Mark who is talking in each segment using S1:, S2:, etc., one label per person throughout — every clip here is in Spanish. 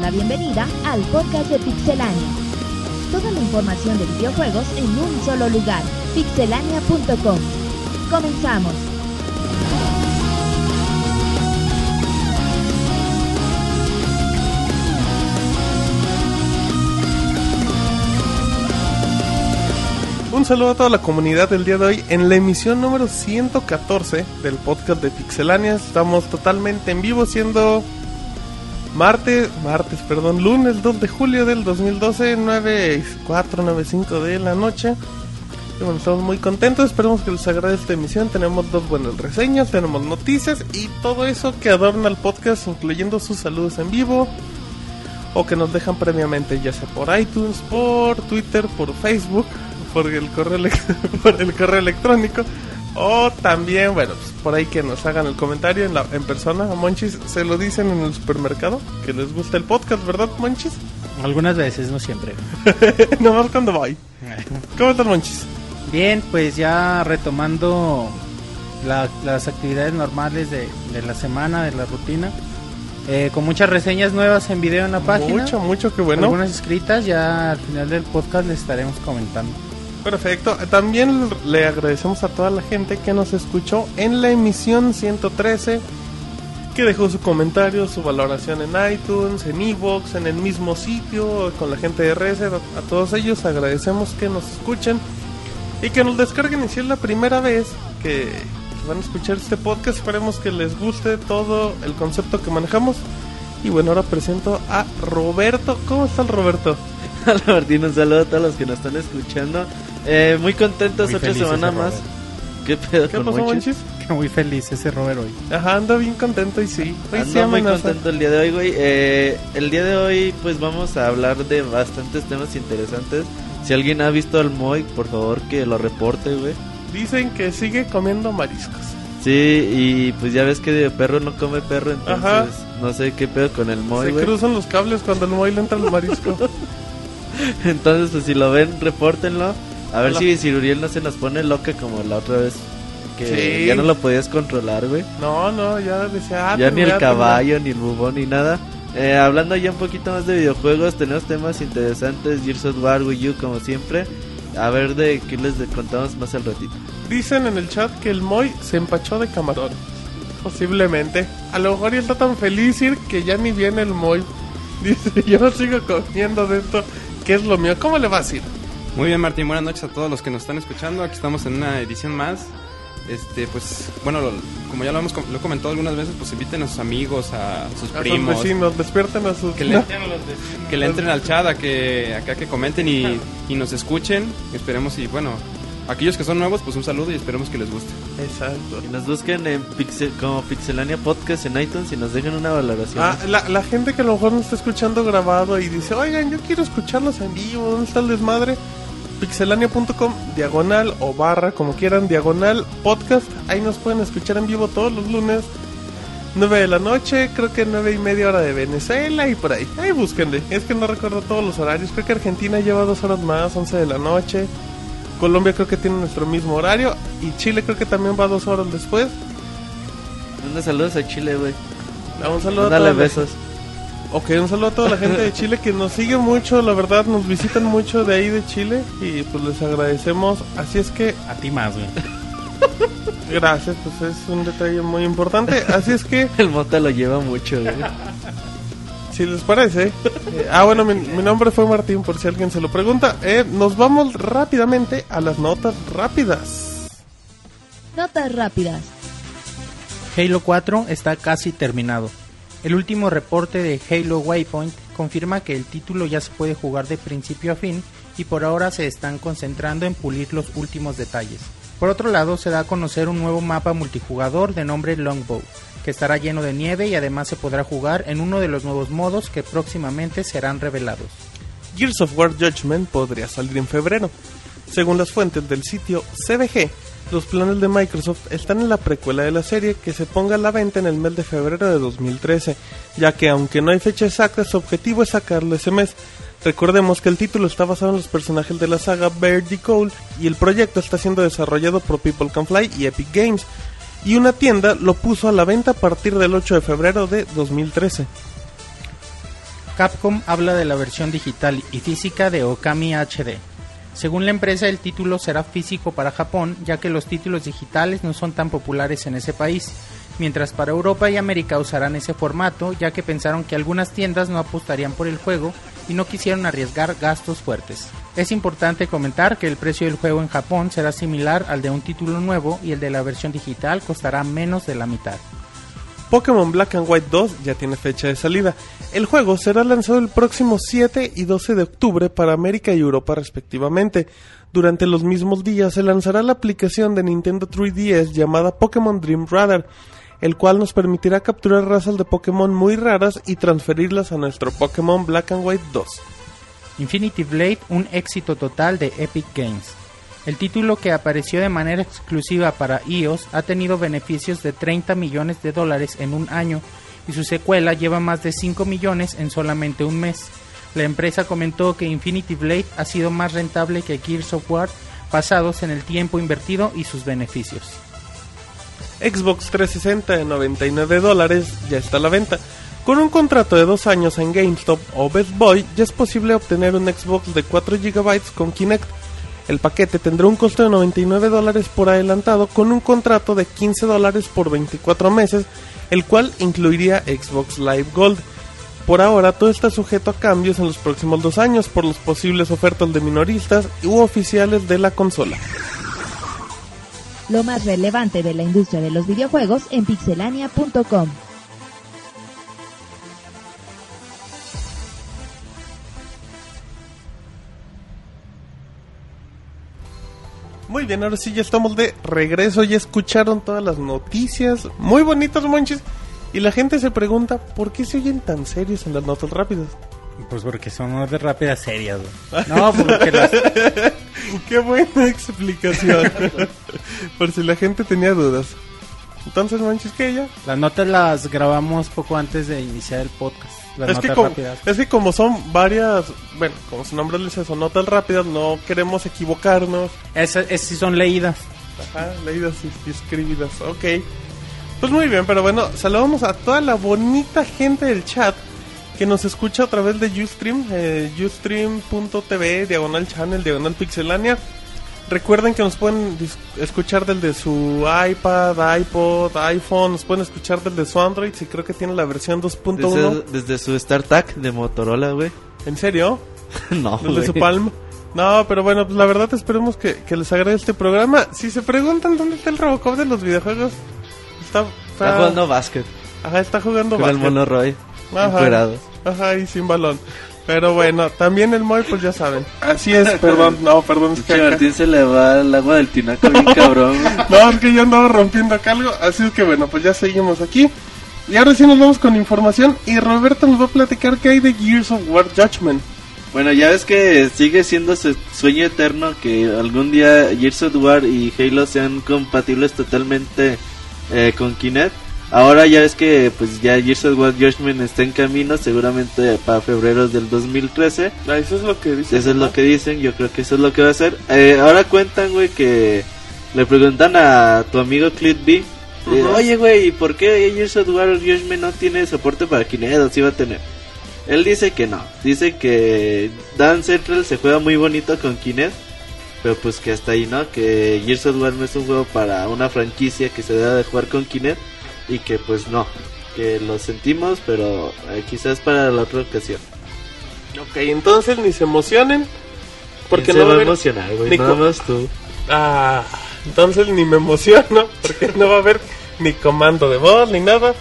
S1: la bienvenida al podcast de Pixelania. Toda la información de videojuegos en un solo lugar, pixelania.com. Comenzamos.
S2: Un saludo a toda la comunidad del día de hoy en la emisión número 114 del podcast de Pixelania. Estamos totalmente en vivo siendo martes, martes, perdón, lunes 2 de julio del 2012, 9495 de la noche. Y bueno, estamos muy contentos, esperemos que les agrade esta emisión. Tenemos dos buenas reseñas, tenemos noticias y todo eso que adorna el podcast, incluyendo sus saludos en vivo o que nos dejan previamente, ya sea por iTunes, por Twitter, por Facebook, por el correo, elec- por el correo electrónico. O también, bueno, pues por ahí que nos hagan el comentario en, la, en persona. A Monchis se lo dicen en el supermercado, que les gusta el podcast, ¿verdad, Monchis?
S3: Algunas veces, no siempre.
S2: Nomás cuando voy. ¿Cómo estás, Monchis?
S3: Bien, pues ya retomando la- las actividades normales de, de la semana, de la rutina. Eh, con muchas reseñas nuevas en video en la página.
S2: Mucho, mucho, qué bueno.
S3: Algunas escritas, ya al final del podcast les estaremos comentando.
S2: Perfecto. También le agradecemos a toda la gente que nos escuchó en la emisión 113, que dejó su comentario, su valoración en iTunes, en Evox, en el mismo sitio, con la gente de Reset. A, a todos ellos agradecemos que nos escuchen y que nos descarguen. Y si es la primera vez que, que van a escuchar este podcast, esperemos que les guste todo el concepto que manejamos. Y bueno, ahora presento a Roberto. ¿Cómo está el Roberto?
S4: Hola Martín, un saludo a todos los que nos están escuchando. Eh, muy contentos,
S3: Muy
S4: otra
S3: feliz
S4: semana
S3: ese
S4: más.
S3: Robert.
S4: ¿Qué pedo
S2: ¿Qué
S4: con
S2: pasó,
S4: Monchis?
S2: Monchis?
S3: Muy feliz ese Robert hoy.
S2: Ajá, ando bien contento y sí. Hoy sí
S4: Ando Ah, muy
S2: amenaza.
S4: contento el día de hoy, güey. Eh, el día de hoy, pues vamos a hablar de bastantes temas interesantes. Si alguien ha visto al Moy, por favor que lo reporte, güey.
S2: Dicen que sigue comiendo mariscos.
S4: Sí, y pues ya ves que de perro no come perro, entonces
S2: Ajá.
S4: no sé qué pedo con el Moy,
S2: Se
S4: güey.
S2: cruzan los cables cuando el móvil entra al marisco.
S4: Entonces, pues si lo ven, repórtenlo. A ver
S2: Hola.
S4: si Ciruriel no se nos pone loca como la otra vez. Que
S2: Sí.
S4: ya no lo podías controlar, güey.
S2: No, no, ya decía. ah,
S4: ya
S2: te
S4: ni el
S2: voy a terminar.
S4: caballo, ni el bubón, ni nada. Eh, hablando ya un poquito más de videojuegos, tenemos temas interesantes, Gears of War, Wii U, como siempre. A ver de qué les de- contamos más al ratito.
S2: Dicen en el chat que el Moy se empachó de camarón. Posiblemente. A lo mejor ya está tan feliz ir que ya ni viene el Moy. Dice, yo sigo comiendo de esto, que es lo mío. ¿Cómo le va a ir?
S5: Muy bien, Martín, buenas noches a todos los que nos están escuchando. Aquí estamos en una edición más. Este, pues, bueno, lo- como ya lo hemos com- lo he comentado algunas veces, pues inviten a sus amigos, a sus
S2: A
S5: primos,
S2: sus vecinos, despierten a sus.
S5: que le, que le entren al chat, a que, acá que comenten y, y nos escuchen. Esperemos y, bueno, aquellos que son nuevos, pues un saludo y esperemos que les guste.
S2: Exacto.
S4: Que nos busquen en Pixel, como Pixelania Podcast en iTunes y nos dejen una valoración.
S2: Ah, la, la gente que a lo mejor nos está escuchando grabado y dice, oigan, yo quiero escucharlos en vivo, ¿dónde está el desmadre? Pixelania.com, diagonal o barra, como quieran, diagonal, podcast. Ahí nos pueden escuchar en vivo todos los lunes, 9 de la noche, creo que 9 y media hora de Venezuela y por ahí. Ahí búsquenle. Es que no recuerdo todos los horarios. Creo que Argentina lleva dos horas más, 11 de la noche. Colombia creo que tiene nuestro mismo horario. Y Chile creo que también va dos horas después.
S4: Manda saludos a Chile, güey.
S2: Un saludo a
S4: Mándale
S2: todos los-
S4: besos.
S2: Ok, un saludo a toda la gente de Chile que nos sigue mucho, la verdad, nos visitan mucho de ahí de Chile y pues les agradecemos. Así es que,
S3: A ti más, güey.
S2: gracias, pues es un detalle muy importante. Así es que,
S4: El Mota lo lleva mucho, güey.
S2: si les parece. eh, ah, bueno, mi, mi nombre fue Martín, por si alguien se lo pregunta. Eh, nos vamos rápidamente a las notas rápidas.
S1: Notas rápidas.
S3: Halo 4 está casi terminado. El último reporte de Halo Waypoint confirma que el título ya se puede jugar de principio a fin y por ahora se están concentrando en pulir los últimos detalles. Por otro lado, se da a conocer un nuevo mapa multijugador de nombre Longbow, que estará lleno de nieve y además se podrá jugar en uno de los nuevos modos que próximamente serán revelados.
S2: Gears of War Judgment podría salir en febrero. Según las fuentes del sitio CBG, los planes de Microsoft están en la precuela de la serie que se ponga a la venta en el mes de febrero de 2013, ya que aunque no hay fecha exacta, su objetivo es sacarlo ese mes. Recordemos que el título está basado en los personajes de la saga Bear y Cole y el proyecto está siendo desarrollado por People Can Fly y Epic Games, y una tienda lo puso a la venta a partir del 8 de febrero de 2013.
S3: Capcom habla de la versión digital y física de Okami HD. Según la empresa, el título será físico para Japón, ya que los títulos digitales no son tan populares en ese país, mientras para Europa y América usarán ese formato, ya que pensaron que algunas tiendas no apostarían por el juego y no quisieron arriesgar gastos fuertes. Es importante comentar que el precio del juego en Japón será similar al de un título nuevo y el de la versión digital costará menos de la mitad.
S2: Pokémon Black and White 2 ya tiene fecha de salida. El juego será lanzado el próximo 7 y 12 de octubre para América y Europa respectivamente. Durante los mismos días se lanzará la aplicación de Nintendo 3DS llamada Pokémon Dream Radar, el cual nos permitirá capturar razas de Pokémon muy raras y transferirlas a nuestro Pokémon Black and White 2.
S3: Infinity Blade, un éxito total de Epic Games. El título que apareció de manera exclusiva para iOS ha tenido beneficios de 30 millones de dólares en un año y su secuela lleva más de 5 millones en solamente un mes. La empresa comentó que Infinity Blade ha sido más rentable que Gears of War basados en el tiempo invertido y sus beneficios.
S2: Xbox 360 de 99 dólares ya está a la venta. Con un contrato de dos años en GameStop o Best Boy ya es posible obtener un Xbox de 4 GB con Kinect. El paquete tendrá un costo de 99 dólares por adelantado con un contrato de 15 dólares por 24 meses, el cual incluiría Xbox Live Gold. Por ahora todo está sujeto a cambios en los próximos dos años por las posibles ofertas de minoristas u oficiales de la consola.
S1: Lo más relevante de la industria de los videojuegos en pixelania.com.
S2: Muy bien, ahora sí ya estamos de regreso, ya escucharon todas las noticias, muy bonitas monches, y la gente se pregunta por qué se oyen tan serios en las notas rápidas.
S3: Pues porque son de rápidas serias, güey. No, porque las-
S2: Qué buena explicación, por si la gente tenía dudas. Entonces monches que ya,
S3: las notas las grabamos poco antes de iniciar el podcast. Las
S2: es
S3: notas
S2: que, como,
S3: rápidas.
S2: es que como son varias, bueno, como su nombre dice, son notas rápidas, no queremos equivocarnos.
S3: Esas, esas sí son leídas.
S2: Ajá, leídas y, y escribidas, ok. Pues muy bien, pero bueno, saludamos a toda la bonita gente del chat que nos escucha a través de Ustream, eh, ustream.tv, diagonal channel, diagonal pixelania. Recuerden que nos pueden dis- escuchar desde su iPad, iPod, iPhone, nos pueden escuchar desde su Android, si creo que tiene la versión 2.1.
S6: Desde, desde su StarTAC de Motorola, güey.
S2: ¿En serio?
S6: no,
S2: El de
S6: güey.
S2: su palm. No, pero bueno, pues la verdad esperemos que, que les agrade este programa. Si se preguntan dónde está el Robocop de los videojuegos, está, está-
S6: Está
S4: Ah.
S6: jugando básquet.
S2: ajá, está jugando
S6: Con el
S2: básquet.
S6: mono Roy.
S2: Ajá.
S6: encuerado.
S2: Ajá, y sin balón. Pero bueno, también el Moy, pues ya saben. Así es, perdón, no, perdón, es que
S6: Pinche
S2: acá-
S6: Martín se le va el agua del tinaco bien cabrón. güey.
S2: No, es que yo andaba rompiendo acá algo, así es que bueno, pues ya seguimos aquí. Y ahora sí nos vamos con información y Roberto nos va a platicar qué hay de Gears of War Judgment.
S6: Bueno, ya ves que sigue siendo su sueño eterno que algún día Gears of War y Halo sean compatibles totalmente eh, con Kinect. Ahora ya ves que pues ya Gears of War Judgment está en camino, seguramente para febrero del 2013.
S2: Ah, Eso es lo que dice.
S6: Eso es lo que dicen, yo creo que eso es lo que va a hacer. Eh, ahora cuentan, güey, que le preguntan a tu amigo Clint B. eh,
S2: Ujú.
S6: Oye, güey, ¿y por qué Gears of War Judgment no tiene soporte para Kinect o sí va a tener? Él dice que no, dice que Dan Central se juega muy bonito con Kinect, pero pues que hasta ahí, ¿no? Que Gears of War no es un juego para una franquicia que se debe de jugar con Kinect y que pues no, que lo sentimos, pero eh, quizás para la otra ocasión.
S2: Ok, entonces ni se emocionen. Porque
S6: ¿Quién
S2: no va
S6: se
S2: a
S6: va a
S2: haber...
S6: emocionar, güey,
S2: ni
S6: nada
S2: cu-
S6: más tú.
S2: Ah, entonces ni me emociono. Porque no va a haber ni comando de voz ni nada.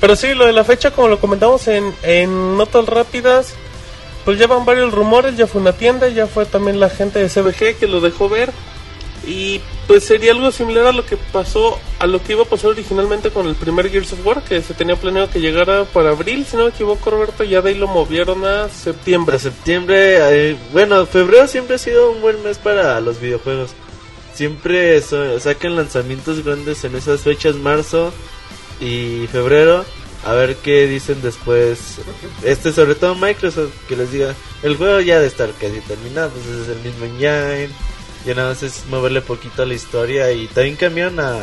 S2: Pero sí, lo de la fecha, como lo comentamos en, en Notas Rápidas, pues ya van varios rumores. Ya fue una tienda, ya fue también la gente de CBG que lo dejó ver. Y pues sería algo similar a lo que pasó, a lo que iba a pasar originalmente con el primer Gears of War, que se tenía planeado que llegara para abril, si no me equivoco, Roberto, ya de ahí lo movieron a septiembre.
S6: Para septiembre, eh, bueno, febrero siempre ha sido un buen mes para los videojuegos. Siempre so- sacan lanzamientos grandes en esas fechas, marzo y febrero. A ver qué dicen después. Este, sobre todo Microsoft, que les diga: el juego ya de estar casi terminado, pues es el mismo engine. Ya nada más es moverle poquito a la historia. Y también cambiaron a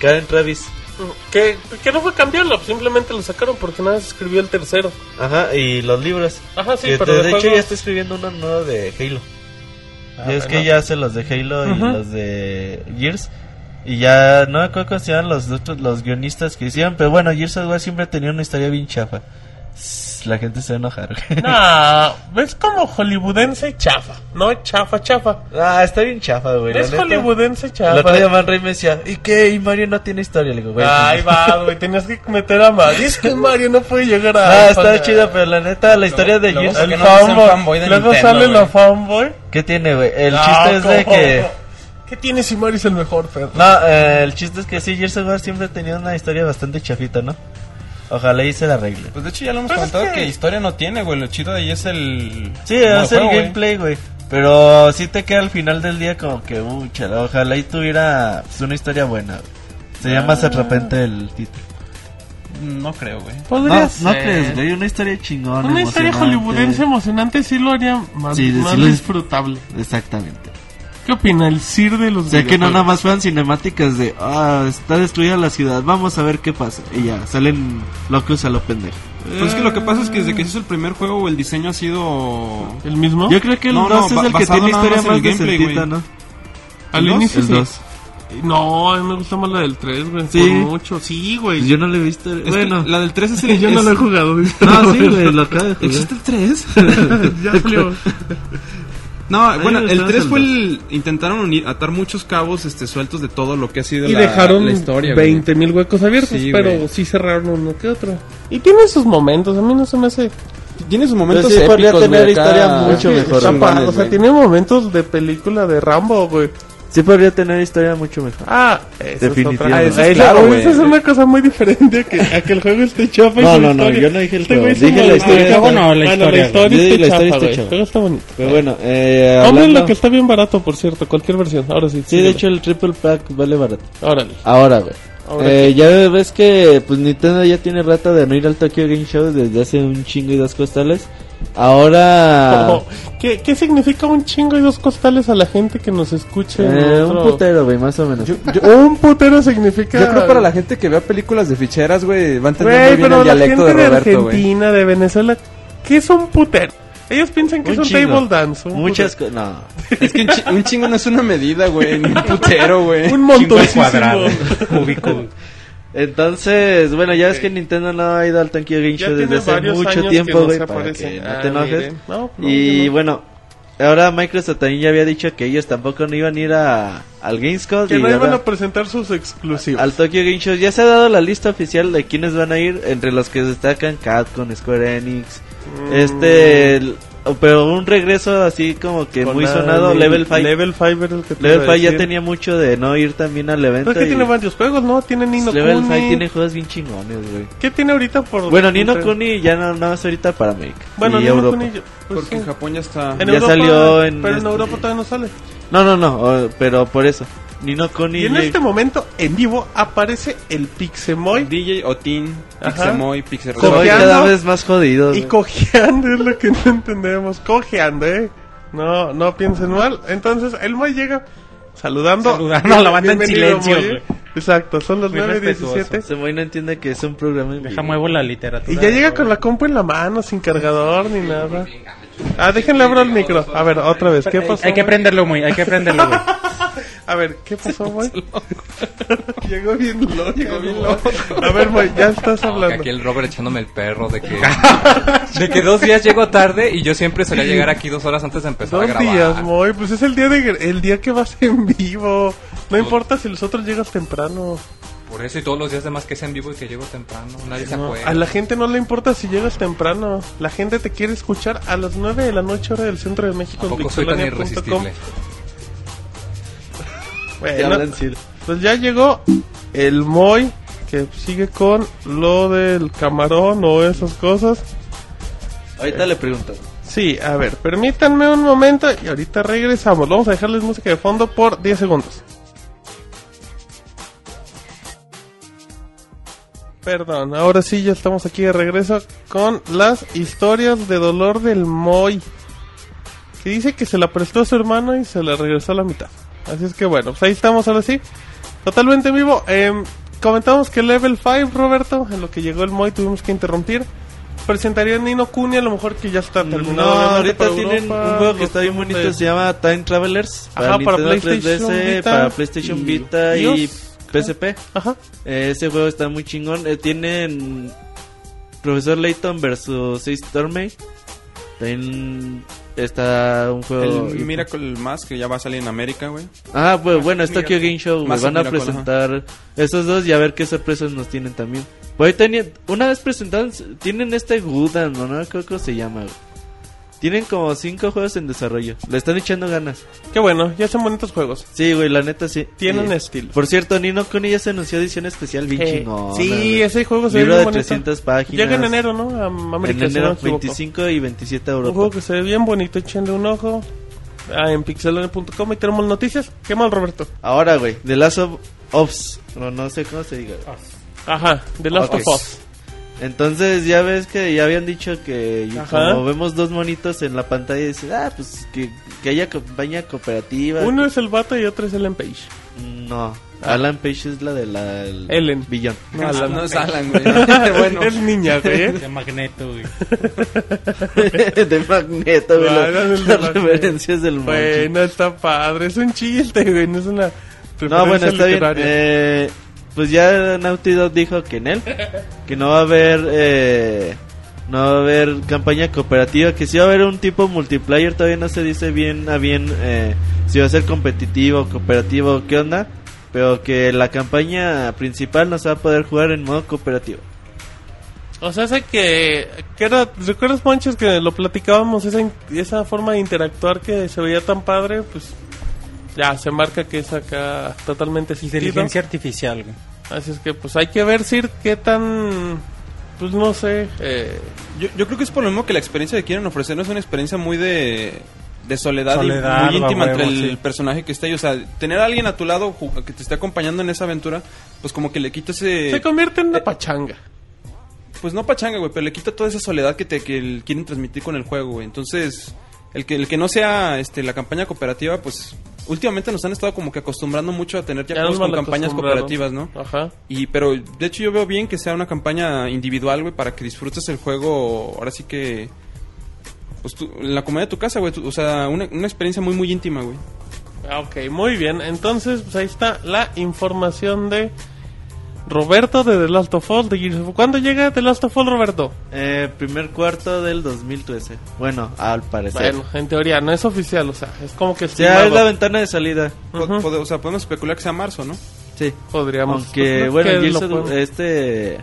S6: Karen Travis
S2: Que, que no fue cambiarlo, simplemente lo sacaron porque nada más escribió el tercero.
S6: Ajá, y los libros.
S2: Ajá, sí,
S6: Que
S2: pero
S6: de,
S2: de
S6: hecho
S2: juegos-
S6: ya está escribiendo uno nuevo de Halo.
S2: Ah,
S6: y es
S2: bueno.
S6: que ya hace los de Halo y
S3: Ujú.
S6: los de Gears. Y ya no me acuerdo cómo se llaman los, otros- los guionistas que hicieron. Pero bueno, Gears of War siempre tenía una historia bien chafa. Sss, La gente se va a enojar. güey.
S2: Nah, es como hollywoodense chafa, no chafa, chafa.
S6: ah, está bien chafa, güey. la
S2: es
S6: neta.
S2: hollywoodense
S6: El
S2: chafa.
S6: otro día Man Ray me pues, decía, ¿y qué? ¿Y Mario no tiene historia? Le digo, güey.
S2: Ahí va, güey, tenías que meter a Mario. Es que Mario no puede llegar a.
S6: Ah,
S2: Alpha,
S6: está
S2: güey.
S6: chida, pero la neta, la historia de
S5: luego
S6: Gears.
S5: sacan
S2: El
S5: no seas
S2: fanboy.
S5: fanboy de
S2: Luego
S5: Nintendo,
S2: sale la
S5: güey.
S2: fanboy.
S6: ¿Qué tiene, güey? El
S2: Ah,
S6: chiste es de
S2: ¿cómo?
S6: que.
S2: ¿Qué tiene si Mario es el mejor, perro?
S6: No, eh, el chiste es que sí, Gears of War siempre ha tenido una historia bastante chafita, ¿no? Ojalá y se la arregle.
S5: Pues de hecho ya lo hemos
S2: Pues es
S5: comentado
S2: que-
S5: que... historia no tiene, güey. Lo chido de ahí es el.
S6: Sí,
S5: modo
S6: es el
S5: juego, güey.
S6: gameplay, güey. Pero sí te queda al final del día como que, uh, chala, ojalá y tuviera pues, una historia buena. güey. Sería más de repente el título.
S5: No creo, güey.
S6: No,
S2: Podrías.
S6: no crees, güey, una historia chingona.
S2: Una historia
S6: emocionante.
S2: hollywoodense emocionante sí lo haría más,
S6: Sí, sí
S2: más
S6: lo es.
S2: disfrutable.
S6: Exactamente.
S2: ¿Qué opina el Sir de los
S6: O sea que no
S2: videojuegos?
S6: nada más fueran cinemáticas de, ah, está destruida la ciudad, vamos a ver qué pasa. Y ya, salen locos a lo pendejo.
S5: Pero Pues es que lo que pasa es que desde que se hizo el primer juego, el diseño ha sido.
S2: ¿El mismo?
S6: Yo creo que el 2
S5: No, no,
S6: es
S5: ba-
S6: el que
S5: basado
S6: tiene
S5: nada
S6: historia
S5: más en
S6: más
S5: el gameplay,
S6: decentita,
S5: güey.
S6: ¿no?
S2: Al inicio
S6: el
S2: sí.
S6: 2.
S2: No, a mí me gusta más la del 3, güey.
S6: Sí.
S2: Por mucho. Sí, güey. Ah,
S6: Yo no lo he visto.
S5: Es que
S6: bueno,
S5: la del 3 es el.
S2: Yo no
S5: es-
S2: lo he jugado.
S6: no, sí, güey, lo acabo de jugar.
S5: ¿Existe el 3?
S2: ya salió.
S5: No, bueno,
S6: me
S5: el
S6: gustaba
S5: 3
S6: el
S5: fue el. Intentaron unir, atar muchos cabos este, sueltos de todo lo que ha sido
S2: Y
S5: la,
S2: dejaron
S5: la historia, güey.
S2: 20 mil huecos abiertos,
S5: Sí,
S2: pero
S5: güey.
S2: sí cerraron uno que otro. Y tiene sus momentos, a mí no se me hace...
S7: Tiene sus momentos
S6: Pero sí podría
S7: épicos,
S6: tener
S7: güey, acá,
S5: Ah,
S6: historia mucho
S7: sí,
S6: mejor.
S7: chingones,
S2: Chapa, o sea,
S7: güey.
S2: tiene momentos de película de Rambo, güey.
S6: Sí podría tener historia mucho mejor.
S2: Ah, eso
S6: Definitivamente.
S2: es otra. Ah, eso es,
S7: Claro,
S2: claro,
S7: güey.
S2: eso es una cosa muy diferente a que, a que el juego esté chafa. y
S6: No,
S2: su
S6: no, no,
S2: historia.
S6: yo no dije el
S2: Este
S6: juego,
S2: güey es
S6: dije
S2: un
S6: la
S2: maldito.
S6: historia.
S7: Bueno, la
S2: Bueno,
S7: historia, güey.
S2: historia
S6: Yo
S2: está
S6: digo, la historia
S2: chafa,
S6: está
S2: güey.
S6: chafa.
S2: El juego está bonito.
S6: Pero bueno, eh,
S2: Compren
S6: hablando...
S2: lo que está bien barato, por cierto, cualquier versión. Ahora sí.
S6: Sí, de hecho el triple pack vale barato.
S2: Órale.
S6: Ahora, güey.
S2: Ahora
S6: Eh, ya ves que pues Nintendo ya tiene rata de no ir al Tokyo Game Show desde hace un chingo y dos costales. Ahora...
S2: Ojo, ¿Qué, ¿Qué significa un chingo y dos costales a la gente que nos escuche? en
S6: eh, un
S2: otro-
S6: putero, güey, más o menos.
S7: Yo, yo-
S2: Un putero significa.
S7: yo creo para la gente que vea películas de ficheras, güey, va a entender
S2: Güey,
S7: muy bien
S2: pero
S7: el
S2: la
S7: dialecto
S2: gente
S7: de
S2: de,
S7: Roberto, güey.
S2: Argentina, de Venezuela, ¿qué es un putero? Ellos piensan que
S6: Un
S2: es un
S6: chingo.
S2: table dance. un
S6: Muchas cosas... No.
S5: Es que un, chi- un chingo no es una medida, güey. Ni un putero, güey.
S2: putero. Un montón
S3: cuadrado, cúbico.
S6: Entonces, bueno, ya ves
S2: Ok.
S6: que Nintendo no ha ido al Tokyo Game
S2: Ya
S6: Show
S2: tiene
S6: desde hace
S2: varios
S6: mucho
S2: años que
S6: tiempo,
S2: no
S6: güey,
S2: se
S6: para
S2: aparece.
S6: que no
S2: Ah,
S6: te enojes.
S2: miren. No, no,
S6: y
S2: yo no.
S6: bueno, ahora Microsoft también ya había dicho que ellos tampoco no iban a ir a, al Gamescom
S2: Que
S6: y
S2: no iban
S6: ahora
S2: a presentar sus exclusivos.
S6: al Tokyo Game Show. Ya se ha dado la lista oficial de quienes van a ir, entre los que destacan Capcom, Square Enix,
S2: Mm.
S6: este... el- pero un regreso así como que muy
S2: Konami,
S6: sonado, Level 5. Level,
S2: Level 5 era el que te iba a
S6: 5 ya
S2: decir.
S6: tenía mucho de no ir también al evento.
S2: Pero es que
S6: y-
S2: tiene varios juegos, ¿no? Tiene Nino
S6: Level 5
S2: Kuni.
S6: tiene juegos bien chingones, güey.
S2: ¿Qué tiene ahorita por.?
S6: Bueno, Nino
S2: entre-
S6: Kuni ya no, no es ahorita para América.
S2: Bueno,
S6: y
S2: Nino
S6: Europa.
S2: Kuni. yo- pues
S5: Porque en
S2: sí.
S5: Japón ya está.
S2: En
S6: Ya
S2: Europa,
S6: salió en
S2: Pero en
S6: este-
S2: Europa todavía no sale.
S6: No, no, no, o- pero por eso. Nino Kuni.
S2: Y en
S6: llega-
S2: este momento, en vivo, aparece el Pixemoy.
S5: DJ Otin,
S2: Ajá.
S5: Pixemoy, Pixel
S6: Soy
S2: Copiando.
S6: cada vez más jodido.
S2: Y
S6: güey.
S2: cojeando es lo que no entendemos. Cojeando, ¿eh? No, no piensen mal. Entonces, el Moy llega saludando.
S3: Saludando a la banda en
S2: Bienvenido,
S3: silencio,
S2: Moy, ¿eh? Exacto, son las
S3: Muy
S2: 9 y
S3: respetuoso.
S2: 17.
S6: Ese güey no entiende que es un programa en
S3: Deja
S6: vivo.
S3: muevo la literatura.
S2: Y ya llega con la compu en la mano, sin cargador ni nada. Ah, déjenle abro el micro. A ver, otra vez, ¿qué pasó?
S3: Hay que
S2: güey?
S3: prenderlo muy, hay que prenderlo, güey.
S2: A ver, ¿qué pasó, güey? llegó bien loco. Llegó bien loco. A ver, güey, ya estás
S8: No, que
S2: hablando.
S8: aquí el Robert echándome el perro de que, de que dos días llego tarde y yo siempre solía llegar aquí dos horas antes de empezar a
S2: Dos
S8: grabar.
S2: días, Moy, pues es el día de el día que vas en vivo. No
S8: Pues
S2: importa si los otros llegas temprano.
S8: Por eso y todos los días demás que es en vivo y que llego temprano. Nadie se
S2: No,
S8: acuerda.
S2: a la gente no le importa si llegas temprano. La gente te quiere escuchar a las 9 de la noche hora del centro de México. en
S8: Tampoco soy tan
S2: pixelania.com.
S8: irresistible.
S6: Ya
S2: Bueno,
S6: hablan chido.
S2: Pues ya llegó el Moy, que sigue con lo del camarón o esas cosas.
S6: Ahorita le pregunto.
S2: Sí, a ver, permítanme un momento y ahorita regresamos. Vamos a dejarles música de fondo por 10 segundos. Perdón, ahora sí ya estamos aquí de regreso con las historias de dolor del Moy. Que dice que se la prestó a su hermano y se la regresó a la mitad. Así es que bueno, pues ahí estamos ahora sí. Totalmente en vivo. Em, comentábamos que Level 5, Roberto, en lo que llegó el Moy tuvimos que interrumpir. Presentaría Nino Kuni, a lo mejor que ya está terminado.
S6: No,
S2: obviamente,
S6: ahorita
S2: para
S6: tienen
S2: Europa,
S6: un juego que
S2: los
S6: está bien bonito,
S2: de-
S6: se llama Time Travelers.
S2: Ajá, para
S6: Nintendo
S2: PlayStation
S6: 3DS,
S2: Vita
S6: para PlayStation
S2: y-
S6: Vita y,
S2: iOS, creo.
S6: PSP.
S2: Ajá.
S6: Eh, ese juego está muy chingón. Eh, tienen Profesor Layton versus Six Stormy. También está un juego.
S5: El Miracle Mask que ya va a salir en América, güey.
S6: Ah, pues bueno, es Tokyo
S5: Miracle.
S6: Game Show. güey.
S5: Más
S6: Van a
S5: Miracle, ajá.
S6: presentar esos dos y a ver qué sorpresas nos tienen también. Por ahí tenían- una vez presentaron, tienen este Gudan, no, no creo que se llama. güey. Tienen como cinco juegos en desarrollo. Le están echando ganas.
S2: Qué bueno, ya son bonitos juegos.
S6: Sí, güey, la neta sí.
S2: Tienen
S6: Eh,
S2: estilo.
S6: Por cierto, Nino Kuni ya se anunció edición especial bien
S2: Eh,
S6: chingona,
S2: sí,
S6: güey.
S2: ese juego se ve
S6: Libro
S2: bien
S6: de
S2: bonito.
S6: 300 páginas.
S2: Llega en enero, ¿no? A América,
S6: en
S2: si no
S6: enero,
S2: me equivoco.
S6: 25 y 27
S2: Un juego
S6: euros.
S2: que se ve bien bonito, echenle un ojo ah, en pixelone.com y tenemos noticias. ¿Qué mal, Roberto?
S6: Ahora, güey, The Last of Us. No, no sé cómo se diga. güey.
S2: Ajá, The Last
S6: Ok.
S2: of Us.
S6: Entonces, ya ves que ya habían dicho que y
S2: Ajá.
S6: como vemos dos monitos en la pantalla, dice, ah, pues que, que haya compañía cooperativa.
S2: Uno es el Bata y otro es el Page.
S6: No, Alan Page es la de la. el-
S2: Ellen.
S6: Villón.
S2: No, Alan.
S5: Ah, No es Alan, güey. bueno.
S2: Ah, Es niña, güey. ¿eh?
S3: De magneto, güey.
S6: de Magneto, güey.
S2: Ah, no,
S6: las-
S2: no es de
S6: Las
S2: Magneto.
S6: referencias del Monchi.
S2: Bueno, está padre. Es un chiste, güey. No es una.
S6: No, bueno,
S2: referencia
S6: está bien.
S2: literaria.
S6: Eh, pues ya Naughty Dog dijo que en él, que no va a haber, eh, no va a haber campaña cooperativa, que sí va a haber un tipo multiplayer, todavía no se dice bien a bien eh, si va a ser competitivo, cooperativo, qué onda, pero que la campaña principal no se va a poder jugar en modo cooperativo.
S2: O sea, sé que, que era, ¿recuerdas, Ponches, que lo platicábamos? Esa, in- esa forma de interactuar que se veía tan padre, pues ya se marca que es acá totalmente asistido.
S3: Inteligencia artificial, güey.
S2: Así es que, pues hay que ver, Sir, qué tan, pues no sé, eh,
S5: Yo, yo creo que es por lo mismo que la experiencia que quieren ofrecer no es una experiencia muy de, de soledad, y
S3: Soledad,
S5: muy íntima
S3: va,
S5: entre
S3: huevo,
S5: el
S3: sí.
S5: personaje que está ahí. O sea, tener a alguien a tu lado ju- que te esté acompañando en esa aventura, pues como que le quita ese...
S2: se convierte en una
S5: eh,
S2: pachanga.
S5: Pues no pachanga, güey, pero le quita toda esa soledad que te que el- quieren transmitir con el juego, güey. Entonces, el que, el que no sea este, la campaña cooperativa, pues últimamente nos han estado como que acostumbrando mucho a tener ya,
S2: nos
S5: juegos con
S2: malacostumbraron.
S5: campañas cooperativas, ¿no?
S2: Ajá.
S5: Y, pero de hecho yo veo bien que sea una campaña individual, güey, para que disfrutes el juego, ahora sí que... Pues tú- en la comodidad de tu casa, güey. tú- O sea, una, una experiencia muy, muy íntima, güey.
S2: Ah, Ok, muy bien. Entonces, pues ahí está la información de Roberto de The Last of Us. De Gears of- ¿Cuándo llega The Last of Us, Roberto?
S6: Eh, primer cuarto del 2013. Bueno, al parecer.
S2: Bueno, en teoría, no es oficial, o sea, es como que
S6: o sea, Este, es
S2: estimado.
S6: la ventana de salida.
S5: Po-
S2: Ujú.
S5: pode- o sea, podemos especular que sea marzo, ¿no?
S6: Sí.
S2: Podríamos.
S6: Aunque,
S2: pues,
S6: bueno,
S2: que
S6: Gears
S2: lo
S6: of-
S2: pueden-
S6: este.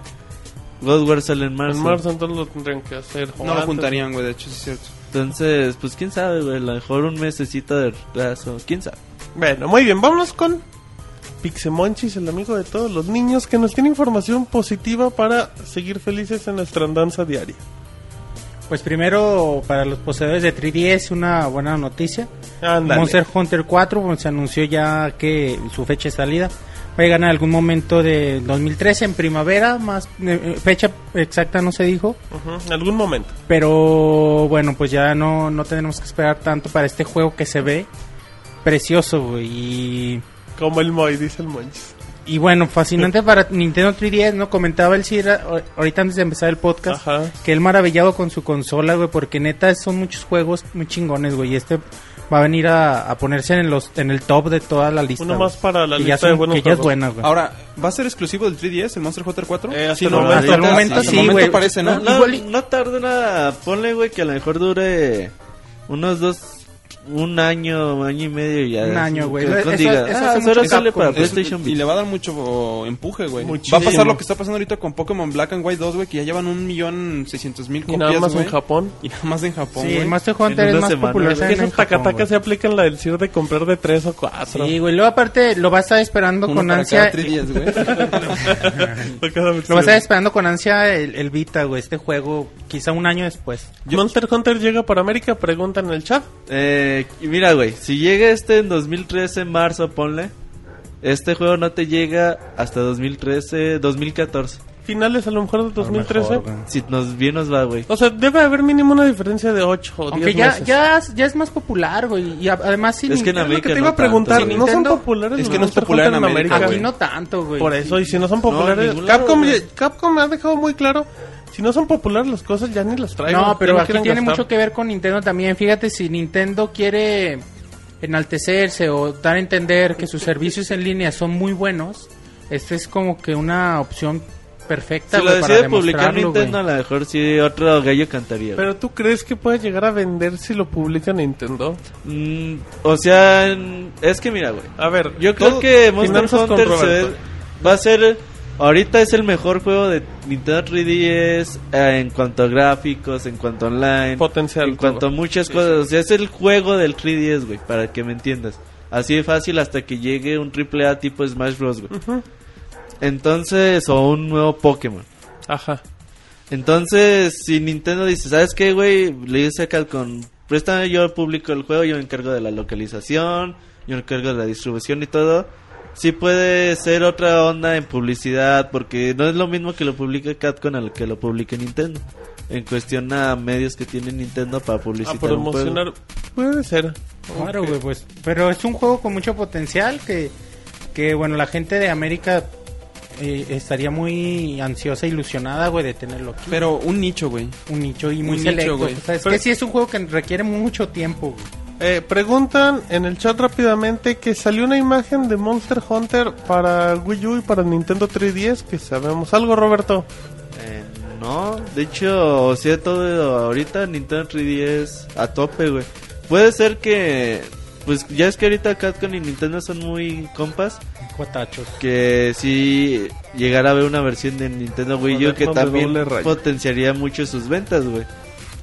S6: Godware sale en marzo.
S2: En marzo entonces lo tendrían que hacer. o
S5: No lo
S2: antes.
S5: juntarían, güey, de hecho, sí es cierto.
S6: Entonces, pues quién sabe, güey. A lo mejor un mesecito de retraso. Quién sabe.
S2: Bueno, muy bien, vámonos con Pixemonchis, el amigo de todos los niños, que nos tiene información positiva para seguir felices en nuestra andanza diaria.
S3: Pues primero, para los poseedores de 3DS, una buena noticia.
S2: Ándale.
S3: Monster Hunter 4 pues, se anunció ya que su fecha de salida va a llegar en algún momento de 2013 en primavera, más eh, fecha exacta no se dijo,
S2: Ujú, En algún momento.
S3: pero bueno, pues ya no no tenemos que esperar tanto para este juego que se ve precioso güey, y
S2: Como el Moy, dice el Monchis.
S3: y bueno, fascinante para Nintendo 3DS, no comentaba el Cira ahor- ahorita antes de empezar el podcast
S2: Ajá.
S3: que él maravillado con su consola, güey, porque neta son muchos juegos muy chingones, güey, y este va a venir a, a ponerse en los en el top de toda la lista.
S2: Uno
S3: güey.
S2: más para la
S3: Que ya
S2: lista
S3: son-
S2: de buenos
S3: que ya es
S2: juegos.
S3: buena, güey.
S5: Ahora, ¿va a ser exclusivo del 3DS el Monster Hunter 4?
S2: Eh, hasta
S5: Sí,
S2: el
S5: ¿no?
S2: momento.
S3: Hasta el momento
S5: hasta el
S3: sí,
S5: momento
S3: güey.
S5: parece, ¿no?
S6: No, no,
S3: Igual y-
S6: no tarda nada. Ponle, güey, que a lo mejor dure unos dos. Un año, año y medio y ya.
S3: Un año, güey.
S6: Que-
S3: Eso-
S6: que
S3: eso
S6: diga,
S3: hace
S6: ah,
S3: mucho
S6: ahora sale
S3: Capcom.
S6: para
S5: Es-
S6: PlayStation
S5: y le
S6: Vita.
S5: va a dar mucho empuje, güey. Va
S2: Muchísimo.
S5: a pasar lo que está pasando ahorita con Pokémon Black and White 2, güey, que ya llevan un millón seiscientos mil
S2: Y
S5: copias,
S2: nada más
S5: güey.
S2: en Japón.
S5: Y nada más en Japón,
S3: Sí,
S5: güey.
S3: el Master
S6: en
S3: Hunter es
S6: una
S3: más
S6: semana.
S3: popular.
S2: Es que esos tacatacas se aplican la del Sir de comprar de tres o cuatro.
S3: Sí, güey. Luego, aparte, lo vas a estar esperando
S5: Uno
S3: con
S5: para cada
S3: ansia.
S5: 3DS, güey.
S3: Lo vas a estar esperando con ansia el, el Vita, güey. Este juego, quizá un año después.
S2: Monster Hunter llega para América, pregunta en el chat.
S6: Eh, y mira, güey, si llega este en 2013, en marzo, ponle. Este juego no te llega hasta 2013, 2014.
S2: finales a lo mejor del 2013.
S6: Si nos bien nos va, güey.
S2: o sea, debe haber mínimo una diferencia de 8 o 10
S3: Aunque ya,
S2: meses.
S3: ya, ya es más popular, güey. Y a- además, sin
S6: Es que en
S2: Es lo que
S6: América
S2: te
S6: no
S2: iba a
S6: tanto,
S2: preguntar,
S6: sí.
S2: ¿no son
S3: Nintendo-
S2: populares?
S5: es que no es
S2: Monster
S5: popular
S2: Hunter
S5: en América,
S3: Aquí
S2: güey?
S3: no tanto, güey.
S2: Por eso, y si no son populares,
S6: ningún lado,
S2: Capcom,
S6: güey.
S2: Capcom ha dejado muy claro, si no son populares las cosas ya ni las traen.
S3: No, pero aquí tiene mucho que ver con Nintendo también. Fíjate, si Nintendo quiere enaltecerse o dar a entender que sus servicios en línea son muy buenos, esta es como que una opción perfecta
S6: Si lo
S3: güey, para
S6: decide publicar
S3: demostrarlo, güey.
S6: Nintendo, a lo mejor sí otro gallo cantaría. güey.
S2: Pero tú crees que puede llegar a vender si lo publica Nintendo?
S6: Mm, o sea, en- es que mira, güey.
S2: A ver,
S6: Yo creo
S2: todo-
S6: que Monster
S2: finanzas con
S6: Hunter se ve-
S2: Roberto.
S6: va a ser. Ahorita es el mejor juego de Nintendo 3DS eh, en cuanto a gráficos, en cuanto a online,
S2: Potencial,
S6: en cuanto a
S2: todo.
S6: muchas cosas. O sea, es el juego del 3DS, güey, para que me entiendas. Así de fácil hasta que llegue un AAA tipo Smash Bros, güey. Entonces, o un nuevo Pokémon.
S2: Ajá.
S6: Entonces, si Nintendo dice, ¿sabes qué, güey? Le dice a Capcom, préstame yo publico el juego, yo me encargo de la localización, yo me encargo de la distribución y todo. Sí puede ser otra onda en publicidad, porque no es lo mismo que lo publique Capcom a lo que lo publique Nintendo. En cuestión a medios que tiene Nintendo para
S2: A
S6: publicitar un juego.
S2: promocionar. Puede ser.
S3: Claro, güey, pues. Pero es un juego con mucho potencial que, que bueno, la gente de América eh, estaría muy ansiosa, ilusionada, güey, de tenerlo aquí.
S5: Pero un nicho, güey.
S3: un nicho y muy
S5: un nicho,
S3: selecto.
S5: güey.
S3: o sea, es
S2: Pero-
S3: que sí es un juego que requiere mucho tiempo, güey.
S2: Eh, preguntan en el chat rápidamente que salió una imagen de Monster Hunter para Wii U y para Nintendo 3DS, que sabemos algo, Roberto.
S6: Eh, no, de hecho, o sea, todo ahorita Nintendo 3DS a tope, güey. Puede ser que, pues ya es que ahorita Capcom y Nintendo son muy compas,
S3: Cuatachos.
S6: que si llegara a haber una versión de Nintendo Wii U que
S2: Cuaderno de
S6: también
S2: doble rayo.
S6: potenciaría mucho sus ventas, güey.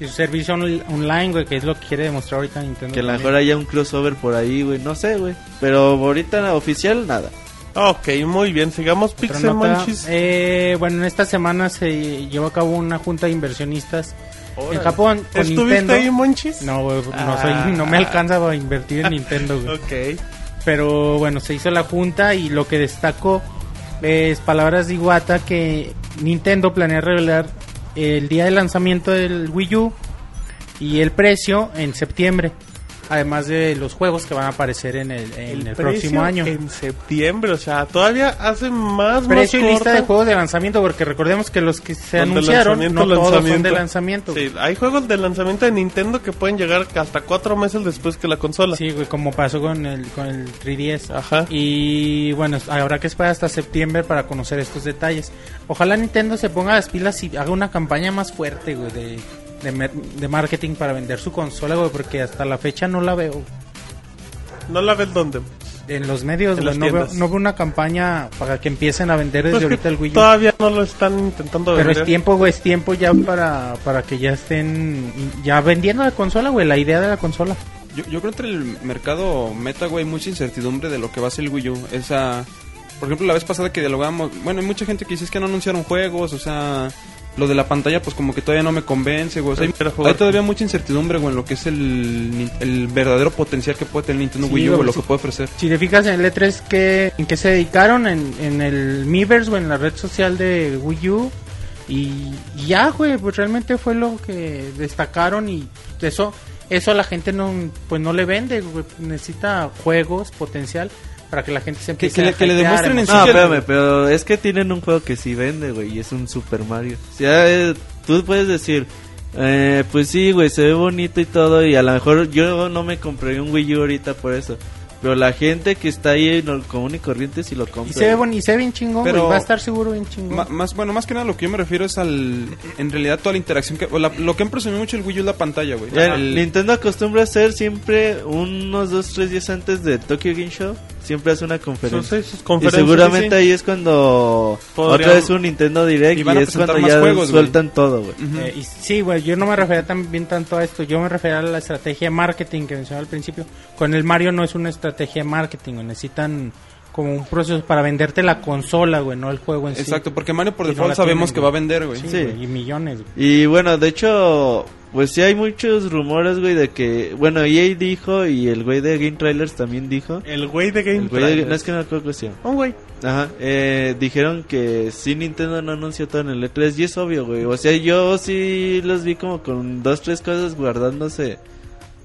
S3: Y su servicio on- online, güey, que es lo que quiere demostrar ahorita Nintendo.
S6: Que a lo
S3: también.
S6: mejor haya un crossover por ahí, güey, no sé, güey. Pero ahorita nada oficial, nada.
S2: Ok, muy bien, sigamos
S3: Otra
S2: Pixel
S3: nota,
S2: Monchis.
S3: eh, bueno, en esta semana se llevó a cabo una junta de inversionistas en Japón con
S2: ¿Estuviste
S3: Nintendo.
S2: ahí, Monchis?
S3: No, güey, no,
S2: Ah.
S3: soy, no me alcanza para invertir en Nintendo, güey.
S2: Ok.
S3: Pero bueno, se hizo la junta y lo que destacó es palabras de Iwata que Nintendo planea revelar el día de lanzamiento del Wii U y el precio en septiembre. Además de los juegos que van a aparecer en el, en el
S2: precio
S3: próximo año.
S2: En septiembre, o sea, todavía hace más,
S3: precio y
S2: más
S3: lista de
S2: corto.
S3: juegos de lanzamiento, porque recordemos que los que se
S2: Son de
S3: anunciaron
S2: lanzamiento,
S3: no todos son de
S2: lanzamiento.
S3: lanzamiento.
S2: Sí, hay juegos de lanzamiento de Nintendo que pueden llegar hasta cuatro meses después que la consola.
S3: Sí, güey, como pasó con el, con el 3DS.
S2: Ajá.
S3: Y bueno, habrá que esperar hasta septiembre para conocer estos detalles. Ojalá Nintendo se ponga las pilas y haga una campaña más fuerte, güey, de, de, mer- de marketing para vender su consola, güey, porque hasta la fecha no la veo
S2: No la ves dónde.
S3: en los medios,
S2: En
S3: güey.
S2: las
S3: No veo,
S2: tiendas.
S3: no veo una campaña para que empiecen a vender desde
S2: Pues que
S3: ahorita el Wii U.
S2: Todavía no lo están intentando
S3: Pero
S2: vender.
S3: es tiempo, güey, es tiempo ya para, para que ya estén ya vendiendo la consola, güey, la idea de la consola.
S5: Yo, yo creo que entre el mercado meta, güey, hay mucha incertidumbre de lo que va a ser el Wii U. Esa, por ejemplo, la vez pasada que dialogamos, bueno, hay mucha gente que dice es que no anunciaron juegos, o sea, lo de la pantalla, pues como que todavía no me convence, güey. O sea, hay,
S2: Espera jugar.
S5: hay todavía mucha incertidumbre, güey, en lo que es el, nin- el verdadero potencial que puede tener Nintendo
S3: Sí,
S5: Wii U,
S3: güey,
S5: güey, lo
S3: sí.
S5: que puede ofrecer.
S3: Si te fijas en el E3, ¿qué, ¿en qué se dedicaron? En, en el Miiverse o en la red social de Wii U. Y y ya, güey, pues realmente fue lo que destacaron y eso eso a la gente no pues no le vende, güey. Necesita juegos, potencial, para que la gente se
S5: Que-
S3: empiece
S5: que le-
S3: a
S5: que le
S3: hypear,
S5: demuestren en
S3: a
S5: Sí,
S6: No,
S5: cierto.
S6: espérame, pero es que tienen un juego que sí vende, güey, y es un Super Mario. O sea, eh, tú puedes decir, eh, pues sí, güey, se ve bonito y todo, y a lo mejor yo no me compré un Wii U ahorita por eso. Pero la gente que está ahí no- común y corriente sí lo compra.
S3: Y se ve
S6: güey.
S3: boni- y se ve bien chingón,
S5: Pero-
S3: güey, Va a estar seguro bien chingón.
S5: Ma- más bueno más que nada lo que yo me refiero es al en realidad toda la interacción que o la- lo que han presumido mucho el Wii U es la pantalla güey
S6: Ya,
S5: El-
S6: Nintendo acostumbra a hacer siempre unos dos, tres días antes del Tokyo Game Show. Siempre hace una
S2: Sus-
S6: conferencia.
S2: sus
S6: Y
S2: conferencias, sí,
S6: seguramente
S2: sí.
S6: ahí es cuando
S2: Podrían-
S6: otra vez un Nintendo Direct
S5: Y
S6: y,
S5: van a
S6: es
S5: presentar
S6: cuando
S5: más
S6: ya
S5: juegos, güey.
S6: sueltan todo, güey.
S5: Ujú.
S3: Eh, y sí, güey, yo no me refería también tanto a esto, yo me refería a la estrategia de marketing que mencionaba al principio. Con el Mario no es una estrategia de marketing, güey, necesitan como un proceso para venderte la consola, güey, no el juego en sí.
S5: exacto porque Mario por
S3: Y no
S5: default
S3: la
S5: sabemos
S3: tienen,
S5: que va a vender güey
S3: Sí,
S6: Sí.
S3: güey, y millones. güey.
S6: Y bueno, de hecho,
S4: Pues sí hay muchos rumores, güey, de que... Bueno,
S6: E
S4: EA dijo y el güey de Game Trailers también dijo.
S2: El güey de Game
S4: El güey de-
S2: Trailers.
S4: no es que no me acuerdo cómo se llama.
S2: Un güey.
S4: Ajá, eh, dijeron que sí Nintendo no anunció todo en el E3 y es obvio, güey. O sea, yo sí los vi como con dos, tres cosas guardándose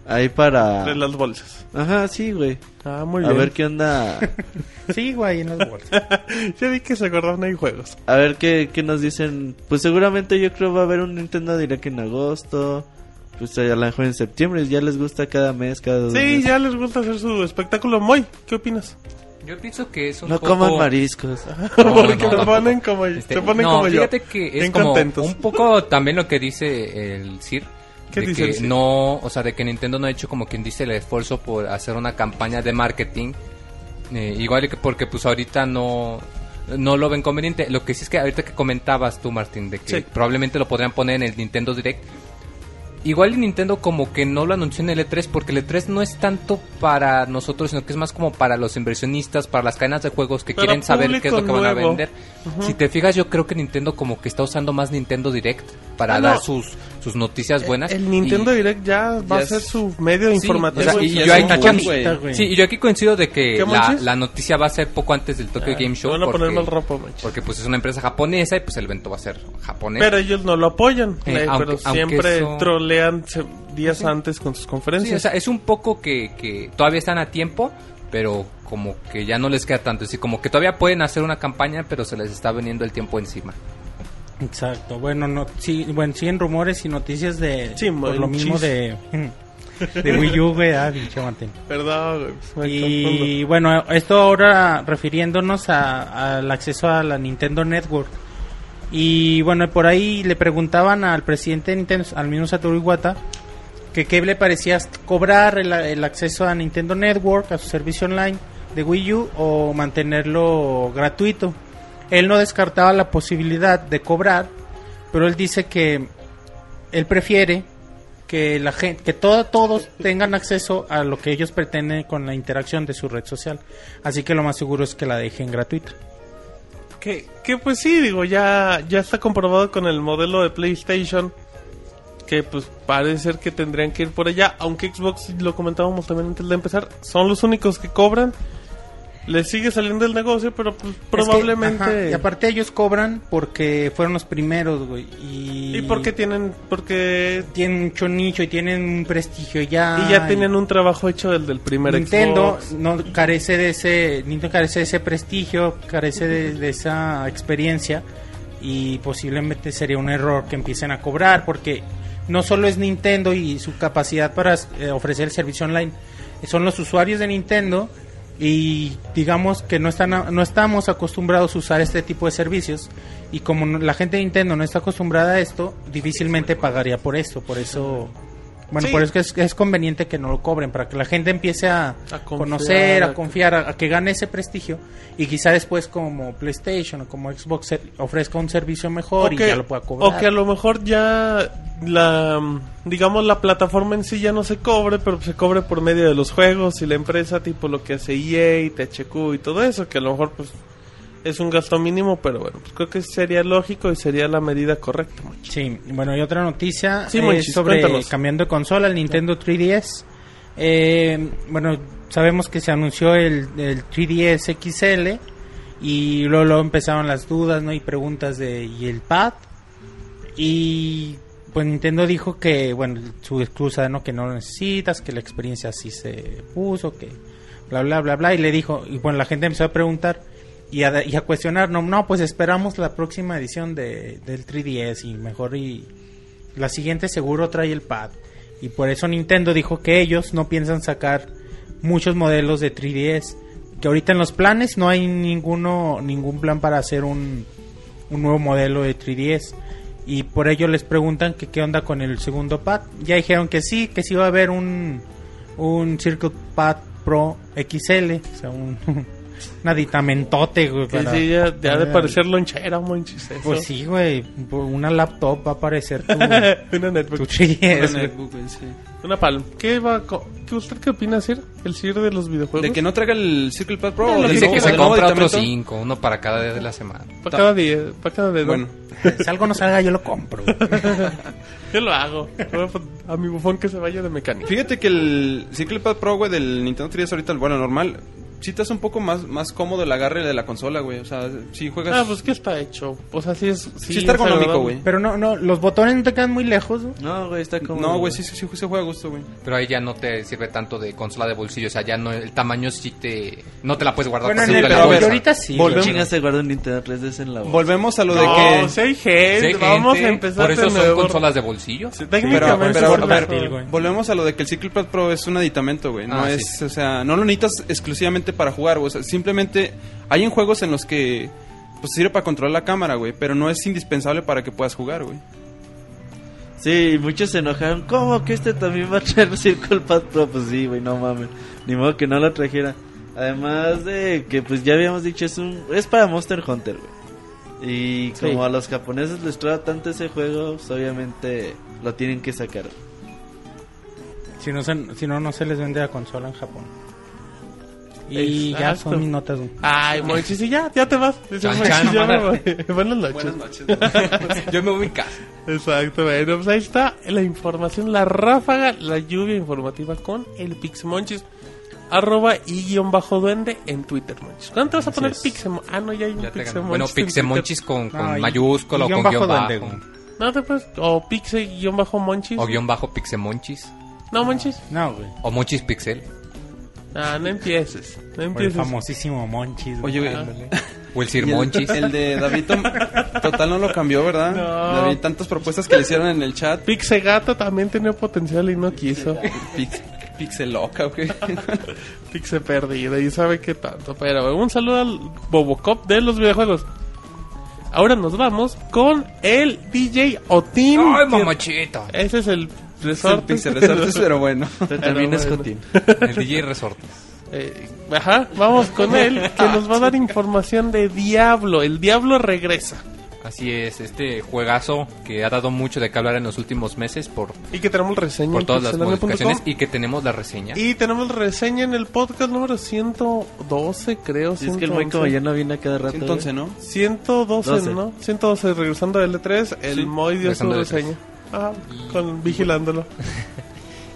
S4: ahí
S6: Ah.
S4: para...
S2: De las bolsas.
S4: Ajá, sí, güey.
S2: Ah, muy
S4: A
S2: bien.
S4: ver qué onda...
S3: Sí, güey, en las bolsas.
S2: Ya vi que se acordaron hay juegos.
S4: A ver qué, qué nos dicen. Pues seguramente yo creo va a haber un Nintendo Direct en agosto. Pues a lo mejor en septiembre. Ya les gusta cada mes, cada dos
S2: Sí,
S4: meses.
S2: ya les gusta hacer su espectáculo. Moy, ¿qué opinas?
S8: Eh, Yo pienso que es un
S4: No
S8: poco...
S4: coman mariscos.
S8: No,
S2: Porque
S8: no,
S2: se
S8: tampoco.
S2: ponen como,
S8: Este,
S2: se ponen
S8: no,
S2: como yo.
S8: fíjate que es
S2: Bien
S8: como
S2: contentos.
S8: un poco también lo que dice el Sir.
S2: ¿Qué
S8: de
S2: dice
S8: que
S2: el Sir?
S8: no, o sea, de que Nintendo no ha hecho como quien dice el esfuerzo por hacer una campaña de marketing. eh, igual que porque pues ahorita no no lo ven conveniente. Lo que sí es que ahorita que comentabas tú, Martín, de que
S2: Sí.
S8: probablemente lo podrían poner en el Nintendo Direct. Igual y Nintendo como que no lo anunció en el E3 porque el E3 no es tanto para nosotros, sino que es más como para los inversionistas, para las cadenas de juegos que
S2: Para
S8: quieren saber qué es lo que
S2: público
S8: van a
S2: nuevo.
S8: vender. Si te fijas, yo creo que Nintendo como que está usando más Nintendo Direct para
S2: Ah, no. Eh,
S8: dar sus sus noticias buenas.
S2: El Nintendo
S8: Y-
S2: Direct ya va a
S5: Ya
S2: ser
S5: es-
S2: su medio
S5: Sí,
S2: informativo.
S8: o sea,
S5: güey,
S8: y
S5: ya
S8: yo
S5: es
S8: ahí
S5: un
S8: cachamos.
S5: güey.
S8: Sí, y yo aquí coincido de que
S2: ¿Qué
S8: la,
S2: manches?
S8: la noticia va a ser poco antes del Tokyo Game Show.
S2: Van a poner mal ropa, Moy.
S8: porque pues es una empresa japonesa y pues el evento va a ser japonés.
S2: Pero ellos no lo apoyan.
S8: Eh,
S2: eh,
S8: aunque-
S2: pero
S8: aunque
S2: siempre
S8: eso-
S2: trolean se- días antes con sus
S8: Sí, o
S2: conferencias.
S8: sea, es un poco que, que todavía están a tiempo, pero como que ya no les queda tanto. Es decir, como que todavía pueden hacer una campaña, pero se les está veniendo el tiempo encima.
S3: Exacto. Bueno, no, sí, bueno, siguen rumores y noticias de
S2: Sí,
S3: por lo
S2: manchis.
S3: mismo de de Wii U, güey, ah, pinche Martín.
S2: Perdón, güey, pues me
S3: Y bueno, esto ahora refiriéndonos a- al acceso a la Nintendo Network. Y bueno, por ahí le preguntaban al presidente de Nintendo, al mismo Satoru Iwata, que qué le parecía cobrar el, el acceso a Nintendo Network, a su servicio online de Wii U o mantenerlo gratuito. Él no descartaba la posibilidad de cobrar, pero él dice que él prefiere que la gente, que todo- todos tengan acceso a lo que ellos pretenden con la interacción de su red social. Así que lo más seguro es que la dejen gratuita.
S2: confundo. Que, que pues sí, digo, ya, ya está comprobado con el modelo de PlayStation. Que pues parece ser que tendrían que ir por allá. Aunque Xbox, lo comentábamos también antes de empezar, son los únicos que cobran. Les sigue saliendo el negocio, pero pues probablemente.
S3: Es que, ajá, y aparte ellos cobran porque fueron los primeros, güey. Y,
S2: Y porque tienen, porque
S3: tienen mucho nicho y tienen un prestigio ya.
S2: y ya tienen un trabajo hecho del del primer
S3: Nintendo
S2: Xbox.
S3: no carece de ese Nintendo carece de ese prestigio, carece de, de esa experiencia y posiblemente sería un error que empiecen a cobrar porque no solo es Nintendo y su capacidad para eh, ofrecer el servicio online, son los usuarios de Nintendo y digamos que no están a- no estamos acostumbrados a usar este tipo de servicios y como no- la gente de Nintendo no está acostumbrada a esto, difícilmente pagaría por esto, por eso bueno,
S2: Sí.
S3: por eso es que es, es conveniente que no lo cobren, para que la gente empiece a,
S2: confiar,
S3: conocer,
S2: a-
S3: a confiar, a, a que gane ese prestigio y quizá después como PlayStation o como Xbox se- ofrezca un servicio mejor
S2: O
S3: y
S2: que-
S3: ya lo pueda cobrar.
S2: O que a lo mejor ya la mm, digamos la plataforma en sí ya no se cobre, pero se cobre por medio de los juegos y la empresa tipo lo que hace E EA y THQ y todo eso, que a lo mejor pues es un gasto mínimo, pero bueno, pues creo que sería lógico y sería la medida correcta. Moy.
S3: Sí, bueno, y otra noticia
S2: Sí,
S3: es
S2: Monchis,
S3: sobre
S2: cuéntanos.
S3: cambiando de consola, el Nintendo 3DS. Eh, bueno, sabemos que se anunció el, el 3DS XL y luego, luego empezaron las dudas ¿no? y preguntas de ¿y el pad? Y pues Nintendo dijo que, bueno, su excusa, ¿no? Que no lo necesitas, que la experiencia así se puso, que bla, bla, bla, bla. Y le dijo, y bueno, la gente empezó a preguntar y a, y a cuestionar, no, no, pues esperamos la próxima edición de, del 3DS y mejor y la siguiente seguro trae el pad. Y por eso Nintendo dijo que ellos no piensan sacar muchos modelos de 3DS. Que ahorita en los planes no hay ninguno, ningún plan para hacer un, un nuevo modelo de 3DS. Y por ello les preguntan que qué onda con el segundo pad. Ya dijeron que sí, que sí va a haber un, un Circle Pad Pro XL. O sea, un, un aditamentote, güey.
S2: Sí,
S3: para-
S2: sí, ya, ya de
S3: para-
S2: parecer lonchera, manches. eso.
S3: Pues sí, güey. por Una laptop va a aparecer tu,
S2: una
S3: tu
S2: netbook.
S3: 3DS, güey.
S5: netbook, güey, sí.
S2: Una palm. ¿Qué va co- ¿Qué usted qué opina, Sir? ¿El Sir de los videojuegos?
S5: De que no traiga el Circle Pad Pro. o el
S8: Dice
S5: nuevo-
S8: que
S5: el
S8: se
S5: nuevo
S8: compra otros
S5: aditamento.
S8: cinco, uno para cada día de la semana.
S2: Para cada día, para cada dedo.
S5: Bueno,
S3: Si algo no salga, yo lo compro. güey.
S2: Yo lo hago. Voy a pon- A mi bufón que se vaya de mecánico.
S5: fíjate que el Circle Pad Pro, güey, del Nintendo 3DS ahorita, bueno, normal, sí te hace un poco más, más cómodo el agarre de la consola, güey. O sea, si juegas...
S2: Ah, pues que está hecho. O sea, sí es. Sí,
S5: sí, está
S2: es
S5: ergonómico,
S2: agradable.
S5: güey.
S3: Pero no, no, los botones no te quedan muy lejos, güey.
S4: No, güey, está como.
S5: No, güey, sí, sí, sí se juega a gusto, güey.
S8: Pero ahí ya no te sirve tanto de consola de bolsillo. O sea, ya no, el tamaño sí te. No te la puedes guardar.
S3: Bueno,
S8: para
S3: en el
S8: siempre la
S3: pero
S8: bolsa.
S3: ahorita sí. güey.
S5: Volvemos.
S4: Chinga se guarda un Nintendo 3DS en la bolsa.
S5: Volvemos a lo de
S2: No,
S5: que...
S2: sí hay gente.
S8: Sí, hay
S2: Vamos
S8: gente,
S2: a empezar
S8: Por eso
S2: de
S8: son
S2: nuevo.
S8: consolas de bolsillo.
S2: Sí,
S5: Pero,
S2: técnicamente
S5: pero,
S2: son
S5: a ver,
S2: consolas.
S3: güey.
S5: volvemos a lo de que el Circle Pad Pro es un aditamento, güey. No
S8: Ah,
S5: es,
S8: sí.
S5: o sea, no lo necesitas exclusivamente para jugar, güey. O sea, simplemente hay en juegos en los que pues sirve para controlar la cámara, güey, pero no es indispensable para que puedas jugar, güey.
S4: Sí, y muchos se enojaron. ¿Cómo que este también va a traer Circle Pad Pro? Pues sí, güey, no mames. Ni modo que no lo trajera. Además de que, pues ya habíamos dicho, es un es para Monster Hunter, güey. Y como a los japoneses les traba tanto ese juego, pues obviamente lo tienen que sacar.
S3: Si no, se- si no, no se les vende la consola en Japón. Y ya
S2: Exacto.
S3: son mis notas, güey.
S2: Ay, Monchis, y ya, ya te vas. Dice
S8: Chan,
S2: Monchis,
S8: chan,
S2: ya me
S8: mamá.
S2: voy. Buenas noches.
S5: noches.
S8: Yo me voy a mi casa.
S2: Exacto, bueno, pues ahí está la información, la ráfaga, la lluvia informativa con el Pixmonchis. Arroba y guión bajo duende en Twitter, Monchis. ¿Cuándo te vas a poner
S5: es.
S2: Pixemon? Ah, no, ya hay un
S8: Ya te gané.
S2: Pixemonchis.
S8: Bueno,
S2: en Twitter.
S8: pixemonchis con, con
S3: No, y- y
S8: mayúscula o
S3: guión
S8: con
S3: bajo
S8: guión bajo.
S3: duende, güey.
S2: No te puedes. O pixe guión bajo Monchis.
S8: O guión bajo pixemonchis.
S2: No, Monchis.
S3: No, güey.
S8: O monchis pixel.
S2: Ah, no empieces. No
S3: Por el
S2: empieces.
S3: famosísimo Monchis.
S5: Oye, güey.
S8: O el sir
S5: y el-
S8: monchis.
S5: El, de David Tom- total no lo cambió, ¿verdad?
S2: No.
S5: David, tantas propuestas que le hicieron en el chat.
S2: Pixe gato también tenía potencial y no quiso.
S5: Pix, pixeloca, güey.
S2: Pixe perdido y sabe qué tanto. Pero un saludo al Bobocop de los videojuegos. Ahora nos vamos con el DJ Otín.
S8: Ay,
S2: que-
S8: mamachita.
S2: Ese es el
S5: El
S2: resorte.
S5: Pixel Resortes, pero bueno.
S4: Pero también es
S2: bueno.
S4: Jotín.
S8: El DJ Resortes.
S2: Eh, ajá, vamos con él, que nos va a dar información de Diablo. El Diablo regresa.
S8: Así es, este juegazo que ha dado mucho de qué hablar en los últimos meses por,
S2: Y que tenemos reseña
S8: por
S2: en
S8: todas las
S2: pixelania.com.
S8: modificaciones y que tenemos la reseña.
S2: Y tenemos reseña en el podcast número 112, creo.
S4: Si es que el Moy como
S2: 111.
S4: ya no viene a cada rato.
S5: Entonces, ¿no?
S2: 112,
S4: 12.
S2: ¿no? 112, regresando al L3, el
S5: Sí,
S2: Moy dio su
S8: regresando al E3.
S2: reseña. Ah, con, vigilándolo.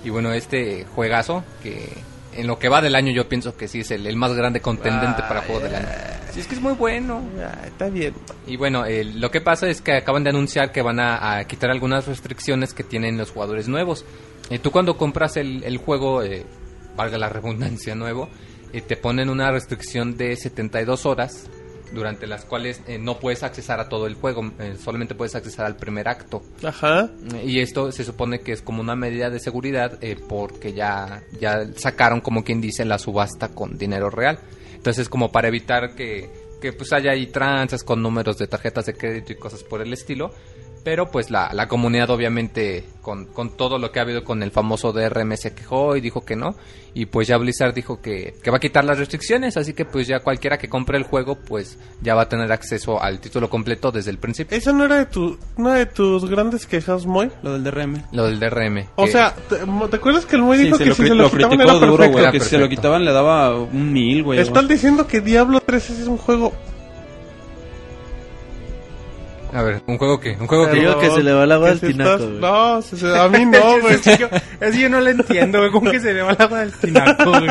S8: Y bueno, este juegazo que en lo que va del año yo pienso que sí es el, el más grande contendente para juego del año. Sí, es que es muy bueno.
S2: Ah, está bien.
S8: Y bueno, eh, lo que pasa es que acaban de anunciar que van a, a quitar algunas restricciones que tienen los jugadores nuevos. Eh, tú cuando compras el, el juego, eh, valga la redundancia, nuevo, eh, te ponen una restricción de 72 horas durante las cuales eh, no puedes accesar a todo el juego, eh, solamente puedes accesar al primer acto.
S2: Ajá.
S8: Y esto se supone que es como una medida de seguridad eh, porque ya, ya sacaron, como quien dice, la subasta con dinero real. Entonces, como para evitar que, que, pues haya ahí tranzas con números de tarjetas de crédito y cosas por el estilo. Pero pues la, la comunidad obviamente con, con todo lo que ha habido con el famoso DRM se quejó y dijo que no. Y pues ya Blizzard dijo que, que va a quitar las restricciones. Así que pues ya cualquiera que compre el juego pues ya va a tener acceso al título completo desde el principio.
S2: Esa no era de, tu, una de tus grandes quejas, Moy.
S5: Lo del DRM.
S8: Lo del DRM.
S2: O
S8: que-
S2: sea, ¿te, mo- te acuerdas que el Moy
S5: Sí,
S2: dijo
S5: se
S2: que
S5: lo,
S2: si
S5: cri-
S2: se
S5: lo
S2: lo quitaban
S5: criticó
S2: era
S5: duro,
S2: perfecto?
S5: güey.
S8: Era
S5: Que si se lo
S8: perfecto.
S5: quitaban le daba un mil, güey. algo
S2: Están diciendo que Diablo 3 es un juego
S8: A ver, un juego que, un juego
S4: Te
S8: que
S4: digo que se le va la voz al
S2: si
S4: tinaco,
S2: estás-
S4: güey.
S2: No, si se- a mí no, güey.
S3: Es que yo no lo entiendo, güey. ¿Cómo que se le va el agua del tinaco, güey?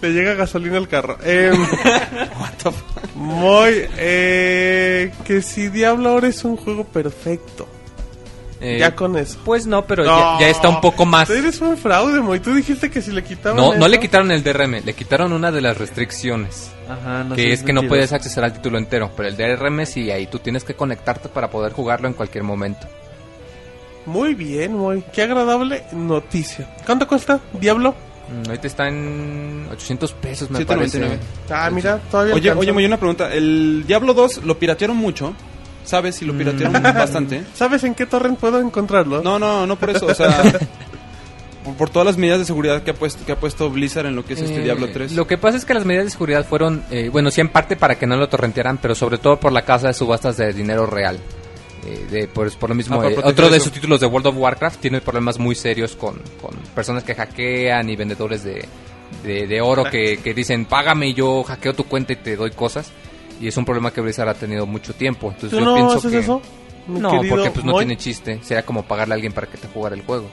S2: Le llega gasolina al carro. Eh, Muy. Eh, que si Diablo ahora es un juego perfecto.
S8: eh,
S2: ya con eso.
S8: Pues no, pero
S2: No.
S8: ya, ya está un poco más.
S2: Tú Eres un fraude, Moy. Tú dijiste que si le quitaban.
S8: No,
S2: eso-
S8: no le quitaron el DRM, le quitaron una de las restricciones,
S4: Ajá, no
S8: que
S4: seas
S8: es que no
S4: mentiroso.
S8: puedes accesar al título entero, pero el DRM sí, ahí tú tienes que conectarte para poder jugarlo en cualquier momento.
S2: Muy bien, Moy. Qué agradable noticia. ¿Cuánto cuesta Diablo?
S8: Mm, ahorita está en 800 pesos, me parece.
S5: 7.99.
S2: Ah, mira, todavía.
S5: Oye,
S2: alcanza.
S5: oye, Moy, una pregunta. El Diablo 2 lo piratearon mucho. ¿Sabes si lo piratearon bastante?
S2: ¿Sabes en qué torrent puedo encontrarlo?
S5: No, no, no por eso. O sea, por, por todas las medidas de seguridad que ha puesto, que ha puesto Blizzard en lo que es este
S8: Eh,
S5: Diablo 3.
S8: Lo que pasa es que las medidas de seguridad fueron, eh, bueno, sí en parte para que no lo torrentearan, pero sobre todo por la casa de subastas de dinero real. Eh, de- por, por lo
S5: Ah,
S8: mismo,
S5: para
S8: eh,
S5: proteger
S8: otro de
S5: eso.
S8: sus títulos de World of Warcraft tiene problemas muy serios con, con personas que hackean y vendedores de, de- de oro que, que dicen, págame y yo hackeo tu cuenta y te doy cosas. Y es un problema que Blizzard ha tenido mucho tiempo. Entonces
S2: ¿Tú
S8: pues yo
S2: no
S8: pienso
S2: haces
S8: que...
S2: eso? mi
S8: No,
S2: querido
S8: porque pues no
S2: Moy?
S8: tiene chiste. Sería como pagarle a alguien para que te jugara el juego.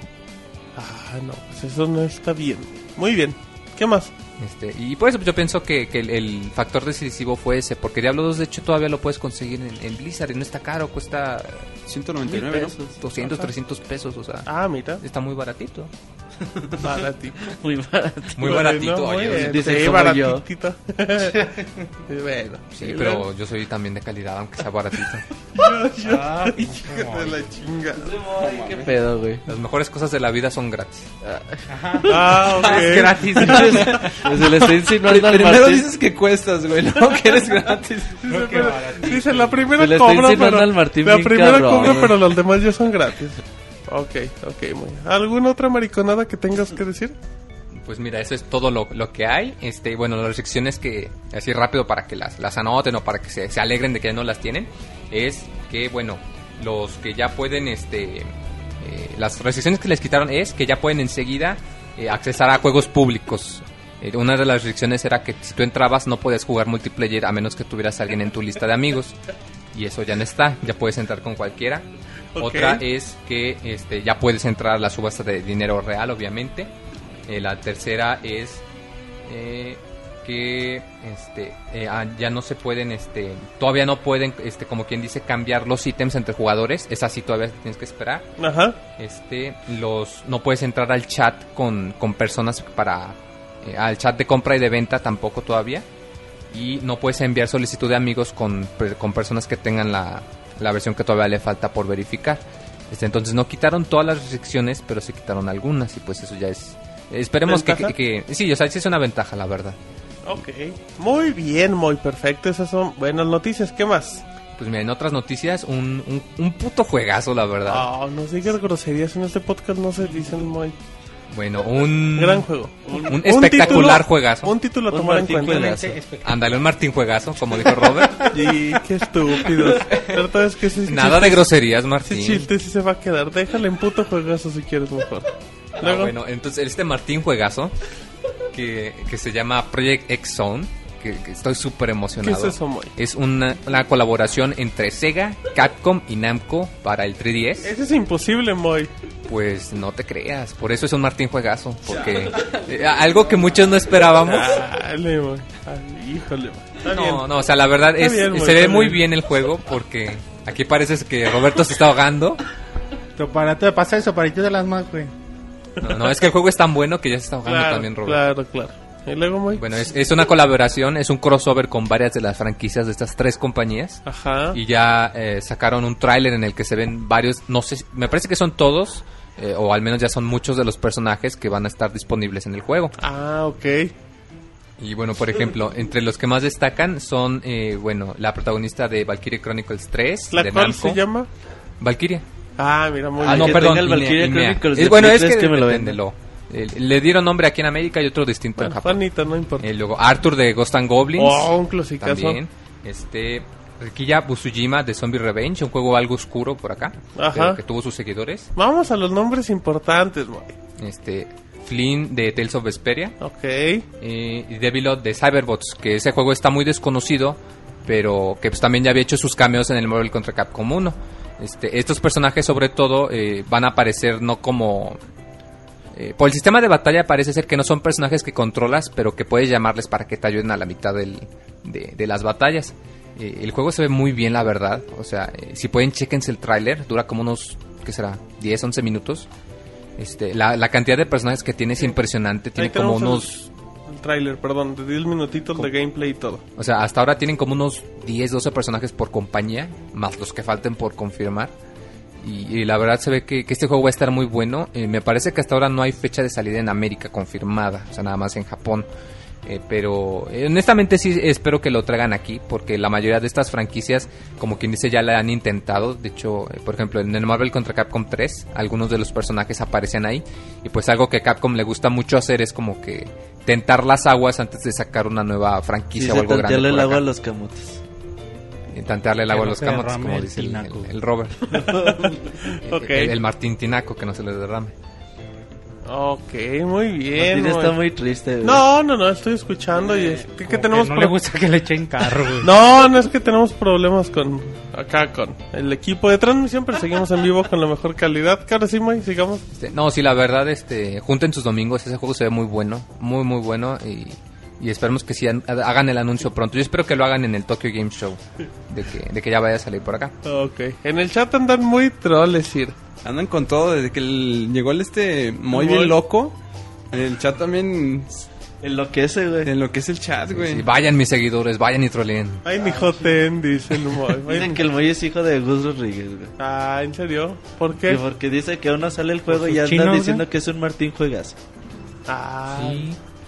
S2: Ah, no, pues eso no está bien. Muy bien. ¿Qué más?
S8: Este, y por eso yo pienso que, que el, el factor decisivo fue ese, porque Diablo 2 de hecho todavía lo puedes conseguir en, en Blizzard y no está caro, cuesta
S5: 199, ¿no?
S8: 200,
S2: Ajá.
S8: 300 pesos, o sea,
S2: Ah, mira.
S8: está muy baratito.
S2: Baratito.
S6: Muy barato.
S8: Muy
S2: Bueno,
S8: baratito,
S2: muy
S8: oye,
S2: bien,
S6: dice
S2: sí,
S6: como
S2: baratitito. bueno.
S8: Sí, pero yo soy también de calidad, aunque sea baratito.
S2: Yo, yo,
S6: Ah,
S2: hijo de la chinga.
S6: ¿Qué pedo, güey?
S8: Las mejores cosas de la vida son gratis.
S2: Ah,
S6: Es
S2: ok.
S6: gratis.
S4: Pues,
S6: Se le está insinuando al
S5: Primero
S6: Martín.
S5: dices que cuestas, güey, no que eres gratis.
S2: Dice, pero- Dice, la
S6: Se le
S2: primera
S6: está
S2: cobra,
S6: insinuando
S2: pero...
S6: al Martín
S2: la
S6: bien
S2: primera
S6: cabrón. eh".
S2: cobra, pero los demás ya son gratis. Ok, ok, muy bien. ¿Alguna otra mariconada que tengas que decir?
S8: Pues mira, eso es todo lo, lo que hay. Este, bueno, las restricciones que, así rápido para que las, las anoten o para que se, se alegren de que ya no las tienen, es que, bueno, los que ya pueden, este, eh, las restricciones que les quitaron es que ya pueden enseguida eh, accesar a juegos públicos. Eh, una de las restricciones era que si tú entrabas no podías jugar multiplayer a menos que tuvieras a alguien en tu lista de amigos. Y eso ya no está, ya puedes entrar con cualquiera.
S2: Ok.
S8: Otra es que este, ya puedes entrar a la subasta de dinero real, obviamente. Eh, la tercera es eh, que este, eh, ah, ya no se pueden, este, todavía no pueden, este, como quien dice, cambiar los ítems entre jugadores. Es así, todavía tienes que esperar.
S2: Ajá.
S8: Este, los, no puedes entrar al chat con, con personas para, eh, al chat de compra y de venta tampoco todavía. Y no puedes enviar solicitud de amigos con, per- con personas que tengan la, la versión que todavía le falta por verificar. Este, entonces no quitaron todas las restricciones, pero sí quitaron algunas y pues eso ya es... Esperemos que,
S2: ¿Ventaja?
S8: que- que- Sí, o sea, sí es una ventaja, la verdad.
S2: Ok. Muy bien, muy perfecto. Esas son buenas noticias. ¿Qué más?
S8: Pues mira, en otras noticias, un, un, un puto juegazo, la verdad.
S2: Ah, no digas groserías en este podcast, no se dicen muy.
S8: Bueno, un...
S6: Mm.
S2: Gran juego.
S8: Un, espectacular
S2: título-
S8: juegazo.
S2: Un título a
S6: Un
S2: tomar en
S6: Martín
S2: cuenta.
S6: Juegazo.
S8: Ándale, un Martín juegazo, como dijo Robert.
S2: Y qué estúpidos. La verdad es que ese
S8: Nada
S2: chiste-
S8: de groserías, Martín.
S2: Ese chiste sí se va a quedar. Déjale en puto juegazo si quieres mejor.
S8: Ah,
S2: Luego,
S8: bueno, entonces este Martín juegazo que, que se llama Project X Zone, que, que estoy súper
S2: ¿qué
S8: emocionado.
S2: es eso, Moy?
S8: Es una, una colaboración entre Sega, Capcom y Namco para el 3DS.
S2: Eso es imposible, Moy.
S8: Pues no te creas, por eso es un Martín juegazo, porque eh, algo que muchos no esperábamos.
S2: Dale, Moy. Ay, híjole, Moy. Ah, Está
S8: Ah. No,
S2: bien.
S8: no, o sea, la verdad
S2: Está
S8: es,
S2: bien, güey,
S8: se ve
S2: está
S8: muy
S2: bien.
S8: bien el juego porque aquí parece que Roberto se está ahogando.
S3: Para te pasa eso, para de las más, güey.
S8: No, no, es que el juego es tan bueno que ya se está ahogando
S2: Claro,
S8: también Roberto.
S2: claro, claro. Y luego, Moy.
S8: Bueno, es, es una colaboración, es un crossover con varias de las franquicias de estas tres compañías.
S2: Ajá.
S8: Y ya eh, sacaron un tráiler en el que se ven varios, no sé, si- me parece que son todos, eh, o al menos ya son muchos de los personajes que van a estar disponibles en el juego.
S2: Ah, ok.
S8: Y bueno, por ejemplo, entre los que más destacan son, eh, bueno, la protagonista de Valkyrie Chronicles 3,
S2: ¿La
S8: de
S2: cual
S8: Namco.
S2: se llama?
S8: Valkyria.
S2: Ah, mira, muy
S6: Ah,
S2: bien.
S6: no,
S8: que
S6: perdón,
S8: tenga el
S6: Inea,
S8: Valkyria
S6: Inea.
S8: Chronicles
S6: Es-
S8: de
S6: bueno, es
S8: 3,
S6: que me lo venden.
S8: véndelo. Eh, Le dieron nombre aquí en América y otro distinto
S2: Bueno,
S8: en Japón.
S2: Juanita, no importa.
S8: Eh, luego Arthur de Ghost and Goblins.
S2: Oh, un clasicazo.
S8: También. Este. Rikiya Busujima de Zombie Revenge, un juego algo oscuro por acá.
S2: Ajá.
S8: pero Que tuvo sus seguidores.
S2: Vamos a los nombres importantes, Moy.
S8: Este. Flynn de Tales of Vesperia.
S2: Ok.
S8: eh, y Devilot de Cyberbots. Que ese juego está muy desconocido. Pero que pues, también ya había hecho sus cameos en el Marvel contra Capcom 1. Este, estos personajes, sobre todo, eh, van a aparecer no como. eh, por el sistema de batalla parece ser que no son personajes que controlas, pero que puedes llamarles para que te ayuden a la mitad del- de, de las batallas. Eh, el juego se ve muy bien, la verdad. O sea, eh, si pueden, chequense el tráiler. Dura como unos, ¿qué será? 10, 11 minutos. Este, la, la cantidad de personajes que tiene es impresionante.
S2: Ahí
S8: Tiene como
S2: tenemos
S8: unos...
S2: El, el tráiler, perdón, de 10 minutitos de gameplay y todo.
S8: O sea, hasta ahora tienen como unos 10, 12 personajes por compañía, más los que falten por confirmar. Y, y la verdad se ve que, que este juego va a estar muy bueno. Eh, me parece que hasta ahora no hay fecha de salida en América confirmada, o sea, nada más en Japón. Eh, pero eh, honestamente sí espero que lo traigan aquí, porque la mayoría de estas franquicias, como quien dice, ya la han intentado. De hecho, eh, por ejemplo, en el Marvel contra Capcom 3, algunos de los personajes aparecen ahí. Y pues algo que a Capcom le gusta mucho hacer es como que tentar las aguas antes de sacar una nueva franquicia o
S6: Dice
S8: algo grande.
S6: tantearle
S8: por
S6: el
S8: acá.
S6: agua a los camotes.
S8: Y tantearle el
S3: Que
S8: agua a
S3: no
S8: los
S3: se
S8: camotes,
S3: derrame
S8: como
S3: el
S8: dice el,
S3: tinaco.
S8: el- el Robert.
S2: Ok.
S8: el, el Martín Tinaco, que no se le derrame.
S2: Ok, muy bien.
S6: Martín
S2: muy-
S6: está muy triste, güey.
S2: No, no, no, estoy escuchando y es que, que tenemos
S3: no
S2: pro-
S3: le gusta que le echen carro, güey.
S2: No, no es que tenemos problemas con acá con el equipo de transmisión, pero seguimos en vivo con la mejor calidad. Que ahora sí, Moy, sigamos.
S8: Este, no, sí, la verdad, este, junten sus domingos, ese juego se ve muy bueno, muy, muy bueno y, y esperemos que sí han- hagan el anuncio pronto. Yo espero que lo hagan en el Tokyo Game Show, de que, de que ya vaya a salir por acá.
S2: Ok, en el chat andan muy troles, ir.
S5: Andan con todo, desde que el- llegó el este muy
S2: Moy.
S5: bien loco. El chat también
S6: Enloquece, güey.
S5: en lo que es el chat, güey.
S8: Sí, vayan mis seguidores, vayan y troleen.
S2: Ay, mi joten, dice el Moy.
S6: Dicen
S2: Ay,
S6: que el Moy es hijo de Gus Rodríguez, güey.
S2: Ah, ¿en serio? ¿Por
S6: Que
S2: qué?
S6: porque dice que aún no sale el juego
S3: Por sus
S6: y anda
S3: chinos,
S6: diciendo
S3: güey.
S6: que es un Martín Juegas.
S2: Ah,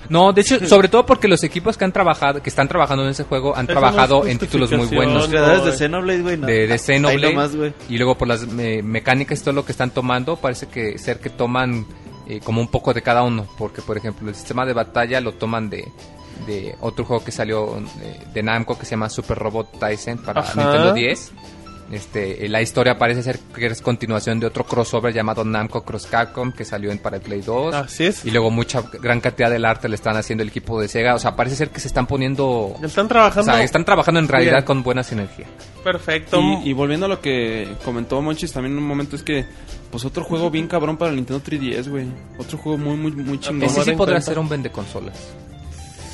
S8: No, de hecho, sobre todo porque los equipos que han trabajado, que están trabajando en ese juego han
S2: Eso no
S8: trabajado
S2: es
S8: en títulos muy
S2: justificación.
S8: buenos.
S2: no,
S6: Los creadores de
S2: güey.
S6: Xenoblade, güey, no.
S8: de, de Xenoblade,
S6: Ahí nomás, güey.
S8: y luego por las eh, mecánicas y todo lo que están tomando parece que ser que toman eh, como un poco de cada uno porque por ejemplo el sistema de batalla lo toman de de otro juego que salió eh, de Namco que se llama Super Robot Tyson para
S2: Ajá.
S8: Nintendo 10 este, eh, la historia parece ser que es continuación de otro crossover llamado Namco Cross Capcom que salió en para el Play 2
S6: Ah,
S2: así es.
S8: y luego mucha gran cantidad del arte le están haciendo el equipo de Sega o sea parece ser que se están poniendo
S2: Están
S8: o
S2: trabajando.
S8: sea, están trabajando en realidad
S2: Bien.
S8: con buena sinergia
S2: Perfecto.
S5: Y, y volviendo a lo que comentó Monchis también en un momento es que pues otro juego bien cabrón para el Nintendo 3DS, güey. Otro juego muy muy muy chingón.
S8: Ese
S2: Tomar
S8: sí
S2: en
S8: podrá
S2: cuenta.
S8: ser un vende consolas.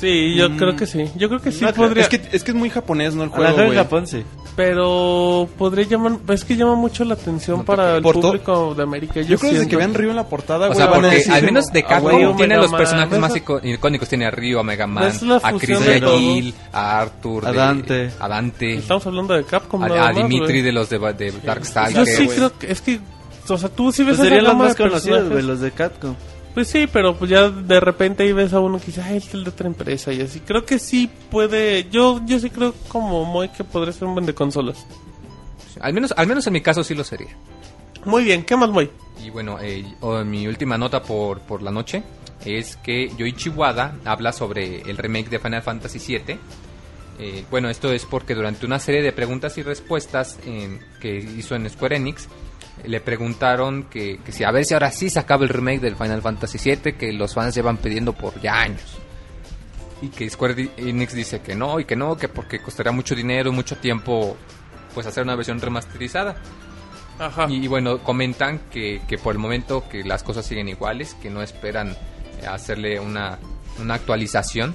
S2: Sí, yo
S5: Mm.
S2: creo que sí. Yo creo que sí
S5: No,
S2: podría.
S5: Es que es que es muy japonés, ¿no? El
S6: A lo mejor
S5: juego,
S6: en
S5: güey.
S6: Japón sí.
S2: Pero podría llamar. Es que llama mucho la atención
S8: No te
S2: para el
S5: Por to-
S2: público de América.
S5: Yo creo desde que vean
S2: siento.
S5: Río en la
S2: Ah,
S5: portada,
S8: O
S5: güey,
S8: sea,
S5: van a
S8: porque
S5: decir,
S8: al menos de
S5: "Ah, güey,
S8: Capcom
S2: huevo,
S8: tiene
S2: Mega
S8: los
S2: Man,
S8: personajes
S2: ¿no?
S8: más ico- icónicos. Tiene a Ryu, a Mega Man,
S2: es la
S8: a Chris
S2: fusión
S6: de
S8: Redfield, a Arthur,
S6: A
S8: de-
S6: Dante.
S8: a Dante,
S2: Estamos hablando de Capcom.
S8: a-
S2: nada
S8: a,
S2: más,
S8: Dimitri
S2: güey.
S8: de los de, de Darkstalkers.
S2: Yo sí
S5: güey.
S2: creo que. Es que. O sea, tú sí ves
S6: Pues
S2: a
S6: serían los más conocidos, güey, los de Capcom.
S2: Pues sí, pero pues ya de repente ahí ves a uno que dice, ah, este es el de otra empresa y así. Creo que sí puede. Yo yo sí creo, como Moy, que podría ser un buen de consolas.
S8: Al menos, al menos en mi caso sí lo sería.
S2: Muy bien, ¿qué más, Moy?
S8: Y bueno, eh, oh, mi última nota por, por la noche es que Yoichi Wada habla sobre el remake de Final Fantasy VII. Eh, bueno, esto es porque durante una serie de preguntas y respuestas eh, que hizo en Square Enix, le preguntaron que, que si a ver si ahora sí sacaba el remake del Final Fantasy VII que los fans llevan pidiendo por ya años. Y que Square Di- Enix dice que no, y que no, que porque costaría mucho dinero, mucho tiempo, pues hacer una versión remasterizada.
S2: Ajá.
S8: Y, y bueno, comentan que, que por el momento que las cosas siguen iguales, que no esperan eh, hacerle una, una actualización,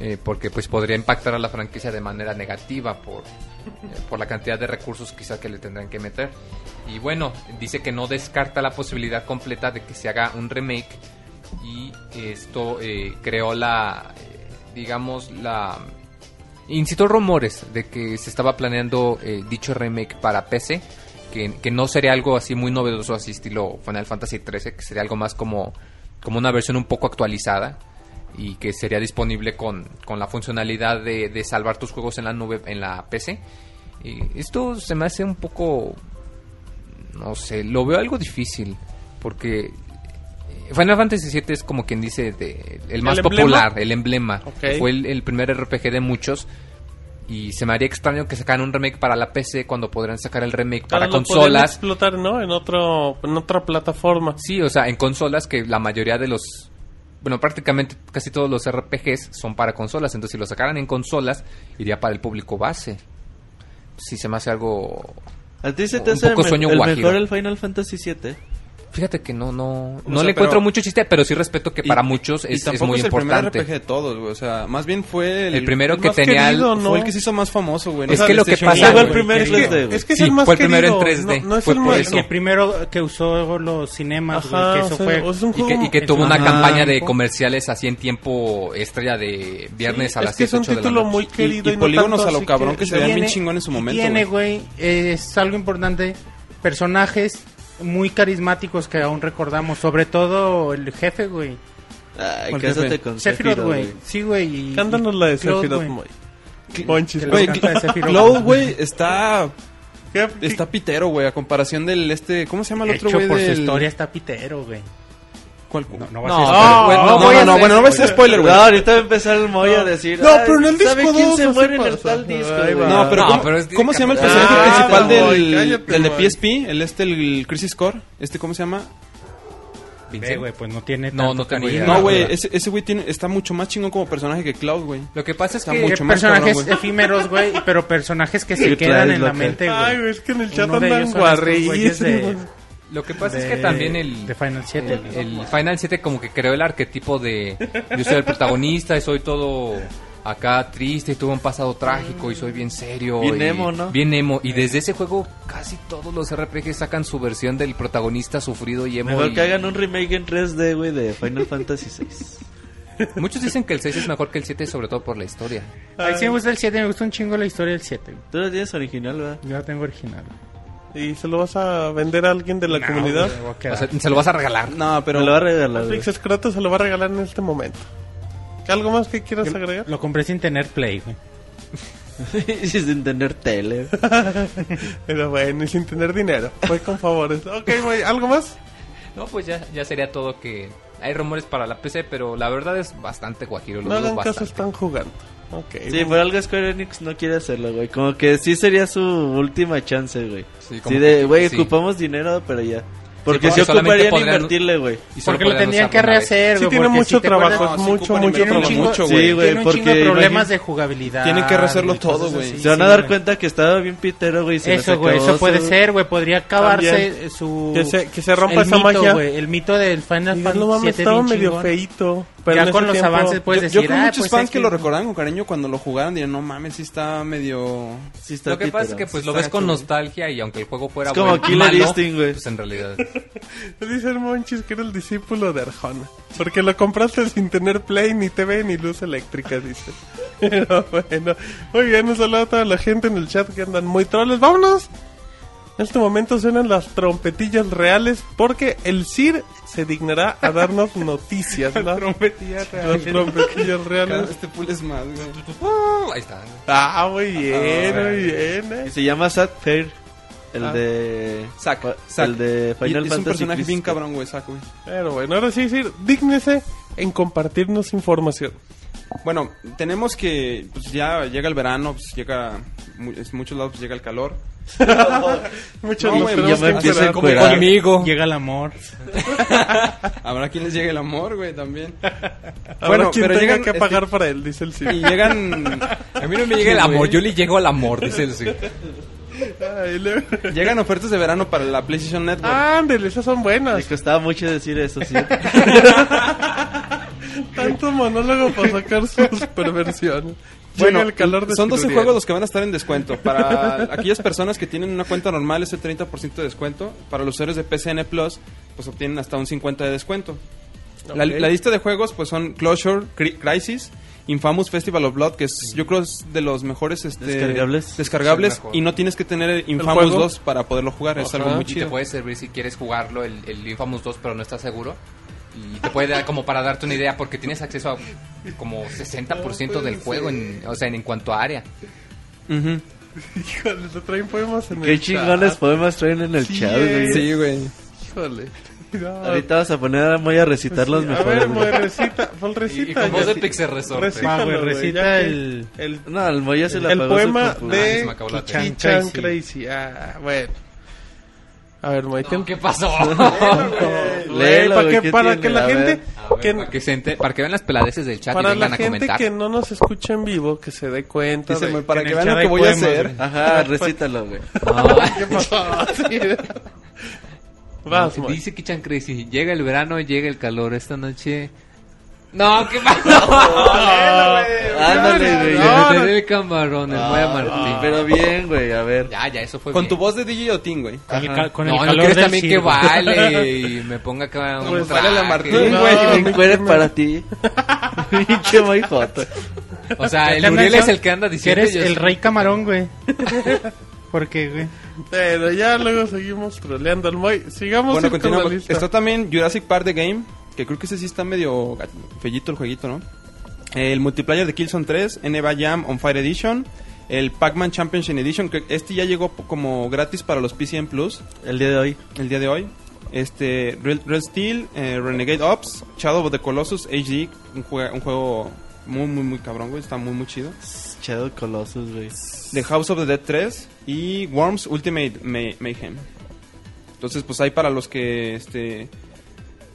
S8: eh, porque pues podría impactar a la franquicia de manera negativa por, eh, por la cantidad de recursos quizás que le tendrán que meter. Y bueno, dice que no descarta la posibilidad completa de que se haga un remake y esto eh, creó la, eh, digamos, la... Incitó rumores de que se estaba planeando eh, dicho remake para PC, que, que no sería algo así muy novedoso, así estilo Final Fantasy XIII, que sería algo más como, como una versión un poco actualizada y que sería disponible con, con la funcionalidad de, de salvar tus juegos en la nube, en la PC. Y esto se me hace un poco, no sé, lo veo algo difícil, porque eh, Final Fantasy VII es como quien dice de- el más
S2: ¿El emblema?
S8: popular, el emblema.
S2: Ok.
S8: Fue el, el primer RPG de muchos. Y se me haría extraño que sacaran un remake para la PC cuando podrían sacar el remake
S2: Ahora
S8: para
S2: lo podrían
S8: consolas.
S2: explotar, ¿no? En, otro, en otra plataforma.
S8: Sí, o sea, en consolas que la mayoría de los... Bueno, prácticamente casi todos los RPGs son para consolas. Entonces, si lo sacaran en consolas, iría para el público base. Si se me hace algo...
S6: ¿A ti se te
S8: Un
S6: hace
S8: poco
S6: me-
S8: sueño
S6: el
S8: guajiro.
S6: mejor el Final Fantasy VII?
S8: Fíjate que no, no, no
S5: O sea,
S8: le encuentro
S5: pero-
S8: mucho chiste, pero sí respeto que
S5: Y-
S8: para muchos
S5: y
S8: es, es
S5: tampoco
S8: muy
S5: es el
S8: importante.
S5: primer RPG de todos, güey. O sea, más bien fue el,
S8: El primero
S2: El
S8: que
S2: más
S8: tenía el-
S2: querido, ¿no?
S5: fue el que se hizo más famoso, güey.
S8: Es que lo que
S5: PlayStation
S8: pasa-
S5: uno,
S8: Fue el
S5: güey.
S6: primer
S2: es que,
S6: 3D, güey.
S2: es que es
S8: Sí,
S2: el más
S8: fue el primero en
S2: querido.
S8: 3D,
S2: No, no es
S8: fue
S2: el
S8: por
S2: más...
S8: eso.
S3: Que primero que usó los cinemas, güey,
S2: Ajá,
S3: que
S2: o
S3: eso
S2: sea,
S3: fue...
S2: es un
S8: Y que,
S2: juego-
S8: y que tuvo
S3: Es
S8: una
S3: un
S8: campaña de
S3: blanco.
S8: comerciales así en tiempo estrella de viernes a
S2: es
S8: las
S2: que es
S8: 7,
S2: un
S8: 8 de la
S2: título
S8: noche.
S2: muy querido
S5: y
S2: y, no
S5: polígonos
S2: tanto,
S5: a lo
S2: así
S5: cabrón que se vean
S3: Tiene-
S5: bien chingón en su momento,
S3: Tiene, güey, es algo importante, personajes muy carismáticos que aún recordamos, sobre todo el jefe, güey.
S4: Ay,
S5: ¿Cuál
S4: cásate
S5: jefe?
S4: con
S3: Sephiroth,
S4: Sephiroth,
S3: güey. Sí, güey. y-
S2: Cántanos la de
S3: y Cloud,
S2: Sephiroth
S3: güey.
S2: Moy. Monchis.
S3: Que la
S5: Güey,
S3: canta de Sephiroth.
S5: Cloud, güey, está,
S2: ¿Qué- qué-
S5: está pitero, güey, a comparación del este... ¿Cómo se llama el otro,
S3: Hecho
S5: güey?
S3: por
S5: del-
S3: su historia está pitero, güey.
S5: ¿Cuál?
S3: No, no va a
S8: No,
S3: ser.
S8: pero, güey,
S5: no,
S8: no,
S5: no,
S8: voy a
S5: no, no,
S8: hacer
S5: bueno, no va a ser spoiler,
S4: No,
S5: güey.
S4: ahorita va a empezar el Moy a decir.
S2: No,
S4: "Ay,
S2: pero en el
S4: ¿Sabe
S2: disco
S4: quién
S2: dos
S4: se
S2: así
S4: muere en el
S2: pasa?
S4: tal disco? güey?"
S2: Ahí va.
S5: No, pero,
S8: No,
S5: ¿cómo,
S8: pero es-
S5: cómo se llama el
S2: Ah,
S5: personaje
S2: no,
S5: principal del,
S2: güey, cállate,
S5: el de
S2: güey.
S5: PSP? El este, el Crisis Core. ¿Este cómo se llama?
S3: Ve, güey, pues no tiene
S8: No,
S3: tanto
S8: no tengo
S3: carisma.
S8: idea.
S5: No, güey,
S8: güey.
S5: ese ese güey tiene- está mucho más chingón como personaje que Cloud, güey.
S8: Lo que pasa es
S5: Está
S8: que...
S5: mucho
S3: Eh,
S5: más
S3: personajes
S5: cabrón, güey.
S3: efímeros, güey, pero personajes que se
S4: Sí,
S3: quedan
S4: traes
S3: en la
S4: loca.
S3: mente,
S2: Ay,
S3: güey.
S2: güey, es que en el chat
S3: Uno de ellos
S2: andan
S3: son estos güeyes de-
S2: guarrísimos.
S8: Lo que pasa es que
S3: de-
S8: también el,
S3: de Final 7,
S8: el,
S3: güey.
S8: el Final 7 como que creó el arquetipo de yo soy el protagonista y soy todo acá triste y tuve un pasado trágico y soy bien serio.
S4: Bien
S8: y-
S4: emo, ¿no?
S8: Bien emo. Y desde ese juego casi todos los RPG sacan su versión del protagonista sufrido y emo.
S4: Mejor
S8: y-
S4: que hagan un remake en 3D, güey, de Final Fantasy VI.
S8: Muchos dicen que el 6 es mejor que el 7 sobre todo por la historia.
S3: A mí sí me gusta el 7, me gusta un chingo la historia del 7. güey.
S4: Tú lo tienes original, ¿verdad?
S3: Yo la tengo original.
S2: ¿Y se lo vas a vender a alguien de la
S3: No,
S2: comunidad?
S3: güey, voy a
S8: O
S3: quedar.
S8: sea, se lo vas a regalar.
S5: No,
S4: Me lo va a
S5: pero...
S4: regalar, güey.
S2: Fix Scroto se lo va a regalar en este momento. ¿Algo más que quieras agregar?
S3: Lo compré sin tener play, güey.
S4: Y Sin tener tele.
S2: Pero bueno, y sin tener dinero. Fue con favores. Ok, güey, ¿algo más?
S8: No, pues ya, ya sería todo que... Hay rumores para la PC, pero la verdad es bastante guajiro. lo
S2: No
S8: dudo
S2: hagan caso,
S8: bastante.
S2: están jugando. Ok.
S4: Sí, por algo Square Enix no quiere hacerlo, güey. Como que sí sería su última chance, güey.
S8: Sí,
S4: Sí,
S8: como que-
S4: de, güey,
S8: sí.
S4: ocupamos dinero, pero ya. Porque
S8: porque
S4: sí,
S8: solamente
S4: ocuparían
S8: podrían-
S4: invertirle, güey.
S8: Y solo
S3: Porque lo
S8: podrían
S3: tendrían
S8: usarlo
S3: que
S8: una vez.
S3: rehacer,
S2: Sí,
S3: güey.
S2: tiene
S3: porque
S2: mucho
S3: te acuerdas-
S2: trabajo, es
S5: No, sí
S2: mucho,
S5: ocupan
S2: mucho
S3: Tiene un
S5: trabajo.
S3: chingo,
S5: mucho,
S4: güey.
S3: tiene
S4: güey,
S3: un
S4: porque
S3: chingo de problemas
S4: imagínate-
S3: de jugabilidad.
S5: Tienen que rehacerlo
S3: güey, cosas
S5: todo, güey.
S3: así,
S4: Se van a
S3: sí,
S4: dar
S3: güey.
S4: cuenta que estaba bien pitero, güey. y se les
S3: Eso, güey,
S4: acabó
S3: eso
S4: su-
S3: puede ser, güey. Podría acabarse
S2: También.
S3: eh, su.
S2: Que se- que se rompa
S3: el
S2: esa
S3: mito,
S2: magia.
S3: güey, el mito del Final
S2: Dices, no mames,
S3: Fantasy VII.
S2: estaba
S3: bien
S2: medio
S3: chingón.
S2: feito.
S3: Ya con los avances
S5: Yo,
S3: puedes
S5: yo
S3: decir,
S5: creo
S3: ah,
S5: muchos
S3: pues
S5: fans
S3: es
S5: que lo recordaban con cariño cuando lo jugaran dirían, no mames, sí está medio...
S4: Sí, está
S8: Lo que pasa es
S4: pitero.
S8: que pues lo
S5: Está
S8: ves con
S5: chulo.
S8: nostalgia y aunque el juego fuera
S4: Es como
S8: bueno,
S4: Killer
S8: malo,
S4: Instinct, güey.
S8: Pues en realidad.
S2: Dice el Monchis que era el discípulo de Arjona. Porque lo compraste sin tener play, ni TV, ni luz eléctrica, dice. Pero bueno. Muy bien, un saludo a toda la gente en el chat que andan muy troles. ¡Vámonos! En este momento suenan las trompetillas reales porque el CIR se dignará a darnos noticias, ¿no? Las trompetillas
S5: Cada-
S2: reales.
S5: Este pool es más, güey.
S8: Uh, ahí está.
S2: Ah, muy bien, muy bien.
S4: Y
S2: eh.
S4: se llama Sad Fair. El
S5: Ah.
S4: de.
S5: Zack,
S4: fa-
S5: Zack.
S4: El de
S5: Y-
S4: Final
S5: es un
S4: Fantasy
S5: personaje bien
S4: Cristo.
S5: cabrón, güey, Zack, güey.
S2: Pero bueno, ahora sí, CIR, dígnese en compartirnos información.
S5: Bueno, tenemos que, pues ya llega el verano, pues llega, mu- en muchos lados pues, llega el calor.
S2: Muchos
S5: No,
S2: nos
S5: güey,
S2: tenemos
S4: ya me empiezo
S2: que
S4: a
S2: enterar.
S5: Como
S4: Pero-
S8: Conmigo.
S3: Llega el amor.
S5: Habrá quien les llegue el amor, güey, también.
S2: bueno, quien pero tenga
S5: llegan,
S2: que
S5: este,
S2: pagar para él, dice el
S5: Y
S2: Cid.
S5: llegan...
S8: A mí no me llega el amor, yo le llego al amor, dice el sí.
S2: Ay, le-
S5: Llegan ofertas de verano para la PlayStation Network.
S2: Ándale, esas son
S4: Me
S2: buenas.
S4: costaba mucho decir eso, sí.
S2: Tanto monólogo para sacar sus perversiones. Bueno, el calor de
S5: son 12
S2: Silurian.
S5: juegos los que van a estar en descuento. Para aquellas personas que tienen una cuenta normal es el 30% de descuento. Para los usuarios de PCN Plus, pues obtienen hasta un 50% de descuento. La,
S2: Ok.
S5: la lista de juegos pues son Closure, Cri- Crisis, Infamous Festival of Blood, que es, yo creo es de los mejores este,
S4: Descargables.
S5: descargables,
S8: Sí, mejor.
S5: y no tienes que tener el Infamous
S2: juego?
S5: 2 para poderlo jugar, es algo muy
S8: Y te
S5: chido.
S8: puede servir si quieres jugarlo el, el Infamous 2, pero no estás seguro. Y te puede dar como para darte una idea, porque tienes acceso a como 60% del juego, en, o sea, en, en cuanto a área.
S5: Ujú.
S2: Híjole, lo traen poemas en
S4: Qué
S2: el
S4: chingones
S2: chat.
S4: poemas traen en el
S2: Sí,
S4: chat, güey.
S2: eh.
S5: Sí, güey.
S2: Híjole. No,
S4: Ahorita vas a poner a Moy a recitar los
S2: sí. A
S4: mejores.
S2: ver,
S4: güey.
S2: Moy, recita. Paul, recita.
S8: Y- y con voz de
S2: ya.
S8: Pixel ¿eh? Resorte.
S2: Recítalo,
S3: Va, Ah, güey,
S2: güey,
S3: recita
S2: ya que-
S3: el-
S2: el,
S4: No, el Moy ya se
S2: el,
S4: la apagó su
S2: poema
S4: compu.
S8: Ah, se
S2: de
S8: me acabó la tela.
S2: Chichan Crazy. Ah, bueno. A ver, Moy, ten-
S8: No, ¿Qué pasó?
S2: Güey,
S4: Léelo,
S2: ¿para
S4: güey,
S2: que,
S4: ¿qué
S2: para
S4: tiene?
S2: que la
S4: A ver.
S2: gente...
S8: A ver,
S2: que-
S8: para, que se enter- para que vean las peladeces del chat y
S2: Para la
S8: vengan a
S2: gente
S8: comentar.
S2: que no nos escucha en vivo, que se dé cuenta.
S5: Dice,
S2: de-
S5: "Muy para
S3: en
S5: que
S3: el
S5: vean lo
S3: chat
S5: que
S3: hay
S5: voy
S3: poemas,
S5: a hacer.
S3: güey.
S4: Ajá, recítalo, güey.
S8: Ah.
S2: ¿Qué pasó? Sí. Vas,
S8: No,
S2: Moy.
S8: dice Kichan Crazy, llega el verano, llega el calor esta noche. No, qué malo.
S2: Ah,
S5: Ah,
S4: Ándale, güey.
S2: no, no.
S8: el camarón, el Maya Martín.
S4: Ah, Pero bien, güey, a ver.
S8: Ya, ya, eso fue
S5: Con
S8: bien.
S5: tu voz de DJ Otín, güey.
S3: Con el, cal- con el
S8: no, no
S3: calor
S8: quieres
S3: del
S8: también que
S3: circo.
S8: baile y me ponga acá un
S2: Pues,
S8: traje.
S5: baila la Martín,
S2: No,
S4: Güey,
S2: mi
S4: mi cuerpo
S2: quema.
S4: para ti. Pinche Moy Joto.
S8: O sea, Ah, el
S3: La
S8: Uriel
S3: canción-
S8: es el que anda
S3: Si
S8: diciendo...
S3: eres
S8: yo-
S3: el rey camarón, güey. ¿Por qué, güey?
S2: Pero ya luego seguimos troleando al Moy. Sigamos
S5: Bueno, pues,
S2: ir con la
S5: continuamos.
S2: lista.
S5: Está también Jurassic Park The Game, Que creo que ese sí está medio ga- fellito el jueguito, ¿no? El multiplayer de Killzone 3, NBA Jam On Fire Edition. El Pac-Man Championship Edition, que este ya llegó po- como gratis para los PCN Plus
S6: El día de hoy.
S5: el día de hoy. Este, Real, Real Steel, eh, Renegade Ops, Shadow of the Colossus, HD, un, jue- un juego muy, muy, muy cabrón, güey, está muy, muy chido.
S6: Shadow Colossus, güey.
S5: The House of the Dead 3 y Worms Ultimate May- Mayhem. Entonces, pues hay para los que, este,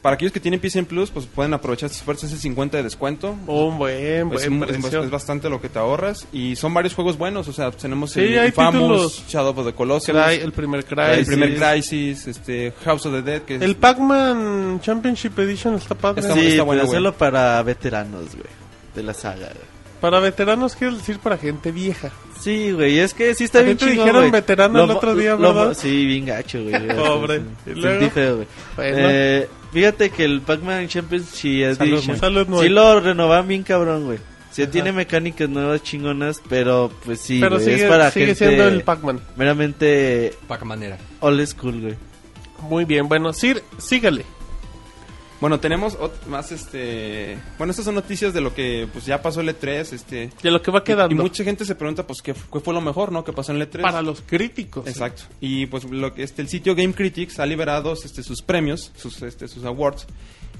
S5: para aquellos que tienen PCN Plus, pues pueden aprovechar sus fuerzas ese 50 de descuento.
S2: Un buen,
S5: Es,
S2: Oh, buen
S5: Pues, un- es
S2: precio.
S5: bas- es bastante lo que te ahorras y son varios juegos buenos, o sea, tenemos
S2: Sí, hay títulos.
S5: Shadow of the Colossus,
S2: Cry- el primer Cry.
S5: el primer
S2: sí.
S5: Crisis, este, House of the Dead, que es-
S2: El Pac-Man Championship Edition está padre.
S5: Está-
S6: sí,
S5: está bueno,
S6: bueno,
S5: güey.
S6: hacerlo para veteranos, güey. De la saga, güey.
S2: Para veteranos quiero decir para gente vieja.
S6: Sí, güey, es que sí está
S2: A
S6: bien
S2: ti te
S6: chido.
S2: dijeron veterano el otro día, ¿verdad?
S6: sí, bien gacho, güey.
S2: Pobre. ¿Y
S6: Sí,
S2: luego? Pues,
S6: sí, feo, güey.
S2: Bueno.
S6: Eh, fíjate que el Pac-Man Championship
S2: Salud,
S6: Edition.
S2: salud, Moy.
S6: sí lo renovan bien cabrón, güey. Sí tiene mecánicas nuevas chingonas, pero pues sí,
S2: pero
S6: güey,
S2: sigue,
S6: es para
S2: sigue
S6: gente
S2: siendo el Pac-Man.
S6: meramente
S8: Pac manera.
S6: old school, güey.
S2: Muy bien, bueno, Sir, sígale.
S5: Bueno, tenemos ot- más este. Bueno, estas son noticias de lo que pues ya pasó el E3, este.
S2: De lo que va quedando.
S5: Y mucha gente se pregunta, pues, ¿qué, fu- qué fue lo mejor, no? ¿Qué pasó en el E E3?
S2: Para los críticos. ¿eh?
S5: Exacto. Y pues lo que este el sitio Game Critics ha liberado este sus premios, sus este sus awards.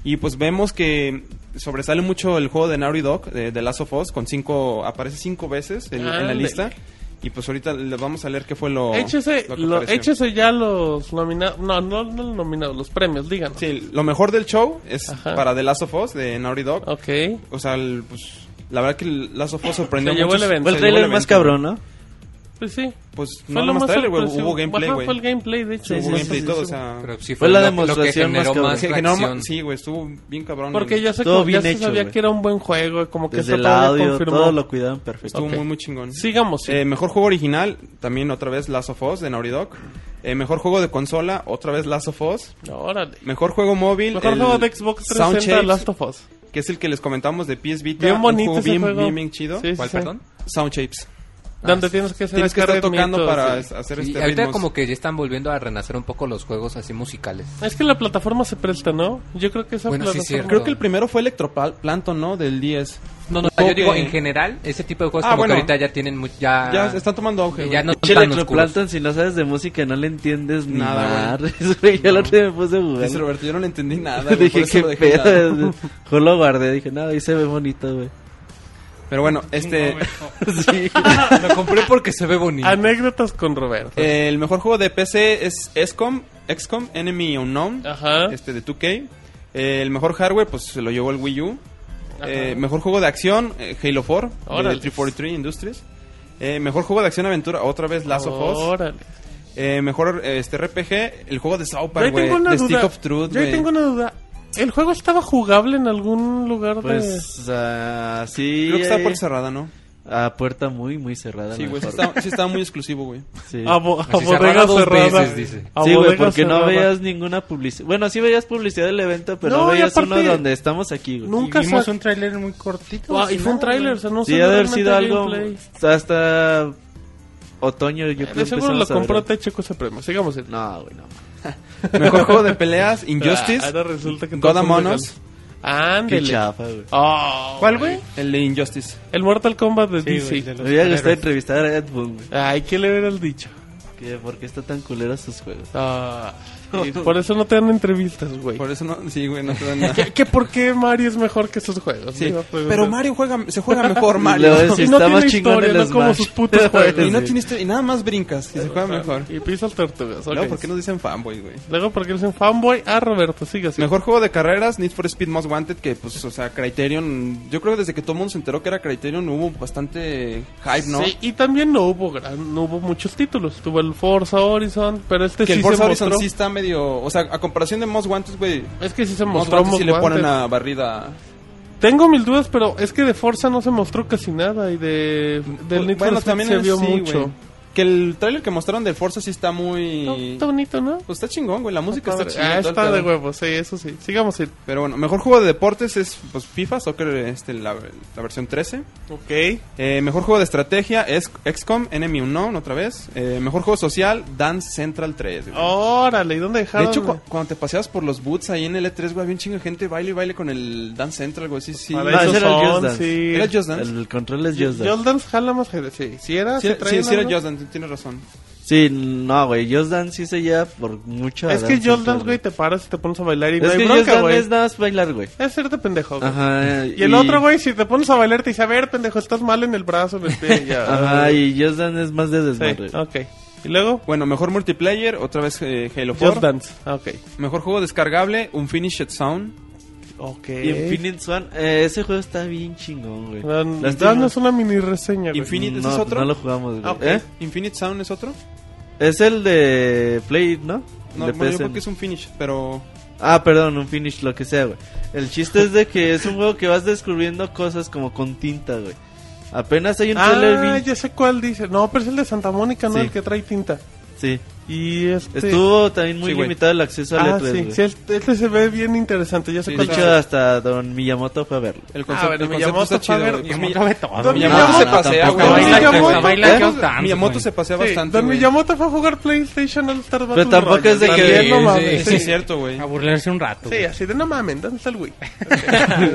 S5: Y pues vemos que sobresale mucho el juego de Naughty Dog, de, de Last of Us, con cinco, aparece cinco veces en, en la
S2: Ándale.
S5: lista. Y pues ahorita les vamos a leer qué fue lo.
S2: Échese,
S5: lo que
S2: lo-
S5: apareció.
S2: échese ya los nominados. No, no, no los nominados, los premios, digan.
S5: Sí, lo mejor del show es
S2: Ajá.
S5: para The Last of Us, de Naughty Dog.
S2: Ok.
S5: O sea, el, pues, la verdad que el Last of Us sorprendió
S2: Se llevó
S5: mucho.
S2: el evento. Fue
S6: Fue el
S2: el
S6: trailer más cabrón, ¿no?
S2: Pues sí.
S5: Pues
S2: Fue
S5: no
S2: lo más
S5: trailer, güey.
S2: sorpresivo.
S5: Hubo gameplay,
S2: Ajá,
S5: güey.
S2: Fue el gameplay, de hecho.
S6: Sí,
S5: Hubo
S6: sí,
S5: gameplay y
S6: sí,
S5: todo,
S6: sí.
S5: o sea...
S8: Pero sí
S6: Fue la
S8: lo-
S6: demostración
S8: lo
S6: más
S8: que generó
S6: cabrón.
S8: más
S5: que generó ma-
S8: reacción.
S5: sí, güey, estuvo bien cabrón.
S2: Porque
S5: el-
S2: ya se,
S6: Todo
S2: ya
S6: bien
S2: se
S6: hecho,
S2: sabía
S6: güey.
S2: que era un buen juego, como que
S6: Desde
S2: eso
S6: el
S2: todavía
S6: audio,
S2: confirmó.
S6: todo lo cuidaron perfecto.
S5: Estuvo
S2: Ok.
S5: muy, muy chingón.
S2: Sigamos. sí.
S5: Eh, mejor juego original, también otra vez Last of Us, de Naughty Dog. Eh, mejor juego de consola, otra vez Last of Us.
S2: Órale.
S5: Mejor juego móvil,
S2: Mejor
S5: el
S2: juego de Xbox
S5: Sound
S2: 360
S5: Shapes,
S2: Last of Us.
S5: que es el que les comentamos de PS Vita.
S2: Bien
S5: un
S2: bonito
S5: juego
S2: ese
S5: bien,
S2: juego.
S5: bien, bien chido.
S2: Sí, sí,
S8: ¿Cuál,
S2: sí.
S8: perdón?
S5: Sound Shapes.
S2: Donde tienes que hacer
S5: Ah, Tienes que
S2: acá
S5: estar tocando
S2: ritmitos,
S5: para
S2: sí.
S5: hacer
S8: Y
S5: este
S8: ahorita
S5: ritmos.
S8: como que ya están volviendo a renacer un poco los juegos así musicales.
S2: Es que la plataforma se presta, ¿no? Yo creo que esa
S8: Bueno, sí,
S2: plataforma...
S8: cierto.
S5: Creo que el primero fue Electroplanton, ¿no? Del 10.
S8: No, no,
S5: Como
S8: yo digo,
S5: que-
S8: en general, ese tipo de juegos
S5: Ah,
S8: como
S5: bueno.
S8: que ahorita ya tienen... mu- Ya,
S5: Ya están tomando auge, güey.
S8: Ah. ya no
S6: Che,
S8: son tan oscuros.
S6: Electroplanton, si no sabes de música, no le entiendes ni
S5: Nada,
S6: madres, güey. Yo el otro día me puse a jugar.
S5: Dice Roberto, yo no le entendí nada. güey, por
S6: dije,
S5: eso
S6: qué
S5: lo dejé a un lado".
S6: pedo. Yo lo guardé, dije, no, ahí se ve bonito, güey.
S5: Pero bueno, este.
S6: Sí.
S8: Lo compré porque se ve bonito.
S2: Anécdotas con Roberto.
S5: el mejor juego de PC es XCOM, XCOM Enemy Unknown,
S2: Ajá.
S5: este de 2K. Eh, el mejor hardware, pues se lo llevó el Wii U.
S2: Ajá.
S5: Eh, mejor juego de acción, eh, Halo 4, de
S2: Órale.
S5: 343 Industries. Eh, mejor juego de acción-aventura, otra vez Last of Us.
S2: Órale.
S5: Eh, mejor eh, este RPG, el juego de South
S2: Yo ahí
S5: Park, güey,
S2: tengo una
S5: The
S2: duda.
S5: Stick of Truth,
S2: Yo ahí
S5: güey.
S2: tengo una duda. ¿El juego estaba jugable en algún lugar de...?
S6: Pues, ah, sí.
S5: Creo que está
S6: eh,
S5: por cerrada, ¿no?
S6: A puerta muy, muy cerrada.
S5: Sí,
S6: la
S5: güey, sí
S6: mejor.
S5: está, sí está muy exclusivo, güey.
S6: Sí.
S2: A, bo- a
S8: Así cerrada
S2: bodega
S8: dos
S2: cerrada.
S8: veces, dice.
S2: A
S6: Sí, güey,
S2: bodega
S6: porque no
S2: cerrada.
S6: veías ninguna publicidad. Bueno, sí veías publicidad del evento, pero
S2: No, y
S6: no, veías uno
S2: aparte-
S6: donde estamos aquí, güey.
S2: Nunca
S3: y vimos
S2: sa-
S3: un tráiler muy cortito.
S2: Ah, y
S3: sin
S2: fue un
S3: nada,
S2: tráiler, o
S3: güey.
S2: sea, no
S6: Sí,
S2: sé
S6: ha de haber sido algo
S2: gameplay.
S6: hasta
S5: Eh,
S6: otoño, yo creo.
S2: De seguro lo
S6: empezamos a ver.
S2: compró Techeco ese premio. Sigamos. en-
S6: No, güey, no.
S5: Mejor juego de peleas, Injustice.
S2: Ah, ahora resulta que
S5: God
S2: todos son
S5: Among
S2: legales.
S5: Us.
S6: Qué
S2: Ándele.
S6: chafa, güey.
S2: Ah,
S3: ¿Cuál, güey?
S5: El de Injustice.
S2: El Mortal Kombat de DC.
S3: güey, de los
S6: Me hubiera gustado
S3: superhéroes.
S6: entrevistar a Ed Boon, güey.
S2: Ay, ¿qué le hubieras dicho?
S6: Que ¿Por qué está tan culero sus juegos?
S2: Ah, y por eso no te dan entrevistas, güey.
S5: Por eso no, sí, güey, no te dan nada.
S2: ¿Qué, qué, por qué Mario es mejor que esos juegos?
S5: Sí,
S2: Digo, pues,
S5: pero
S2: no.
S5: Mario juega, se juega mejor
S6: Le
S5: Mario.
S6: voy a decir,
S2: Y no
S6: está
S2: tiene
S6: más chingón
S2: historia,
S6: el
S2: no es como
S6: Smash.
S2: sus putos juegos.
S5: Y no
S6: Sí.
S5: tienes y nada más brincas y se juega mejor.
S2: Y pisas tortugas. ok.
S5: Luego, ¿por qué nos dicen fanboy, güey?
S2: Luego, porque eres un fanboy. Ah, Roberto, sigue así.
S5: Mejor juego de carreras, Need for Speed Most Wanted, que pues, o sea, Criterion, yo creo que desde que todo el mundo se enteró que era Criterion hubo bastante hype, ¿no?
S2: Sí, y también no hubo gran- no hubo muchos títulos. Tuvo el Forza Horizon, pero este
S5: que
S2: sí
S5: el Forza
S2: se
S5: Horizon
S2: mostró.
S5: sí está medio, o sea, a comparación de Most Wanted, güey,
S2: Es que sí se
S5: Most
S2: mostró
S5: Wanted sí
S2: Most
S5: le ponen
S2: Wanted.
S5: una barrida.
S2: Tengo mil dudas, pero es que de Forza no se mostró casi nada y de del Need for
S5: Pues, bueno,
S2: Speed
S5: también
S2: se
S5: es-
S2: vio
S5: sí,
S2: mucho.
S5: güey. Que el tráiler que mostraron del Forza sí está muy...
S2: Está bonito, ¿no?
S5: Pues está chingón, güey. La música está,
S2: Padre.
S5: chingona,
S2: Ah,
S5: todo el
S2: está de
S5: pedo.
S2: huevo, sí, eso sí. Sigamos ir.
S5: Pero bueno, mejor juego de deportes es pues FIFA, Soccer, este, la, la versión 13.
S2: Ok.
S5: Eh, mejor juego de estrategia es XCOM, Enemy Unknown, otra vez. Eh, mejor juego social, Dance Central 3. güey.
S2: Oh, Órale, ¿y dónde
S5: De
S2: dejaron?
S5: hecho, cu- cuando te paseabas por los boots ahí en el E3, güey, había un chingo de gente baile y baile con el Dance Central, güey. Sí, sí.
S2: Para
S6: No,
S2: eso
S6: ese era el
S2: son,
S6: Just Dance.
S2: sí.
S5: ¿Era Just Dance?
S6: El, el control es Just Dance.
S2: Just Dance jala más gente. Sí, si era,
S5: Sí,
S2: se
S5: sí,
S2: traían
S5: sí era
S2: algo.
S5: Just Dance, tienes razón.
S6: Sí, no, güey. Just Dance sí se lleva por mucho. a
S2: Es que
S6: Dance
S2: Just
S6: Central,
S2: Dance, güey, te paras y te pones a bailar y no
S6: Es
S2: hay
S6: que Just
S2: bronca,
S6: Dance
S2: güey.
S6: es nada más bailar, güey.
S2: Es cierto, pendejo. güey.
S6: Ajá.
S2: Y el otro, güey, si te pones a bailar, te dice, a ver, pendejo, estás mal en el brazo, en el pie, ya.
S6: Ajá, y Just Dance es más de desmadre.
S2: Sí, ok. ¿Y luego?
S5: Bueno, mejor multiplayer, otra vez eh, Halo 4.
S2: Just Dance. Ah, Ok.
S5: Mejor juego descargable, Unfinished Sound.
S2: Ok.
S6: Infinite Swan, eh, ese juego está bien chingón, güey.
S2: Dan-
S6: Lástima-
S2: Danos una mini reseña, güey.
S5: Infin- Infinite, ¿ese
S6: no,
S5: es otro?
S6: No lo jugamos, güey.
S2: Ah, ok.
S6: ¿Eh?
S5: Infinite Sound es otro.
S6: Es el de Play, ¿no? El
S5: No,
S6: de
S5: bueno, yo creo
S6: PSN.
S5: que es un finish, pero
S6: Ah, perdón, un finish, lo que sea, güey. El chiste es de que es un juego que vas descubriendo cosas como con tinta, güey. Apenas hay un trailer
S2: Ah,
S6: bien-
S2: ya sé cuál dice. No, pero es el de Santa Mónica, ¿no?
S6: Sí.
S2: El que trae tinta.
S6: Sí.
S2: Y este...
S6: Estuvo también muy
S5: Sí, güey.
S6: limitado el acceso a
S2: Ah,
S6: letras,
S2: sí,
S6: güey.
S2: sí, este, este se ve bien interesante, ya sé
S5: Sí,
S6: De
S2: cuál
S5: sí,
S6: hecho, hasta Don Miyamoto fue a verlo.
S5: el concepto,
S2: Ah, bueno,
S5: el concepto
S2: Miyamoto
S5: está chido.
S2: Faber-
S5: güey. Pues
S2: Miyamoto-
S5: Miyamoto-
S2: Don
S5: Miyamoto
S2: Miyamoto-
S5: se pasea, güey.
S2: Don Miyamoto-
S5: Miyamoto-
S2: Baila
S5: ¿Eh?
S2: Just
S8: Dance,
S5: Miyamoto
S8: güey.
S5: se pasea
S2: Sí,
S5: bastante,
S2: Don
S5: güey.
S2: Miyamoto fue a jugar PlayStation All Star Battle
S6: tampoco
S2: Royale.
S6: es de que-
S2: También, no
S8: Sí,
S2: mames,
S5: Sí, es cierto, güey.
S8: A burlarse un rato.
S2: Sí, así de no mamen, ¿dónde está el güey?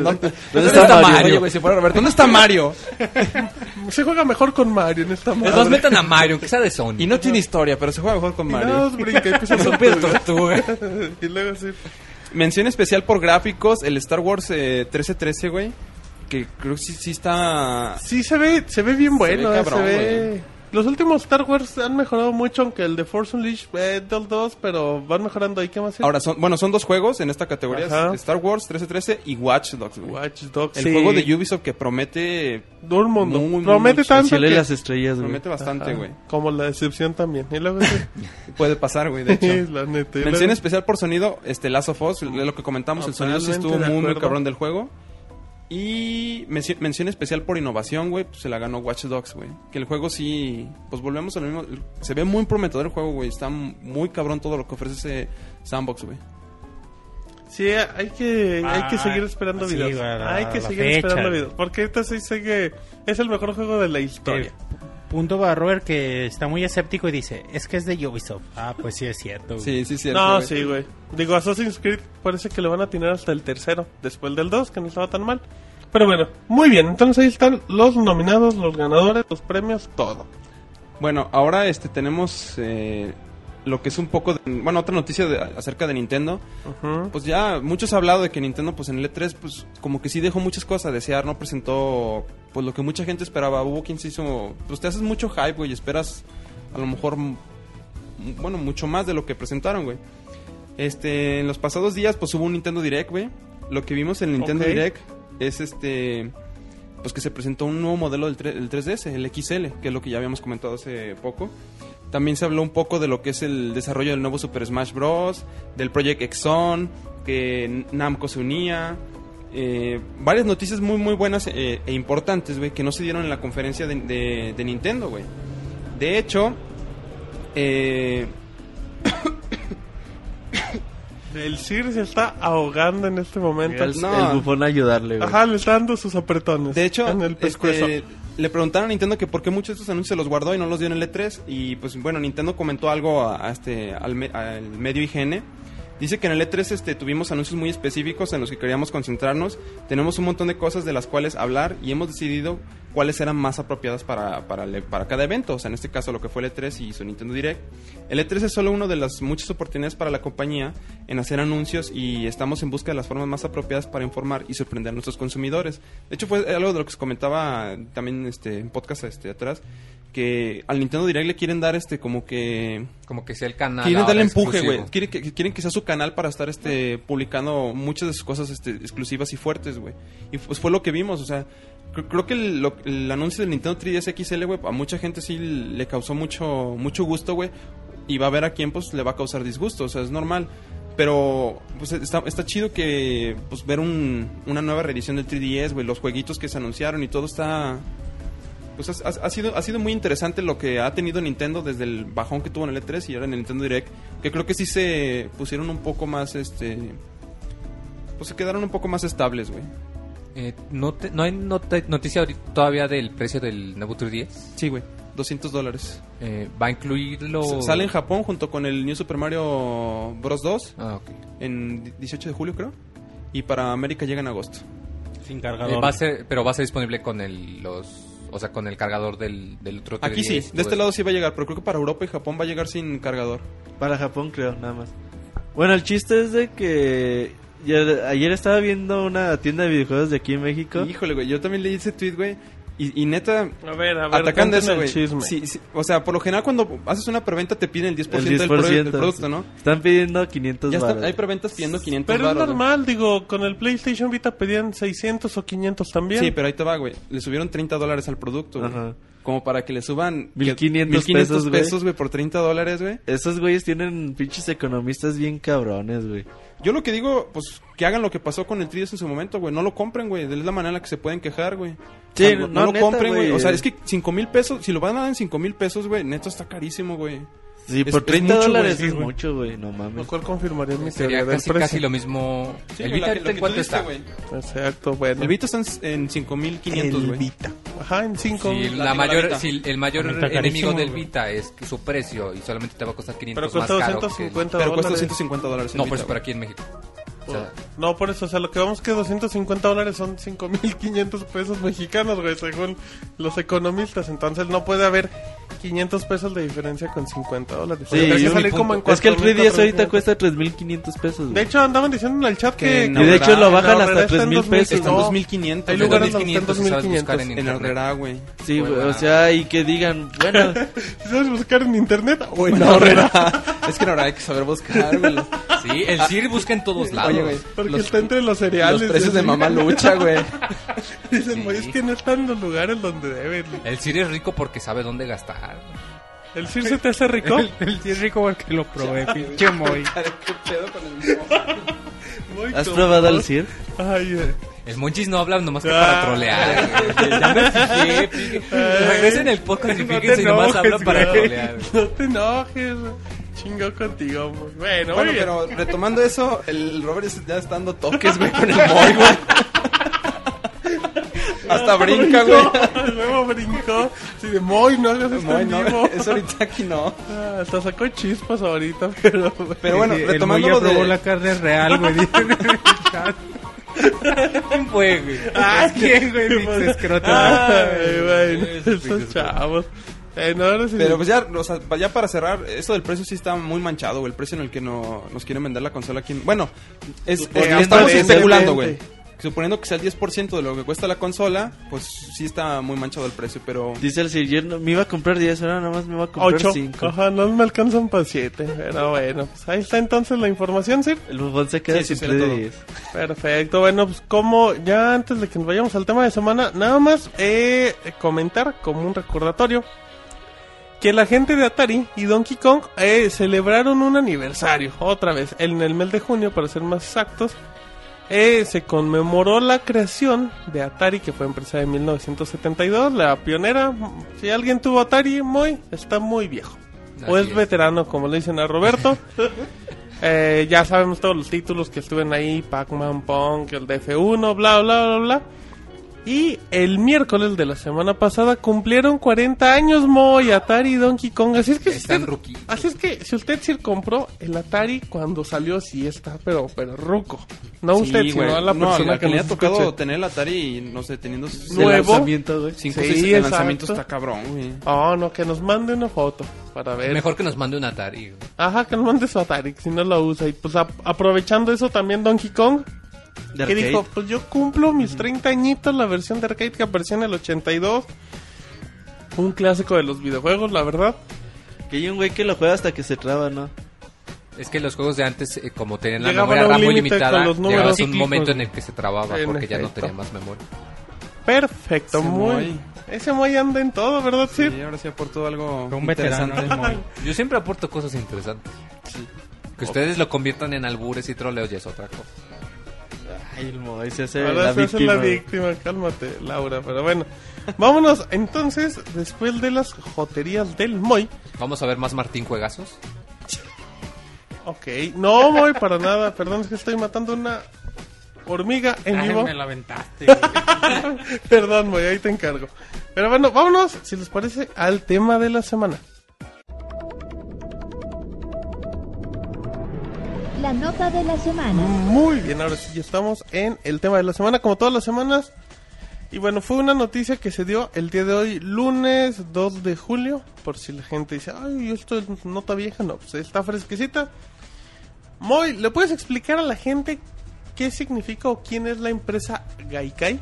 S5: ¿Dónde
S6: está
S5: está
S6: Mario?
S5: Mario, güey? Si fuera Roberto, ¿dónde está Mario?
S2: Se juega mejor con Mario en esta madre.
S8: Los metan a Mario, que sea de Sony.
S5: Y no tiene historia, pero se juega mejor con
S2: Y
S5: Mario.
S2: nada más brinca y empieza a
S8: Super
S2: tortuga.
S8: tortuga.
S2: Y luego sí.
S5: Mención especial por gráficos, el Star Wars eh, 1313, güey. Que creo que sí, sí está...
S2: Sí, se ve, se ve bien bueno,
S5: ve
S2: eh, se ve...
S5: cabrón, güey.
S2: Los últimos Star Wars han mejorado mucho, aunque el de Force Unleashed eh, del 2, pero van mejorando ahí, ¿qué más? es?
S5: Ahora, son, bueno, son dos juegos en esta categoría.
S2: Ajá.
S5: Star Wars 1313 y Watch Dogs, güey.
S2: Watch Dogs.
S5: El
S2: sí.
S5: juego de Ubisoft que promete...
S2: Un mundo.
S5: Muy, muy,
S2: Promete
S5: muy
S6: El
S2: tanto
S6: cielo
S2: que...
S6: y las estrellas, güey.
S5: Promete bastante,
S2: Ajá.
S5: güey.
S2: Como la decepción también. Y luego sí.
S5: Puede pasar, güey, de hecho.
S2: la neta. y
S5: Mención
S2: luego-
S5: especial por sonido, este Last of Us, de lo que comentamos, el sonido sí estuvo
S2: Totalmente de
S5: muy, muy
S2: acuerdo.
S5: cabrón del juego. Y menci- mención especial por innovación, güey, pues se la ganó Watch Dogs, güey. Que el juego sí, pues volvemos a lo mismo, se ve muy prometedor el juego, güey, está m- muy cabrón todo lo que ofrece ese sandbox, güey.
S2: Sí, hay que, hay que
S3: Ah,
S2: seguir esperando
S3: sí,
S2: videos.
S3: güey, la-
S2: hay que
S3: la
S2: seguir
S3: fecha.
S2: esperando videos. Porque ahorita sí sé que es el mejor juego de la historia.
S3: Eh, Punto para Robert que está muy escéptico y dice, es que es de Ubisoft. Ah, pues sí es cierto. güey.
S5: Sí, sí, sí.
S2: no, sí, güey. Digo, Assassin's Creed parece que lo van a tener hasta el tercero, después del 2, que no estaba tan mal. Pero bueno, muy bien. Entonces ahí están los nominados, los ganadores, los premios, todo.
S5: Bueno, ahora este tenemos eh, lo que es un poco, de- bueno, otra noticia de- acerca de Nintendo.
S2: Ujú.
S5: Pues ya muchos han hablado de que Nintendo pues en el E3 pues como que sí dejó muchas cosas a desear, no presentó pues lo que mucha gente esperaba. Hubo quien se hizo, pues te haces mucho hype, güey, y esperas a lo mejor m- bueno, mucho más de lo que presentaron, güey. Este, en los pasados días pues hubo un Nintendo Direct, güey. Lo que vimos en el Nintendo
S2: Ok.
S5: Direct es este pues que se presentó un nuevo modelo del 3, el 3DS, el XL, que es lo que ya habíamos comentado hace poco. También se habló un poco de lo que es el desarrollo del nuevo Super Smash Bros., del Project Exxon, que N- Namco se unía. eh, varias noticias muy muy buenas eh, e importantes, güey, que no se dieron en la conferencia de, de- de Nintendo, güey. De hecho, eh,
S2: El Sir se está ahogando en este momento.
S6: Llega el,
S5: No.
S6: el bufón a ayudarle, güey.
S2: Ajá, le está dando sus apretones.
S5: De hecho,
S2: en el pescuezo.
S5: este, le preguntaron a Nintendo que por qué muchos de estos anuncios los guardó y no los dio en el E3. Y pues bueno, Nintendo comentó algo a, a este, al, me- al medio IGN. Dice que en el E3 este, tuvimos anuncios muy específicos en los que queríamos concentrarnos. Tenemos un montón de cosas de las cuales hablar y hemos decidido cuáles eran más apropiadas para, para, el- para cada evento. O sea, en este caso lo que fue el E3 y su Nintendo Direct. El E3 es solo una de las muchas oportunidades para la compañía en hacer anuncios y estamos en busca de las formas más apropiadas para informar y sorprender a nuestros consumidores. De hecho, fue algo de lo que se comentaba también este, en podcast este, atrás, que al Nintendo Direct le quieren dar este como que...
S8: Como que sea el canal.
S5: Quieren
S8: ahora
S5: darle empuje,
S8: exclusivo.
S5: güey. Quieren que, quieren que sea su canal para estar este publicando muchas de sus cosas este, exclusivas y fuertes, güey. Y pues fue lo que vimos, o sea, cre- creo que el, lo- el anuncio del Nintendo 3DS XL, güey, a mucha gente sí le causó mucho mucho gusto, güey. Y va a ver a quién pues le va a causar disgusto, o sea, es normal. Pero pues está, está chido que pues ver un- una nueva reedición del 3DS, güey, los jueguitos que se anunciaron y todo está pues ha, ha- ha sido, ha sido muy interesante lo que ha tenido Nintendo desde el bajón que tuvo en el E3 y ahora en el Nintendo Direct, que creo que sí se pusieron un poco más, este, pues se quedaron un poco más estables, güey.
S8: Eh, no, te- no hay not- noticia ahorita todavía del precio del Nobu 3DS.
S5: Sí, güey, Oh. 200 dólares.
S8: Eh, ¿Va a incluirlo?
S5: S- Sale en Japón junto con el New Super Mario Bros. 2
S8: Ah, ok.
S5: en di- 18 de julio, creo. Y para América llega en agosto.
S9: Sin
S8: Eh,
S9: cargador.
S8: va a ser, pero va a ser disponible con el, los, o sea, con el cargador del, del otro 3DS.
S5: Aquí sí, de este lado sí va a llegar, pero creo que para Europa y Japón va a llegar sin cargador.
S6: Para Japón, creo, nada más. Bueno, el chiste es de que ya- ayer estaba viendo una tienda de videojuegos de aquí en México.
S5: Híjole, güey, yo también leí ese tweet, güey. Y, y neta,
S2: A ver, a ver.
S5: atacando
S2: cuéntame
S5: eso,
S2: el
S5: güey.
S2: chisme.
S5: Sí, sí, o sea, por lo general cuando haces una preventa te piden el 10%,
S6: El
S5: Del, pro- del
S6: 10%,
S5: producto, ¿no?
S6: Están pidiendo 500
S5: Ya están-
S6: varos.
S5: hay preventas pidiendo 500
S2: Pero es
S5: varos, güey.
S2: normal, digo, con el PlayStation Vita pedían 600 o 500 también.
S5: Sí, pero ahí te va, güey. Le subieron 30 dólares al producto, güey.
S6: Ajá.
S5: Como para que le suban
S6: 1500 pesos, güey.
S5: pesos, güey, por 30 dólares, güey.
S6: Esos güeyes tienen pinches economistas bien cabrones, güey.
S5: Yo lo que digo, pues que hagan lo que pasó con el 3DS en su momento, güey. No lo compren, güey. Es la manera en la que se pueden quejar, güey.
S6: Sí,
S5: O sea, no,
S6: no,
S5: lo
S6: neta,
S5: compren, güey.
S6: güey.
S5: O sea, es que 5 mil pesos, si lo van a dar en 5 mil pesos, güey, neto está carísimo, güey.
S6: Sí,
S5: Es-
S6: por
S5: es
S6: 30
S5: mucho, güey,
S6: dólares
S5: sí,
S6: es
S5: güey.
S6: mucho, güey, no
S2: Lo
S6: mames.
S2: cual confirmaría mi
S8: Sería
S2: teoría del
S8: casi,
S2: precio.
S8: casi lo mismo. el Vita, ahorita ¿en cuánto está?
S2: Exacto, bueno.
S5: El Vita está en, en 5 mil 500, güey.
S2: Ajá, en 5.
S8: Si
S5: la
S8: la mayor,
S5: Vita.
S8: si el mayor
S9: Está carísimo,
S8: enemigo del
S9: güey.
S8: Vita es que su precio y solamente te va a costar 500
S2: pero
S8: más
S2: cuesta
S8: caro. que el-
S2: 250
S5: Pero cuesta
S2: dólares.
S5: 250 dólares. el
S8: No,
S5: Vita,
S8: por
S5: güey.
S8: eso, pero aquí en México. O sea,
S2: No, por eso, o sea, lo que vamos que 250 dólares son 5.500 pesos mexicanos, güey, según los economistas. Entonces no puede haber 500 pesos de diferencia con 50 dólares.
S6: Sí,
S2: O sea, tendría
S6: yo
S2: que
S6: mi
S2: salir como en
S6: Es que el
S2: 4,000,
S6: 3DS ahorita
S2: 4,500.
S6: cuesta 3.500 pesos,
S2: De
S6: güey.
S2: hecho, andaban diciendo en el chat que...
S5: Que
S2: que
S5: no,
S6: Y de hecho lo
S2: la
S6: bajan
S2: verdad
S6: hasta
S2: está en
S6: 3,000 pesos,
S5: Está en
S6: No,
S5: 2500.
S2: hay
S5: güey.
S2: lugares donde
S8: 2500
S2: están
S8: sabes buscar en
S5: En
S8: internet.
S5: Herrera, güey.
S6: Sí,
S8: Muy
S6: güey, o
S8: buena.
S6: sea, y que digan, bueno,
S2: Si sabes buscar en internet o en la horrera.
S5: es que en Herrera hay que saber buscar, güey. los-
S8: sí, el CIR busca en todos lados.
S5: Oye, güey.
S2: Porque
S5: los-
S2: está entre los cereales.
S5: Los precios
S2: y
S5: de
S2: así.
S5: mamá lucha, güey.
S2: Dicen, güey,
S8: Sí.
S2: es que no están en los lugares donde deben.
S8: El CIR es rico porque sabe dónde gastar.
S2: ¿El Sir se te hace rico?
S9: El, el sí es rico porque lo probé, pinche Moy.
S5: ¿Qué pedo con el
S2: Muy
S6: ¿has
S2: cómodo.
S6: probado el CIR?
S2: Ay, eh.
S8: El Monchis no habla nomás que
S2: Ah.
S8: para trolear. güey. Ya me fijé. fíjate. Regresen el podcast y
S2: No te
S8: fíjense, nomás habla
S2: enojes,
S8: para
S2: güey.
S8: trolear. güey.
S2: No te enojes, güey. Chingo contigo, güey. Bueno,
S5: Bueno,
S2: muy bien.
S5: pero retomando eso, el Robert ya está dando toques, güey, con el Moy, güey. Hasta brinca, güey.
S2: Luego brincó. Sí, de Moy, no hagas esto
S5: Moy,
S2: en
S5: no,
S2: vivo.
S5: eso ahorita aquí no.
S2: Ah, hasta sacó chispas ahorita, pero... güey.
S5: Pero bueno,
S9: Sí, el
S5: retomando
S9: Moy
S5: lo
S9: ya probó
S5: de...
S9: la carne real, güey.
S8: ¿Quién fue, güey?
S9: ah, ¿quién, güey? Pinche escroto.
S2: pues, Ay, bueno,
S8: Esos
S2: esos
S8: ricos,
S2: chavos. Bueno, ahora sí.
S5: Pero pues ya, o sea, pa- ya para cerrar, eso del precio sí está muy manchado, güey. El precio en el que no, nos quieren vender la consola aquí. en- Bueno, es, eh,
S2: Suponiendo
S5: estamos
S2: el
S5: especulando, güey.
S2: 20.
S5: Suponiendo que sea el 10% de lo que cuesta la consola, pues sí está muy manchado el precio, pero...
S6: Dice el CIR, yo no- me iba a comprar 10, ahora nada más me va a comprar
S2: Ocho.
S6: 5.
S2: Ajá, no me alcanzan para siete. Pero bueno, pues ahí está entonces la información, Sir.
S6: El bufón se queda
S5: Sí, sí,
S6: sin
S5: será
S6: 3
S5: todo.
S6: de 10.
S2: Perfecto, bueno, pues como ya antes de que nos vayamos al tema de semana, nada más eh, comentar como un recordatorio que la gente de Atari y Donkey Kong eh, celebraron un aniversario, otra vez, en el mes de junio para ser más exactos. Eh, se conmemoró la creación de Atari, que fue empresa de 1972, la pionera. Si alguien tuvo Atari, muy, está muy viejo. o
S8: Así
S2: es
S8: es.
S2: veterano, como le dicen a Roberto. Eh, ya sabemos todos los títulos que estuvieron ahí, Pac-Man, Pong, el DF1, bla, bla, bla, bla. Y el miércoles de la semana pasada cumplieron 40 años Moy, Atari y Donkey Kong. Así es que,
S8: Ya
S2: si
S8: están
S2: usted,
S8: ruquitos.
S2: así es que si usted sí compró el Atari cuando salió, sí está, pero, pero ruco. No
S5: Sí,
S2: usted,
S5: güey.
S2: sino a la
S5: No,
S2: persona
S5: al
S2: que
S5: le
S2: nos
S5: ha tocado
S2: escuche.
S5: tener el Atari, no sé, teniendo sus-
S2: Nuevo.
S5: el lanzamiento,
S6: güey.
S5: cinco,
S2: Sí,
S5: seis, el
S2: exacto.
S5: lanzamiento está cabrón, güey.
S2: Oh, no, que nos mande una foto para ver.
S8: Mejor que nos mande un Atari. güey.
S2: Ajá, que nos mande su Atari, si no lo usa. Y pues a- aprovechando eso también Donkey Kong,
S6: De
S2: que
S6: arcade.
S2: dijo, pues yo cumplo mis 30 añitos, la versión de arcade que apareció en el 82. Un clásico de los videojuegos, la verdad.
S6: Que hay un güey que lo juega hasta que se traba, ¿no?
S8: Es que los juegos de antes, eh, como tenían la
S2: Llegaban a
S8: memoria
S2: un
S8: RAM muy
S2: límite con
S8: limitada,
S2: los números
S8: llegabas a un
S2: cíclicos.
S8: momento en el que se trababa
S2: En
S8: porque ya no
S2: efecto.
S8: tenía más memoria.
S2: Perfecto,
S5: Ese
S2: muy.
S5: Moy.
S2: Ese Moy anda en todo, ¿verdad,
S5: Sí,
S2: Sir?
S5: ahora sí aportó algo
S9: Un veterano
S5: interesante.
S9: del Moy.
S8: Yo siempre aporto cosas interesantes. Que ustedes lo conviertan en albures y troleos ya es otra cosa.
S6: El Moy se hace
S2: Ahora
S6: la
S2: se hace la
S6: víctima.
S2: víctima, cálmate, Laura. Pero bueno, vámonos entonces después de las joterías del Moy.
S8: Vamos a ver más Martín Juegazos.
S2: Ok, no Moy, para nada. Perdón, es que estoy matando una hormiga en
S9: Ay,
S2: vivo.
S9: me la aventaste. güey.
S2: Perdón, Moy, ahí te encargo. Pero bueno, vámonos, si les parece, al tema de la semana.
S1: La nota de la semana.
S2: Muy bien, ahora sí, ya estamos en el tema de la semana, como todas las semanas. Y bueno, fue una noticia que se dio el día de hoy, lunes 2 de julio. Por si la gente dice, ay, esto es nota vieja, no, pues está fresquecita. Moy, ¿le puedes explicar a la gente qué significa o quién es la empresa Gaikai?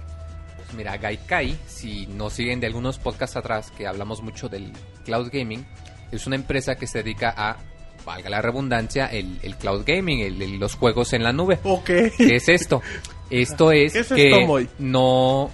S8: Pues Mira, Gaikai, si nos siguen de algunos podcasts atrás que hablamos mucho del cloud gaming, es una empresa que se dedica a, valga la redundancia, el, el cloud gaming, el- el- los juegos en la nube.
S2: Ok.
S8: ¿Qué es esto? Esto es,
S2: ¿Qué es
S8: que
S2: esto, Moy?
S8: no...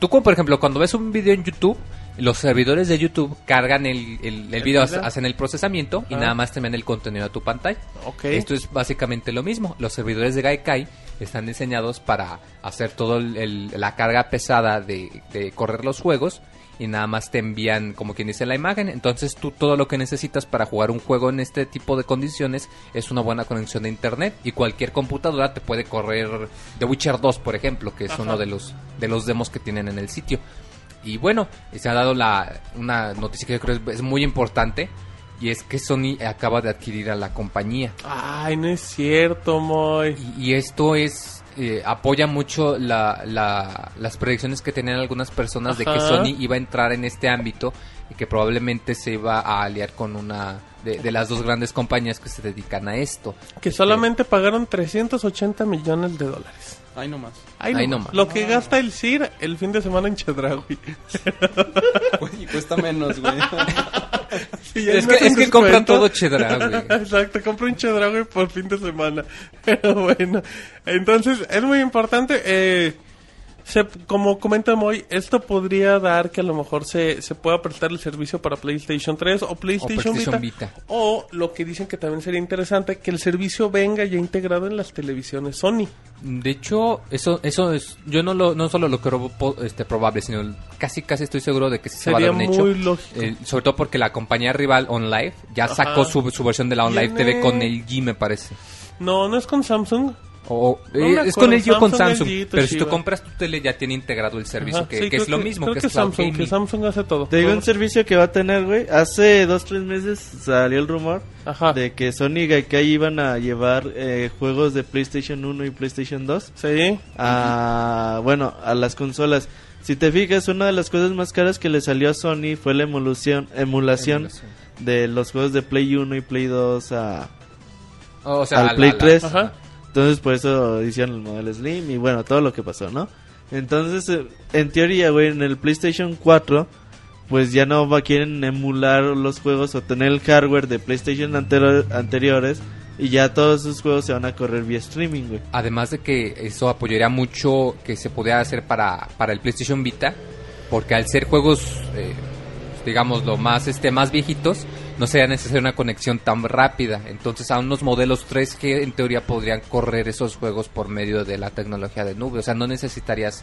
S8: Tú, como por ejemplo, cuando ves un video en YouTube, los servidores de YouTube cargan el, el, el video,
S2: video?
S8: hacen el procesamiento y
S2: Ah.
S8: nada más te envían el contenido a tu pantalla.
S2: Ok.
S8: Esto es básicamente lo mismo. Los servidores de Gaikai están diseñados para hacer toda la carga pesada de, de correr los juegos y nada más te envían, como quien dice, la imagen. Entonces tú todo lo que necesitas para jugar un juego en este tipo de condiciones es una buena conexión de internet y cualquier computadora te puede correr The Witcher 2, por ejemplo, que es uno de los, de los demos que tienen en el sitio. Y bueno, se ha dado la, una noticia que yo creo es, es muy importante y es que Sony acaba de adquirir a la compañía.
S2: Ay, no es cierto, Moy.
S8: Y, y esto es eh, apoya mucho la- la- las predicciones que tenían algunas personas de que
S2: Ajá.
S8: Sony iba a entrar en este ámbito y que probablemente se iba a aliar con una de, de las dos grandes compañías que se dedican a esto.
S2: Que solamente pagaron 380 millones de dólares.
S5: Ay, no más.
S2: Ay,
S8: Ahí
S2: no,
S8: nomás.
S2: Lo que gasta el CIR el fin de semana en Chedraui.
S5: Y cuesta menos, güey.
S2: Sí, ya
S8: Es
S2: no
S8: que, es
S2: hacen
S8: que compran
S2: descuento.
S8: todo cheddar, güey.
S2: Exacto, compra un chedraui por fin de semana. Pero bueno, entonces es muy importante. eh, se- como comenta Moy, esto podría dar que a lo mejor se, se pueda prestar el servicio para PlayStation 3 o PlayStation,
S8: PlayStation
S2: Vita,
S8: Vita.
S2: O lo que dicen que también sería interesante, que el servicio venga ya integrado en las televisiones Sony.
S8: De hecho, eso, eso es, yo no lo, no solo lo creo po- este, probable, sino casi, casi estoy seguro de que sí se va a dar
S2: Sería
S8: un
S2: muy
S8: hecho.
S2: lógico.
S8: Eh, sobre todo porque la compañía rival OnLive ya
S2: Ajá.
S8: sacó su, su versión de la OnLive
S2: Tiene-
S8: TV con el G, me parece.
S2: No, no es con Samsung.
S8: O,
S2: No
S8: eh,
S2: me
S8: es
S2: acuerdo,
S8: con el G o con
S2: Samsung,
S8: Samsung,
S2: LG,
S8: pero si tú
S2: Toshiba.
S8: compras tu tele ya tiene integrado el servicio
S2: Ajá,
S8: que,
S2: sí,
S8: que
S2: creo
S8: es lo mismo,
S2: creo
S8: que,
S2: que
S8: es cloud
S2: Samsung, que
S8: gaming.
S2: Samsung hace todo.
S6: Te digo un
S2: Todo.
S6: servicio que va a tener, güey. Hace dos, tres meses salió el rumor
S2: Ajá.
S6: de que Sony y Gaikai iban a llevar eh, juegos de PlayStation 1 y PlayStation 2
S2: Sí.
S6: a, bueno, a las consolas. Si te fijas, una de las cosas más caras que le salió a Sony fue la emulación, emulación,
S8: Emulación.
S6: de los juegos de Play 1 y Play 2 a,
S8: O sea,
S6: al
S8: la-
S6: Play
S8: la-
S6: 3.
S2: Ajá.
S6: Entonces por eso hicieron el modelo Slim y bueno, todo lo que pasó, ¿no? Entonces, eh, en teoría, güey, en el PlayStation 4, pues ya no va, quieren emular los juegos o tener el hardware de PlayStation antero- anteriores y ya todos sus juegos se van a correr vía streaming, güey.
S8: Además de que eso apoyaría mucho que se pudiera hacer para, para el PlayStation Vita, porque al ser juegos, eh, digamos, lo más, este, más viejitos, no sería necesaria una conexión tan rápida. Entonces, a unos modelos 3G, en teoría, podrían correr esos juegos por medio de la tecnología de nube. O sea, no necesitarías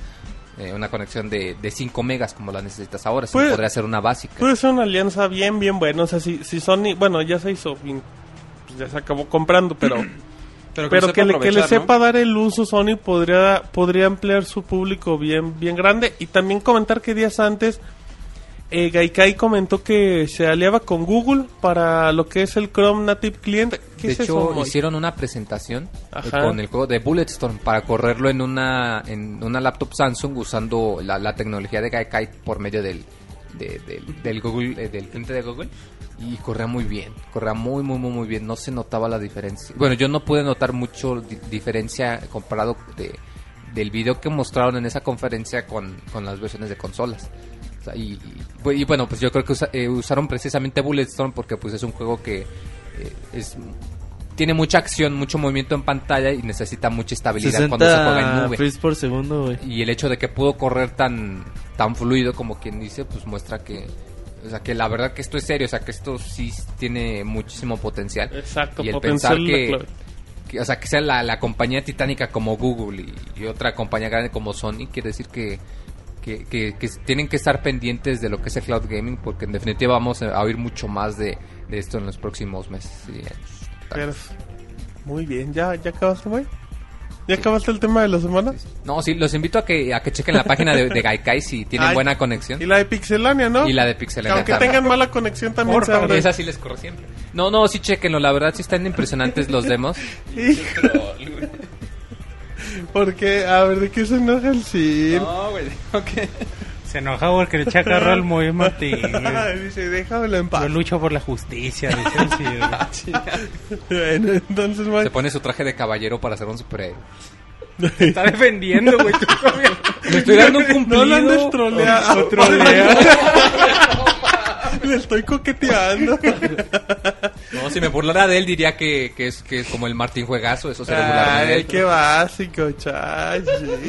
S8: eh, una conexión de, de 5 megas como la necesitas ahora, sino
S2: Pues-
S8: podría ser una básica.
S2: Puede ser una alianza bien, bien buena. O sea, si, si Sony, bueno, ya se hizo, y, pues, ya se acabó comprando, pero,
S5: Pero que,
S2: pero
S5: sepa
S2: que, le, que le
S5: aprovechar, ¿no?
S2: sepa dar el uso Sony podría, podría ampliar su público bien, bien grande. Y también comentar que días antes eh, Gaikai comentó que se aliaba con Google para lo que es el Chrome Native Client. ¿Qué
S8: de
S2: es
S8: hecho,
S2: eso? Moy?
S8: hicieron una presentación
S2: Ajá.
S8: eh, con el juego de Bulletstorm para correrlo en una en una laptop Samsung usando la, la tecnología de Gaikai por medio del de- del, del Google eh, del cliente de Google y corría muy bien, corría muy muy muy muy bien, no se notaba la diferencia. Bueno, yo no pude notar mucho di- diferencia comparado de- del video que mostraron en esa conferencia con, con las versiones de consolas. O sea, y, y- bu- y bueno, pues yo creo que usa- eh, usaron precisamente Bulletstorm porque pues es un juego que eh, es tiene mucha acción, mucho movimiento en pantalla y necesita mucha estabilidad cuando se juega en
S6: 60
S8: nube.
S6: frames por segundo, güey.
S8: Y el hecho de que pudo correr tan tan fluido como quien dice, pues muestra que o sea, que la verdad que esto es serio, o sea, que esto sí tiene muchísimo potencial.
S2: Exacto,
S8: y el
S2: potencial
S8: pensar
S2: de
S8: que
S2: clave.
S8: que- o sea, que sea la, la compañía titánica como Google y, y otra compañía grande como Sony, quiere decir que, que, que- que tienen que estar pendientes de lo que es el cloud gaming, porque en definitiva vamos a oír mucho más de, de esto en los próximos meses. y años.
S2: Pero- muy bien, ¿ya, ya acabaste, güey? ¿Ya acabaste el tema de la semana?
S8: No, sí, los invito a que, a que chequen la página de, de Gaikai si tienen
S2: Ay,
S8: buena conexión.
S2: Y la de Pixelania, ¿no?
S8: Y la de Pixelania
S2: Aunque
S8: también.
S2: tengan mala conexión también se
S8: Porque
S2: abre.
S8: esa sí les corro siempre. No, no, sí, chequenlo. La verdad, sí están impresionantes los demos.
S2: Porque, a ver, ¿de qué se enoja el Sir?
S5: No, güey, ok.
S9: Se enoja porque le echa carro al Moy Martín. güey.
S2: Dice, déjamelo en
S9: Yo
S2: paz.
S9: lucho por la justicia. dice el Cid, güey.
S2: Bueno, entonces, güey,
S8: Se pone su traje de caballero para ser un superhéroe.
S9: Está defendiendo, güey. tú todavía.
S8: Le estoy dando un
S2: no
S8: cumplido.
S2: lo andes troleando. Le estoy coqueteando.
S8: No, si me burlara de él diría que, que es, que es como el Martín Juegazo, eso sería burlarme de
S2: Ay,
S8: él.
S2: qué básico, chay.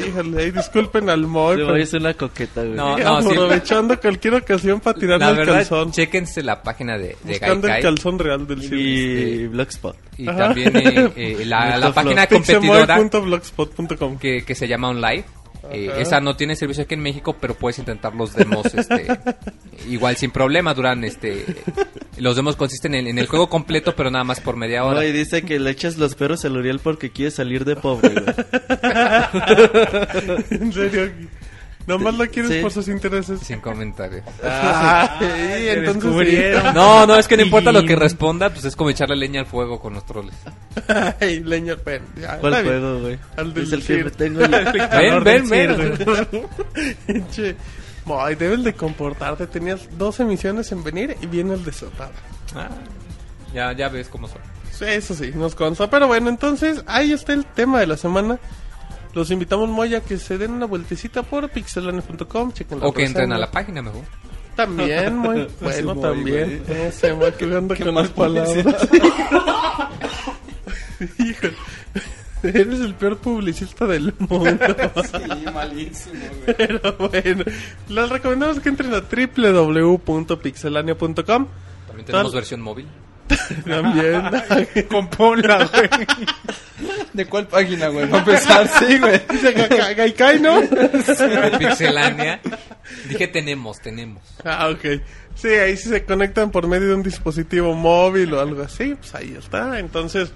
S2: Híjole, ay, disculpen al Moy,
S6: Te
S2: pero
S6: voy a hacer la coqueta, güey.
S8: No, no, sí.
S2: aprovechando cualquier ocasión para tirarle
S8: La
S2: el
S8: verdad,
S2: calzón.
S8: chéquense la página de, de
S2: Buscando el
S8: Gaikai.
S2: calzón real del Sir.
S6: Y Blogspot.
S8: Y
S2: Ajá.
S8: también eh, eh, la, la
S6: Pixelmoy.
S8: página competidora
S2: Pixemoy.blogspot.com
S8: que, que se llama Online. Eh,
S2: Ajá.
S8: esa no tiene servicio aquí en México, pero puedes intentar los demos este, igual sin problema. Duran este, los demos consisten en, en el juego completo, pero nada más por media hora.
S6: No, y dice que le echas los perros al Uriel porque quiere salir de pobre, güey.
S2: En serio. Nomás lo quieres
S6: Sí.
S2: por sus intereses.
S8: Sin comentarios.
S2: Ay, entonces sí.
S8: No, no, es que no importa lo que responda, pues es como echarle leña al fuego con los troles.
S2: Ay, leñor pen. Ya,
S6: ¿Cuál
S2: está bien.
S6: juego, güey?
S2: Al del
S6: Es el que
S2: Sir.
S6: me tengo. el-
S8: Ven, ven, ven.
S2: Pinche. Ay, debes de comportarte. Tenías dos emisiones en venir y viene el desatado.
S8: Ya, ya ves cómo son.
S2: Sí, Eso sí, nos consta. Pero bueno, entonces ahí está el tema de la semana. Los invitamos, Moya, que se den una vueltecita por pixelane.com. Chequen la
S8: O que entren
S2: reseña.
S8: a la página mejor.
S2: También, muy bueno,
S6: muy,
S2: también. No sé, Moy, que ando con más palabras. Hijo, eres el peor publicista del mundo.
S5: Sí, malísimo, güey.
S2: Pero bueno, les recomendamos que entren a www.pixelania.com.
S8: También tenemos
S2: Tal-
S8: versión móvil.
S2: También.
S9: Con Paula, güey.
S5: ¿De cuál página, güey? Va a empezar, sí, güey.
S2: Dice Ga- Ga- Gaikai, ¿no?
S8: Pixelania. Dije tenemos, tenemos.
S2: Ah, ok. Sí, ahí sí se conectan por medio de un dispositivo móvil o algo así, pues ahí está. Entonces,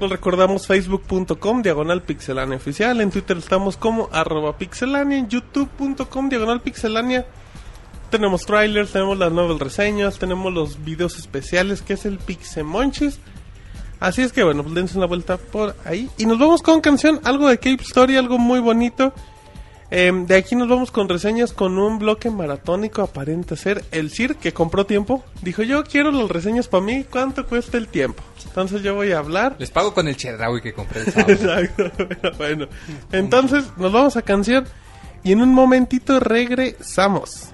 S2: nos recordamos facebook.com diagonal pixelania oficial. En Twitter estamos como arroba pixelania. En youtube.com diagonal pixelania. Tenemos trailers, tenemos las nuevas reseñas, tenemos los videos especiales que es el Pixemonchis. Así es que bueno, pues dense una vuelta por ahí. Y nos vamos con canción, algo de Cape Story, algo muy bonito. Eh, de aquí nos vamos con reseñas con un bloque maratónico aparenta ser el Sir que compró tiempo. Dijo yo quiero las reseñas para mí, ¿cuánto cuesta el tiempo? Entonces yo voy a hablar.
S8: Les pago con el chedraui que compré el sábado.
S2: Exacto, pero bueno. Entonces nos vamos a canción y en un momentito regresamos.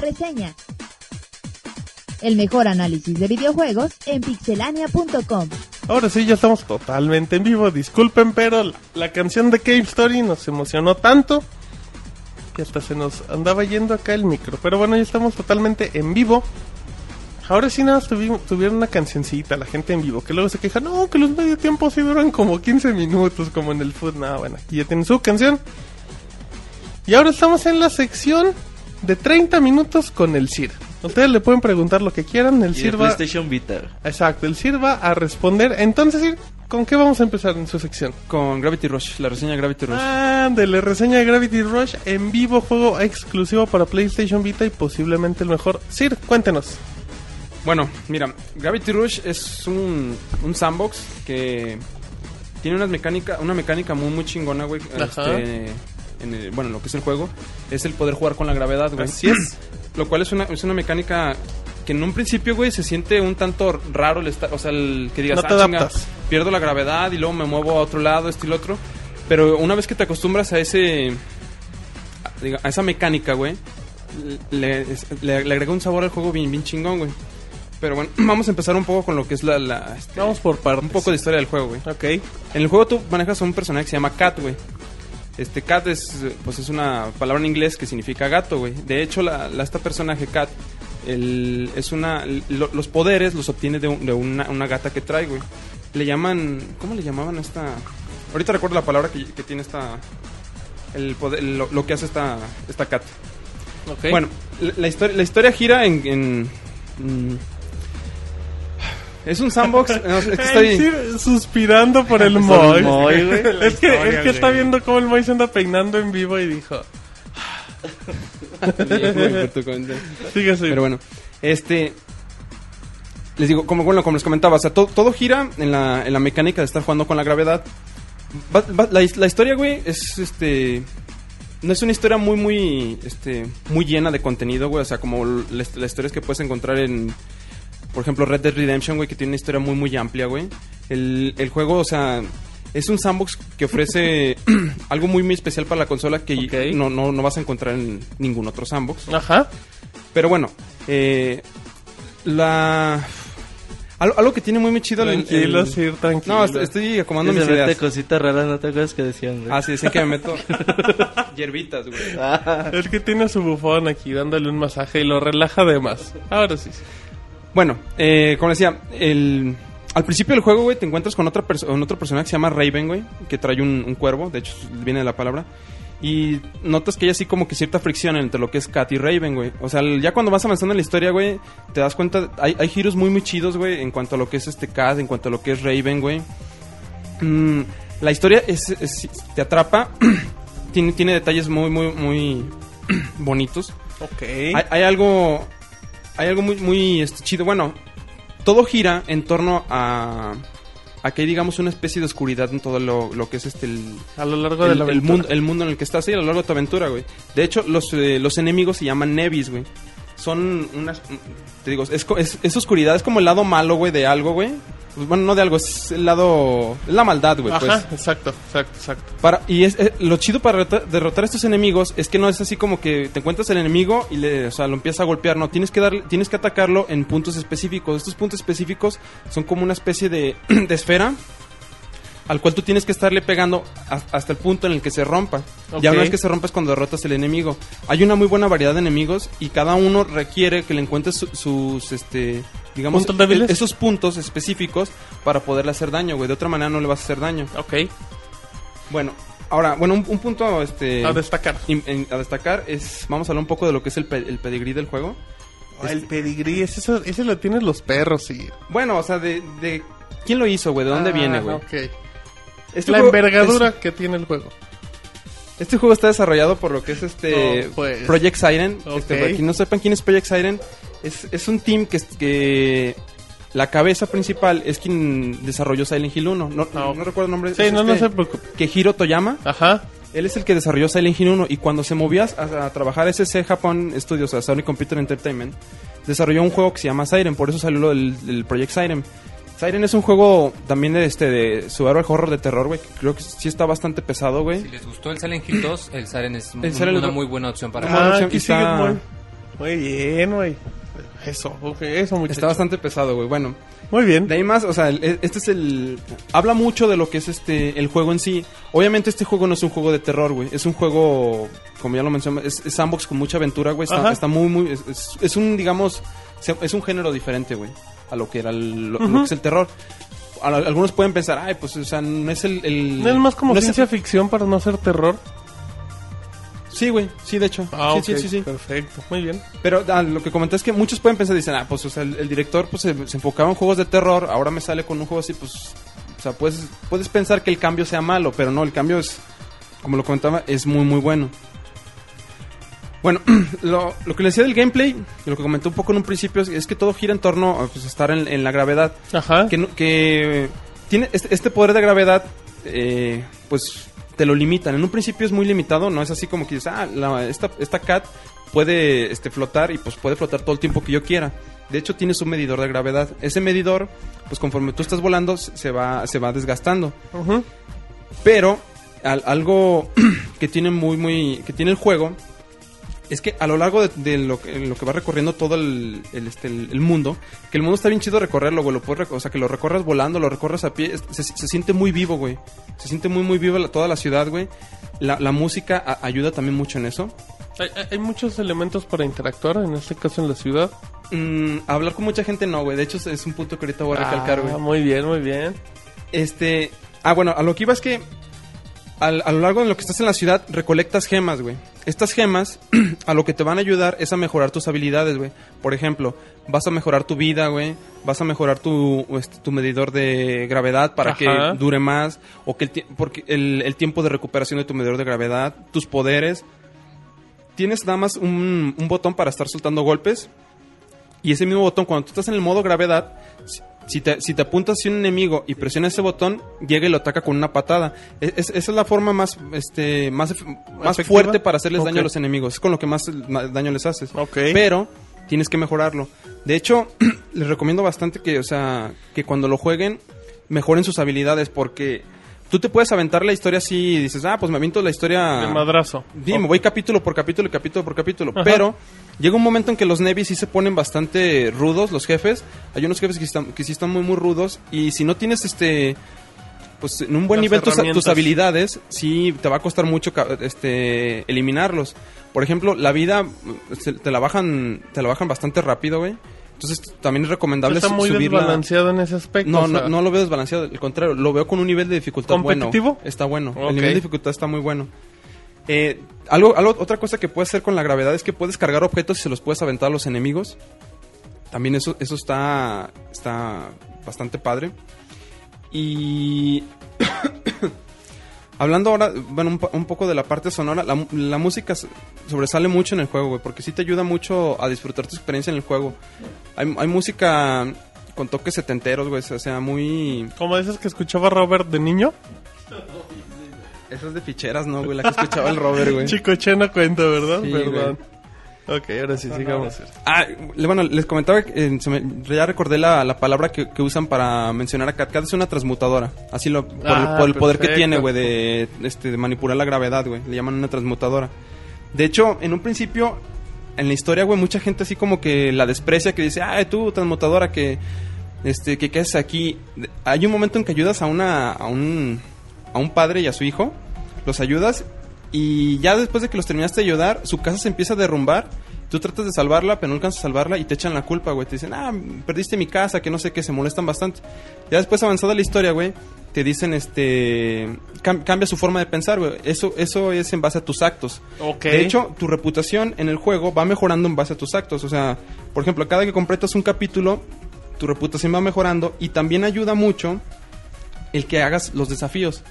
S1: Reseña. El mejor análisis de videojuegos en pixelania.com.
S2: Ahora sí, ya estamos totalmente en vivo. Disculpen, pero la, la canción de Cave Story nos emocionó tanto que hasta se nos andaba yendo acá el micro. Pero bueno, ya estamos totalmente en vivo. Ahora sí, nada, más tuvi- tuvieron una cancioncita la gente en vivo. Que luego se queja, no, que los medio tiempos sí duran como 15 minutos, como en el food. No, bueno, aquí ya tienen su canción. Y ahora estamos en la sección de 30 minutos con el CIR. Ustedes le pueden preguntar lo que quieran. El
S6: Y el
S2: CIR va.
S6: PlayStation Vita.
S2: Exacto, el Sir va a responder. Entonces, Sir, ¿con qué vamos a empezar en su sección?
S5: Con Gravity Rush, la reseña de Gravity Rush.
S2: Ándale, reseña de Gravity Rush en vivo, juego exclusivo para PlayStation Vita y posiblemente el mejor. Sir, cuéntenos.
S5: Bueno, mira, Gravity Rush es un, un sandbox que tiene unas mecánica, una mecánica muy, muy chingona, güey.
S2: Ajá.
S5: este, en el- bueno, lo que es el juego es el poder jugar con la gravedad, güey.
S2: Así es.
S5: Lo cual es una, es una mecánica que en un principio, güey, se siente un tanto raro. El esta- o sea, el que digas, "Ah,
S2: No te adaptas.
S5: pierdo la gravedad y luego me muevo a otro lado, esto y lo otro. Pero una vez que te acostumbras a ese. a- diga- a esa mecánica, güey, le, es- le, le agrega un sabor al juego bien, bien chingón, güey. Pero bueno, vamos a empezar un poco con lo que es la. la, este,
S2: Vamos por partes.
S5: un poco de historia del juego, güey.
S2: Ok.
S5: En el juego tú manejas a un personaje que se llama Cat, güey. Este Cat es, eh, pues es una palabra en inglés que significa gato, güey. De hecho, la, la- esta personaje Cat, el- es una, lo- los poderes los obtiene de, un- de una, una gata que trae, güey. Le llaman, ¿cómo le llamaban a esta? Ahorita recuerdo la palabra que, que tiene esta, el poder- lo, lo que hace esta, esta Cat. Bueno, la, la historia, la historia gira en, en- en- es un sandbox. no, es que estoy-
S2: El Sir suspirando por el
S6: Por
S2: Moy.
S6: el Moy, güey.
S2: Es que,
S9: historia,
S2: es que está
S9: güey.
S2: viendo cómo el Moy se anda peinando en vivo y dijo:
S5: 예,
S2: Sigue Sir".
S5: Pero bueno, este. Les digo, como, bueno, como les comentaba, o sea, to- todo gira en la, en la mecánica de estar jugando con la gravedad. Va- va- la, his- la historia, güey, es este. No es una historia muy, muy. Este. Muy llena de contenido, güey. O sea, como l- las las historias que puedes encontrar en. Por ejemplo, Red Dead Redemption, güey, que tiene una historia muy, muy amplia, güey. El, el juego, o sea. Es un sandbox que ofrece algo muy, muy especial para la consola que
S2: Ok.
S5: no, no, no vas a encontrar en ningún otro sandbox.
S2: Ajá.
S5: Pero bueno, eh, la. Algo, algo que tiene muy, muy chido el-
S2: Tranquilo,
S5: el-
S2: Sir, tranquilo.
S5: No, est- estoy acomodando
S6: Que
S5: mis
S6: se mete
S5: ideas.
S6: cositas raras, ¿no te acuerdas que decían, güey?
S5: Ah, sí, sé que me meto. Hierbitas, güey.
S2: Es que tiene a su bufón aquí dándole un masaje y lo relaja de más. Ahora sí.
S5: Bueno, eh, como decía, el, al principio del juego, güey, te encuentras con otra perso- con otro personaje que se llama Raven, güey, que trae un, un cuervo, de hecho viene de la palabra. Y notas que hay así como que cierta fricción entre lo que es Kat y Raven, güey. O sea, el- ya cuando vas avanzando en la historia, güey, te das cuenta, hay, hay giros muy, muy chidos, güey, en cuanto a lo que es este Kat, en cuanto a lo que es Raven, güey. Mm, la historia es, es- te atrapa, tiene, tiene detalles muy, muy, muy bonitos.
S2: Ok.
S5: Hay, hay algo. Hay algo muy, muy este, chido. Bueno, todo gira en torno a. A que hay, digamos, una especie de oscuridad en todo lo, lo que es este. El,
S2: A lo largo de
S5: el,
S2: la
S5: el
S2: aventura.
S5: mundo, el mundo en el que estás, sí, a lo largo de tu aventura, güey. De hecho, los, eh, los enemigos se llaman Nevis, güey. Son unas. Te digo, es, co- es, es oscuridad, es como el lado malo, güey, de algo, güey. Pues, Bueno, no de algo, es el lado. Es la maldad, güey,
S2: Ajá,
S5: pues.
S2: exacto, exacto, exacto.
S5: Para- y es, eh, lo chido para derrota- derrotar a estos enemigos es que no es así como que te encuentras el enemigo y le, o sea, lo empiezas a golpear. No, tienes que, darle, tienes que atacarlo en puntos específicos. Estos puntos específicos son como una especie de, de esfera al cual tú tienes que estarle pegando a- hasta el punto en el que se rompa. Ya
S2: Ok.
S5: una vez que se rompa es cuando derrotas el enemigo. Hay una muy buena variedad de enemigos y cada uno requiere que le encuentres su- sus, este, digamos,
S2: ¿Puntos débiles?
S5: esos puntos específicos para poderle hacer daño, güey. De otra manera no le vas a hacer daño.
S2: Ok,
S5: Bueno, ahora, bueno, un, un punto este,
S2: a destacar.
S5: im- en- a destacar es, vamos a hablar un poco de lo que es el, pe- el pedigrí del juego.
S2: Ah, El pedigrí, ese, eso- ese lo tienen los perros y...
S5: Bueno, o sea, de, de quién lo hizo, güey, de dónde
S2: Ah,
S5: viene, güey.
S2: ok.
S5: Este
S2: La
S5: juego-
S2: envergadura que tiene el juego.
S5: es- este juego está desarrollado por lo que es este
S2: No, pues.
S5: Project Siren. Este,
S2: Ok.
S5: para quien no sepan quién es Project Siren, es, es un team que, es- que la cabeza principal es quien desarrolló Silent Hill 1. No,
S2: Ah, ok.
S5: no recuerdo el nombre.
S2: Sí,
S5: es
S2: no, no
S5: este
S2: se preocupe.
S5: Kejiro Toyama.
S2: Ajá,
S5: Él es el que desarrolló Silent Hill 1 y cuando se movió a, a trabajar a SC Japan Studios, a Sony Computer Entertainment, desarrolló un juego que se llama Siren, por eso salió el, el Project Siren. Siren es un juego también de este de survival horror de terror, güey, que creo que sí está bastante pesado, güey.
S8: Si les gustó el Silent Hill 2, el Siren es
S5: El Siren
S8: una
S5: es-
S8: muy buena opción para
S5: Como
S2: Ah,
S5: opción
S2: aquí
S5: está-
S2: sigue, güey. Muy bien, güey. Eso, ok, eso muchachos.
S5: Está bastante pesado, güey. Bueno,
S2: Muy bien.
S5: de ahí más, o sea, el- este es el... Habla mucho de lo que es este el juego en sí. Obviamente este juego no es un juego de terror, güey. Es un juego, como ya lo mencioné, es, es sandbox con mucha aventura, güey. Está,
S2: Ajá.
S5: está muy, muy... Es, es- es un, digamos, se- es un género diferente, güey. A lo que era el- lo, lo
S2: Ujú.
S5: que es el terror. A- Algunos pueden pensar, ay, pues, o sea, no es el... el
S2: ¿No es más como
S5: no es el-
S2: ciencia ficción para no ser terror?
S5: Sí, güey, sí, de hecho.
S2: Ah,
S5: sí, sí, sí, sí.
S2: Perfecto, muy bien.
S5: Pero ah, lo que comenté es que muchos pueden pensar, dicen, ah, pues, o sea, el, el director pues, se, se enfocaba en juegos de terror, ahora me sale con un juego así, pues, o sea, puedes, puedes pensar que el cambio sea malo, pero no, el cambio es, como lo comentaba, es muy, muy bueno. Bueno, lo, lo que le decía del gameplay, lo que comenté un poco en un principio, es, es que todo gira en torno a pues, estar en, en la gravedad.
S2: Ajá.
S5: Que, no- que tiene este, este poder de gravedad, eh, pues te lo limitan. En un principio es muy limitado, no es así como que dices, ah, la- esta, esta cat puede este, flotar y pues puede flotar todo el tiempo que yo quiera. De hecho, tienes un medidor de gravedad. Ese medidor, pues conforme tú estás volando, se se va, se va desgastando.
S2: Ujú.
S5: Pero al- algo que tiene muy, muy. que tiene el juego. Es que a lo largo de, de lo, que- lo que va recorriendo todo el, el, este, el- el mundo, que el mundo está bien chido recorrerlo, güey. Lo puedes recor- o sea, que lo recorras volando, lo recorras a pie. es- Se, se siente muy vivo, güey. Se siente muy, muy viva la- toda la ciudad, güey. La, la música a- ayuda también mucho en eso.
S2: Hay, hay- hay muchos elementos para interactuar, en este caso en la ciudad.
S5: Mm, hablar con mucha gente no, güey. De hecho, es- es un punto que ahorita voy a recalcar, güey.
S2: Ah, muy bien, muy bien.
S5: Este. Ah, bueno, a lo que iba es que. al- a lo largo de lo que estás en la ciudad, recolectas gemas, güey. Estas gemas, a lo que te van a ayudar es a mejorar tus habilidades, güey. Por ejemplo, vas a mejorar tu vida, güey. Vas a mejorar tu, este, tu medidor de gravedad para
S2: Ajá.
S5: que dure más. O que el, tie- porque el, el tiempo de recuperación de tu medidor de gravedad, tus poderes. Tienes nada más un, un botón para estar soltando golpes. Y ese mismo botón, cuando tú estás en el modo gravedad, si- si te, si te apuntas a un enemigo y presionas ese botón, llega y lo ataca con una patada. Es- es- esa es la forma más, este, más, ef- más
S2: ¿Efectiva?
S5: fuerte para hacerles daño
S2: Ok.
S5: a los enemigos. Es con lo que más eh, daño les haces.
S2: Ok.
S5: Pero tienes que mejorarlo. De hecho, les recomiendo bastante que, o sea, que cuando lo jueguen, mejoren sus habilidades porque tú te puedes aventar la historia así y dices, ah, pues me aviento la historia...
S2: De madrazo.
S5: Sí, me voy capítulo por capítulo, capítulo por capítulo.
S2: Ajá.
S5: Pero llega un momento en que los Nevis sí se ponen bastante rudos, los jefes. Hay unos jefes que, están, que sí están muy, muy rudos. Y si no tienes este. Pues en un buen
S2: Las
S5: nivel tus,
S2: herramientas.
S5: tus habilidades, sí te va a costar mucho ca- este, eliminarlos. Por ejemplo, la vida mm, se- te la bajan, te la bajan bastante rápido, güey. Entonces t- también es recomendable
S2: Está
S5: su-
S2: muy
S5: subirla.
S2: desbalanceado en ese aspecto.
S5: No,
S2: o sea,
S5: no, no lo veo desbalanceado, al contrario, lo veo con un nivel de dificultad
S2: ¿Competitivo?
S5: bueno. Está bueno,
S2: Ok.
S5: el nivel de dificultad está muy bueno. Eh, algo, algo- otra cosa que puedes hacer con la gravedad es que puedes cargar objetos y se los puedes aventar a los enemigos. También eso, eso está, está bastante padre. Y Hablando ahora, bueno, un, po- un poco de la parte sonora, la, mu- la música s- sobresale mucho en el juego, güey, porque sí te ayuda mucho a disfrutar tu experiencia en el juego. Hay, hay música con toques setenteros, güey, o sea, muy...
S2: Como dices que escuchaba Robert de niño.
S5: Esas de ficheras, ¿no, güey? La que escuchaba el Robert, güey.
S2: Chico Che no cuenta, ¿verdad?
S5: Sí,
S2: Perdón. Ok, ahora sí, sigamos.
S5: Ah, le- bueno, les comentaba, que, eh, se me- ya recordé la, la palabra que, que usan para mencionar a Cat. Cat es una transmutadora, así lo, por,
S2: Ah,
S5: el, por el poder que
S2: perfecto.
S5: tiene, güey, de, este, de manipular la gravedad, güey. Le llaman una transmutadora. De hecho, en un principio, en la historia, güey, mucha gente así como que la desprecia, que dice, ah, tú, transmutadora, que, este, que, ¿qué haces aquí? De- Hay un momento en que ayudas a una, a un, a un padre y a su hijo, los ayudas y ya después de que los terminaste de ayudar, su casa se empieza a derrumbar. Tú tratas de salvarla, pero no alcanzas a salvarla y te echan la culpa, güey. Te dicen, ah, perdiste mi casa, que no sé qué, se molestan bastante. Ya después avanzada la historia, güey, te dicen, este, cam- cambia su forma de pensar, güey. Eso, eso es en base a tus actos.
S2: Ok.
S5: De hecho, tu reputación en el juego va mejorando en base a tus actos. O sea, por ejemplo, cada que completas un capítulo, tu reputación va mejorando y también ayuda mucho el que hagas los desafíos.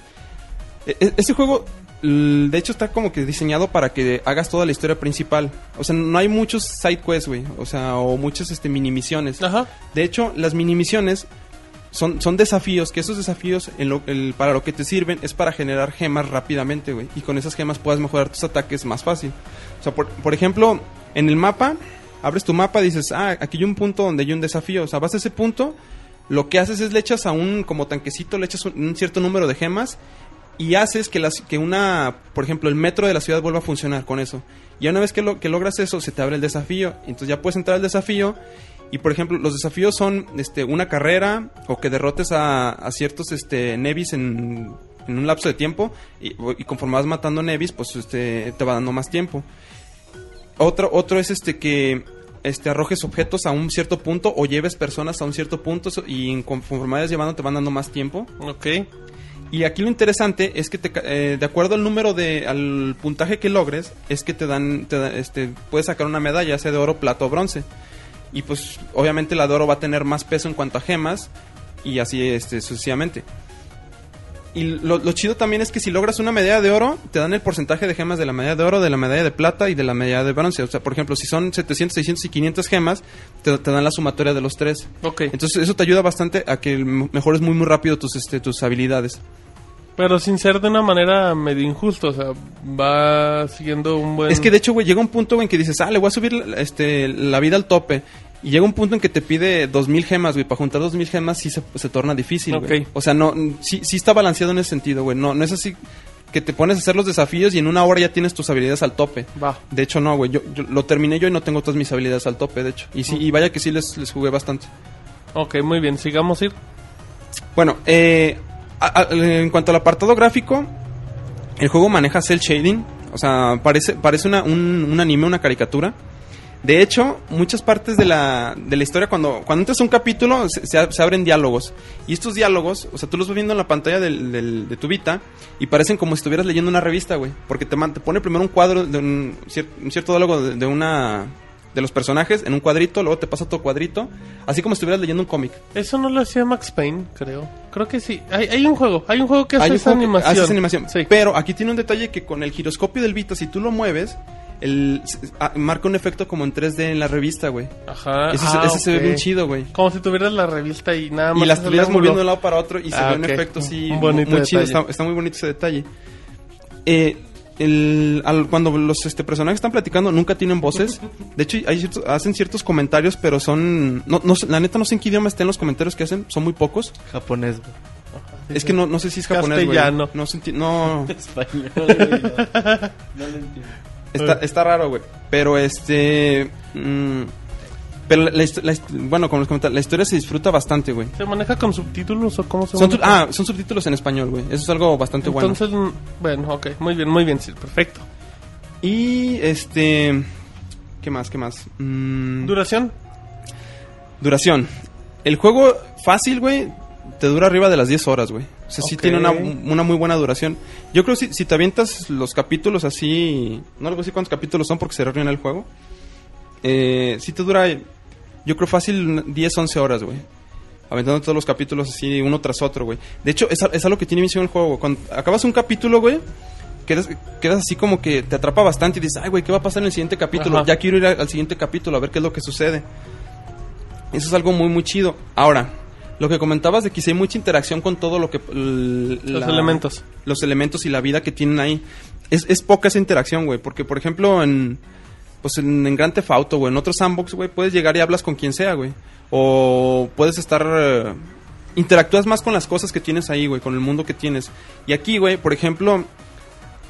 S5: E- e- Este juego, l- de hecho, está como que diseñado para que hagas toda la historia principal. O sea, no hay muchos side quests, güey. O sea, o muchas este, mini misiones.
S2: Ajá.
S5: De hecho, las mini misiones son, son desafíos, que esos desafíos en lo- el- para lo que te sirven es para generar gemas rápidamente, güey. Y con esas gemas puedas mejorar tus ataques más fácil. O sea, por, por ejemplo, en el mapa, abres tu mapa, dices, ah, aquí hay un punto donde hay un desafío. O sea, vas a ese punto, lo que haces es le echas a un como tanquecito, le echas un, un cierto número de gemas y haces que, las, que una, por ejemplo, el metro de la ciudad vuelva a funcionar con eso. Y una vez que, lo, que logras eso, se te abre el desafío. Entonces ya puedes entrar al desafío. Y por ejemplo, los desafíos son este, una carrera o que derrotes a, a ciertos este, Nevis en, en un lapso de tiempo. Y, y conforme vas matando Nevis, pues este, te va dando más tiempo. Otro, otro es este que este, arrojes objetos a un cierto punto o lleves personas a un cierto punto eso- y en conforme vayas llevando te van dando más tiempo.
S2: Ok.
S5: Y aquí lo interesante es que te ca- eh, de acuerdo al número de al puntaje que logres es que te dan te da- este puedes sacar una medalla ya sea de oro, plata o bronce. Y pues obviamente la de oro va a tener más peso en cuanto a gemas y así este sucesivamente. Y lo, lo chido también es que si logras una medalla de oro, te dan el porcentaje de gemas de la medalla de oro, de la medalla de plata y de la medalla de bronce. O sea, por ejemplo, si son 700, 600 y 500 gemas, te, te dan la sumatoria de los tres.
S2: Ok.
S5: Entonces eso te ayuda bastante a que m- mejores muy muy rápido tus, este, tus habilidades.
S2: Pero sin ser de una manera medio injusto, o sea, va siguiendo un buen...
S5: Es que de hecho, güey, llega un punto güey, en que dices, ah, le voy a subir la- este, la vida al tope. Y llega un punto en que te pide 2000 gemas, güey. Para juntar 2000 gemas sí se, se torna difícil, güey.
S2: Ok.
S5: O sea, no, mm, sí, sí está balanceado en ese sentido, güey. No, no es así que te pones a hacer los desafíos y en una hora ya tienes tus habilidades al tope.
S2: Va.
S5: De hecho, no, güey. Yo, yo lo terminé yo y no tengo todas mis habilidades al tope, de hecho. Y sí, y vaya que sí les, les jugué bastante.
S2: Ok, muy bien, sigamos ir.
S5: Bueno, eh, a- a- en cuanto al apartado gráfico, el juego maneja cel shading. O sea, parece, parece una- un, un anime, una caricatura. De hecho, muchas partes de la, de la historia, cuando, cuando entras a un capítulo, se, se ab- se abren diálogos. Y estos diálogos, o sea, tú los vas viendo en la pantalla del- del- de tu Vita y parecen como si estuvieras leyendo una revista, güey. Porque te, man- te pone primero un cuadro, de un, cier- un cierto diálogo de, de una de los personajes en un cuadrito, luego te pasa otro cuadrito, así como si estuvieras leyendo un cómic.
S2: Eso no lo hacía Max Payne, creo. Creo que sí. Hay, hay un juego, hay un juego que hace
S5: Hay un
S2: esa
S5: juego que
S2: animación.
S5: hace esa animación.
S2: Sí.
S5: Pero aquí tiene un detalle que con el giroscopio del Vita, si tú lo mueves, el, s- a- marca un efecto como en 3D en la revista, güey.
S2: Ajá.
S5: Ese,
S2: ah,
S5: ese se ve
S2: ok.
S5: bien chido, güey.
S2: Como si tuvieras la revista y nada más.
S5: Y
S2: es
S5: las
S2: el
S5: estuvieras
S2: ángulo.
S5: moviendo de un lado para otro y se
S2: Ah,
S5: ve un
S2: ok.
S5: efecto así
S2: Un bonito
S5: muy chido.
S2: detalle.
S5: Está, está muy bonito ese detalle. Eh, el- al- cuando los este, personajes están platicando, nunca tienen voces. De hecho, hay ciertos- hacen ciertos comentarios, pero son. No, no sé- la neta, no sé en qué idioma estén los comentarios que hacen, son muy pocos.
S6: Japonés, güey.
S5: Es que no, no sé si es japonés. güey.
S2: Castellano.
S5: No, se enti- no,
S6: Español.
S5: Está, está raro, güey. Pero este. mm, pero la, la hist- la hist- bueno, como les comentaba, la historia se disfruta bastante, güey.
S2: ¿Se maneja con subtítulos o cómo se
S5: Son tu-
S2: maneja?
S5: ah, son subtítulos en español, güey. Eso es algo bastante bueno.
S2: Entonces, mm, bueno, ok. Muy bien, muy bien, Sir. Perfecto.
S5: Y este. ¿Qué más? ¿Qué más? Mm,
S2: Duración.
S5: Duración. El juego fácil, güey, te dura arriba de las 10 horas, güey. O sea, sí
S2: Ok.
S5: tiene una, una muy buena duración. Yo creo que si, si te avientas los capítulos así... No les voy a decir cuántos capítulos son porque se rearruina el juego. Eh, sí te dura, yo creo fácil una- 10, 11 horas, güey. Aventando todos los capítulos así, uno tras otro, güey. De hecho, es, a- es algo que tiene misión el juego, güey. Cuando acabas un capítulo, güey, quedas, quedas así como que te atrapa bastante y dices, ay, güey, ¿qué va a pasar en el siguiente capítulo?
S2: Ajá.
S5: Ya quiero ir a- al siguiente capítulo a ver qué es lo que sucede. Eso es algo muy, muy chido. Ahora, lo que comentabas de que si hay mucha interacción con todo lo que... l-
S2: Los
S5: la-
S2: elementos.
S5: Los elementos y la vida que tienen ahí. Es, es poca esa interacción, güey. Porque, por ejemplo, en... Pues en, en Grand Theft Auto, güey. En otros sandbox, güey, puedes llegar y hablas con quien sea, güey. O puedes estar... eh, interactúas más con las cosas que tienes ahí, güey. Con el mundo que tienes. Y aquí, güey, por ejemplo...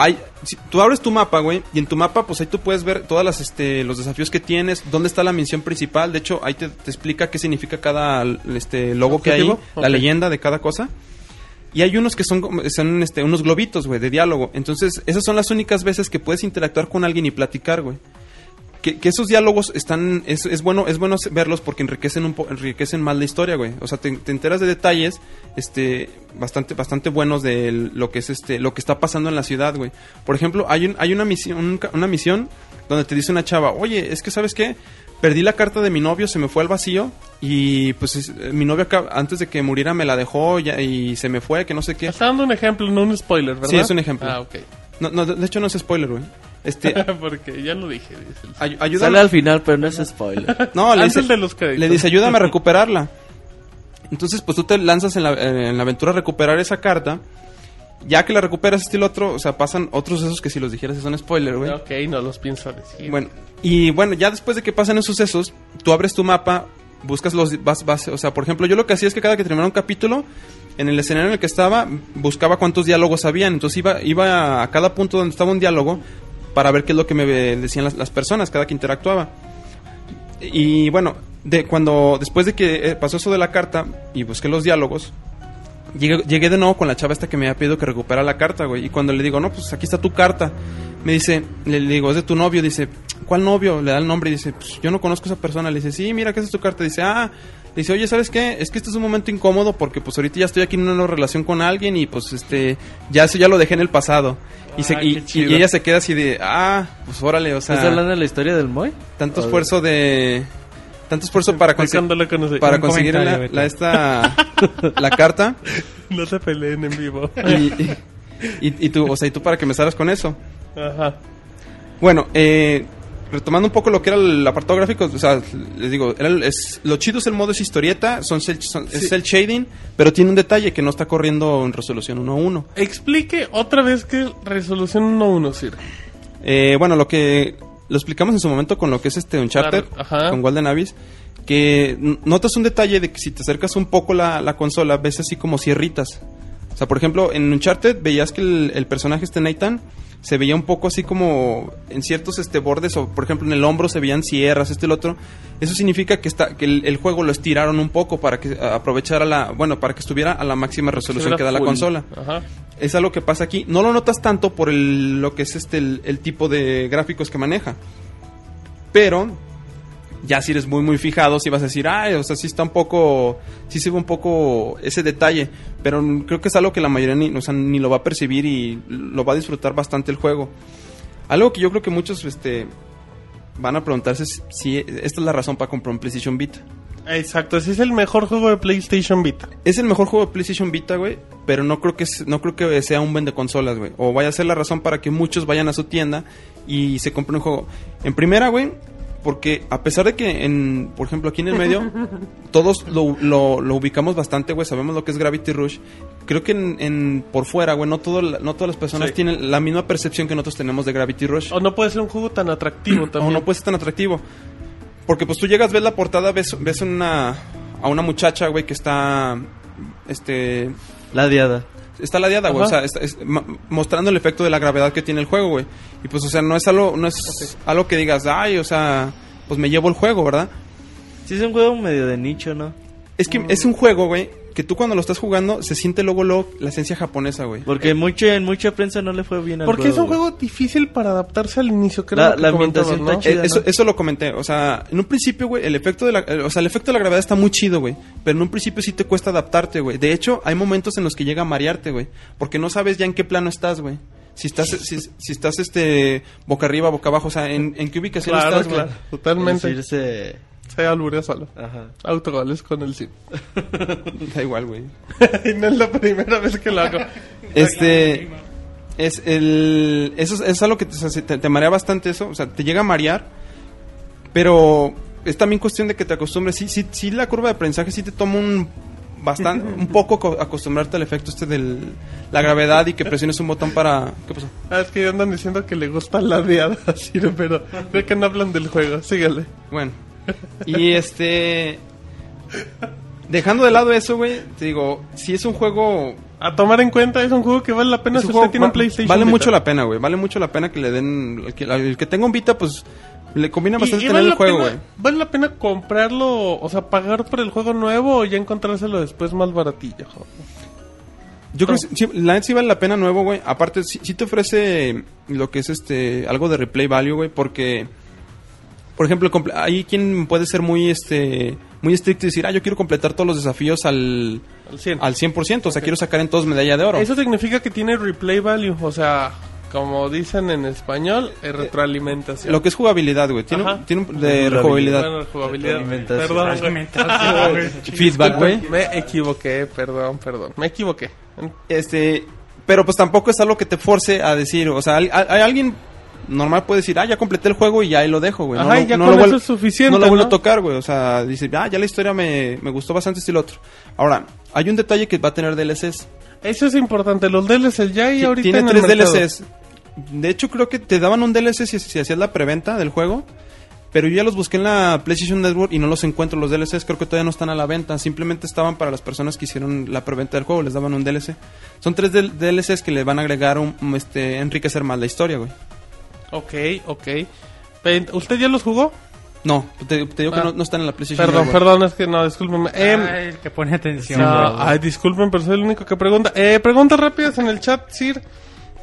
S5: Hay, si- tú abres tu mapa, güey, y en tu mapa, pues ahí tú puedes ver todas las, este, los desafíos que tienes, dónde está la misión principal. De hecho, ahí te, te explica qué significa cada, este, logo que hay,
S2: Objetivo, ok.
S5: la leyenda de cada cosa. Y hay unos que son, como- son este, unos globitos, güey, de diálogo. Entonces, esas son las únicas veces que puedes interactuar con alguien y platicar, güey. Que, que esos diálogos están, es, es bueno, es bueno verlos porque enriquecen un po- enriquecen más la historia, güey. O sea, te, te enteras de detalles, este, bastante, bastante buenos de lo que es este, lo que está pasando en la ciudad, güey. Por ejemplo, hay un, hay una misión, un ca- una misión donde te dice una chava, oye, es que sabes qué, perdí la carta de mi novio, se me fue al vacío y pues es- eh, mi novio acá- antes de que muriera me la dejó ya- y se me fue, que no sé qué.
S2: Está dando un ejemplo, no un spoiler, ¿verdad?
S5: Sí, es un ejemplo.
S2: Ah, ok.
S5: No, no, de de hecho no es spoiler, güey. Este,
S2: Porque ya lo dije. dice el-
S5: ay- ayúdame.
S6: Sale al final, pero no es spoiler.
S5: No, le
S2: Antes
S5: dice,
S2: de los créditos.
S5: le dice, ayúdame a recuperarla. Entonces, pues tú te lanzas en la, eh, en la aventura a recuperar esa carta. Ya que la recuperas, este y el otro, o sea, pasan otros esos que si los dijeras son spoiler, güey.
S2: Ok, no los pienso decir.
S5: Bueno, y bueno, ya después de que pasan esos sucesos, tú abres tu mapa, buscas los vas, vas- o sea, por ejemplo, yo lo que hacía es que cada que terminaba un capítulo, en el escenario en el que estaba, buscaba cuántos diálogos habían, entonces iba iba a cada punto donde estaba un diálogo para ver qué es lo que me eh, decían las, las personas cada que interactuaba. Y bueno, de cuando después de que eh, pasó eso de la carta y busqué los diálogos, Llegué, llegué de nuevo con la chava esta que me había pedido que recuperara la carta, güey. Y cuando le digo, no, pues aquí está tu carta. Me dice, le, le digo, es de tu novio. Dice, ¿cuál novio? Le da el nombre y dice, pues yo no conozco a esa persona. Le dice, sí, mira, que esa es tu carta. Dice, ah. Le dice, oye, ¿sabes qué? Es que este es un momento incómodo porque pues ahorita ya estoy aquí en una nueva relación con alguien y pues este, ya eso ya lo dejé en el pasado. Y, se-
S9: Ah,
S5: y-
S9: qué chido.
S5: y ella se queda así de, ah, pues órale, o sea,
S6: ¿Estás hablando de la historia del Moy?
S5: tanto
S6: o-
S5: esfuerzo de... Tanto esfuerzo para,
S2: Fue
S5: consi-
S2: cuando la conocí.
S5: para
S9: Un
S5: conseguir la,
S9: comentario, Beto.
S5: la esta, la carta.
S2: No se peleen en vivo.
S5: y, y- y tú, o sea, y tú para que me salgas con eso.
S2: Ajá.
S5: Bueno, eh, retomando un poco lo que era el apartado gráfico, o sea, les digo, era el- es, lo chido es el modo es historieta, son cel, son- es cel shading, pero tiene un detalle que no está corriendo en resolución 1 a 1.
S2: Explique otra vez que es resolución 1-1, Sir.
S5: Eh, bueno, lo que lo explicamos en su momento con lo que es este Uncharted,
S2: Claro, ajá.
S5: con Golden Abyss, que n- notas un detalle de que si te acercas un poco la, la consola, ves así como sierritas. O sea, por ejemplo, en Uncharted veías que el, el personaje este Nathan se veía un poco así como en ciertos este bordes o por ejemplo en el hombro se veían sierras, este el otro. Eso significa que está que el, el juego lo estiraron un poco para que a- aprovechara la, bueno, para que estuviera a la máxima resolución que da la
S2: Full.
S5: consola
S2: Ajá.
S5: es algo que pasa aquí. No lo notas tanto por el- lo que es este el, el tipo de gráficos que maneja. Pero ya si eres muy muy fijado, si vas a decir, ay, o sea, sí está un poco, sí se ve un poco ese detalle. Pero mm, creo que es algo que la mayoría ni, o sea, ni lo va a percibir y lo va a disfrutar bastante el juego. Algo que yo creo que muchos este, van a preguntarse es si esta es la razón para comprar un PlayStation Vita.
S2: Exacto, ese es el mejor juego de PlayStation Vita.
S5: Es el mejor juego de PlayStation Vita, güey. Pero no creo que es- no creo que sea un vende consolas, güey. O vaya a ser la razón para que muchos vayan a su tienda y se compren un juego. En primera, güey, porque a pesar de que en, por ejemplo, aquí en el medio, todos lo, lo- lo ubicamos bastante, güey. Sabemos lo que es Gravity Rush. Creo que en, en- por fuera, güey, no, todo la- no todas las personas
S2: Sí.
S5: tienen la misma percepción que nosotros tenemos de Gravity Rush.
S2: O no puede ser un juego tan atractivo
S5: O
S2: también.
S5: no puede ser tan atractivo. Porque pues tú llegas, ves la portada, ves, ves una, a una muchacha, güey, que está... Este,
S6: La diada.
S5: está ladeada,
S2: Ajá.
S5: güey. O sea, está- es- ma- mostrando el efecto de la gravedad que tiene el juego, güey. Y pues, o sea, no es algo, no es algo que digas, ay, o sea, pues me llevo el juego, ¿verdad?
S6: Sí, es un juego medio de nicho, ¿no?
S5: Es que es un juego, güey, que tú cuando lo estás jugando se siente luego, luego la esencia japonesa, güey.
S6: Porque mucho, en mucha prensa no le fue bien al
S2: Porque
S6: juego.
S2: es un
S6: güey.
S2: juego difícil para adaptarse al inicio. Que
S6: La-
S2: era lo que
S6: la
S2: comentabas,
S6: ambientación
S2: ¿no?
S6: está chida.
S5: Eh, eso,
S6: ¿no?
S5: eso lo comenté, o sea, en un principio, güey, el efecto de la, eh, o sea, el efecto de la gravedad está muy chido, güey, pero en un principio sí te cuesta adaptarte, güey. De hecho, hay momentos en los que llega a marearte, güey, porque no sabes ya en qué plano estás, güey. Si estás, si, si estás, este, boca arriba, boca abajo, o sea, en, en qué ubicación
S2: Claro,
S5: estás, güey.
S2: claro, totalmente.
S6: Es decirse-
S2: Se alburea solo.
S6: Ajá.
S2: Autogoles con el Sir.
S5: Da igual, güey.
S2: Y no es la primera vez que lo hago.
S5: Este. Es el. Eso es, es algo que te, o sea, se- te- te marea bastante, eso. O sea, te llega a marear. Pero es también cuestión de que te acostumbres. Sí, sí, sí, la curva de aprendizaje sí te toma un. Bastante, un poco aco- acostumbrarte al efecto este de la gravedad y que presiones un botón para. ¿Qué pasó?
S2: Ah, es que andan diciendo que le gusta la diada, Sir, pero creo que no hablan del juego. Síguele.
S5: Bueno. Y este. Dejando de lado eso, güey, te digo, si es un juego
S2: A tomar en cuenta, es un juego que vale la pena
S5: Es
S2: si
S5: un
S2: usted
S5: juego-
S2: tiene un
S5: va-
S2: PlayStation
S5: Vale
S2: Vita.
S5: mucho la pena, güey. Vale mucho la pena que le den. El que, el que tenga un Vita, pues le
S2: Y-
S5: combina
S2: y
S5: bastante
S2: vale
S5: tener el
S2: la
S5: juego,
S2: pena-
S5: güey.
S2: ¿Vale la pena comprarlo, o sea, pagar por el juego nuevo o ya encontrárselo después más baratillo? jo?
S5: Yo creo que sí- sí, la neta sí vale la pena nuevo, güey. Aparte, sí, sí te ofrece lo que es este algo de replay value, güey, porque. Por ejemplo, comple- hay quien puede ser muy este muy estricto y decir, ah, yo quiero completar todos los desafíos al,
S2: Al 100.
S5: al 100%, o sea, quiero sacar en todos medalla de oro.
S2: Eso significa que tiene replay value, o sea, como dicen en español, es retroalimentación.
S5: Eh, Lo que es jugabilidad, güey. Tiene,
S2: Ajá.
S5: tiene un- de jugabilidad.
S2: Bueno, jugabilidad.
S6: Retroalimentación.
S2: Perdón, güey.
S9: Alimentación, güey.
S5: Feedback, güey.
S2: Me equivoqué, perdón, perdón. Me equivoqué.
S5: Este, pero pues tampoco es algo que te force a decir, o sea, al- a- hay alguien normal puede decir, ah, ya completé el juego y ya ahí lo dejo, güey.
S2: Ajá,
S5: lo-
S2: y ya con
S5: lo
S2: eso
S5: vuel-
S2: es suficiente,
S5: No lo vuelvo
S2: ¿no?
S5: a tocar, güey. O sea, dice, ah, ya la historia me, me gustó bastante este y lo otro. Ahora, hay un detalle que va a tener DLCs.
S2: Eso es importante, los DLCs ya hay
S5: Ti-
S2: ahorita
S5: Tiene
S2: en el
S5: tres
S2: mercado.
S5: DLCs. De hecho, creo que te daban un DLC si, si hacías la preventa del juego. Pero yo ya los busqué en la PlayStation Network y no los encuentro. Los DLCs creo que todavía no están a la venta. Simplemente estaban para las personas que hicieron la preventa del juego. Les daban un DLC. Son tres del- DLCs que le van a agregar un, un, este, enriquecer más la historia, güey.
S2: Ok, ok. Pe- ¿Usted ya los jugó?
S5: No, te, te digo
S2: Ah.
S5: que no, no están en la PlayStation
S2: Perdón,
S5: Network.
S2: perdón, es que no, discúlpeme. Em,
S9: Ay, el que pone atención.
S2: no,
S9: güey.
S2: Ah, ay, disculpen, pero soy el único que pregunta. Eh, preguntas rápidas en el chat, Sir.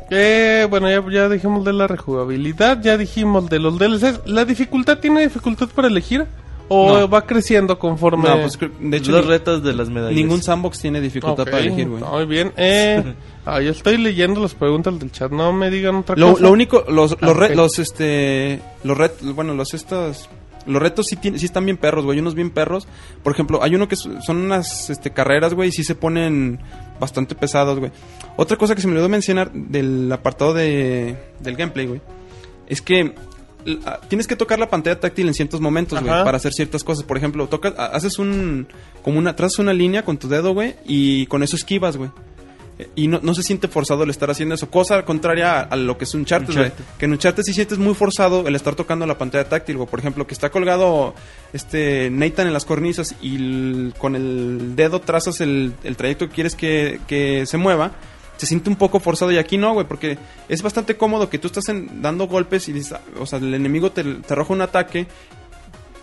S2: Eh, bueno, ya, ya dijimos de la rejugabilidad, ya dijimos de los DLCs. ¿La dificultad tiene dificultad para elegir? ¿O
S5: No.
S2: va creciendo conforme...?
S5: No, pues, creo- de hecho,
S6: los
S5: ni-
S6: retos de las medallas.
S5: ningún sandbox tiene dificultad
S2: Ok,
S5: para elegir, güey.
S2: Muy bien. Eh, ah, yo estoy leyendo las preguntas del chat, no me digan otra
S5: Lo,
S2: cosa.
S5: lo único, los,
S2: Ah,
S5: los, re-
S2: ok.
S5: los, este, los retos, bueno, los estos, los retos sí, tiene- sí están bien perros, güey, hay unos bien perros. Por ejemplo, hay uno que s- son unas, este, carreras, güey, y sí se ponen bastante pesados, güey. Otra cosa que se me olvidó mencionar del apartado de, del gameplay, güey, es que l- ah, tienes que tocar la pantalla táctil en ciertos momentos, güey,
S2: Ajá.
S5: para hacer ciertas cosas. Por ejemplo, tocas, ha- haces un, como una, trazas una línea con tu dedo, güey, y con eso esquivas, güey. Eh, Y no, no se siente forzado el estar haciendo eso. Cosa contraria a, a lo que es un charter, Que en un charter sí sientes muy forzado el estar tocando la pantalla táctil, güey. Por ejemplo, que está colgado este Nathan en las cornisas y el- con el dedo trazas el, el trayecto que quieres que, que se mueva. Se siente un poco forzado y aquí no, güey, porque es bastante cómodo que tú estás en- dando golpes y, dices, ah, o sea, el enemigo te, te arroja un ataque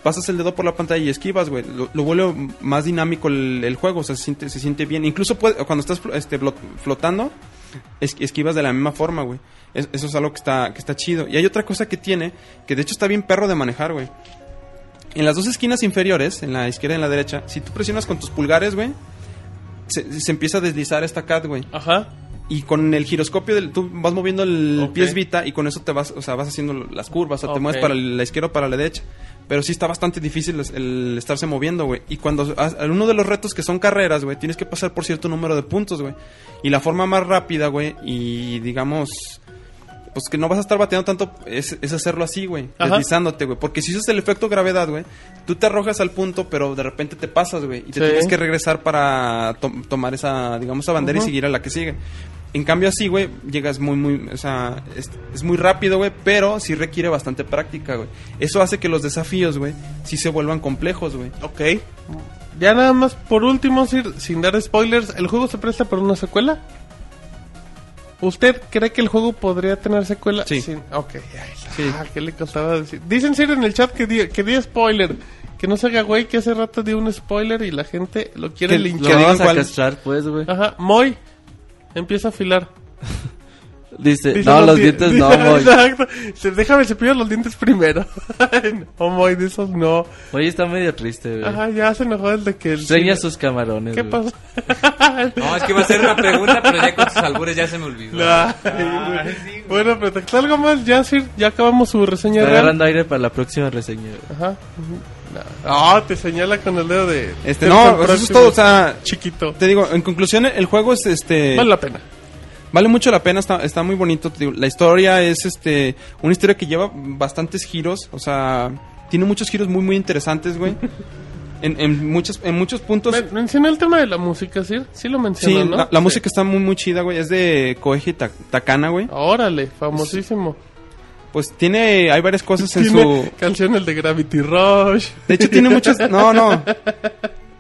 S5: pasas el dedo por la pantalla y esquivas, güey. Lo, lo vuelve más dinámico el, el juego, o sea, se siente, se siente bien. Incluso puede- cuando estás flo- este, blo- flotando, es- esquivas de la misma forma, güey. Es- eso es algo que está, que está chido. Y hay otra cosa que tiene, que de hecho está bien perro de manejar, güey. En las dos esquinas inferiores, en la izquierda y en la derecha, si tú presionas con tus pulgares, güey, se, se empieza a deslizar esta cat, güey.
S2: Ajá.
S5: Y con el giroscopio, del, tú vas moviendo el
S2: Ok.
S5: pies vita y con eso te vas, o sea, vas haciendo las curvas, o sea, te
S2: Ok.
S5: mueves para la izquierda o para la derecha. Pero sí está bastante difícil es- el estarse moviendo, güey. Y cuando has- uno de los retos que son carreras, güey, tienes que pasar por cierto número de puntos, güey. Y la forma más rápida, güey, y digamos, pues que no vas a estar bateando tanto es, es hacerlo así, güey.
S2: Ajá.
S5: Deslizándote, güey. Porque si usas el efecto gravedad, güey, tú te arrojas al punto, pero de repente te pasas, güey. Y te
S2: Sí.
S5: tienes que regresar para to- tomar esa, digamos, esa bandera
S2: Ujú.
S5: y seguir a la que sigue. En cambio así, güey, llegas muy, muy, o sea, es, es muy rápido, güey, pero sí requiere bastante práctica, güey. Eso hace que los desafíos, güey, sí se vuelvan complejos, güey.
S2: Ok. Ya nada más, por último, Sir, sin dar spoilers, ¿el juego se presta para una secuela? ¿Usted cree que el juego podría tener secuela?
S5: Sí.
S2: Sin- Ok, ahí está.
S5: Sí.
S2: Ah, ¿Qué le costaba decir? Dicen, Sir, en el chat que di, que di spoiler. Que no se haga güey, que hace rato dio un spoiler y la gente lo quiere
S6: Que
S2: linchar.
S6: lo
S5: digan
S6: vamos a
S5: cuál-
S6: castrar, pues, güey.
S2: Ajá, Moy, empieza a afilar.
S6: Dice,
S2: Dice
S6: Eh, no, los
S2: di-
S6: dientes
S2: dice-
S6: no, güey.
S2: Exacto. Se- Déjame cepillar los dientes primero. no, Moy, de esos no.
S6: Oye, está medio triste, güey.
S2: Ajá, ya se enojó desde que... El
S6: Extraña sus camarones,
S2: ¿Qué
S6: güey.
S2: pasó?
S8: No, es que iba a ser una pregunta, pero ya con sus albures ya se me olvidó.
S2: Ay, güey. bueno, pretexto algo más, ya, Sir, ya acabamos su reseña
S6: Está
S2: real.
S6: agarrando aire para la próxima reseña, güey.
S2: Ajá. Ah, te señala con el dedo de.
S5: Este,
S2: del
S5: no,
S2: próximo.
S5: eso es todo, o sea,
S2: chiquito.
S5: te digo, en conclusión, el juego es, este...
S2: Vale la pena.
S5: Vale mucho la pena, está, está muy bonito. te digo, La historia es este una historia que lleva bastantes giros, o sea, tiene muchos giros muy muy interesantes, güey. En, en muchos en muchos puntos
S2: Men- mencioné el tema de la música, Sir. Sí lo
S5: Pues- Sí,
S2: mencionó, ¿no?
S5: la, la música está muy muy chida, güey. Es de Koeji Ta- Takana, güey.
S2: Oh. Órale, famosísimo.
S5: Pues tiene hay varias cosas en
S2: Tiene
S5: su
S2: canciones de Gravity Rush.
S5: De hecho tiene muchas No, no.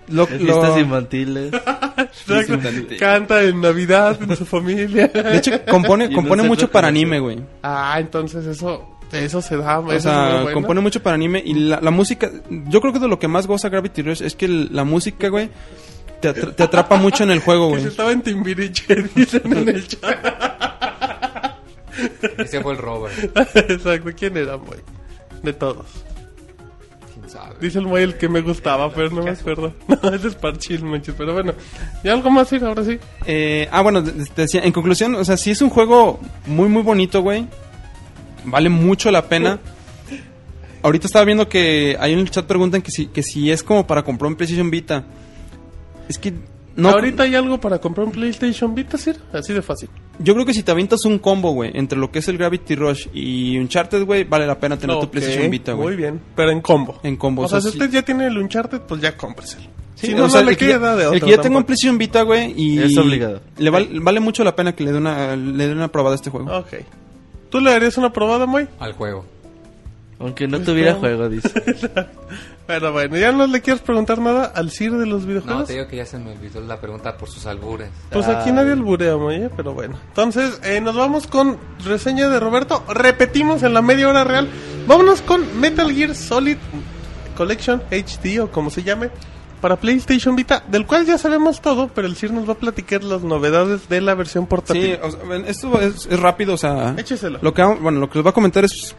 S5: Lo,
S6: En
S5: lo-
S6: Fiestas infantiles.
S2: Exacto. Canta en Navidad en su familia.
S5: de hecho compone
S6: no
S5: compone
S6: sé
S5: mucho
S6: lo
S5: para
S6: que me
S5: anime, güey.
S2: Ah, entonces eso, eso se da.
S5: O sea, compone mucho para anime y la, la música, yo creo que de lo que más goza Gravity Rush es que el- la música, güey, te, atra- te atrapa mucho en el juego,
S2: Que
S5: güey.
S2: se estaba en Timbiriche, dicen en el chat.
S8: Ese fue el Robert.
S2: Exacto, ¿quién era Moy? De todos.
S8: ¿Quién sabe?
S2: Dice el Moy el que me gustaba, pero no me acuerdo. No, ese es Parchil, manches. Pero bueno, ya algo más, sí, ahora sí.
S5: Eh, ah, bueno, te- te decía, en conclusión, o sea, sí es un juego muy, muy bonito, güey. Vale mucho la pena. Ahorita estaba viendo que ahí en el chat preguntan que si, que si es como para comprar un PlayStation Vita. Es que no.
S2: Ahorita hay algo para comprar un PlayStation Vita, Sir. Así de fácil.
S5: Yo creo que si te avientas un combo, güey, entre lo que es el Gravity Rush y Uncharted, güey, vale la pena tener
S2: Ok,
S5: tu PlayStation Vita, güey.
S2: Muy bien, pero en combo.
S5: En combo,
S2: O
S5: o
S2: sea,
S5: sea,
S2: si
S5: sí.
S2: usted ya tiene el Uncharted, pues ya cómpreselo.
S5: Sí,
S2: si
S5: o
S2: no,
S5: sea,
S2: no le
S5: el que ya-
S2: queda de
S5: El
S2: otro
S5: que ya tengo un
S2: tampoco.
S5: PlayStation Vita, güey, y...
S6: Es obligado.
S5: Le val- vale mucho la pena que le dé una, le dé una probada a este juego.
S2: Ok. ¿Tú le darías una probada, Moy?
S8: Al juego.
S6: Aunque no tuviera juego, dice.
S2: Pero bueno, ¿ya no le quieres preguntar nada al CIR de los videojuegos?
S8: No, te digo que ya se me olvidó la pregunta por sus albures.
S2: Pues aquí nadie alburea, oye, pero bueno. Entonces, eh, nos vamos con reseña de Roberto. Repetimos en la media hora real. Vámonos con Metal Gear Solid Collection HD o como se llame para PlayStation Vita, del cual ya sabemos todo, pero el CIR nos va a platicar las novedades de la versión
S5: Sí,
S2: portátil.
S5: o sea, ven, esto es, es rápido, o sea.
S2: Écheselo.
S5: Lo que, bueno, lo que les voy a comentar es.
S2: Un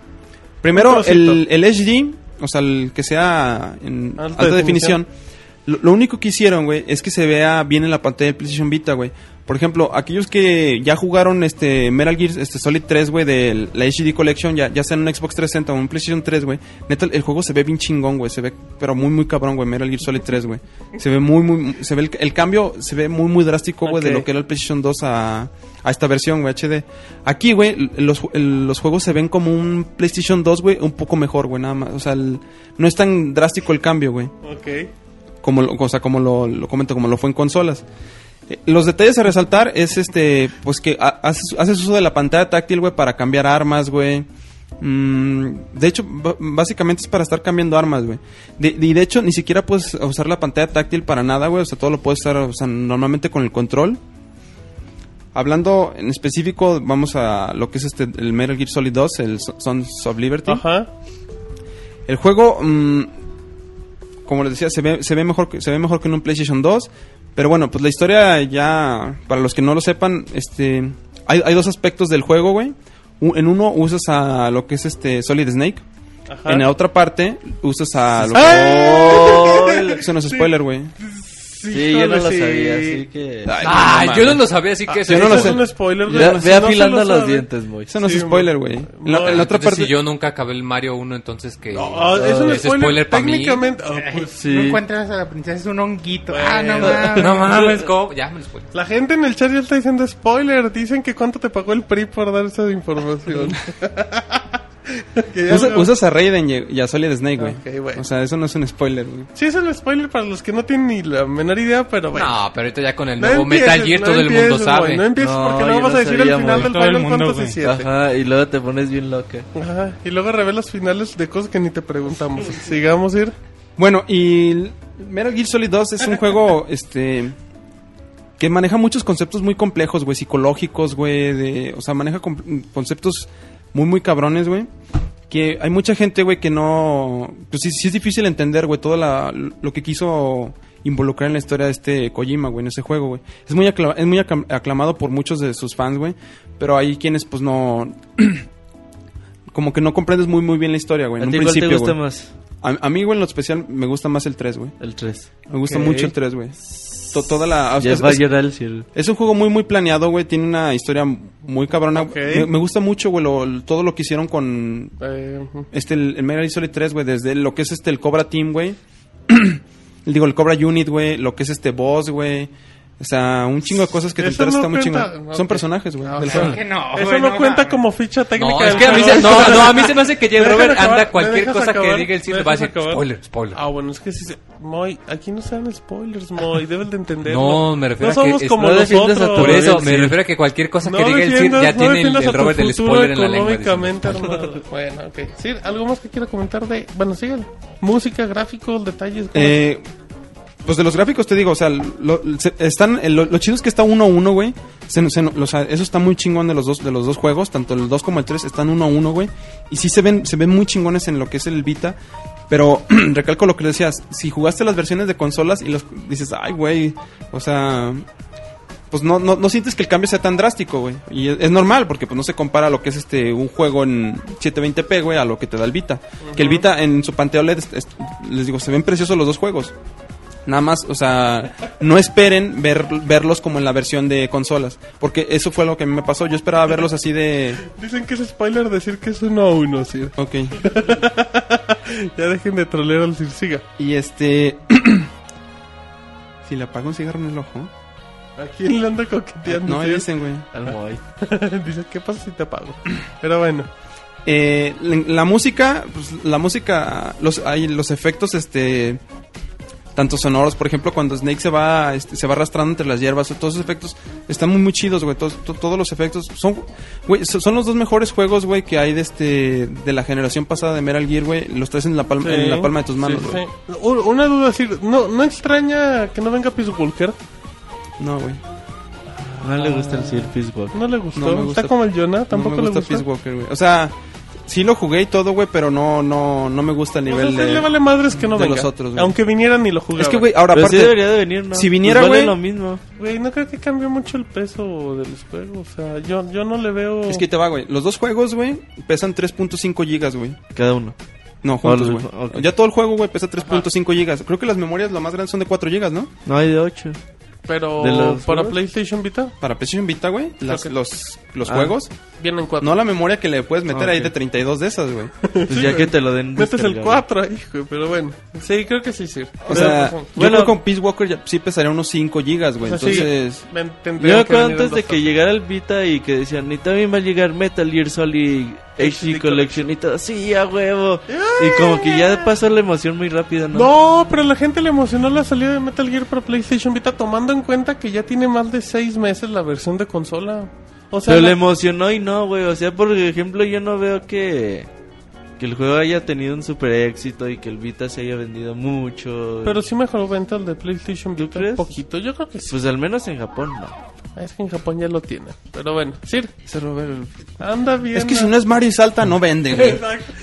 S5: Primero,
S2: trocito.
S5: el, el HD, o sea, el que sea en
S2: Alta
S5: alta,
S2: definición.
S5: definición. Lo, lo único que hicieron, güey, es que se vea bien en la pantalla de PlayStation Vita, güey. Por ejemplo, aquellos que ya jugaron este Metal Gear este Solid 3, güey, de la HD Collection, ya, ya sea en un Xbox 360 o un PlayStation 3, güey. Neta, el juego se ve bien chingón, güey. Se ve, pero muy, muy cabrón, güey. Metal Gear Solid 3, güey. Se ve muy, muy. Se ve el, el cambio, se ve muy, muy drástico, güey, de
S2: Ok.
S5: lo que era el PlayStation 2 a, a esta versión, güey, HD. Aquí, güey, l- los, ju- el- los juegos se ven como un PlayStation 2, güey, un poco mejor, güey, nada más. O sea, el- no es tan drástico el cambio, güey
S2: Ok.
S5: como lo, o sea, como lo, lo comento, como lo fue en consolas. Eh, Los detalles a resaltar es este, pues que ha- haces, haces uso de la pantalla táctil, güey, para cambiar armas, güey. Mm, de hecho, b- básicamente es para estar cambiando armas, güey. De- de- Y de, hecho, ni siquiera puedes usar la pantalla táctil para nada, güey. O sea, todo lo puedes usar o sea, normalmente con el control. Hablando en específico, vamos a lo que es este, el Metal Gear Solid 2, el So- Sons of Liberty.
S2: Ajá.
S5: El juego, mm, como les decía, se ve, se, ve mejor, que- se ve mejor que en un PlayStation 2. Pero bueno, pues la historia ya, para los que no lo sepan, este, hay, hay dos aspectos del juego, güey. U- En uno usas a lo que es este Solid Snake.
S2: Ajá.
S5: En la otra parte usas a lo que...
S2: ¡Ay!
S5: Eso no es spoiler, güey.
S6: Sí, yo no lo
S2: Híjole, sí.
S6: sabía, así que.
S5: Ay,
S8: Ah,
S5: no
S8: yo no
S5: mames.
S8: lo sabía, así que
S5: yo no
S2: Eso
S5: lo
S2: es
S5: sé.
S2: un spoiler.
S6: Ve,
S2: güey,
S6: ve
S2: si no se
S6: afilando
S2: lo
S6: los
S2: sabe.
S6: dientes, muy.
S5: Eso no
S2: Sí,
S5: es spoiler, güey. En la, en la otra
S8: Entonces,
S5: parte...
S8: si yo nunca acabé el Mario 1, entonces que...
S2: Ah, es un
S8: Es
S2: spoiler,
S8: spoiler pa' mí.
S2: técnicamente. Ah, pues,
S6: Sí.
S9: No encuentras a la princesa, es un honguito. Ah, no
S2: Bueno.
S9: mames.
S8: No mames, ¿cómo? Ya me lo spoilé.
S2: La gente en el chat ya está diciendo spoiler. Dicen que cuánto te pagó el PRI por dar esa información. Que ya
S5: Usa-
S2: lo-
S5: usas a Raiden y y a Solid Snake, güey.
S2: Ok, bueno.
S5: O sea, eso no es un spoiler, güey.
S2: Sí, es un spoiler para los que no tienen ni la menor idea, pero bueno.
S8: No, pero ahorita ya con el nuevo
S2: empieces,
S8: Metal Gear
S2: no
S8: todo el mundo
S2: empieces,
S8: sabe.
S2: güey, No empieces
S6: No,
S2: porque no
S6: yo
S2: vas
S6: no
S2: a decir
S6: sabía,
S2: el final
S6: güey.
S2: del
S9: Todo el
S2: Final
S9: mundo,
S2: Fantasy VII. Ajá.
S6: Ajá, y luego te pones bien loca.
S2: Y luego revelas finales de cosas que ni te preguntamos. Sigamos, ir.
S5: Bueno, y el Metal Gear Solid 2 es un juego este que maneja muchos conceptos muy complejos, güey, psicológicos, güey, de, o sea, maneja com- conceptos muy muy cabrones, güey. Que hay mucha gente, güey, que no pues sí, sí es difícil entender, güey, todo la- lo que quiso involucrar en la historia de este Kojima, güey, en ese juego, güey. Es muy acla- es muy acam- aclamado por muchos de sus fans, güey, pero hay quienes pues no como que no comprendes muy muy bien la historia, güey,
S6: ¿A
S5: en un
S6: ti cuál te
S5: principio,
S6: gusta
S5: güey.
S6: más?
S5: A, a mí, güey, en lo especial me gusta más el 3, güey.
S6: El 3.
S5: Me gusta
S2: Ok.
S5: mucho el 3, güey. To- toda la...
S6: Ya
S5: es,
S6: va a
S5: es-
S6: llorar el cielo.
S5: es un juego muy, muy planeado, güey. Tiene una historia muy cabrona.
S2: Ok.
S5: Me, me gusta mucho, güey, lo- todo lo que hicieron con
S2: Eh, ujú.
S5: este, el, el Metal Gear Solid 3, güey. Desde lo que es este, el Cobra Team, güey. Digo, el Cobra Unit, güey. Lo que es este boss, güey. O sea, un chingo de cosas que te
S2: Eso
S5: enteras
S2: no
S5: está muy
S2: cuenta.
S5: chingón.
S2: Ok.
S5: Son personajes, güey.
S2: Ah,
S5: del
S2: ok.
S5: juego.
S9: Que no,
S2: Eso
S9: güey,
S2: no cuenta
S9: mames.
S2: como ficha técnica.
S8: No, es
S2: del
S8: que a mí,
S2: juego.
S8: se, no, no, a mí se me hace que J.
S2: ¿Me dejas
S8: Robert
S2: acabar?
S8: anda cualquier
S2: ¿Me dejas
S8: cosa
S2: acabar?
S8: que diga el
S2: ¿Me
S8: cine va a
S2: dejas
S8: decir
S2: acabar?
S8: spoiler, spoiler.
S2: Ah, bueno, es que sí, se- Moy, aquí no se dan spoilers, Moy, debes de entenderlo.
S8: No, me refiero
S2: no
S8: a que
S2: somos
S8: es-
S2: como
S6: no
S2: nosotros.
S6: defiendas a tu
S8: Por eso,
S6: Sí.
S8: me refiero a que cualquier cosa
S2: No
S8: que diga el Sir
S2: defiendas-
S8: ya
S2: no
S8: tiene el,
S2: defiendas
S8: el
S2: a tu
S8: Robert del
S2: futuro
S8: spoiler en la lengua. dice.
S2: económicamente armado. Bueno, ok. Sir, ¿algo más que quiera comentar de...? Bueno, síguelo. Música, gráficos, detalles. cosas.
S5: Eh, pues de los gráficos te digo, o sea, lo, se- están, eh, lo, lo chido es que está 1-1, güey. Se- se- o sea, eso está muy chingón de los dos, de los dos juegos, tanto el 2 como el 3 están 1-1, güey. Y sí se ven, se ven muy chingones en lo que es el Vita. Pero recalco lo que decías, si jugaste las versiones de consolas y los dices, ay, güey, o sea, pues no, no, no sientes que el cambio sea tan drástico, güey. Y es, es normal, porque pues no se compara lo que es este un juego en 720p, güey, a lo que te da el Vita. Que el Vita en su pantalla OLED, es- es- les digo, se ven preciosos los dos juegos. Nada más, o sea, no esperen ver, verlos como en la versión de consolas. Porque eso fue lo que a mí me pasó. Yo esperaba verlos así de...
S2: Dicen que es spoiler decir que es uno a uno, Sir.
S5: Ok.
S2: Ya dejen de trolear al Sir, siga.
S5: Y este... si le apago un cigarro en el ojo.
S2: ¿A quién le anda coqueteando,
S5: Ah, No, ahí
S2: Sir?
S5: dicen, güey.
S6: Al Moy.
S2: Dice, ¿qué pasa si te apago? Pero bueno.
S5: Eh, la, la música, pues, la música, los, hay los efectos, este, tanto sonoros, por ejemplo, cuando Snake se va este, se va arrastrando entre las hierbas, todos esos efectos están muy muy chidos, güey, todos, to- todos los efectos son güey, so- son los dos mejores juegos, güey, que hay de este de la generación pasada de Metal Gear, güey, los tres en la palma
S2: Sí.
S5: en la palma de tus manos.
S2: Sí.
S5: güey.
S2: U- Una duda, así, ¿no, ¿no extraña que no venga Peace Walker?
S5: No, güey.
S6: No le gusta
S2: Ah.
S6: el Sir Fistball.
S2: No le gustó.
S5: No me gusta.
S2: Está como el Jonah, tampoco
S5: no me
S2: le
S5: gusta
S2: gusta.
S5: Peace Walker, güey. O sea, sí lo jugué y todo, güey, pero no no no me gusta el
S2: O sea,
S5: nivel
S2: sí
S5: de
S2: Pues le vale madres que no
S5: de
S2: venga.
S5: los otros, güey.
S2: Aunque vinieran y lo jugaran.
S5: Es que güey, ahora
S6: Pero sí
S5: aparte
S6: debería de venir, ¿no?
S5: si viniera,
S6: Pues vale
S5: güey-
S6: lo mismo.
S2: Güey, no creo que cambie mucho el peso de los juegos. O sea, yo, yo no le veo.
S5: es que ahí te va, güey. Los dos juegos, güey, pesan 3.5 gigas, güey.
S6: Cada uno.
S5: No, juntos,
S6: Ah, los
S5: güey.
S6: mismos, ok.
S5: Ya todo el juego, güey, pesa 3.5 gigas. Creo que las memorias lo más grandes son de 4 gigas, ¿no?
S6: No hay de ocho.
S2: Pero
S6: ¿De los
S2: para
S6: juegos?
S2: PlayStation Vita
S5: Para PlayStation Vita, güey, las-
S2: Creo que-
S5: los, los
S6: Ah.
S5: juegos.
S2: vienen cuatro.
S5: No la memoria que le puedes meter ahí
S6: Ok.
S5: de 32 de esas, güey.
S6: Pues ya que te lo den.
S2: Metes el
S6: descargado.
S2: 4 ahí, güey, pero bueno. Sí, creo que sí, sí.
S5: O sea, yo
S6: Bueno.
S5: creo que con Peace Walker ya, sí pesaría unos 5 gigas, güey.
S2: O sea, sí.
S5: Entonces...
S6: Yo me acuerdo antes de que llegara el Vita y que decían, y también va a llegar Metal Gear Solid
S2: Este
S6: HD Collection y todo, sí, a huevo. Y como que ya pasó la emoción muy rápido, ¿no?
S2: No, pero la gente le emocionó la salida de Metal Gear para PlayStation Vita, tomando en cuenta que ya tiene más de 6 meses la versión de consola. O sea,
S6: Pero
S2: la-
S6: le emocionó y no, güey. O sea, por ejemplo, yo no veo que, que el juego haya tenido un super éxito y que el Vita se haya vendido mucho.
S2: pero sí mejoró venta el de PlayStation Vita
S6: crees?
S2: un poquito. Yo creo que sí.
S6: Pues al menos en Japón, no.
S2: Es que en Japón ya lo tiene. Pero bueno, Sir,
S5: se robó el-
S2: anda bien.
S5: Es que si no es Mario y Salta, no vende, güey.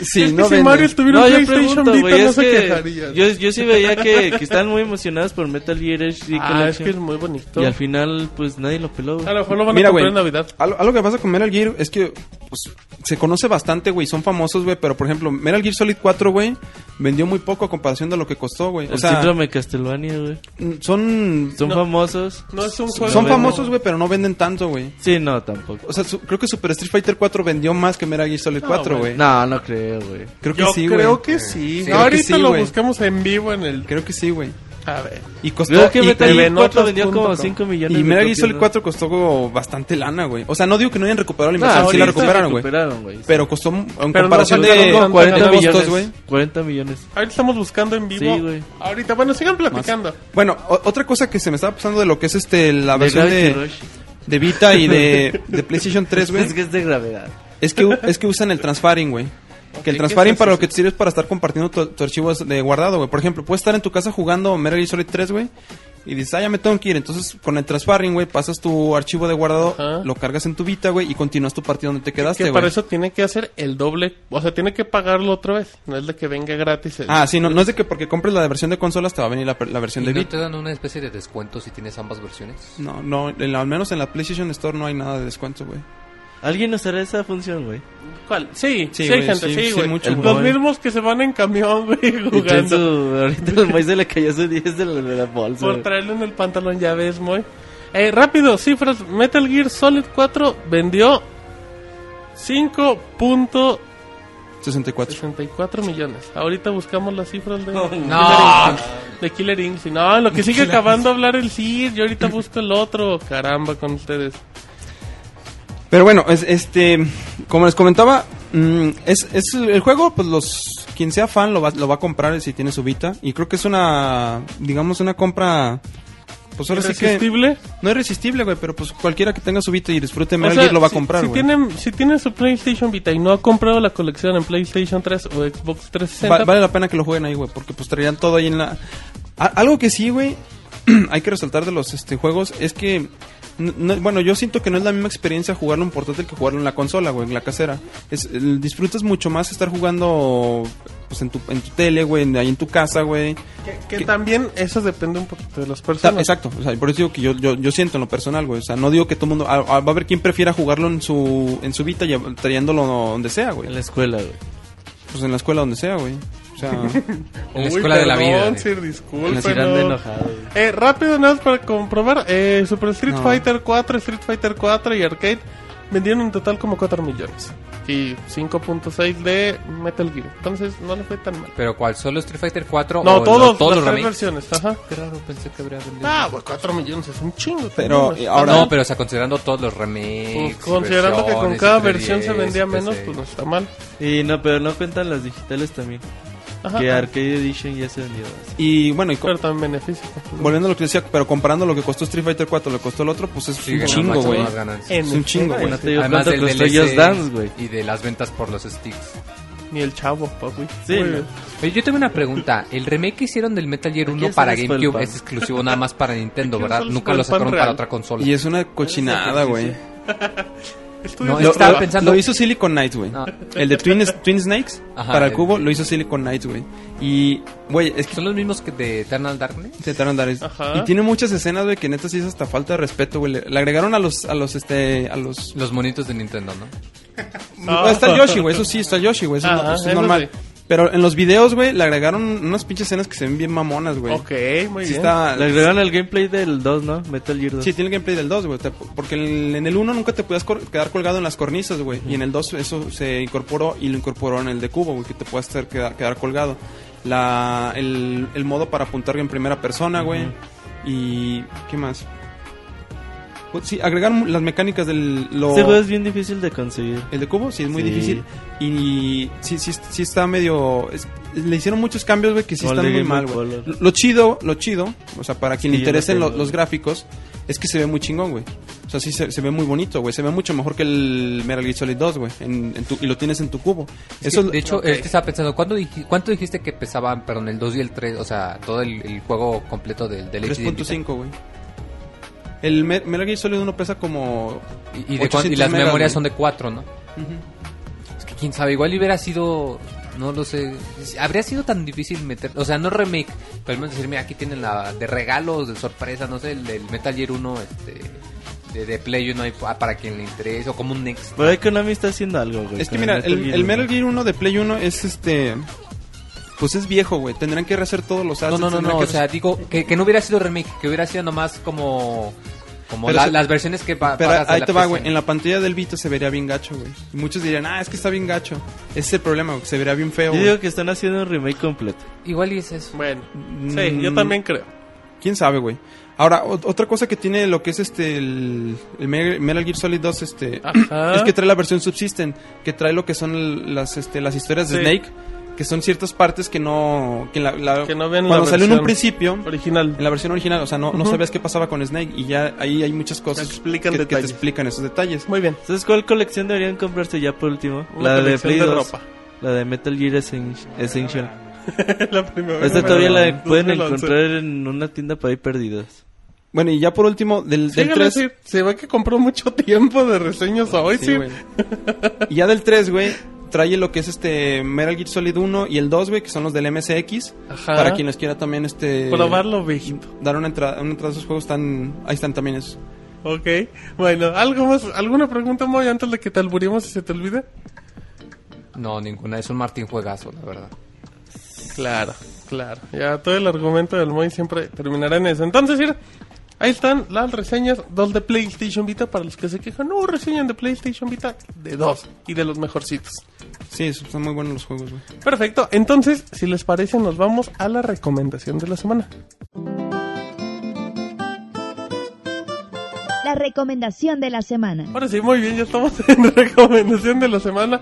S5: Sí,
S2: Es que
S5: no
S2: si
S5: vende.
S2: Mario estuviera
S6: No,
S2: en
S6: yo
S2: PlayStation
S6: pregunto,
S2: Vita
S6: güey.
S2: no
S6: es
S2: se
S6: que
S2: quejaría.
S6: yo, yo sí veía que, que estaban muy emocionados por Metal Gear HD
S2: Ah, es
S6: Collection.
S2: que es muy bonito.
S6: Y al final, pues nadie lo peló. güey.
S2: A lo mejor lo van
S5: Mira,
S2: a comprar
S5: güey.
S2: en Navidad.
S5: Algo, algo que pasa con Metal Gear es que pues, se conoce bastante, güey. Son famosos, güey. Pero, por ejemplo, Metal Gear Solid 4, güey, vendió muy poco a comparación de lo que costó, güey. O
S6: El
S5: sea,
S6: síndrome de Castlevania, güey.
S5: mm, son,
S6: Son famosos.
S2: No es un juego.
S5: son
S2: bueno.
S5: famosos, güey, pero no venden tanto, güey.
S6: Sí, no, tampoco.
S5: O sea, su- creo que Super Street Fighter 4 vendió más que Metal Gear Solid 4, güey.
S6: No, no creo, güey.
S5: Creo que
S2: Yo
S5: sí, güey.
S2: creo que sí.
S5: Creo que
S2: Ahorita
S5: sí,
S2: lo
S5: güey.
S2: buscamos en vivo en el.
S5: Creo que sí, güey.
S2: A ver.
S5: Y costó.
S6: Creo que
S5: y-
S6: Metal
S5: y-
S6: Gear 4 vendió
S2: Notas.com.
S6: como 5 millones
S5: Y
S6: de
S5: Metal Gear
S6: copias,
S5: Solid
S6: ¿no?
S5: 4 costó bastante lana, güey. O sea, no digo que no hayan recuperado la
S6: No,
S5: inversión, sí
S6: ahorita
S5: la recuperaron, güey.
S6: recuperaron, güey.
S5: Pero costó en
S2: comparación
S5: comparación
S2: de-
S5: de
S2: con
S6: 40
S2: costos,
S6: millones,
S5: güey.
S6: 40 millones.
S2: Ahorita estamos buscando en vivo.
S6: Sí, güey.
S2: Ahorita, bueno, sigan platicando.
S5: Bueno, o- otra cosa que se me estaba pasando de lo que es este la
S6: De
S5: versión
S6: Gravity
S5: de,
S6: Rush.
S5: de Vita y de, de PlayStation 3, güey,
S6: Es que es de gravedad.
S5: es que u- es que usan el transferring, güey. Que el transferring para lo que te sirve es para estar compartiendo tu, tu archivo de guardado, güey. Por ejemplo, puedes estar en tu casa jugando Metal Gear Solid 3, güey. Y dices, ah, ya me tengo que ir. Entonces, con el transferring, güey, pasas tu archivo de guardado,
S2: Ajá.
S5: lo cargas en tu Vita, güey, y continúas tu partido donde te
S2: que
S5: quedaste,
S2: para
S5: este, güey.
S2: eso tiene que hacer el doble. O sea, tiene que pagarlo otra vez. No es de que venga gratis. el-
S5: Ah, sí, no, no es de que porque compres la versión de consolas te va a venir la, per- la versión de
S8: ¿Y no
S5: Vita.
S8: te dan una especie de descuento si tienes ambas versiones?
S5: No, no, en la- al menos en la PlayStation Store no hay nada de descuento, güey.
S6: ¿Alguien usará esa función, güey?
S2: ¿Cuál? Sí, sí,
S5: Sí,
S2: hay
S5: güey,
S2: gente,
S5: sí,
S2: sí,
S5: sí,
S2: güey.
S5: mucho,
S2: Los
S6: güey.
S2: mismos que se van en camión, güey,
S6: Y traen su-
S2: jugando.
S6: Ahorita el Moy se le cayó su 10 de la, de la bolsa.
S2: Por
S6: güey.
S2: traerlo en el pantalón, ya ves, muy. Eh, rápido, cifras. Metal Gear Solid 4 vendió 5.64
S5: 64.
S2: millones. Ahorita buscamos las cifras de, de
S8: No.
S2: Killer Instinct. De Killer Instinct. No, lo que sigue acabando de hablar el Sir. Yo ahorita busco el otro. Caramba, con ustedes.
S5: Pero bueno, es- este, como les comentaba, mm, es, es el el juego, pues los quien sea fan lo va, lo va a comprar si tiene su Vita y creo que es una, digamos una compra, pues ahora sí que
S2: Irresistible.
S5: no es resistible, güey, pero pues cualquiera que tenga su Vita y disfrute
S2: O
S5: Metal
S2: sea,
S5: Gear lo va a
S2: si-
S5: comprar,
S2: Si,
S5: güey.
S2: tienen, si tienen su PlayStation Vita y no ha comprado la colección en PlayStation 3 o Xbox 360,
S5: Va- vale la pena que lo jueguen ahí, güey, porque pues traerían todo ahí en la... A- algo que sí, güey, hay que resaltar de los este, juegos es que... n- no- bueno, yo siento que no es la misma experiencia jugarlo en portátil que jugarlo en la consola, güey, en la casera. Es, el- disfrutas mucho más estar jugando pues, en, tu, en tu tele, güey, en- ahí en tu casa, güey.
S2: que,
S5: que-
S2: también eso depende un poquito de las
S5: O sea,
S2: personas.
S5: exacto, o sea, por eso digo que yo, yo, yo siento en lo personal, güey. O sea, no digo que todo el mundo... a- a- va a haber quien prefiera jugarlo en su, en su vita y a- trayéndolo donde sea, güey.
S6: En la escuela, güey.
S5: Pues en la escuela donde sea, güey. O sea...
S8: En la escuela de la vida.
S2: perdón,
S8: güey.
S2: Sir,
S6: Nos irán de
S2: discúlpenos.
S6: enojado, güey.
S2: Eh, rápido, nada más para comprobar. eh, Super Street
S5: No.
S2: Fighter 4, Street Fighter 4 y Arcade vendieron en total como 4 millones. Y 5.6 de Metal Gear. Entonces no le fue tan mal.
S8: ¿Pero cuál? ¿Solo Street Fighter 4
S2: No,
S8: o
S2: todos,
S8: no, todos
S2: las tres
S8: los remakes?
S2: versiones. Ajá.
S8: Qué raro, pensé que habría vendido.
S2: Ah, pues 4 millones es un chingo.
S5: Pero,
S2: también,
S5: eh,
S2: ¿no?
S5: ahora-
S8: no, pero o sea, considerando todos los
S2: Pues,
S8: remakes.
S2: considerando que con
S8: versiones,
S2: cada versión se
S8: 3DS,
S2: vendía menos,
S8: PC.
S2: pues no está mal.
S6: Y no, pero no cuentan las digitales también.
S2: Ajá.
S6: que Arcade Edition ya se vendió. así.
S5: Y bueno, y co-
S2: Pero también beneficio.
S5: volviendo a lo que decía, pero comparando lo que costó Street Fighter 4 lo que costó el otro, pues es
S8: Sí,
S5: un
S8: ganó
S5: chingo,
S8: mucho
S5: güey.
S8: más ganancias.
S2: En
S5: Es un chingo,
S2: efecto,
S5: güey.
S6: Te digo
S8: Además
S6: cuánto
S8: del
S6: costó
S8: DLC
S6: Just Dance, güey.
S8: y de las ventas por los sticks.
S2: Ni el chavo, papi.
S6: Sí,
S2: Muy
S6: no.
S2: bien.
S8: Oye, yo tengo una pregunta. El remake que hicieron del Metal Gear 1
S6: quién
S8: para
S6: se les fue el
S8: GameCube
S6: pan?
S8: es exclusivo nada más para Nintendo,
S2: ¿Quién
S8: ¿verdad?
S2: se les
S8: Nunca
S2: fue
S8: lo
S2: el pan
S8: sacaron para
S2: real?
S8: otra consola.
S5: Y es una cochinada, güey.
S8: No,
S5: Lo,
S8: estaba
S5: lo-
S8: pensando.
S5: lo hizo Silicon Knights, güey.
S8: Ah.
S5: El de Twin, Twin Snakes
S8: Ajá,
S5: para el
S8: el-
S5: cubo lo hizo Silicon Knights, güey. Y, güey, es que
S8: ¿Son los mismos que de Eternal Darkness?
S5: intentaron dar eso.
S2: Ajá.
S5: Y tiene muchas escenas, güey, que neta sí es hasta falta de respeto, güey. Le, le agregaron a los, a los, este, a los...
S8: Los monitos de Nintendo, ¿no?
S2: Ah.
S5: Ah, está el Yoshi, güey, eso sí, está el Yoshi, güey, eso, es no-
S2: Ajá,
S5: eso es
S2: eso
S5: normal. Pero en los videos, güey, le agregaron unas pinches escenas que se ven bien mamonas, güey.
S2: Ok, muy
S5: Sí
S2: bien.
S5: está...
S6: Ah, Le agregaron el gameplay del 2, ¿no? Metal Gear 2.
S5: Sí, tiene el gameplay del 2, güey. te- Porque el- en el 1 nunca te podías cor- quedar colgado en las cornisas, güey. Y en el 2 eso se incorporó y lo incorporó en el de cubo, güey, que te puedas hacer quedar, quedar colgado. La, el, el modo para apuntar en primera persona, güey. Y. ¿Qué más? Pues sí, agregar mu- las mecánicas del. Lo,
S6: Este juego es bien difícil de conseguir.
S5: el de cubo, sí, es muy
S6: Sí.
S5: difícil. Y sí, sí, sí está medio... es- le hicieron muchos cambios, güey, que sí
S6: Como
S5: están
S6: el de
S5: muy mal,
S6: Game Boy
S5: güey. Lo,
S6: Color.
S5: lo chido, lo chido, o sea, para quien
S6: Sí, yo
S5: le
S6: lo
S5: interesen lo-
S6: tengo.
S5: los gráficos, es que se ve muy chingón, güey. O sea, sí se, se ve muy bonito, güey. Se ve mucho mejor que el Metal Gear Solid 2, güey. en- en tu- y lo tienes en tu cubo. Eso,
S8: de hecho, este estaba pensando, ¿cuánto, dij- ¿cuánto dijiste que pesaban, perdón, el 2 y el 3? O sea, todo el, el juego completo del, del HD.
S5: 3.5, güey. El Me- Metal Gear Solid 1 pesa como...
S8: Y, y de cuán- y
S5: 800
S8: las
S5: megas,
S8: memorias
S5: güey.
S8: son de 4, ¿no? Es que quién sabe, igual hubiera sido. No lo sé. Habría sido tan difícil meter. O sea, no remake. Pero al menos decir, mira, aquí tienen la de regalos, de sorpresa, no sé, el, el Metal Gear 1, este. De, de Play no hay para quien le interese, o como un Next.
S6: Pero ahí Konami está haciendo algo, güey.
S5: Es que
S6: Pues, con
S5: mira, el, el Metal
S6: uno.
S5: Gear 1 de Play 1 es este... Pues es viejo, güey. Tendrán que rehacer todos los
S8: No,
S5: assets.
S8: no, no,
S5: tendrán
S8: no.
S5: que
S8: O sea, digo que, que no hubiera sido remake, que hubiera sido nomás como. Como
S5: Pero
S8: la-
S5: eso-
S8: las versiones que pa-
S5: Pero
S8: pagas de
S5: ahí
S8: la
S5: te va,
S8: PC.
S5: güey. En la pantalla del Vita se vería bien gacho, güey. Y muchos dirían, ah, es que está bien gacho. Ese es el problema, güey. que Se vería bien
S6: Yo
S5: feo, güey.
S6: digo que están haciendo un remake completo.
S8: Igual y es eso.
S2: Bueno,
S5: Mm.
S2: sí, yo también creo.
S5: ¿Quién sabe, güey? Ahora, o- otra cosa que tiene lo que es este el, el Me- Metal Gear Solid 2, este,
S2: Ajá.
S5: es que trae la versión Subsystem, que trae lo que son el- las este, las historias de
S2: Sí.
S5: Snake, que son ciertas partes que no que, la- la-
S2: Que no vean la
S5: cuando salió en un
S2: versión
S5: principio
S2: Original.
S5: en la versión original, o sea, no, no
S2: Ujú.
S5: sabías qué pasaba con Snake y ya ahí hay muchas cosas
S2: Te explican
S5: que, que te
S2: detalles.
S5: explican esos detalles.
S2: Muy bien.
S6: ¿Sabes cuál colección deberían comprarse ya por último?
S2: Una
S6: la de
S2: colección
S6: Play
S2: de
S6: 2.
S2: ropa.
S6: La de Metal Gear Essen- Essential.
S2: la primavera.
S6: Esta todavía la pueden
S2: 2011.
S6: encontrar en una tienda para ahí perdidas.
S5: Bueno, y ya por último del, del
S2: Síganle,
S5: 3
S2: sí, se ve que compró mucho tiempo de reseñas hoy,
S5: Sí,
S2: sí.
S5: güey. y ya del 3, güey, trae lo que es este Metal Gear Solid 1 y el 2, güey, que son los del MSX.
S2: Ajá.
S5: Para quien los quiera también, este...
S2: Probarlo, viejito.
S5: Dar una entrada, una entrada a esos juegos tan... Ahí están también esos.
S2: Ok. Bueno, ¿algo más? ¿Alguna pregunta, Moy, antes de que te alburemos y se te olvide?
S8: No, ninguna. Es un Martín Juegazo, la verdad.
S2: Claro, claro. Ya todo el argumento del Moy siempre terminará en eso. Entonces, mira, ahí están las reseñas, dos de PlayStation Vita, para los que se quejan. No, reseñan de PlayStation Vita de dos y de los mejorcitos.
S5: Sí, son muy buenos los juegos, güey.
S2: Perfecto, entonces, si les parece, nos vamos a la recomendación de la semana.
S1: La recomendación de la semana.
S2: Ahora sí, muy bien, ya estamos en recomendación de la semana.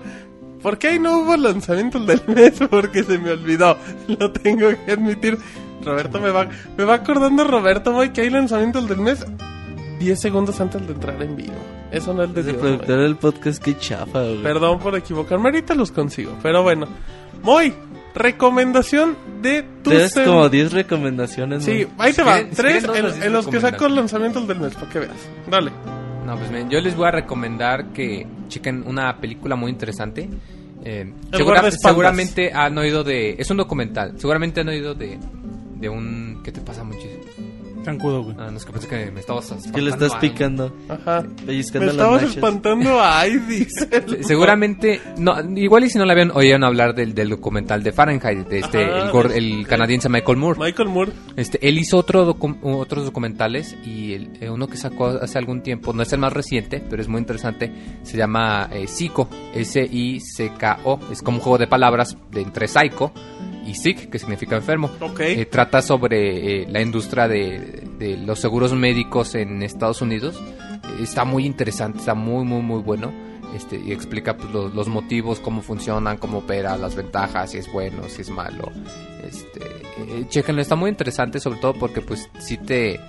S2: ¿Por qué ahí no hubo lanzamientos del mes? Porque se me olvidó. Lo tengo que admitir. Roberto me va, me va acordando, Roberto, voy, que hay lanzamientos del mes 10 segundos antes de entrar en vivo. Eso no es de
S6: Desde el
S2: Dios,
S6: productor
S2: güey.
S6: del podcast, que chafa, güey.
S2: Perdón por equivocarme, ahorita los consigo. Pero bueno, muy recomendación de tu
S6: Tienes
S2: sem-
S6: como 10 recomendaciones,
S2: Sí,
S6: güey.
S2: ahí te
S8: Si
S2: va.
S8: quieren- si
S2: Tres
S8: quieren, no
S2: en,
S8: los
S2: en los que saco
S8: recomendaciones.
S2: lanzamientos del mes, para que veas. Dale.
S8: No, pues miren, yo les voy a recomendar que chequen una película muy interesante. Eh,
S2: El
S8: segura-
S2: guardaespaldas.
S8: seguramente han oído de... Es un documental. Seguramente han oído de, de un... ¿Qué te pasa muchísimo?
S9: Zancudo, güey.
S8: Ah, no, es que pensé que me estabas... espantando
S6: Que le estás
S8: algo.
S6: picando.
S2: Ajá. Me
S6: Pellizcando las
S2: estabas
S6: nachas.
S2: espantando a Aidis.
S8: Se- Seguramente, no, igual y si no la habían oído hablar del, del documental de Fahrenheit, de este,
S2: Ajá,
S8: el, gor-
S2: de-
S8: el canadiense Michael Moore.
S2: Michael Moore.
S8: Este, él hizo otro docu- otros documentales y el- eh, uno que sacó hace algún tiempo, no es el más reciente, pero es muy interesante, se llama eh, Psycho, S-I-C-K-O, es como un juego de palabras de entre Psycho y Sick, que significa enfermo.
S2: Ok.
S8: Eh, trata sobre eh, la industria de, de los seguros médicos en Estados Unidos. Eh, Está muy interesante, está muy, muy, muy bueno. Este, y explica pues, lo- los motivos, cómo funcionan, cómo opera, las ventajas, si es bueno, si es malo. Este, eh, chéquenlo, está muy interesante sobre todo porque pues sí te,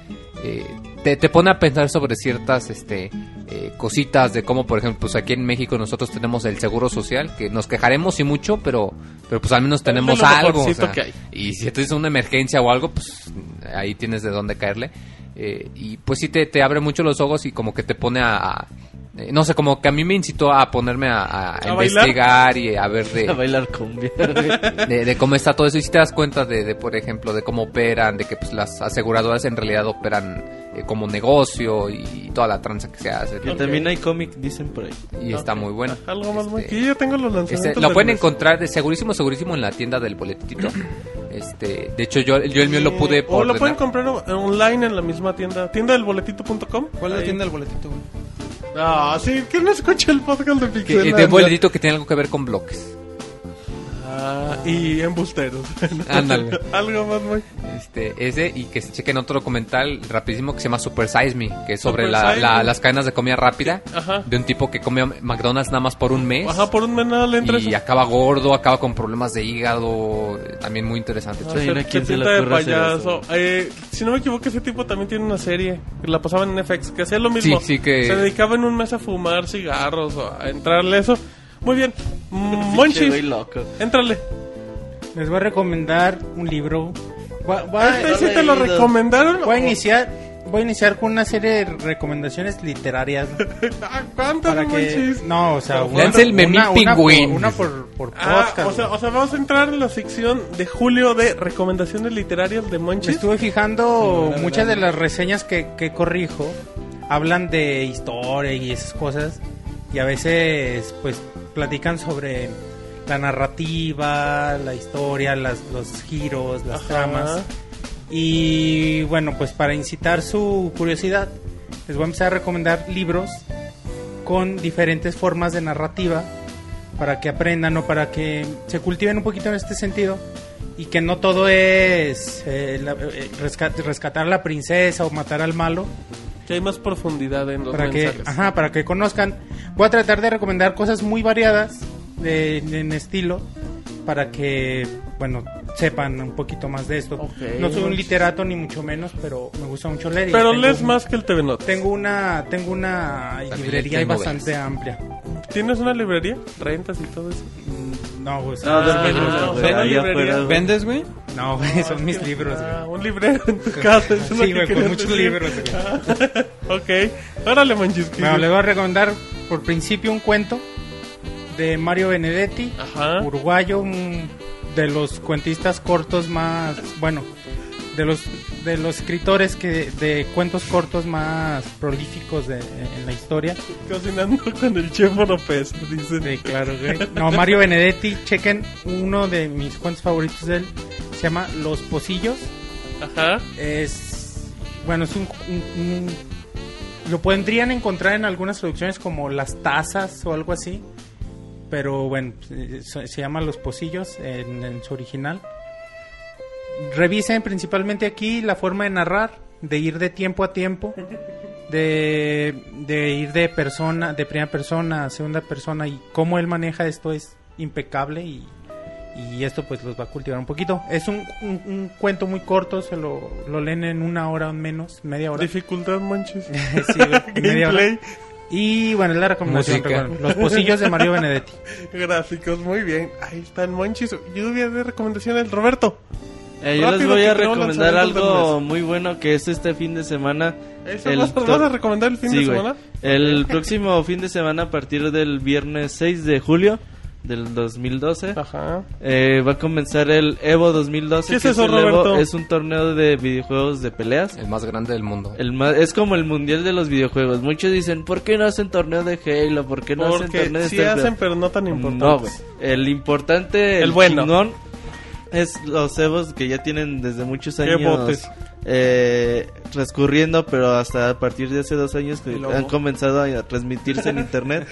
S8: eh, te, te pone a pensar sobre ciertas este, eh, cositas de cómo, por ejemplo, pues aquí en México nosotros tenemos el seguro social, que nos quejaremos y mucho, pero, pero pues al menos tenemos
S10: lo
S8: algo. o
S10: mejorcito
S8: sea,
S10: que hay.
S8: y si tienes una emergencia o algo, pues ahí tienes de dónde caerle. Eh, y pues sí te, te abre mucho los ojos y como que te pone a... a- eh, no sé, como que a mí me incitó a ponerme a, a
S2: ¿A
S8: investigar y a ver de,
S6: A bailar cumbia, güey.
S8: de, de cómo está todo eso. Y si te das cuenta de, de, por ejemplo, de cómo operan, de que pues, las aseguradoras en realidad operan eh, como negocio y toda la tranza que se hace.
S6: Que también hay cómic, dicen por ahí.
S8: Y está muy bueno.
S2: Algo más,
S8: Este,
S2: Mike. Yo ya tengo los lanzamientos.
S8: este, lo
S2: del
S8: pueden
S2: mes.
S8: encontrar de segurísimo, segurísimo en la tienda del boletito. Este, de hecho, yo, yo el mío lo pude
S2: Eh, O lo
S8: ordenar.
S2: pueden comprar o- online en la misma tienda. Tienda del boletito.com.
S5: ¿Cuál es la tienda del boletito, güey?
S2: Ah, sí, que no escucha el podcast de
S8: Que- eh,
S2: Pixel.
S8: de boletito que tiene algo que ver con bloques.
S2: Ah, y embusteros.
S8: Ándale.
S2: Algo más, Mike.
S8: Este, ese y que se chequen otro documental rapidísimo que se llama Super Size Me, que es sobre
S2: Super
S8: la-
S2: Size
S8: la-
S2: Me.
S8: las cadenas de comida rápida
S2: Ajá.
S8: de un tipo que come McDonald's nada más por un mes.
S2: Ajá, por un menal entra
S8: y acaba gordo, acaba con problemas de hígado, eh, también muy interesante.
S6: Ah, mira, ¿quién se le
S2: pinta de
S6: ocurre hacer
S2: payaso.
S6: eso?
S2: Eh, si no me equivoco, ese tipo también tiene una serie que la pasaban en FX, que hacía lo mismo.
S8: Sí, sí, que-
S2: Se dedicaba en un mes a fumar cigarros o a entrarle eso. Muy bien. Mm,
S6: Pinche güey
S2: Monchis,
S6: loco.
S2: entrale.
S3: Les voy a recomendar un libro. Va- va- eh,
S2: Este sí te lo
S6: leído.
S2: recomendaron.
S3: voy a iniciar, voy a iniciar con una serie de recomendaciones literarias
S2: Ah, ¿Cuántas,
S3: para que
S2: Monchis?
S3: no, o sea, una,
S8: Lance el memín
S3: una- una por-
S8: pingüín.
S3: una por, por
S2: Ah,
S3: podcast.
S2: o sea,
S3: güey.
S2: o sea, vamos a entrar en la sección de julio de recomendaciones literarias de
S3: Me
S2: Monchis.
S3: estuve
S5: Sí,
S3: fijando
S5: la
S3: muchas de
S5: verdad.
S3: las reseñas que, que corrijo hablan de historia y esas cosas y a veces pues platican sobre la narrativa, la historia, las- los giros, las
S2: Ajá.
S3: tramas y bueno pues para incitar su curiosidad les voy a empezar a recomendar libros con diferentes formas de narrativa para que aprendan o para que se cultiven un poquito en este sentido y que no todo es eh, la- eh, rescat- rescatar a la princesa o matar al malo
S2: Que hay más profundidad en los
S3: para que
S2: mensajes.
S3: ajá, para que conozcan voy a tratar de recomendar cosas muy variadas de- en estilo para que bueno sepan un poquito más de esto no soy un literato ni mucho menos pero me gusta mucho leer y
S2: Pero
S3: tengo-
S2: lees más que el TV Notas.
S3: tengo una tengo una librería
S8: tengo
S3: bastante amplia
S2: ¿Tienes una librería? ¿Rentas y todo eso?
S3: Mm, no güey,
S6: No, del
S2: Ah,
S6: libro,
S2: no,
S6: güey,
S2: son
S6: ahí
S2: librerías.
S6: afuera, güey.
S5: ¿Vendes, güey?
S3: no, güey, son
S2: Es
S3: mis
S2: que-
S3: libros güey.
S2: ah, un librero en tu casa. eso es lo
S3: Sí,
S2: que
S3: güey, con
S2: querías
S3: muchos
S2: decir.
S3: libros, güey.
S2: ok, órale, manchis.
S3: Bueno, les voy a recomendar por principio un cuento de Mario Benedetti,
S2: Ajá.
S3: uruguayo, un- de los cuentistas cortos más, bueno, de los de los escritores que de cuentos cortos más prolíficos de, en la historia.
S2: Cocinando con el chef López, dice.
S3: Sí, claro, güey. No, Mario Benedetti, chequen uno de mis cuentos favoritos de él, se llama Los Pocillos.
S2: Ajá.
S3: Es. Bueno, es un. un- un- lo podrían encontrar en algunas traducciones como las tazas o algo así. Pero bueno, eh, se se llama Los Pocillos en, en su original. Revisen principalmente aquí la forma de narrar, de ir de tiempo a tiempo, de, de ir de persona, de primera persona a segunda persona y cómo él maneja esto es impecable y y esto pues los va a cultivar un poquito. Es un, un- un cuento muy corto, se lo, lo leen en una hora o menos, media hora.
S2: Dificultad, manchis.
S3: Sí, güey, media hora.
S2: Gameplay,
S3: Y bueno, es la recomendación.
S8: Música.
S3: recuerden, los pocillos de Mario Benedetti.
S2: gráficos, muy bien. Ahí están, manchis. Lluvia de recomendaciones, Roberto.
S6: Eh, yo les
S2: Rápido,
S6: voy a
S2: que tenemos
S6: recomendar
S2: lanzamientos del
S6: algo muy bueno que es este fin de semana.
S2: ¿Eso
S6: El
S2: vas,
S6: to-
S2: vas a recomendar el fin
S6: Sí,
S2: de
S6: güey.
S2: semana?
S6: El próximo fin de semana, a partir del viernes 6 de julio del 2012,
S2: Ajá.
S6: eh, va a comenzar el Evo 2012.
S2: ¿Qué es
S6: que
S2: eso,
S6: el Evo,
S2: Roberto?
S6: es un torneo de videojuegos de peleas.
S8: El más grande del mundo.
S6: El ma- es como el mundial de los videojuegos. Muchos dicen, ¿por qué no hacen torneo de Halo? ¿Por qué no hacen
S2: Porque
S6: torneo de
S2: sí
S6: este
S2: hacen,
S6: pedo?"
S2: pero no tan importantes.
S6: No, güey. El importante,
S2: El bueno.
S6: chingón, es los Evos que ya tienen desde muchos años
S2: botes.
S6: eh, transcurriendo, pero hasta a partir de hace dos años que
S5: El lobo.
S6: han comenzado a transmitirse en internet.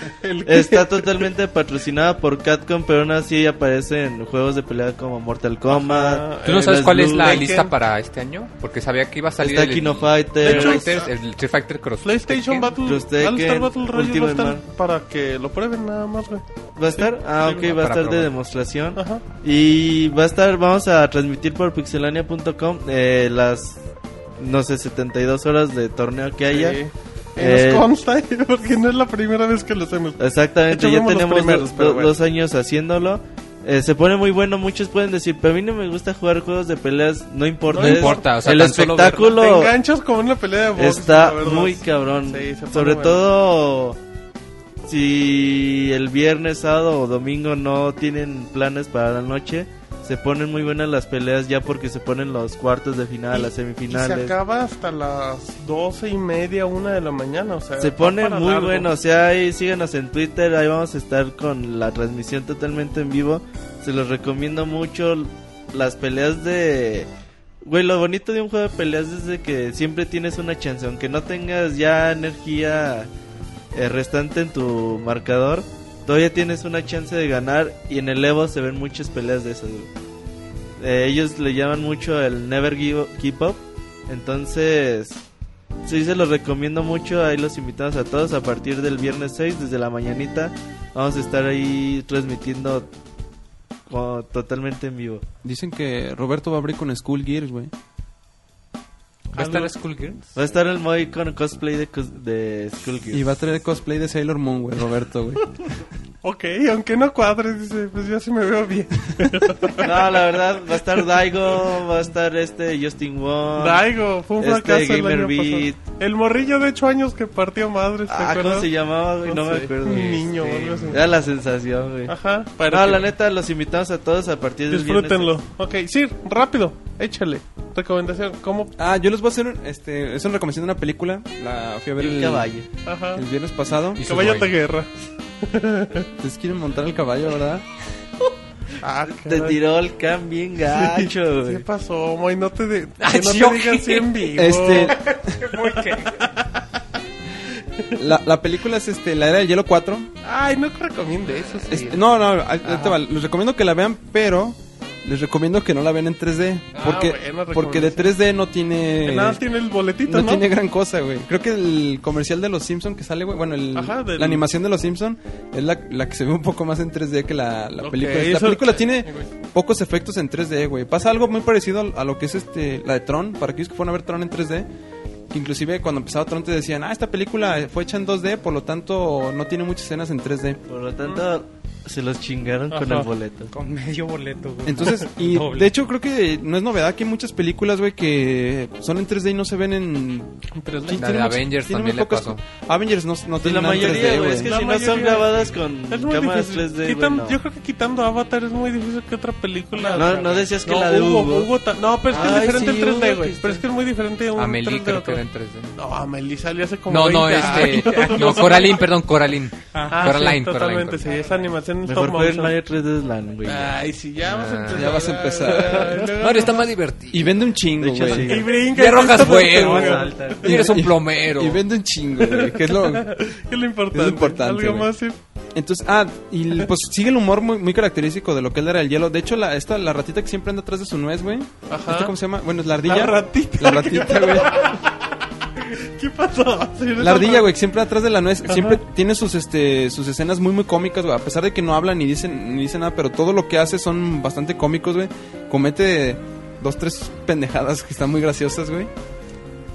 S6: Está totalmente patrocinada por Capcom, pero aún así aparece en juegos de pelea como Mortal Kombat.
S2: Ajá.
S8: ¿Tú no
S6: eh,
S8: sabes
S6: Best
S8: cuál es
S6: Blue,
S8: la
S2: Tekken.
S8: lista para este año? Porque sabía que iba a salir
S6: Está King of Fighters.
S8: King of
S2: De hecho,
S8: Fighters, el Street Fighter Cross. Este
S2: PlayStation
S8: Tekken.
S2: Battle,
S6: Cross Tekken,
S2: All-Star Battle Royale
S6: Ultimate
S2: va a estar
S6: Man.
S2: para que lo prueben nada más, güey.
S6: ¿Va a estar? Ah,
S2: sí,
S6: ok, va a
S8: para
S6: estar de
S8: probar.
S6: demostración.
S2: Ajá.
S6: Y va a estar, vamos a transmitir por pixelania.com eh, las, no sé, 72 horas de torneo que haya.
S2: Sí. Y
S6: Eh,
S2: nos consta, porque no es la primera vez que lo hacemos.
S6: Exactamente,
S2: De hecho,
S6: ya
S2: fuimos los
S6: tenemos
S2: primeros,
S6: do-
S2: pero
S6: do-
S2: bueno.
S6: dos años haciéndolo. Eh, se pone muy bueno, muchos pueden decir, pero a mí no me gusta jugar juegos de peleas, no importa.
S2: No
S6: es-
S8: importa, o sea,
S6: el
S8: tan solo verlo.
S2: Te
S6: espectáculo
S2: enganchas como una pelea de box.
S6: está
S2: la verdad.
S6: muy cabrón.
S2: Sí, se pone
S6: Sobre
S2: bueno.
S6: todo si el viernes, sábado o domingo no tienen planes para la noche, se ponen muy buenas las peleas ya porque se ponen los cuartos de final,
S2: Y-
S6: las
S2: Y se
S6: semifinales.
S2: acaba hasta las doce y media, una de la mañana, o sea.
S6: Se
S2: va
S6: pone
S2: para
S6: muy
S2: largo.
S6: bueno, o sea, ahí síganos en Twitter, ahí vamos a estar con la transmisión totalmente en vivo. Se los recomiendo mucho las peleas de Güey, lo bonito de un juego de peleas es de que siempre tienes una chance, aunque no tengas ya energía eh, restante en tu marcador, todavía tienes una chance de ganar y en el Evo se ven muchas peleas de esas. güey. Eh, ellos le llaman mucho el Never Give Keep Up, entonces sí se los recomiendo mucho, ahí los invitamos a todos a partir del viernes 6 desde la mañanita vamos a estar ahí transmitiendo co- totalmente en vivo.
S5: Dicen que Roberto va a abrir con School Gears, güey.
S8: ¿Va a estar Schoolgirls?
S6: Va a estar el Moy con cosplay de, cos- de Skullgirls.
S5: Y va a traer cosplay de Sailor Moon, güey, Roberto, güey.
S2: Ok, aunque no cuadre, dice, pues yo sí me veo bien.
S6: No, la verdad, va a estar Daigo, va a estar este Justin Wong.
S2: Daigo, fue un
S6: Este,
S2: fracaso el
S6: Gamer
S2: año
S6: Beat.
S2: pasado. El morrillo de 8 años que partió madre, ¿te
S6: Ah, ¿cómo
S2: acuerdas?
S6: se llamaba? güey? No,
S2: No
S6: me
S2: sé,
S6: acuerdo.
S2: un niño Ah, o
S6: Este, Ah,
S2: algo así.
S6: Era la sensación, güey.
S2: Ajá,
S6: No, la neta, los invitamos a todos a partir del viernes.
S2: Disfrútenlo. Ok, sí, rápido, échale. Recomendación, ¿cómo?
S5: Ah, yo les voy a hacer, un- este, es una recomendación de una película. La fui a ver
S6: El
S5: el,
S6: caballo.
S2: Ajá.
S5: el viernes pasado.
S8: Y su
S2: Caballo
S8: dueño.
S2: de guerra.
S5: Ustedes quieren montar el caballo, ¿verdad?
S2: Ah,
S6: Te
S2: caray.
S6: tiró el can bien gacho,
S2: ¿Qué
S6: güey.
S2: pasó, Moy? No te, de...
S8: Ah,
S2: que no
S8: ¿yo
S2: te digan
S8: qué?
S2: así en vivo.
S5: Este. la, la película es este, La Era del Hielo 4.
S2: Ay, no recomiende eso. Sí.
S5: Este, no, no, ahí- ahí te va. les recomiendo que la vean, pero les recomiendo que no la vean en 3D.
S2: Ah,
S5: Porque,
S2: buena
S5: porque de
S2: recomendación.
S5: 3D no tiene.
S8: Eh,
S2: Que Nada, tiene el boletito,
S5: no,
S2: ¿no?
S5: tiene gran cosa, güey. Creo que el comercial de los Simpsons que sale, güey. Bueno, el-
S2: Ajá, del-
S5: la animación de los Simpsons es la, la que se ve un poco más en 3D que la, la
S2: Ok,
S5: película. La
S2: eso-
S5: película tiene
S2: Eh, Güey.
S5: pocos efectos en 3D, güey. Pasa algo muy parecido al- a lo que es este la de Tron. Para aquellos que fueron a ver Tron en 3D. que Inclusive cuando empezaba Tron te decían, ah, esta película fue hecha en 2D, por lo tanto no tiene muchas escenas en 3D.
S6: Por lo tanto, se los chingaron con
S2: Ajá.
S6: el boleto.
S9: Con medio boleto, güey.
S5: Entonces, y
S9: Doble.
S5: de hecho creo que no es novedad que hay muchas películas, güey, que son en 3D y no se ven en...
S8: La de Avengers también le pasó.
S5: Avengers no, no
S6: Pues
S5: tiene
S6: la
S5: nada en
S6: mayoría,
S5: 3D,
S6: güey, es que
S2: La
S6: si no son
S2: mayoría.
S6: grabadas con
S2: Es muy
S6: cámaras
S2: difícil.
S6: 3D, güey,
S2: Quitan-
S6: no.
S2: Yo creo que quitando Avatar es muy difícil que otra película.
S6: No, no decías que
S2: No,
S6: la de Hugo.
S2: ta- No, pero es que
S6: Ay,
S2: es diferente
S6: sí,
S2: el 3D,
S6: Hugo,
S2: güey.
S6: que está-
S2: Pero es que es muy diferente un
S8: Amelie
S2: 3D
S8: creo
S2: otro.
S8: que era en 3D.
S2: No, Amelie salió hace como.
S8: No, no,
S2: 20
S8: este.
S2: años.
S8: No, Coraline, perdón, Coraline.
S2: Ah, sí,
S8: Coraline, Coraline.
S2: totalmente, sí, esa animación en
S6: Mejor
S2: stop
S6: fue el
S2: motion.
S6: Mario 3D Slam, güey.
S2: Ay, sí, ya vas a
S8: Ah.
S2: empezar.
S5: Ya vas a empezar.
S2: Ay, luego-
S8: Mario está más divertido.
S5: Y vende un
S6: De
S5: chingo,
S6: hecho,
S5: güey.
S6: sí.
S2: Y brinca.
S8: Y arrojas
S2: salta,
S5: eh,
S8: fuego.
S2: güey.
S8: Y eres un plomero.
S5: Y vende un chingo, güey. Que es lo...
S2: ¿Qué es lo importante?
S5: Es importante,
S2: Algo
S5: güey.
S2: más. sí.
S5: Entonces, ah, y pues sigue el humor muy, muy característico de lo que él era el hielo. De hecho, la, esta, la ratita que siempre anda atrás de su nuez, güey.
S2: Ajá.
S5: ¿Esta cómo se llama? Bueno, es la ardilla.
S2: La ratita.
S5: La ratita, güey.
S2: ¿Qué pasó? Sí,
S5: La ardilla, güey, que siempre atrás de la nuez, siempre tiene sus este sus escenas muy muy cómicas, güey, a pesar de que no habla ni dicen ni dice nada, pero todo lo que hace son bastante cómicos, güey. Comete dos tres pendejadas que están muy graciosas, güey.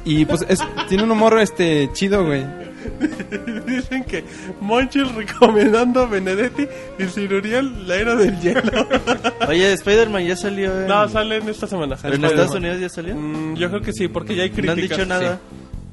S5: Y pues es- tiene un humor este chido, güey.
S2: Dicen que Monchil recomendando a Benedetti y Cirurial la era del hielo.
S6: Oye, Spider-Man ya salió en,
S2: no, salen esta semana.
S6: en Estados Unidos, ya salió.
S2: Mm, yo creo que sí, porque ya hay
S6: No
S2: críticas.
S6: han dicho nada.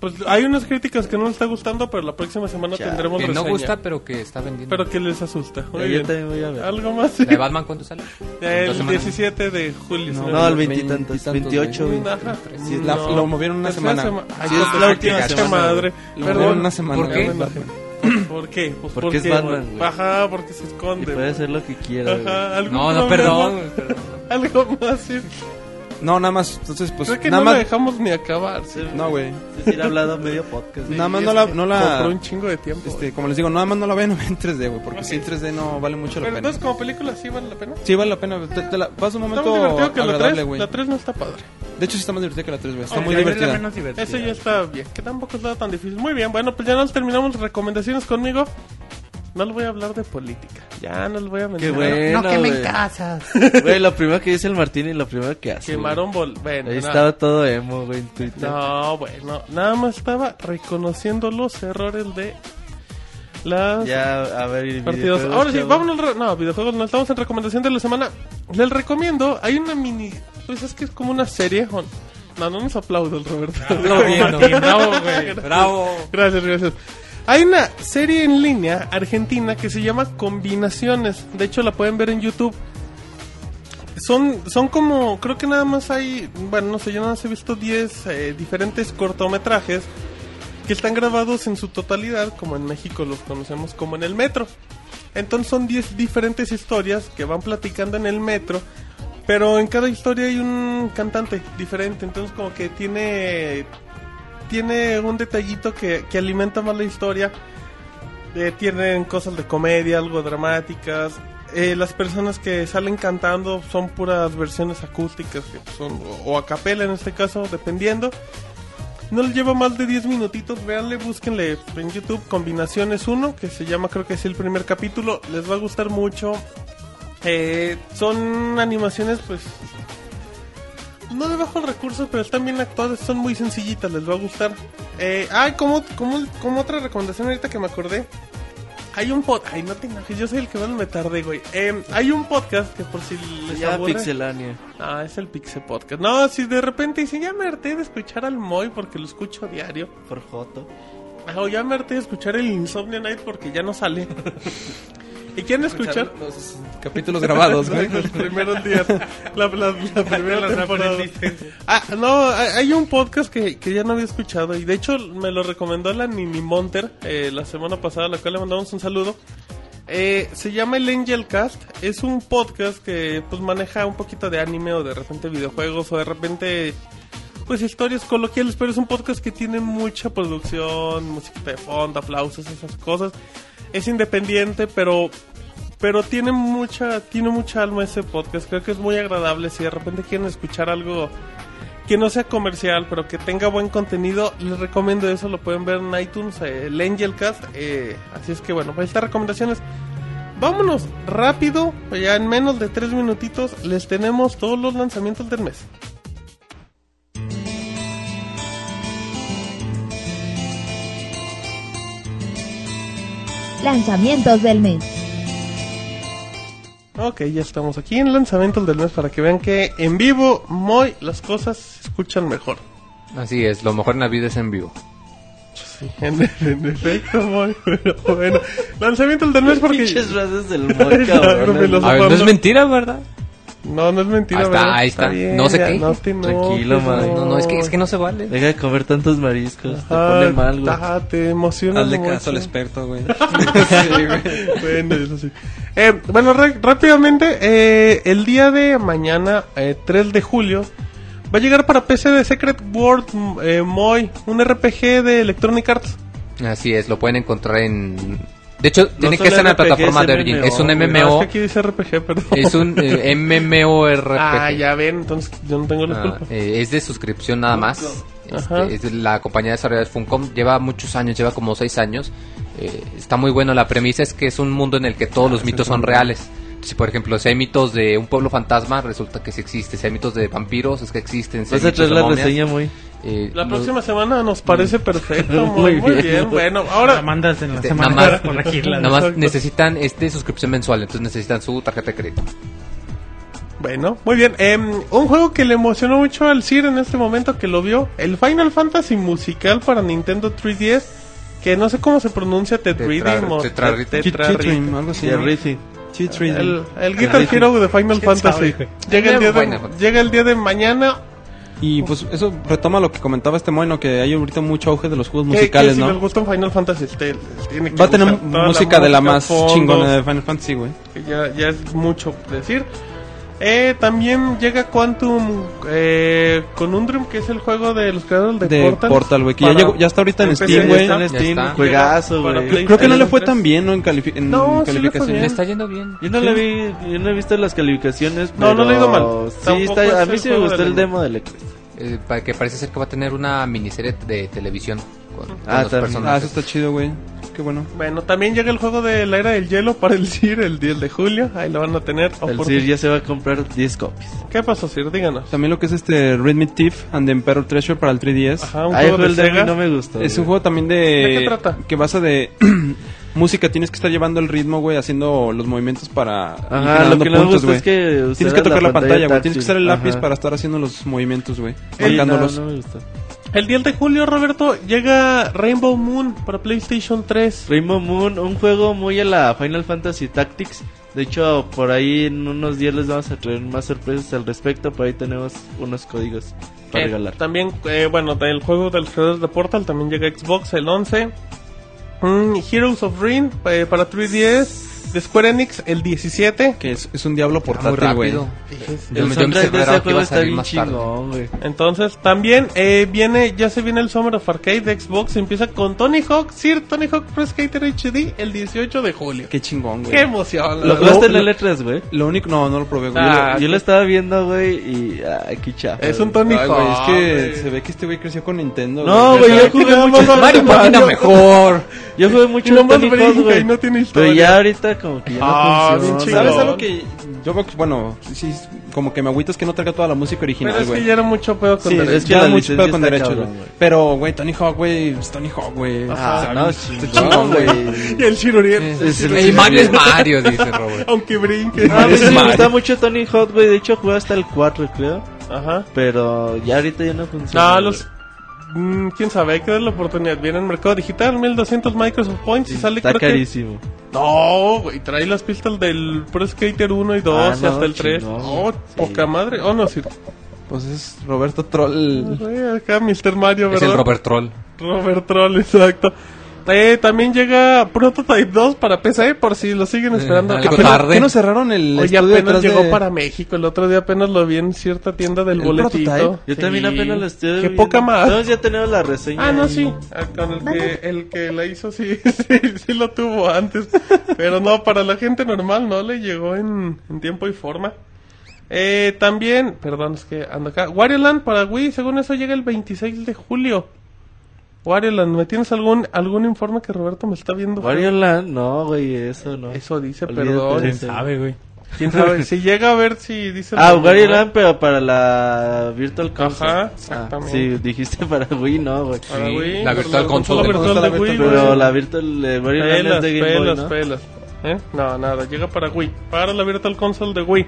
S2: Pues hay unas críticas que no les está gustando, pero la próxima semana
S6: Chale.
S2: tendremos
S8: que no
S2: reseña.
S8: gusta, pero que está vendiendo.
S2: Pero que les asusta. Muy
S6: Ya, Yo
S2: bien.
S6: también voy a ver.
S2: Algo más.
S8: ¿La de Batman cuándo sale? ¿En dos
S2: El
S8: semanas?
S2: 17 de julio. si
S5: No,
S6: No,
S2: me
S6: al
S2: equivoco.
S6: veintitantos,
S8: Veintitantos,
S6: veintiocho,
S8: güey.
S6: güey.
S2: Ajá.
S5: Sí, la- lo movieron una
S2: Tercera
S5: semana.
S2: sema- Ay, pues,
S6: Sí, es
S2: qué
S6: la última
S2: gacha
S6: semana.
S2: madre.
S5: Lo
S2: Perdón.
S5: movieron una semana.
S8: ¿Por qué?
S5: güey.
S2: ¿Por qué? Pues
S6: Porque es Batman,
S2: güey.
S6: güey.
S2: Ajá, porque se
S6: Y
S2: esconde.
S6: puede hacer lo que quiera, güey.
S2: Ajá, ¿algún
S8: No, no,
S2: problema?
S8: perdón. perdón.
S2: Algo más, sí.
S5: No, nada más. Entonces, pues.
S2: Creo que
S5: nada
S2: no la
S5: más.
S2: dejamos ni acabar.
S6: Sí,
S5: No, güey.
S6: Es decir, ha hablado medio podcast.
S5: Nada más no la. No
S2: Por
S5: la
S2: un chingo de tiempo.
S5: este, como les digo, nada más no la ven en 3D, güey. Porque
S2: Ok.
S5: si en 3D no vale mucho la
S2: Pero
S5: pena.
S2: entonces, como película, sí vale la pena.
S5: Sí, vale la pena. Te, te la, vas un
S2: Está muy divertido
S5: momento
S2: que la
S5: agradable,
S2: 3.
S5: güey.
S2: La 3 no está padre.
S5: De hecho, sí está más divertida que la 3, güey. Está
S2: Ok,
S5: muy
S2: es la
S5: divertida.
S2: Eso ya está bien. Que tampoco es nada tan difícil. Muy bien, bueno, pues ya nos terminamos recomendaciones conmigo. No les voy a hablar de política. Ya no les voy a
S6: Qué
S2: mencionar.
S6: bueno.
S9: no quemen
S6: güey.
S9: casas.
S6: Güey, lo primero que dice el Martín y lo primero que hace. güey.
S2: Quemaron bol. Bueno,
S6: Ahí
S2: no.
S6: estaba todo emo, güey, en Twitter.
S2: No, bueno, nada más estaba reconociendo los errores de las
S6: Ya, a ver. y
S2: partidos.
S6: videojuegos,
S2: Ahora sí,
S6: chavo.
S2: vámonos. al re- No, videojuegos, no estamos en recomendación de la semana. Les recomiendo, hay una mini. Pues es que es como una serie. o- No, no nos aplaudo el Roberto.
S9: Martín, bravo, güey.
S2: Gracias.
S5: Bravo.
S2: Gracias, gracias. Hay una serie en línea argentina que se llama Combinaciones. De hecho, la pueden ver en YouTube. Son, son como, creo que nada más hay, bueno, no sé, yo nada más he visto 10 eh, diferentes cortometrajes que están grabados en su totalidad, como en México los conocemos como en el metro. Entonces son 10 diferentes historias que van platicando en el metro, pero en cada historia hay un cantante diferente, entonces como que tiene tiene un detallito que, que alimenta más la historia. Eh, tienen cosas de comedia, algo dramáticas. Eh, las personas que salen cantando son puras versiones acústicas, que son, o, o a capela en este caso, dependiendo. No les lleva más de 10 minutitos, véanle, búsquenle en YouTube Combinaciones 1, que se llama creo que es el primer capítulo, les va a gustar mucho. Eh, son animaciones pues no de bajos recursos, pero están bien actuadas, son muy sencillitas, les va a gustar. Eh, ah, como, como, como otra recomendación ahorita que me acordé. Hay un pod... Ay, no te enojes, yo soy el que más me tardé, güey. Em, hay un podcast que por si les
S6: Ya,
S2: aburre...
S6: pixelania.
S2: Ah, es el Pixel Podcast. No, si de repente dicen, ya me harté de escuchar al Moy porque lo escucho diario.
S6: Por Joto.
S2: Ah, O ya me harté de escuchar el Insomnia Night porque ya no sale. ¿Y quieren escuchar?
S5: Los capítulos grabados, güey.
S2: Los primeros días. La, la- la primera temporada. Ah, no, hay hay un podcast que, que ya no había escuchado y de hecho me lo recomendó la Nini Monter eh, la semana pasada, a la cual le mandamos un saludo. Eh, se llama el Angel Cast. Es un podcast que pues maneja un poquito de anime o de repente videojuegos o de repente pues historias coloquiales, pero es un podcast que tiene mucha producción, música de fondo, aplausos, esas cosas. Es independiente, pero pero tiene mucha tiene mucha alma ese podcast. Creo que es muy agradable si de repente quieren escuchar algo que no sea comercial, pero que tenga buen contenido, les recomiendo eso, lo pueden ver en iTunes, eh, el Angelcast. eh, así es que bueno, pues estas recomendaciones. Vámonos rápido, ya en menos de tres minutitos les tenemos todos los lanzamientos del mes.
S1: Lanzamientos del mes.
S2: Ok, ya estamos aquí en lanzamientos del mes para que vean que en vivo, muy, las cosas se escuchan mejor.
S8: Así es, lo mejor en la vida es en vivo.
S2: Sí, en, en efecto, muy bueno, bueno. Lanzamientos del mes porque...
S6: Pinches frases del Moy,
S2: No, me los-
S6: cabrón.
S8: A ver, no es
S2: Pablo.
S8: mentira, ¿verdad?
S2: No, no es mentira,
S8: Ahí está,
S2: ¿verdad?
S8: ahí está. No sé
S2: ya,
S8: qué.
S2: no pues, te enojes,
S6: Tranquilo, man.
S8: No, no, es que, es que no se vale.
S6: Deja de comer tantos mariscos.
S2: Ah,
S6: te pone mal, güey.
S2: ah, te emociona
S5: Hazle
S2: mucho.
S5: caso al experto, güey. sí, güey.
S2: bueno, eso sí. Eh, bueno, ra- rápidamente, eh, el día de mañana, eh, 3 de julio, va a llegar para PC de Secret World eh, Moy, un RPG de Electronic Arts.
S8: Así es, lo pueden encontrar en... De hecho, tiene que
S6: solo
S8: estar en la
S6: RPG,
S8: plataforma
S6: es
S8: de Origin. Es un
S6: MMO,
S2: Ah, es
S8: MMO.
S2: que aquí dice RPG, perdón.
S8: Es un eh, MMORPG.
S2: Ah, ya ven, entonces yo no tengo la
S8: Ah,
S2: culpa.
S8: eh, es de suscripción nada más.
S2: Ajá.
S8: Este, es de la compañía desarrolladora de Funcom lleva muchos años, lleva como seis años. Eh, está muy bueno. La premisa es que es un mundo en el que todos los mitos son reales. Si, por ejemplo, si hay mitos de un pueblo fantasma, resulta que sí existe. Si hay mitos de vampiros, es que existen. Si hay
S6: Vas a
S8: mitos
S6: traer
S8: de
S6: la
S8: momias,
S6: reseña, muy.
S8: eh,
S2: La
S8: no-
S2: próxima semana nos parece perfecto, Moy,
S6: Muy
S2: muy
S6: bien.
S2: bien. Bueno,
S9: La
S2: ahora
S9: mandas en la
S8: Este,
S9: semana
S8: nada más-
S9: para corregirla.
S8: Nada más
S2: Exacto.
S8: necesitan este suscripción mensual, entonces necesitan su tarjeta de crédito.
S2: Bueno, muy bien. Em, un juego que le emocionó mucho al Sir en este momento que lo vio, el Final Fantasy musical para Nintendo 3DS, que no sé cómo se pronuncia Tetrhythm o
S8: Tetra- Tetrarhythm.
S2: Tetrarhythm.
S5: Cheatream, algo así.
S6: Ya,
S5: ¿no?
S6: Rizzi.
S2: El, el Guitar Hero de Final Fantasy.
S9: güey?
S2: Llega el, día
S8: Bueno,
S2: de,
S8: bueno.
S2: llega el día de mañana.
S5: Y pues eso retoma lo que comentaba este moino, que hay ahorita mucho auge de los juegos
S2: que-
S5: musicales,
S2: que Si
S5: ¿no?
S2: les gusta Final Fantasy, este, les tiene que
S5: Va a tener
S2: gustar toda
S5: música de la más
S2: fondos,
S5: chingona de Final Fantasy, güey.
S2: que Ya, ya es mucho decir. Eh, también llega Quantum eh, con Undrum, que es el juego de los creadores de,
S11: de
S2: Portal.
S11: Portal, güey. Que ya,
S2: para-
S11: llegó- ya está ahorita en
S2: empecé
S11: Steam,
S2: ya
S11: güey.
S2: está.
S6: en Steam,
S8: está.
S6: juegazo,
S2: Para
S6: güey.
S2: Play-
S5: Creo que no le fue
S2: Tres.
S5: tan bien, ¿no? En, califi- en
S2: No, sí le fue
S5: calificación.
S8: Le está yendo bien.
S6: Yo no le vi, yo no he visto las calificaciones,
S2: No,
S6: pero...
S2: no le he ido mal.
S6: Sí,
S2: Tampoco
S6: está-
S2: es
S6: a
S2: el
S6: mí sí me
S2: juego
S6: gustó
S2: del
S6: el
S2: año.
S6: demo del Eclipse.
S8: Eh, para que parece ser que va a tener una miniserie de televisión con, con
S6: Ah,
S8: los
S6: también.
S5: Ah,
S8: personajes.
S5: eso está chido, güey. Qué bueno.
S2: Bueno, también llega el juego de la era del hielo para el CIR el 10 de julio. Ahí lo van a tener.
S6: El
S2: Oportun-
S6: Sir ya se va a comprar 10 copias.
S2: ¿Qué pasó, Sir? Díganos.
S5: También lo que es este Redmi Thief and the Emperor Treasure para el 3DS.
S2: Ajá, un
S6: Ahí
S2: juego
S6: fue
S2: de
S6: el demo
S2: Sega.
S6: y no me gustó.
S5: Es un
S6: güey.
S5: juego también de...
S2: ¿De qué trata?
S5: Que basa de... música, tienes que estar llevando el ritmo, güey, haciendo los movimientos para... ir
S6: Ajá,
S5: generando
S6: lo que no me
S5: puntos,
S6: gusta
S5: güey.
S6: es que...
S5: Tienes
S6: usarás
S5: que tocar la pantalla, güey. Tienes que
S6: táctil.
S5: usar el lápiz
S6: Ajá.
S5: para estar haciendo los movimientos, güey.
S6: Sí, no,
S5: Marcándolos.
S6: no me gustó.
S2: El 10 de julio, Roberto, llega Rainbow Moon para PlayStation 3.
S6: Rainbow Moon, un juego muy a la Final Fantasy Tactics. De hecho, por ahí en unos días les vamos a traer más sorpresas al respecto. Por ahí tenemos unos códigos para
S2: Eh,
S6: regalar.
S2: También, eh, bueno, el juego de los creadores de Portal también llega a Xbox el 11. Mm, Heroes of Rain eh, para 3DS. De Square Enix el 17.
S5: Que es, es un diablo
S8: Está muy
S5: portátil, güey.
S8: rápido. Yo,
S6: El
S8: me- yo me
S6: soundtrack de ese
S8: esperaba que iba
S6: juego
S8: a
S6: está
S8: salir
S6: bien
S8: más tarde.
S6: chingón, güey.
S2: Entonces, también eh, viene, ya se viene el Summer of Arcade de Xbox. Empieza con Tony Hawk, Sir Tony Hawk Pro Skater HD el 18 de julio.
S5: Qué chingón, güey.
S2: ¡Qué emoción!
S6: Lo
S2: la
S6: jugaste en
S2: verdad.
S6: el E3, güey.
S5: Lo único, no, no lo probé, güey.
S2: Ah,
S6: Yo lo estaba viendo, güey, y... Ah, qué chafa.
S2: Es un
S6: güey.
S2: Tony
S5: Ay,
S2: Hawk.
S5: güey, es que
S2: güey.
S5: se ve que este güey creció con Nintendo.
S6: No, güey, yo jugué mucho...
S8: Mario Patina mejor.
S6: Yo jugué mucho
S2: Y
S6: en
S2: nomás
S6: Tony Hawk,
S2: brinca y
S6: güey.
S2: no tiene
S6: Pero
S2: historia.
S6: ya ahorita como que ya no
S2: Ah, bien
S6: funciona.
S2: chingón.
S5: ¿Sabes
S2: no.
S5: algo que yo veo que, bueno, sí, sí, como que me agüitas que no traiga toda la música
S2: Pero
S5: original,
S2: es que
S5: güey.
S2: ya era mucho peor con
S6: Sí,
S2: Tony
S6: es que
S5: Ya
S6: la
S5: mucho
S6: licencia
S5: pedo con
S6: está
S5: derechos,
S6: cabrón,
S5: güey.
S6: güey.
S5: Pero, güey, Tony Hawk, güey, es Tony Hawk, güey.
S6: Ah,
S5: ¿sabes?
S6: no,
S5: Está
S6: chingón, güey.
S2: Hawk. Y el Sir Uriel.
S6: Es el-
S8: El Mario es Mario, dice Robert.
S5: Ah,
S2: Aunque brinque.
S6: No, a mí sí me
S5: Mario.
S6: gusta mucho Tony Hawk, güey. De hecho, jugué hasta el 4, creo.
S2: Ajá.
S6: Pero ya ahorita ya no funciona.
S2: No,
S6: güey.
S2: Ah, los. mm, Quién sabe, hay que dar la oportunidad. Viene en mercado digital, 1200 Microsoft Points y sale
S6: Está
S2: creo que-
S6: carísimo.
S2: No, güey, trae las pistas del Pro Skater 1 y 2
S6: Ah,
S2: y
S6: no,
S2: hasta el 3.
S6: chingón.
S2: Oh,
S6: Sí.
S2: poca madre. Oh, no, sí.
S5: Pues es Roberto Troll.
S2: Güey, Acá Mr. Mario,
S8: Es
S2: ¿verdad?
S8: el Robert Troll.
S2: Robert Troll, exacto. Eh, también llega Prototype 2 para PC, por si lo siguen esperando.
S8: Eh, algo
S2: Apenas-
S8: tarde.
S5: ¿Qué no cerraron el
S2: Oye,
S5: estudio
S2: apenas
S5: detrás
S2: llegó
S5: de-
S2: para México. El otro día apenas lo vi en cierta tienda del
S5: ¿El
S2: boletito.
S5: Prototype?
S6: Yo
S2: Sí.
S6: también apenas lo estoy
S2: Qué
S6: viendo.
S2: poca madre.
S6: Todos ya tenemos la reseña.
S2: Ah, no,
S6: ahí.
S2: sí. Ah, Con el que, el que la hizo, sí, sí, sí lo tuvo antes. Pero no, para la gente normal no le llegó en, en tiempo y forma. Eh, también, perdón, es que ando acá. Wario Land para Wii, según eso llega el 26 de julio. Wario Land, ¿me tienes algún, algún informe que Roberto me está viendo?
S6: Wario Land, no, güey, eso no.
S2: Eso dice,
S6: Olvídate
S2: perdón.
S6: de
S9: ¿Quién
S6: eso.
S9: sabe, güey?
S2: ¿Quién sabe? Si llega a ver si dice...
S6: Ah,
S2: algo,
S6: Wario
S2: ¿no?
S6: Land, pero para la Virtual Console.
S2: Ajá,
S6: Ah,
S2: exactamente.
S6: sí, dijiste para Wii, no, güey.
S2: Para
S8: Sí,
S2: Wii,
S8: la virtual
S2: consola
S8: console.
S2: virtual de Wii,
S6: Pero
S2: güey.
S6: la Virtual eh, Wario Land es
S2: Pelas,
S6: de Game Boy,
S2: pelas,
S6: ¿no?
S2: pelas. ¿Eh? No, nada, llega para Wii. Para la Virtual Console de Wii.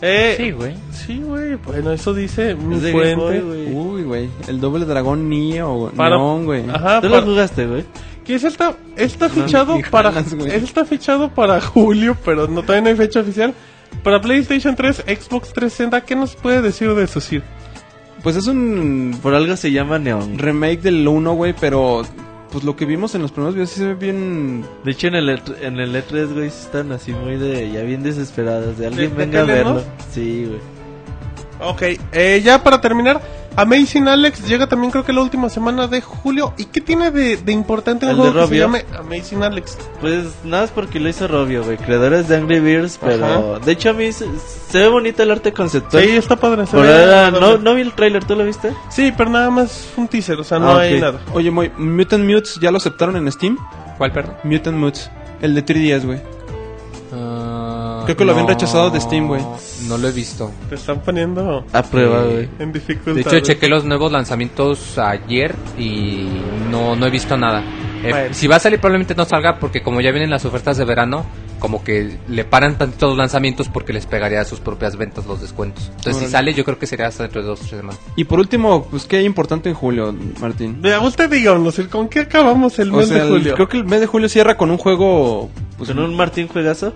S2: Eh,
S9: Sí, güey.
S2: sí, güey. Bueno, eso dice mi
S6: Es de Game
S2: fuente.
S6: Boy, güey.
S5: Uy, güey. El doble dragón Neo.
S2: Para-
S5: Neon, güey.
S2: Ajá,
S6: ¿Tú
S2: para-
S6: lo jugaste, güey?
S2: que es está, está fichado
S5: ni
S2: para
S5: jalas, güey.
S2: él está fichado para julio, pero no todavía no hay fecha oficial. Para PlayStation 3, Xbox 360, ¿qué nos puede decir de eso, Sir?
S5: Pues es un
S6: Por algo se llama Neon. güey.
S5: remake del 1, güey, pero... Pues lo que vimos en los primeros videos sí se ve bien...
S6: De hecho, en el, E3 en el E3, güey, sí están así muy de. Ya bien desesperadas. De alguien
S2: ¿De- de
S6: venga a
S2: Telenor?
S6: verlo. Sí, güey.
S2: Ok, eh, ya para terminar, Amazing Alex llega también creo que la última semana de julio. ¿Y qué tiene de, de importante un
S6: El de
S2: juego que se
S6: Robio.
S2: llame Amazing Alex?
S6: Pues nada es porque lo hizo Robio, güey. Creadores de Angry Birds, pero.
S2: Ajá.
S6: De hecho, a mí se, se ve bonito el arte conceptual.
S2: Sí, está padre. se
S6: Pues, Por
S2: ve-
S6: ahora, no, no vi el trailer, ¿tú lo viste?
S2: Sí, pero nada más un teaser, o sea, no
S6: Ah,
S2: hay
S6: ok.
S2: nada.
S5: Oye, muy, Mutant Mutes, ¿ya lo aceptaron en Steam?
S8: ¿Cuál, perdón?
S5: Mutant Mutes. El de 3DS, güey.
S8: Ah,
S5: Creo que lo habían rechazado de Steam, güey.
S8: No lo he visto.
S2: Te están poniendo
S6: A
S5: pues,
S6: prueba,
S8: Sí.
S6: güey.
S2: en dificultad.
S8: De hecho, chequé los nuevos lanzamientos ayer y no, no he visto nada. Eh,
S2: Bueno.
S8: Si va a salir, probablemente no salga porque, como ya vienen las ofertas de verano, como que le paran tantitos los lanzamientos porque les pegaría a sus propias ventas los descuentos. Entonces,
S5: Órale.
S8: si sale, yo creo que sería hasta dentro de dos o tres semanas.
S5: Y por último, pues qué importante en julio, Martín.
S2: Vea, usted díganos, Sir, ¿con qué acabamos el
S5: O
S2: mes
S5: sea,
S2: de
S5: el-
S2: julio?
S5: creo que el mes de julio cierra con un juego... Pues,
S6: ¿Con un Martín juegazo?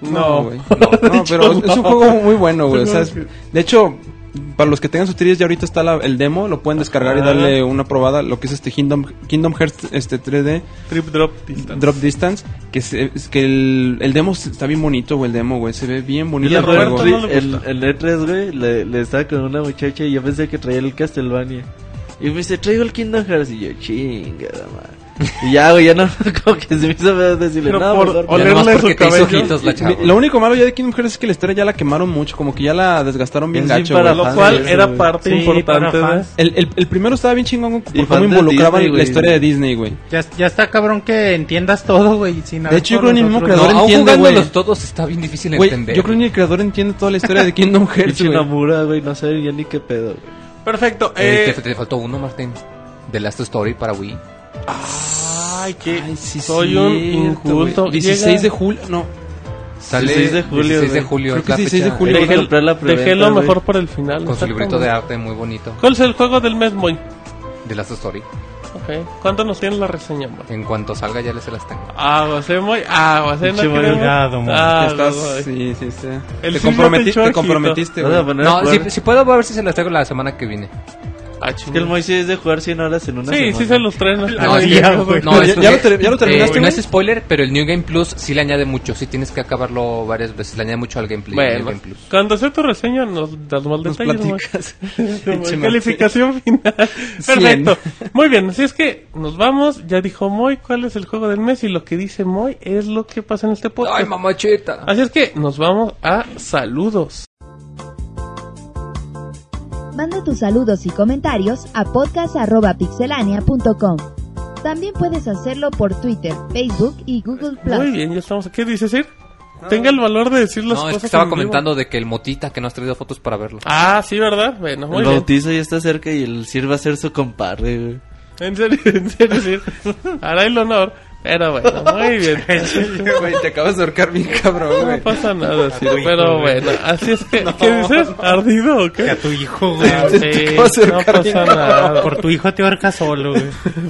S2: No,
S5: güey. No, no, pero es un juego muy bueno, güey. o sea, es- de hecho, Para los que tengan su 3DS ya ahorita está la- el demo, lo pueden descargar
S6: Ah.
S5: y darle una probada. Lo que es este Kingdom, Kingdom Hearts este 3D
S2: Trip Drop Distance.
S5: Drop Distance, que, se- es que el, el demo se- está bien bonito, güey, el demo, güey, se ve bien bonito.
S2: Y a
S5: el
S2: Roberto
S5: juego.
S2: no le
S6: el,
S2: gusta.
S6: el E3, güey, le, le estaba con una muchacha y yo pensé que traía el Castlevania. Y me dice, traigo el Kingdom Hearts. Y yo, chingada madre. Y ya, güey, ya no, como que se me hizo feo decirle,
S2: Pero
S6: no,
S2: por-
S6: mejor.
S8: Ya
S2: Olerle
S8: nomás
S2: su
S8: porque te hizo
S2: cabello.
S8: ojitos la chava.
S5: Mi- Lo único malo ya de Kingdom Hearts es que la historia ya la quemaron mucho, como que ya la desgastaron bien
S6: Es bien
S5: gacho, güey.
S6: para
S2: Lo
S6: fans
S2: cual
S6: de eso,
S2: era
S6: güey.
S2: parte
S9: Sí,
S2: importante
S9: para
S2: de...
S9: fans.
S5: El, el- el primero estaba bien chingón güey, por
S6: Y
S5: cómo
S6: fan de
S5: involucraban
S6: Disney,
S5: la
S6: güey.
S5: historia de Disney, güey.
S9: Ya, ya está cabrón que entiendas todo, güey. Sin haber
S5: hecho, yo
S9: jugado
S5: creo ni
S9: los
S5: mismo
S9: otros.
S8: No,
S5: creador
S8: aún
S5: entiende,
S8: jugándolos
S5: güey.
S8: todos está bien difícil
S5: Güey,
S8: entender.
S5: yo creo que ni el creador entiende toda la historia de Kingdom Hearts,
S6: Pinche
S5: güey.
S6: Namura, güey, no sé ya ni qué pedo, güey.
S2: Perfecto.
S8: Eh,
S2: eh,
S8: te, te faltó uno, Martín. The Last Story para Wii.
S2: Ay, que
S5: Ay, sí,
S2: soy un
S5: cierto,
S2: inculto.
S5: güey. 16 de
S2: Llega-
S5: julio, no.
S8: Sale
S6: 16 de julio,
S8: 16 de
S6: güey.
S8: julio,
S5: Creo
S8: es
S5: que
S8: la
S5: 16 de
S8: fecha.
S5: julio.
S2: Dejé-
S6: Dejen comprar la preventa,
S2: Dejé lo
S6: güey.
S2: mejor por el final.
S8: Con su librito de
S2: exactamente.
S8: arte muy bonito.
S2: ¿Cuál es el juego del mes, Moy?
S8: The Last Story.
S2: Ok. ¿Cuánto nos tiene la reseña, Moy?
S8: En cuanto salga ya les se las tengo.
S2: Ah, José Moy. Ah, José no
S9: Pinche
S2: queremos.
S9: malgado, Moy.
S2: Ah,
S5: Estás-
S2: Moy.
S5: sí, sí, sí.
S2: El
S5: te,
S2: Silvio
S5: comprometi-
S2: Pechochito.
S5: te comprometiste,
S6: Vas a
S5: güey.
S6: poner a
S8: No,
S6: jugar-
S8: si, si puedo a ver si se las traigo la semana que viene.
S2: Ah,
S6: Es que el
S2: chingón.
S6: Moisés es de jugar 100 horas en una
S2: Sí,
S6: semana.
S2: sí se los traen. hasta
S8: No,
S2: el
S8: es-
S2: día,
S9: güey.
S8: no,
S5: Ya-
S8: es-
S5: ya lo ter- ya lo terminaste,
S8: eh, no
S5: güey.
S8: es spoiler, pero el New Game Plus sí le añade mucho. Sí tienes que acabarlo varias veces. Le añade mucho al gameplay. el New
S2: Bueno,
S8: Game Plus.
S2: cuando sea tu reseña nos das más
S5: Nos
S2: detalles. Moy.
S5: platicas.
S2: Moy, Calificación final. Perfecto. Muy bien, así es que nos vamos. Ya dijo Moy cuál es el juego del mes y lo que dice Moy es lo que pasa en este podcast.
S8: Ay, mamachita.
S2: Así es que nos vamos a saludos.
S1: Manda tus saludos y comentarios a podcast.pixelania.com. También puedes hacerlo por Twitter, Facebook y Google
S2: Muy
S1: Plus.
S2: bien, ya estamos aquí. ¿Qué dices, Ir? Tenga el valor de decir las
S8: No,
S2: cosas.
S8: es que estaba
S2: en vivo.
S8: comentando de que el motita que no has traído fotos para verlo.
S2: Ah, sí, ¿verdad? Bueno, muy
S6: El
S2: bien.
S6: bautizo ya está cerca y el Sir va a ser su compadre, güey.
S2: En serio, en serio, sí. Hará el honor. Pero bueno, muy bien.
S5: Güey, te acabas de ahorcar bien cabrón,
S2: No
S5: güey.
S2: pasa nada, sí. Pero bueno, así es que. ¿Qué dices? ¿Ardido o
S9: Que
S2: qué?
S9: A tu hijo, güey.
S2: Sí,
S5: acabas de
S2: no
S5: ahorcar bien
S2: pasa nada.
S9: Por tu hijo te ahorca solo, güey.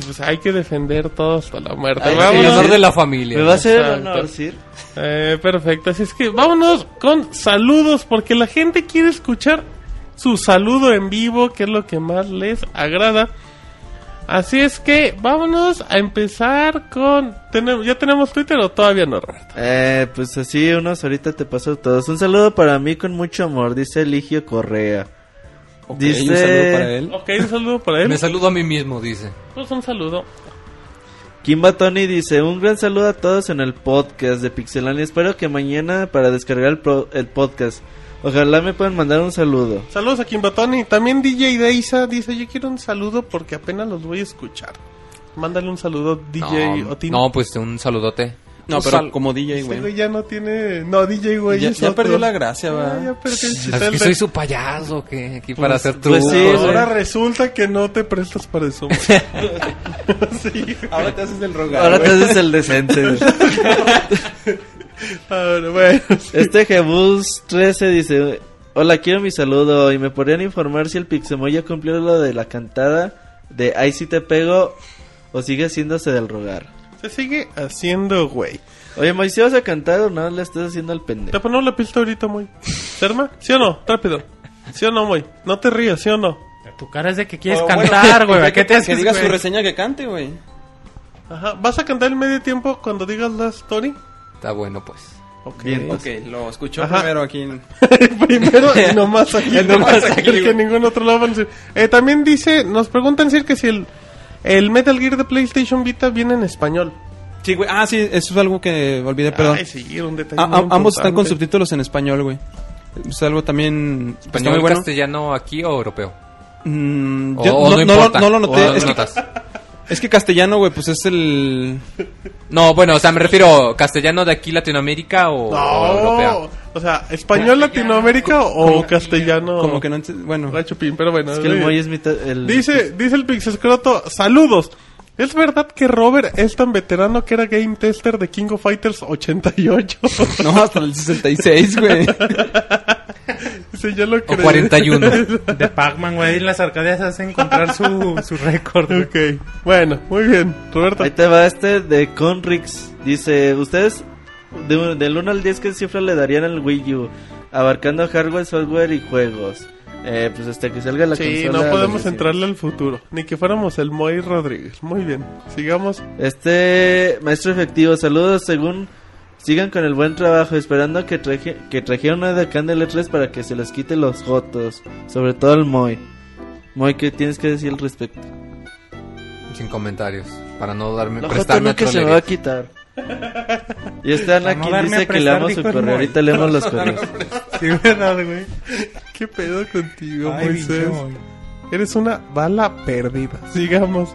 S2: Pues hay que defender todo hasta la muerte.
S6: Ay,
S8: El
S2: Vámonos.
S8: honor de la familia.
S6: Me va a hacer el
S2: Exacto.
S6: honor, Sir.
S2: Eh, perfecto, así es que vámonos con saludos porque la gente quiere escuchar su saludo en vivo, que es lo que más les agrada. Así es que vámonos a empezar con... ¿tenem- ¿Ya tenemos Twitter o todavía no, Roberto?
S6: Eh, pues así unos ahorita te paso todos. Un saludo para mí con mucho amor, dice Eligio Correa.
S5: Ok,
S6: Dice-
S5: un saludo para él.
S2: Ok, un saludo para
S8: Me
S2: él.
S8: saludo a mí mismo, dice.
S2: Pues un saludo.
S6: Kimba Tony dice, un gran saludo a todos en el podcast de Pixelania. Espero que mañana para descargar el, pro- el podcast. Ojalá me puedan mandar un saludo.
S2: Saludos a Kimbatoni. También DJ Deisa dice, yo quiero un saludo porque apenas los voy a escuchar. Mándale un saludo DJ
S8: no,
S2: Otín.
S8: no, pues un saludote.
S5: No,
S8: Un
S5: pero
S8: sal-
S5: como DJ,
S2: Este
S5: güey.
S2: güey ya no tiene... No, DJ, güey.
S5: Ya,
S2: es
S5: ya
S2: otro.
S5: perdió la gracia,
S2: Ah,
S5: va.
S2: ya perdí el chiste
S8: Es que
S2: del-
S8: soy su payaso, que aquí para hacer
S6: pues
S8: trucos. ¿eh?
S6: sí,
S2: Pues
S6: güey.
S2: ahora resulta que no te prestas para eso. güey. sí.
S5: Ahora te haces del rogar,
S6: Ahora te haces el decente. güey.
S2: A ver, bueno.
S6: Este Jebus 13 dice, hola, quiero mi saludo. Y me podrían informar si el Pixemoy ya cumplió lo de la cantada de Ahí sí te pego o sigue haciéndose del rogar.
S2: Se sigue haciendo, güey.
S6: Oye, Moisés, ¿vas a cantar o no le estás haciendo al
S2: Te
S6: pendejo?
S2: ponemos la pista ahorita, muy. ¿Serma? ¿Sí o no? Rápido. ¿Sí o no, muy? No te rías, ¿sí o no?
S9: Tu cara es de que quieres
S5: O, Oh, bueno,
S9: cantar, güey.
S5: que-
S9: ¿a ¿Qué te haces,
S5: Que diga su
S9: güey?
S5: reseña que cante, güey.
S2: Ajá. ¿Vas a cantar el medio tiempo cuando digas la story?
S8: Está bueno, pues.
S2: Ok.
S6: Bien.
S5: Ok, lo escuchó
S2: Ajá.
S5: primero aquí. en-
S2: Primero y nomás aquí.
S5: El nomás aquí,
S2: El que
S5: güey.
S2: en ningún otro lado van a decir. Eh, también dice, nos preguntan si que si el, el Metal Gear de PlayStation Vita viene en español.
S5: Sí, güey. Ah, sí, eso es algo que olvidé, Eh, perdón.
S2: Ay, sí, era un detalle
S5: A-
S2: muy
S5: a- ambos están con
S2: importante.
S5: subtítulos en español, güey. Es algo también. que está
S8: ¿Español
S5: muy bueno.
S8: castellano aquí o europeo?
S5: Mm,
S8: O-
S5: yo
S8: o
S5: no, no lo,
S8: importa.
S5: no lo
S8: O
S5: noté.
S8: no
S5: Es que,
S8: notas.
S5: es que castellano, güey, pues es el.
S8: No, bueno, o sea, me refiero castellano de aquí, Latinoamérica o, o
S2: No,
S8: europea.
S2: o sea, español Latinoamérica o castellano.
S5: Como que no. ent- Bueno,
S2: Ay, chupín, pero bueno.
S6: Es que el
S2: eh.
S6: Moy es mitad... El...
S2: Dice, dice el Pixescroto, saludos. ¿Es verdad que Robert es tan veterano que era game tester de King of Fighters 88?
S5: no, hasta el 66, güey.
S2: Dice, yo lo
S8: O
S2: creo.
S8: 41.
S9: De Pac-Man, güey. En las arcadias hace encontrar su, su récord. güey.
S2: Ok, bueno, muy bien, Roberto.
S6: Ahí te va este de Conrix. Dice, ¿ustedes de- del 1 al 10 qué cifra le darían al Wii U? Abarcando hardware, software y juegos. Eh, pues hasta que salga la
S2: sí,
S6: consola.
S2: no podemos
S6: lo
S2: entrarle al futuro. Ni que fuéramos el Moy Rodríguez. Muy bien, sigamos.
S6: Este maestro efectivo, saludos. Según sigan con el buen trabajo, esperando que, traje, que trajeron a Dacan del E3 para que se les quite los jotos. Sobre todo al Moy. Moy, ¿qué tienes que decir al respecto?
S8: Sin comentarios. Para no darme.
S6: Los jotos
S8: prestarme a
S6: nunca se me va a
S8: trolerías.
S6: quitar. Y este
S9: Para no
S6: Anakin
S9: darme
S6: dice
S9: a
S6: que
S9: prestar,
S6: leamos su
S9: dijo el
S6: correo.
S9: Moy.
S6: Ahorita leemos los correos.
S9: Sí, verdad, güey.
S2: ¿Qué pedo contigo,
S9: Ay,
S2: Moisés?
S9: pinche Moy.
S2: Eres una bala perdida. Sigamos.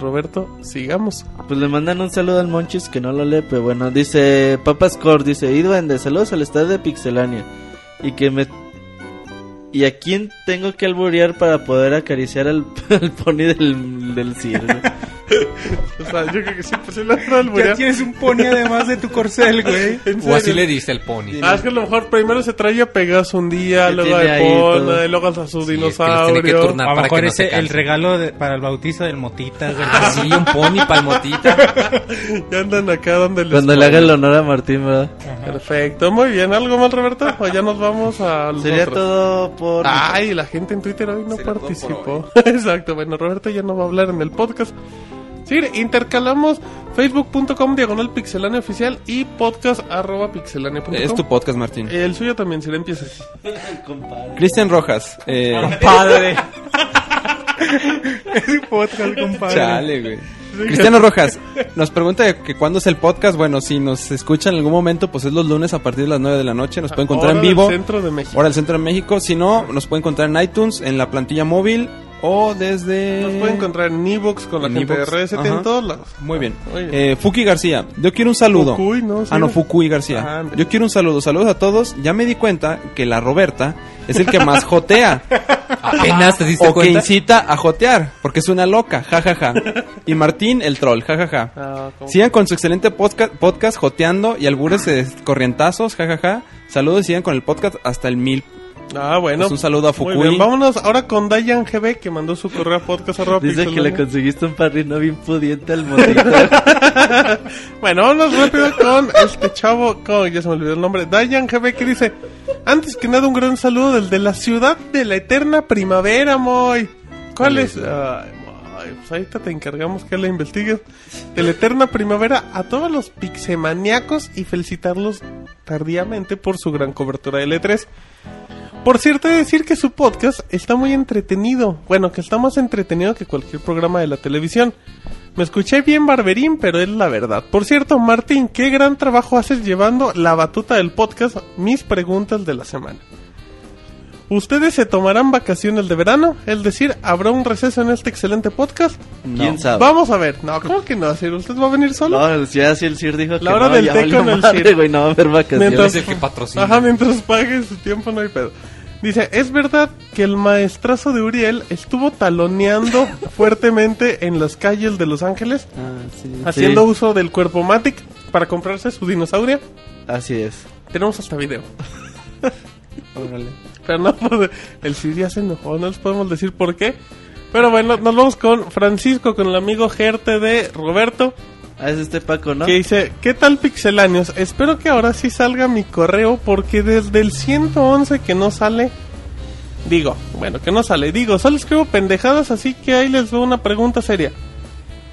S2: Roberto, sigamos.
S6: Pues le mandan un saludo al Monchis que no lo lee, pero bueno, dice Papas Core, dice, y duende, saludos al estado de Pixelania. Y que me... ¿Y a quién tengo que alburear para poder acariciar al, al pony del, del circo?
S2: O sea, yo creo que pues siempre se lo ha
S9: Ya tienes un pony además de tu corcel, güey.
S8: O así le dice el pony.
S2: Ah, es que a lo mejor primero se trae a Pegaso un día,
S6: Que
S2: luego a
S6: tiene ahí
S2: Epona,
S6: todo.
S2: y luego a su
S8: Sí, es que los
S2: dinosaurio.
S8: tiene que turnar
S9: A lo
S8: para
S9: mejor
S8: que no
S9: ese
S8: se
S9: el
S8: canse.
S9: regalo de- para el bautizo del motita, güey.
S8: Ah, sí, un pony palmotita.
S2: Ya andan acá donde les
S6: Cuando le haga el honor a Martín, ¿verdad?
S2: Perfecto, muy bien. ¿Algo más, Roberto? O ya nos vamos a los
S6: Sería
S2: otros.
S6: todo por...
S2: Ay, la gente en Twitter hoy no
S5: Sería todo
S2: participó. Exacto, bueno, Roberto ya no va a hablar en el podcast. Sí, intercalamos facebook.com diagonal pixelania oficial y podcast arroba pixelania punto
S5: Es
S2: com.
S5: tu podcast, Martín.
S2: El suyo también, si le empiezas.
S5: Cristian Rojas. Eh,
S2: Ah,
S9: Padre. es un podcast, compadre.
S5: Chale, güey. Cristiano Rojas nos pregunta que cuándo es el podcast. Bueno, si nos escuchan en algún momento, pues es los lunes a partir de las 9 de la noche. Nos pueden encontrar
S2: Ahora
S5: en
S2: del
S5: vivo.
S2: centro de México.
S5: Ahora el centro de México. Si no, nos pueden encontrar en iTunes, en la plantilla móvil o desde.
S2: Nos pueden encontrar en Evox con la
S5: En
S2: gente
S5: Evox,
S2: de RST en
S5: ajá.
S2: todos lados.
S5: Muy bien.
S2: Muy bien.
S5: Eh, Fuki García, yo quiero un saludo.
S2: Fukui, ¿no? Sí,
S5: Ah, no,
S2: ¿no?
S5: Fukui García.
S2: Ah, ándale.
S5: yo quiero un saludo. Saludos a todos. Ya me di cuenta que la Roberta es el que más jotea.
S8: Apenas te diste
S5: o que
S8: cuenta.
S5: incita a jotear, porque es una loca, jajaja. Y Martín, el troll, jajaja.
S2: Ah, ¿cómo?
S5: Sigan con su excelente podcast, podcast joteando y albures de corrientazos, jajaja. Saludos y sigan con el podcast hasta el mil.
S2: Ah, bueno.
S5: Pues un saludo a
S2: Muy
S5: Fukui.
S2: bien, vámonos ahora con Dayan GB que mandó su correo a podcast arroba
S6: Dice que
S2: pixelania.
S6: le conseguiste un parrino bien pudiente al motita.
S2: Bueno, vámonos rápido con este chavo, con, ya se me olvidó el nombre, Dayan GB que dice, antes que nada un gran saludo del de la ciudad de la eterna primavera, Moy. ¿Cuál es? Ay, Moy, pues ahorita te encargamos que la investigues. De la eterna primavera a todos los pixemaniacos y felicitarlos tardíamente por su gran cobertura de L3. Por cierto, he de decir que su podcast está muy entretenido. Bueno, que está más entretenido que cualquier programa de la televisión. Me escuché bien barberín, pero es la verdad. Por cierto, Martín, qué gran trabajo haces llevando la batuta del podcast Mis preguntas de la semana. ¿Ustedes se tomarán vacaciones de verano? Es decir, ¿habrá un receso en este excelente podcast?
S6: ¿Quién sabe?
S2: Vamos a ver. No, ¿cómo que no? ¿Sir? ¿Usted va a venir solo?
S6: No, si así el Sir dijo que
S2: La hora
S6: no,
S2: del
S6: ya
S2: té
S6: valió
S2: con el
S6: madre,
S2: Sir.
S6: güey, no va a haber vacaciones.
S2: Mientras-
S8: Es el que patrocina.
S2: Ajá, mientras pague su tiempo no hay pedo. Dice, es verdad que el maestrazo de Uriel estuvo taloneando fuertemente en las calles de Los Ángeles,
S6: Ah, sí,
S2: haciendo
S6: sí,
S2: uso del cuerpo Matic para comprarse su dinosaurio.
S6: Así es.
S2: Tenemos hasta video. Pero no puedo- el Siri ya se enojó, no les podemos decir por qué. Pero bueno, nos vamos con Francisco, con el amigo Gerte de Roberto.
S6: Ah, es este Paco, ¿no?
S2: Que dice, ¿qué tal pixeláneos? Espero que ahora sí salga mi correo porque desde el 111 que no sale... Digo, bueno, que no sale. Digo, solo escribo pendejadas, así que ahí les doy una pregunta seria.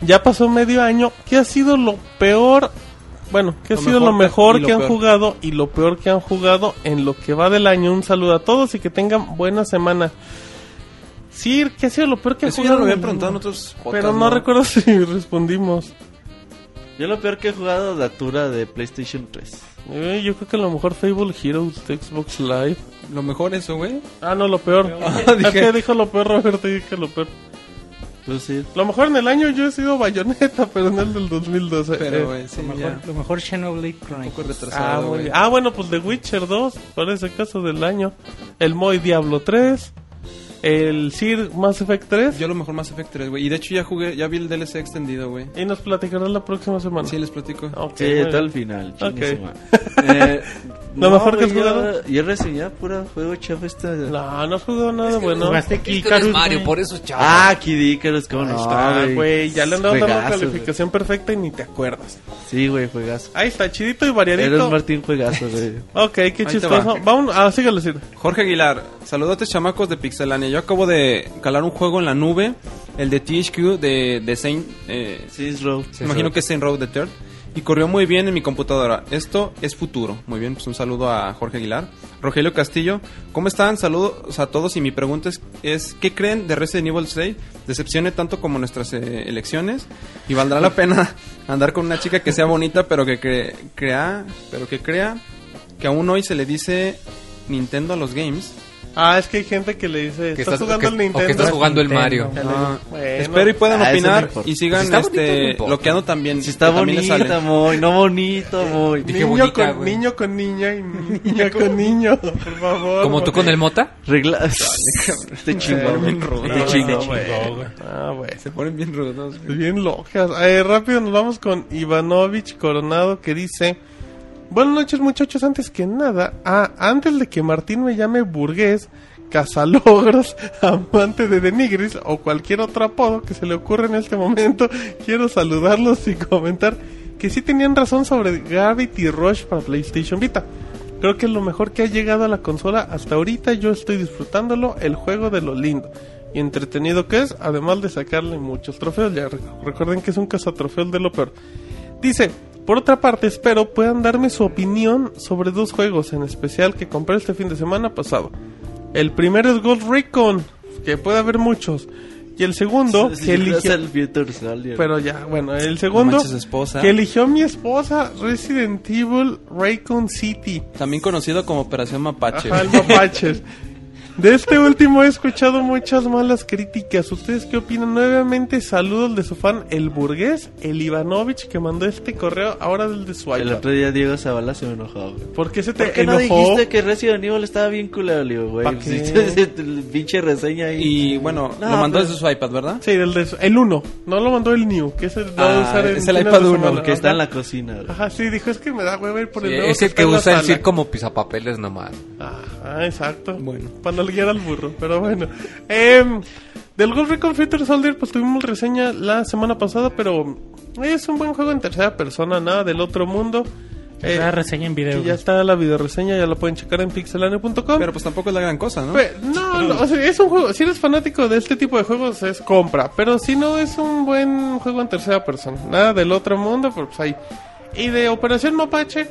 S2: Ya pasó medio año, ¿qué ha sido lo peor? Bueno, ¿qué ha
S5: Lo
S2: sido
S5: mejor
S2: lo mejor
S5: y
S2: que
S5: lo
S2: han
S5: peor.
S2: jugado y lo peor que han jugado en lo que va del año? Un saludo a todos y que tengan buena semana. Sir, ¿qué ha sido lo peor que han
S5: Eso ya
S2: jugado?
S5: lo habían preguntado en otros
S2: Pero
S5: podcasts,
S2: no recuerdo si respondimos.
S6: Yo lo peor que he jugado datura de PlayStation 3.
S2: Eh, yo creo que a lo mejor Fable Heroes de Xbox Live.
S5: Lo mejor eso, güey.
S2: Ah, no, lo peor.
S5: Ah,
S2: Es
S5: dije-
S2: que dijo lo peor, Roberto, dije que lo peor.
S6: Tú sí.
S2: Lo mejor en el año yo he sido bayoneta, pero no el del 2012. eh.
S5: Pero, güey, sí,
S9: Lo
S5: ya.
S9: mejor, lo mejor Xenoblade
S5: Un poco
S9: Chronicles.
S2: ah,
S5: retrasado,
S2: muy
S5: güey.
S2: bien. Ah, bueno, pues The Witcher 2, para ese caso del año. El Moy Diablo 3. El Sir Mass Effect 3.
S5: Ah, Yo lo mejor más Effect 3, güey. Y de hecho ya jugué, ya vi el DLC extendido, güey.
S2: Y nos platicarás la próxima semana.
S5: Sí, les platico.
S2: Ok,
S6: Sí,
S2: muy
S6: todo
S2: bien.
S6: al final. chingue
S2: Ok.
S6: su madre. Eh,
S2: Lo mejor que has
S6: güey, yo-
S2: jugado.
S6: Yo reseñaba pura juego este chafa esta.
S2: No, no has jugado nada bueno.
S9: Jugaste
S8: Es que
S9: Kikarus,
S8: eres Mario,
S9: güey.
S8: por eso, chaval.
S6: Ah, Kid Icarus, cómo no.
S2: Ah, güey, ya le han dado toda la
S6: Juegazo, güey.
S2: calificación perfecta y ni te acuerdas.
S6: Sí, güey, juegazo.
S2: Ahí está, chidito y
S6: Eres
S2: variadito.
S6: Martín Juegazo, güey.
S2: Ok, qué
S5: va.
S2: chistoso. Vamos, ah, síguelo, Sid.
S5: Jorge Aguilar, saludotes chamacos de Pixelania. Yo acabo de calar un juego en la nube, el de THQ de, de Saint. eh,
S6: Saints Row.
S8: Sí,
S5: imagino
S8: sí.
S5: que es Saint Row the Third. Y corrió muy bien en mi computadora. Esto es futuro. Muy bien, pues un saludo a Jorge Aguilar. Rogelio Castillo, ¿cómo están? Saludos a todos. Y mi pregunta es: es ¿qué creen de Resident Evil 6? ¿Decepcione tanto como nuestras eh, elecciones? ¿Y valdrá la pena andar con una chica que sea bonita, pero que cre- crea, pero que crea que aún hoy se le dice Nintendo a los games?
S2: Ah, es que hay gente que le dice,
S8: Que
S2: estás, jugando
S8: que-
S2: el
S8: O
S2: Nintendo.
S8: que estás jugando el Mario.
S5: Ah,
S2: Bueno.
S5: espero y puedan
S6: Ah, eso no
S5: opinar
S6: importa.
S5: y sigan
S8: Si está bonito, no
S5: este
S8: importa.
S5: bloqueando también.
S6: Si está
S5: que también les
S6: bonita,
S5: sale.
S6: muy. No bonito, muy.
S8: Dije
S2: niño,
S8: bonita,
S2: con,
S8: güey.
S2: niño con niña y niña con niño, por favor.
S8: Como tú con el Mota.
S6: Regla. Este Te chingó, güey. Te chingó.
S2: Ah, güey.
S5: Se ponen bien rudos. güey.
S2: Bien lojas. Eh, rápido nos vamos con Ivanovich Coronado que dice... Buenas noches muchachos, antes que nada, ah, antes de que Martín me llame burgués, cazalogros, amante de denigris o cualquier otro apodo que se le ocurra en este momento, quiero saludarlos y comentar que sí tenían razón sobre Gravity Rush para PlayStation Vita. Creo que es lo mejor que ha llegado a la consola hasta ahorita, yo estoy disfrutándolo, el juego de lo lindo y entretenido que es, además de sacarle muchos trofeos, ya re- recuerden que es un cazatrofeos de lo peor. Dice, por otra parte espero puedan darme su opinión sobre dos juegos en especial que compré este fin de semana pasado. El primero es Gold Recon, que puede haber muchos. Y el segundo,
S6: Sí,
S2: que eligió...
S6: gracias al Peter Soldier.
S2: Pero ya, bueno, el segundo,
S5: manches, esposa.
S2: que eligió mi esposa, Resident Evil Raccoon City.
S5: También conocido como Operación Mapache.
S2: Ajá, el mapaches. De este último he escuchado muchas malas críticas. ¿Ustedes qué opinan? Nuevamente saludos de su fan, el burgués, el Ivanovich, que mandó este correo ahora del de su
S6: El
S2: iPad.
S6: otro día Diego Zavala se me enojó, güey.
S2: ¿Por qué se te
S6: ¿Por qué no
S2: enojó?
S6: dijiste que Resident Evil estaba bien culero, Le digo, güey?
S2: ¿Pa'
S6: Pues,
S2: qué?
S6: hiciste el pinche reseña ahí.
S5: Y bueno,
S6: No,
S5: lo mandó
S6: pero-
S5: desde su iPad, ¿verdad?
S2: Sí, del de su- el 1. No lo mandó el New, que es el, lo va a
S5: Ah,
S2: usar en
S5: es el
S2: fines
S5: iPad
S2: de
S5: 1,
S2: semana.
S6: Que está
S2: Ajá.
S6: en la cocina, güey.
S2: Ajá, sí, dijo, es que me da hueva ir por el
S8: Sí,
S2: nuevo
S8: es el que
S2: está en la
S8: usa el
S2: sala".
S8: Cid como pisapapeles nomás.
S2: Ajá, exacto.
S5: Bueno.
S2: Para no guiar al burro, pero bueno. Em, del Golf Recon Future Soldier, pues tuvimos reseña la semana pasada, pero es un buen juego en tercera persona, nada del otro mundo. Eh,
S9: Esa reseña en video.
S2: que ya
S9: güey.
S2: está la videoreseña, ya la pueden checar en pixelane.com.
S5: Pero pues tampoco es la gran cosa, ¿no?
S2: Pues, no, no, o sea, es un juego. Si eres fanático de este tipo de juegos, es compra. Pero si no, es un buen juego en tercera persona. Nada del otro mundo, pero pues ahí. Y de Operación Mapache,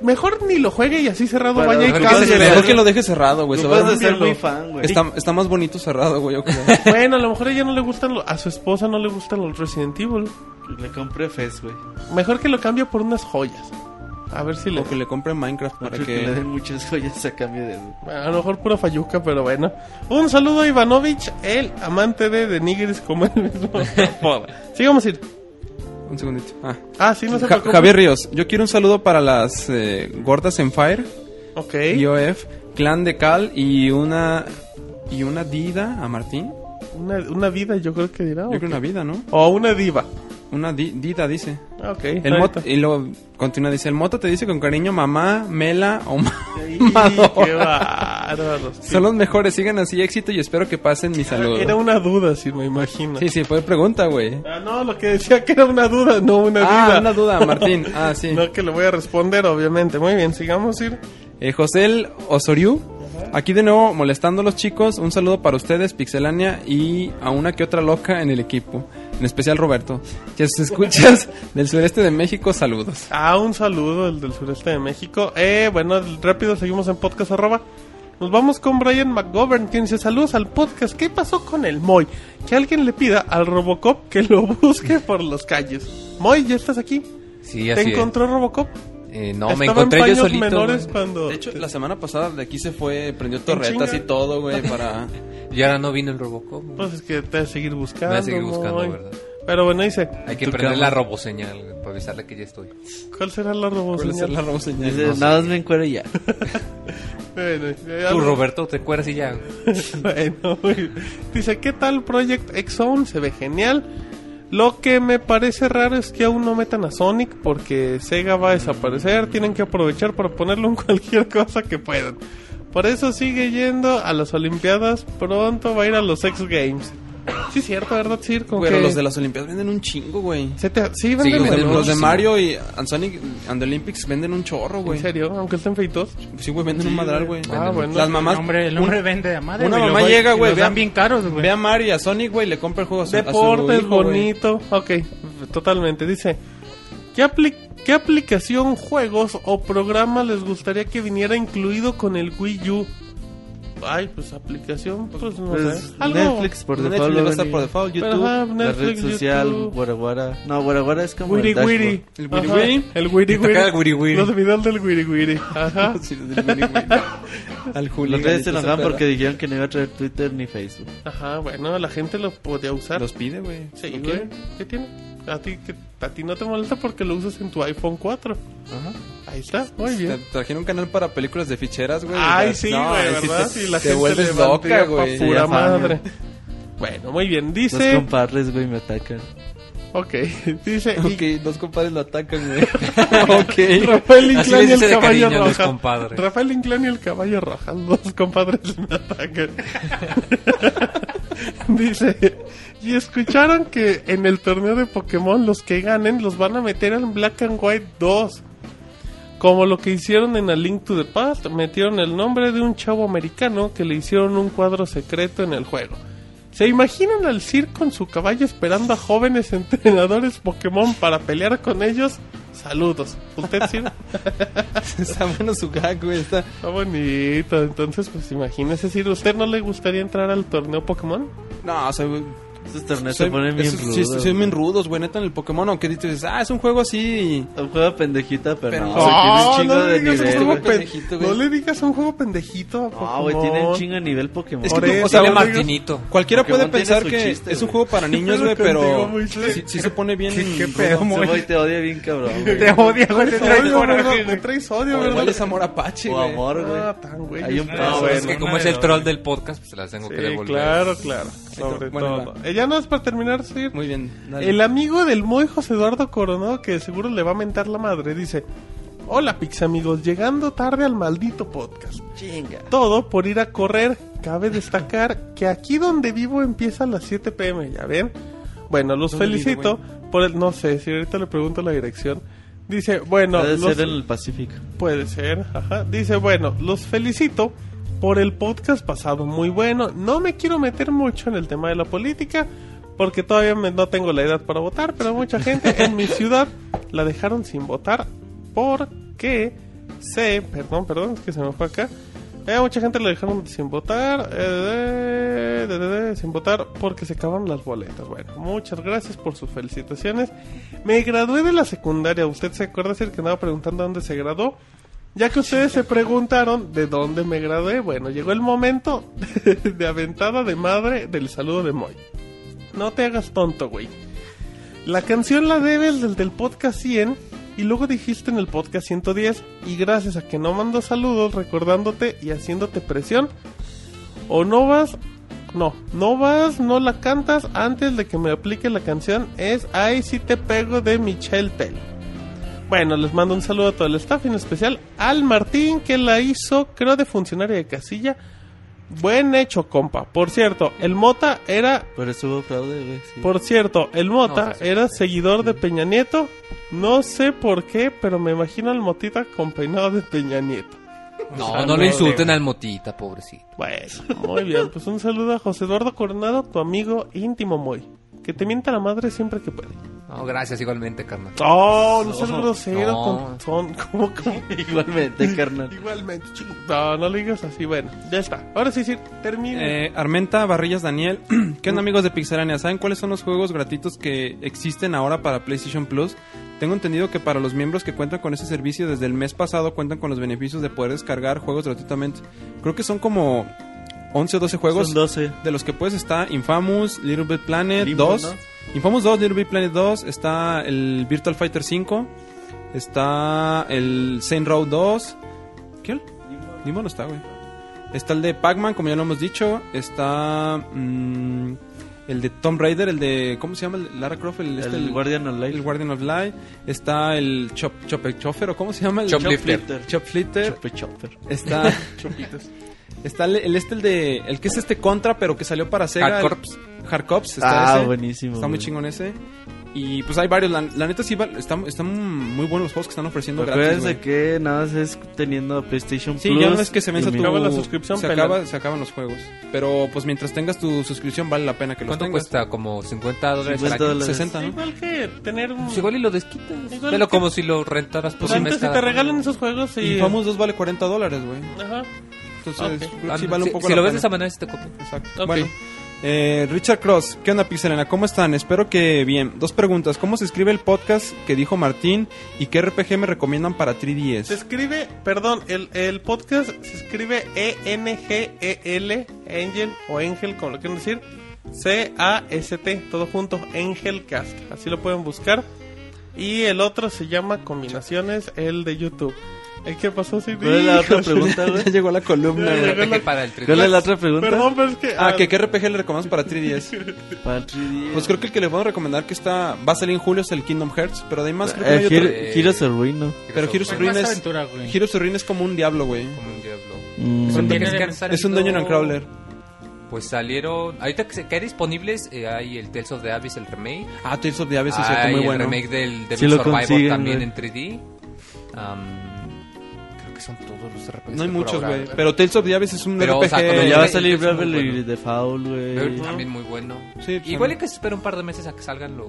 S2: mejor ni lo juegue y así cerrado
S6: Para
S2: vaya y
S6: ver qué
S2: cambie.
S6: se le
S5: Mejor que lo deje cerrado, güey.
S6: Tú
S5: se va a
S6: puedes
S5: ver-
S6: ser muy
S2: viendo.
S6: fan, güey.
S5: Está, está más bonito cerrado, güey. yo creo.
S2: Bueno, a lo mejor a ella no le gustan, lo- a su esposa no le gustan los Resident Evil.
S6: Le compré Fez, güey.
S2: Mejor que lo cambie por unas joyas. A ver si le...
S5: O que le compre Minecraft para
S6: Creo que le
S5: que...
S6: den muchas joyas a cambio de...
S2: A lo mejor pura falluca, pero bueno. Un saludo a Ivanovich, el amante de Denigris, como él mismo. se apoda. Sigamos ir.
S5: Un segundito. Ah.
S2: Ah, sí, no se
S5: Ja-
S2: preocupe.
S5: Javier Ríos, yo quiero un saludo para las eh, gordas en Fire,
S2: Ok.
S5: IOF, Clan de Cal y una... Y una Dida a Martín.
S6: Ah,
S2: Una, una vida, yo creo que dirá.
S5: Yo
S2: ¿o
S5: creo
S2: qué?
S5: una vida, ¿no?
S2: O una diva.
S5: Una di- Dida, dice.
S2: Ah, Ok.
S5: El mota, y luego continúa, dice, el mota te dice con cariño mamá, mela o ma- Madonna".
S2: qué bárbaro.
S5: Son los mejores, sigan así éxito y espero que pasen mi saludo.
S2: Ah, Era una duda, sí, me imagino.
S5: Sí, sí, fue pregunta, güey.
S2: Ah, no, lo que decía que era una duda, no una
S5: Ah,
S2: vida.
S5: una duda, Martín. Ah, sí.
S2: No que le voy a responder, obviamente. Muy bien, sigamos ir.
S5: Eh, José el Osoriu, aquí de nuevo molestando a los chicos, un saludo para ustedes, Pixelania, y a una que otra loca en el equipo, en especial Roberto. Si os escuchas del sureste de México, saludos.
S2: Ah, un saludo, el del sureste de México. Eh, bueno, rápido, seguimos en podcast arroba. Nos vamos con Brian McGovern, quien dice saludos al podcast. ¿Qué pasó con el Moy? Que alguien le pida al Robocop que lo busque por las calles. Moy, ¿ya estás aquí?
S8: Sí,
S2: ¿Te
S8: así es.
S2: encontró Robocop?
S8: Eh, no,
S2: Estaba
S8: me
S2: en
S8: encontré yo
S2: paños
S8: solito.
S2: menores
S8: güey.
S2: cuando...
S5: De hecho, la semana pasada de aquí se fue, prendió
S2: torretas
S5: torretas
S2: y
S5: y todo, güey, para...
S8: Y ahora no vino el Robocop. güey.
S2: Pues es que te vas a seguir buscando.
S8: Voy a seguir buscando,
S2: Moy.
S8: ¿verdad?
S2: Pero bueno, dice,
S8: Hay que
S6: Tu
S8: prender
S6: cama.
S8: la roboseñal güey, para avisarle que ya estoy.
S2: ¿cuál será la
S5: ¿Cuál es
S2: roboseñal?
S5: la robo señal?
S6: Dice, nada más me encuentro y ya.
S2: Bueno, ya
S8: Tú,
S2: no-
S8: Roberto, ¿te acuerdas y ya?
S2: Bueno, muy bien. dice, ¿qué tal Project X Zone? Se ve genial. Lo que me parece raro es que aún no metan a Sonic porque Sega va a desaparecer, tienen que aprovechar para ponerlo en cualquier cosa que puedan. Por eso sigue yendo a las Olimpiadas, pronto va a ir a los X Games. Sí, es cierto, ¿verdad, Sir? Como
S5: Pero
S2: que
S5: los de las Olimpiadas venden un chingo, güey.
S2: se te- Sí,
S5: Sí,
S2: venden
S5: los, de,
S2: mucho.
S5: los de Mario y and Sonic and the Olympics venden un chorro,
S2: ¿En
S5: güey.
S2: serio? Aunque estén feitos.
S5: Sí, güey, venden un madral, güey.
S2: Ah, bueno.
S5: Las mamás.
S9: el hombre, el
S5: una-
S9: hombre vende de madre.
S5: una
S9: güey, y
S5: mamá
S9: luego-
S5: llega,
S9: y
S5: güey,
S9: los
S5: vea-
S9: dan bien caros, güey.
S5: Ve a Mario y a Sonic, güey, le compra el juego a su, a su
S2: Deportes,
S5: hijo, güey.
S2: bonito. Ok, totalmente. Dice, ¿qué, apli- ¿qué aplicación, juegos o programa les gustaría que viniera incluido con el Wii U? Ay, pues aplicación, pues no sé.
S6: Pues,
S2: Algo-
S6: Netflix por
S5: Netflix
S6: default.
S5: le va
S6: va
S5: a estar
S6: venir.
S5: por default,
S2: Pero,
S5: YouTube.
S2: ajá,
S6: la red
S2: Netflix,
S6: social,
S2: YouTube.
S6: Guaraguara. No, Guaraguara es como.
S2: Wiri
S6: el dashboard.
S2: Wiri.
S5: El Wiri
S2: Ajá,
S5: Wiri.
S2: El Wiri
S5: Te caga el
S2: Wiri.
S5: Wiri Wiri.
S2: Los videos del Wiri Wiri. Ajá.
S5: Sí, del Wii, güey. Al Julio.
S6: Los redes se enojaban porque dijeron que no iba a traer Twitter ni Facebook.
S2: Ajá, bueno, la gente lo podía usar.
S5: Los pide, güey.
S2: Sí,
S5: ¿Lo
S2: güey.
S5: quieren?
S2: ¿Qué tiene? A ti, que, a ti no te molesta porque lo usas en tu iPhone 4.
S5: Ajá.
S2: Ahí está, muy
S5: Te
S2: bien.
S5: trajeron un canal para películas de ficheras, güey.
S2: Ay,
S5: Ya-
S2: sí,
S5: no,
S2: güey,
S5: ahí sí
S2: ¿verdad?
S5: te-
S2: y la
S5: te
S2: gente
S5: vuelves
S2: le
S5: loca,
S2: valdría pa'
S5: güey.
S2: Pura
S6: Ya saben.
S2: madre. Bueno, muy bien.
S6: Los
S2: Dice.
S6: compadres, güey, me atacan.
S2: Ok, dice. y-
S5: Ok, dos compadres lo atacan, güey. ok.
S2: Rafael
S8: Así
S2: Inclán
S8: les
S2: y el
S8: dice de
S2: caballo
S8: cariño a los
S2: roja.
S8: compadres.
S2: Rafael Inclán y el caballo roja. Los compadres me atacan. dice. Y escucharon que en el torneo de Pokémon los que ganen los van a meter en Black and White 2. Como lo que hicieron en A Link to the Past, metieron el nombre de un chavo americano que le hicieron un cuadro secreto en el juego. ¿Se imaginan al Sir con su caballo esperando a jóvenes entrenadores Pokémon para pelear con ellos? Saludos. ¿Usted, Sir?
S5: Está bueno su gag, güey. Está...
S2: Está bonito. Entonces, pues imagínese, Sir, ¿usted no le gustaría entrar al torneo Pokémon?
S5: No, o sea, güey.
S6: Estos torneos
S5: soy-
S6: se ponen bien
S5: esos-
S6: rudos.
S5: sí, sí, son
S6: güey.
S5: bien rudos, güey. Neta, en el Pokémon, aunque dices, ah, es un juego así.
S6: Un juego pendejita, pero,
S5: Pero-
S6: no.
S5: O
S2: Ah,
S6: güey, tiene un chingo
S2: no, le
S6: de
S2: digas un
S6: nivel.
S2: juego
S6: güey.
S5: güey.
S2: pen-
S5: Pendejito, güey.
S2: no le digas un juego pendejito a Pokémon.
S6: No, güey, tiene un chingo de nivel Pokémon.
S5: Es
S2: Por
S5: que tú, o
S2: eso,
S5: sea,
S2: no
S5: güey,
S2: digas-
S8: Martinito.
S5: Cualquiera
S6: Pokémon tiene
S5: puede pensar
S6: su
S5: que
S6: chiste,
S5: es un
S6: güey.
S5: juego para niños, güey,
S2: Contigo,
S5: pero
S2: muy
S5: sí, sí se pone bien.
S9: Sí, qué
S5: rudo.
S9: pedo,
S6: Ese
S9: güey.
S6: güey te odia bien, cabrón. güey.
S9: Te odia, güey. Te
S2: Odio,
S9: trae coraje,
S2: ¿verdad? Me
S9: güey.
S2: traes odio,
S5: O igual
S2: ¿verdad?
S5: es amor apache,
S6: O
S5: güey.
S6: amor, güey.
S2: Ah, tan güey.
S6: Hay un
S2: Ah,
S6: pedazo,
S2: bueno.
S8: es que
S9: no,
S8: como
S9: no,
S8: es el
S9: no.
S8: troll del podcast, pues se las tengo que
S2: Sí,
S8: devolver.
S2: claro, claro. Sobre
S5: bueno,
S2: todo. Eh, ya no es para terminar, Sir.
S5: Muy bien. dale.
S2: El amigo del Moy José Eduardo Coronado, que seguro le va a mentar la madre, dice: Hola, pix amigos, llegando tarde al maldito podcast.
S6: Chinga.
S2: Todo por ir a correr. Cabe destacar que aquí donde vivo empieza a las 7 pm, ¿ya ven? Bueno, los
S5: ¿Dónde vive,
S2: felicito por el. No sé, si ahorita le pregunto la dirección. Dice: Bueno,
S6: Debe
S2: los-
S6: ser en el Pacífico.
S2: Puede ser, ajá. Dice, bueno, los felicito por el podcast pasado, muy bueno. No me quiero meter mucho en el tema de la política, porque todavía me- no tengo la edad para votar, pero mucha gente en mi ciudad la dejaron sin votar porque se, perdón, perdón, es que se me fue acá. Eh, mucha gente la dejaron sin votar, eh, de- de- de- sin votar porque se acabaron las boletas. Bueno, muchas gracias por sus felicitaciones. Me gradué de la secundaria. ¿Usted se acuerda ser que andaba preguntando dónde se graduó? Ya que ustedes se preguntaron de dónde me gradué, bueno, llegó el momento de aventada de madre del saludo de Moy. No te hagas tonto, güey. La canción la debes desde el podcast 100 y luego dijiste en el podcast 110 y gracias a que no mando saludos recordándote y haciéndote presión, o no vas, no, no vas, no la cantas antes de que me aplique la canción es Ay si te pego de Michelle Tell. Bueno, les mando un saludo a todo el staff, en especial al Martín que la hizo, creo, de funcionaria de casilla. Buen hecho, compa. Por cierto, el Mota era
S6: Pero eso hubo fraude, güey. sí.
S2: por cierto, el Mota
S8: No, sí, sí,
S2: era seguidor de Peña Nieto. No sé por qué, pero me imagino al Motita con peinado de Peña Nieto.
S8: No, no lo insulten al motita, pobrecito.
S2: Pues, muy bien. Pues un saludo a José Eduardo Coronado, tu amigo íntimo muy. Que te mienta la madre siempre que puede.
S8: No, gracias igualmente, carnal.
S2: Oh, no seas grosero
S8: no.
S2: con son. ¿Cómo, cómo?
S6: Igualmente, carnal.
S2: Igualmente, chico. No, no le digas así. Bueno, ya está. Ahora sí, sí, termina.
S5: Eh, Armenta Barrillas Daniel, ¿qué onda amigos de Pixelania? ¿Saben cuáles son los juegos gratuitos que existen ahora para PlayStation Plus? Tengo entendido que para los miembros que cuentan con ese servicio desde el mes pasado cuentan con los beneficios de poder descargar juegos gratuitamente. Creo que son como 11 o 12 juegos.
S6: Son 12.
S5: De los que puedes está Infamous, Little Big Planet
S6: Limbo,
S5: 2.
S6: ¿no?
S5: Infamous 2, Little Big Planet 2. Está el Virtual Fighter 5. Está el Saint Row 2. ¿Qué? Limbo no está, güey. Está el de Pac-Man, como ya lo hemos dicho. Está. mm, el de Tomb Raider, el de. ¿Cómo se llama? El Lara Croft, el, este,
S6: el, Guardian Online.
S5: el Guardian of Light. Está el Chop, Chop, Chopper, o ¿cómo se llama? El
S8: Choplifter.
S5: Chop- Choplifter.
S6: Chope Chopper. Ah,
S5: Está. Está el, el este, el de. El que es este contra, pero que salió para Sega.
S8: Hard
S5: el-
S8: Corps.
S5: Hard Corps, está
S6: Ah,
S5: ese.
S6: buenísimo.
S5: Está muy
S6: güey.
S5: chingón ese. Y pues hay varios. La, la neta sí, va- están, están muy buenos los juegos que están ofreciendo gratis.
S6: Acuérdense
S5: güey.
S6: que nada más es teniendo PlayStation
S5: Sí,
S6: Plus.
S5: ya no es que se vence
S6: y
S5: tu...
S6: mi-
S2: acaba la suscripción,
S5: se,
S2: pela.
S5: acaba- se acaban los juegos. Pero pues mientras tengas tu suscripción vale la pena que los
S8: ¿Cuánto
S5: tengas.
S8: cuesta? pues, Como 50 dólares.
S6: 50
S8: para que-
S6: dólares.
S5: 60, ¿no?
S2: Igual que tener un...
S8: Pues igual y lo desquitas.
S2: Igual
S8: Pero
S2: que-
S8: como si lo rentaras por
S2: Pues
S8: un mes
S2: antes si
S8: cada
S2: te
S8: uno.
S2: regalan esos juegos y...
S5: Y Famous 2 vale 40 dólares, güey.
S2: Ajá.
S5: Entonces,
S2: Ok.
S5: creo que sí
S8: Ah,
S5: vale
S8: si-
S5: un poco
S8: si
S5: la
S8: lo ves
S5: pena.
S8: de esa manera, sí te compro.
S5: Exacto.
S2: Ok.
S5: Bueno, eh, Richard Cross, ¿qué onda, Pixelena? ¿Cómo están? Espero que bien. Dos preguntas. ¿Cómo se escribe el podcast que dijo Martín? ¿Y qué RPG me recomiendan para 3DS?
S2: Se escribe, perdón, el, el podcast se escribe E E-N-G-E-L, E Angel o Angel, como lo quieran decir. C-A-S-T, todo junto, Angelcast. Así lo pueden buscar. Y el otro se llama Combinaciones, el de YouTube. ¿El que pasó sin
S6: ¿Cuál es la otra pregunta, güey?
S5: Ya llegó la columna,
S2: Ya llegó.
S5: güey.
S8: Fíjate que para el 3
S6: ¿Cuál es la otra pregunta?
S2: Perdón, pero es que.
S5: Ah, que qué RPG le recomiendas para 3DS.
S6: Para 3D.
S5: pues creo que el que les vamos a recomendar que está va a salir en julio es el Kingdom Hearts, pero además creo que no hay
S6: Eh,
S5: otro.
S6: Hero- Heroes of Ruin, ¿no?
S5: Pero Heroes of
S9: Fue
S5: Ruin
S9: más
S5: es
S9: aventura, güey.
S5: Heroes of Ruin es como un diablo, güey.
S8: Como un diablo.
S6: Mm.
S9: Son
S8: Porque
S9: tiene-
S8: es que han
S5: Es un Dungeon
S8: salido-
S5: and Crawler.
S8: Pues salieron. Ahorita que, se, que hay disponibles, eh, hay el Tales of the Abyss, el remake.
S5: Ah, Tales of the Abyss es cierto,
S8: hay
S5: muy
S8: el
S5: bueno.
S8: remake del Devil
S6: Sí lo
S8: Survivor
S6: consiguen,
S8: también
S6: güey.
S8: en 3D. Am, creo que son todos los RPGs.
S5: No hay
S8: que por
S5: muchos,
S8: ahora-
S5: güey. Pero Tales of the Abyss es un
S8: Pero, o
S5: RPG.
S8: sea,
S6: Pero
S8: Eh,
S6: ya va a
S8: eh,
S6: salir
S8: es muy
S6: Bravely
S8: bueno.
S6: Default,
S8: Pero
S6: güey.
S8: también muy bueno.
S5: eh, Sí, pues,
S8: Igual
S5: son-
S8: hay que esperar un par de meses a que salgan los.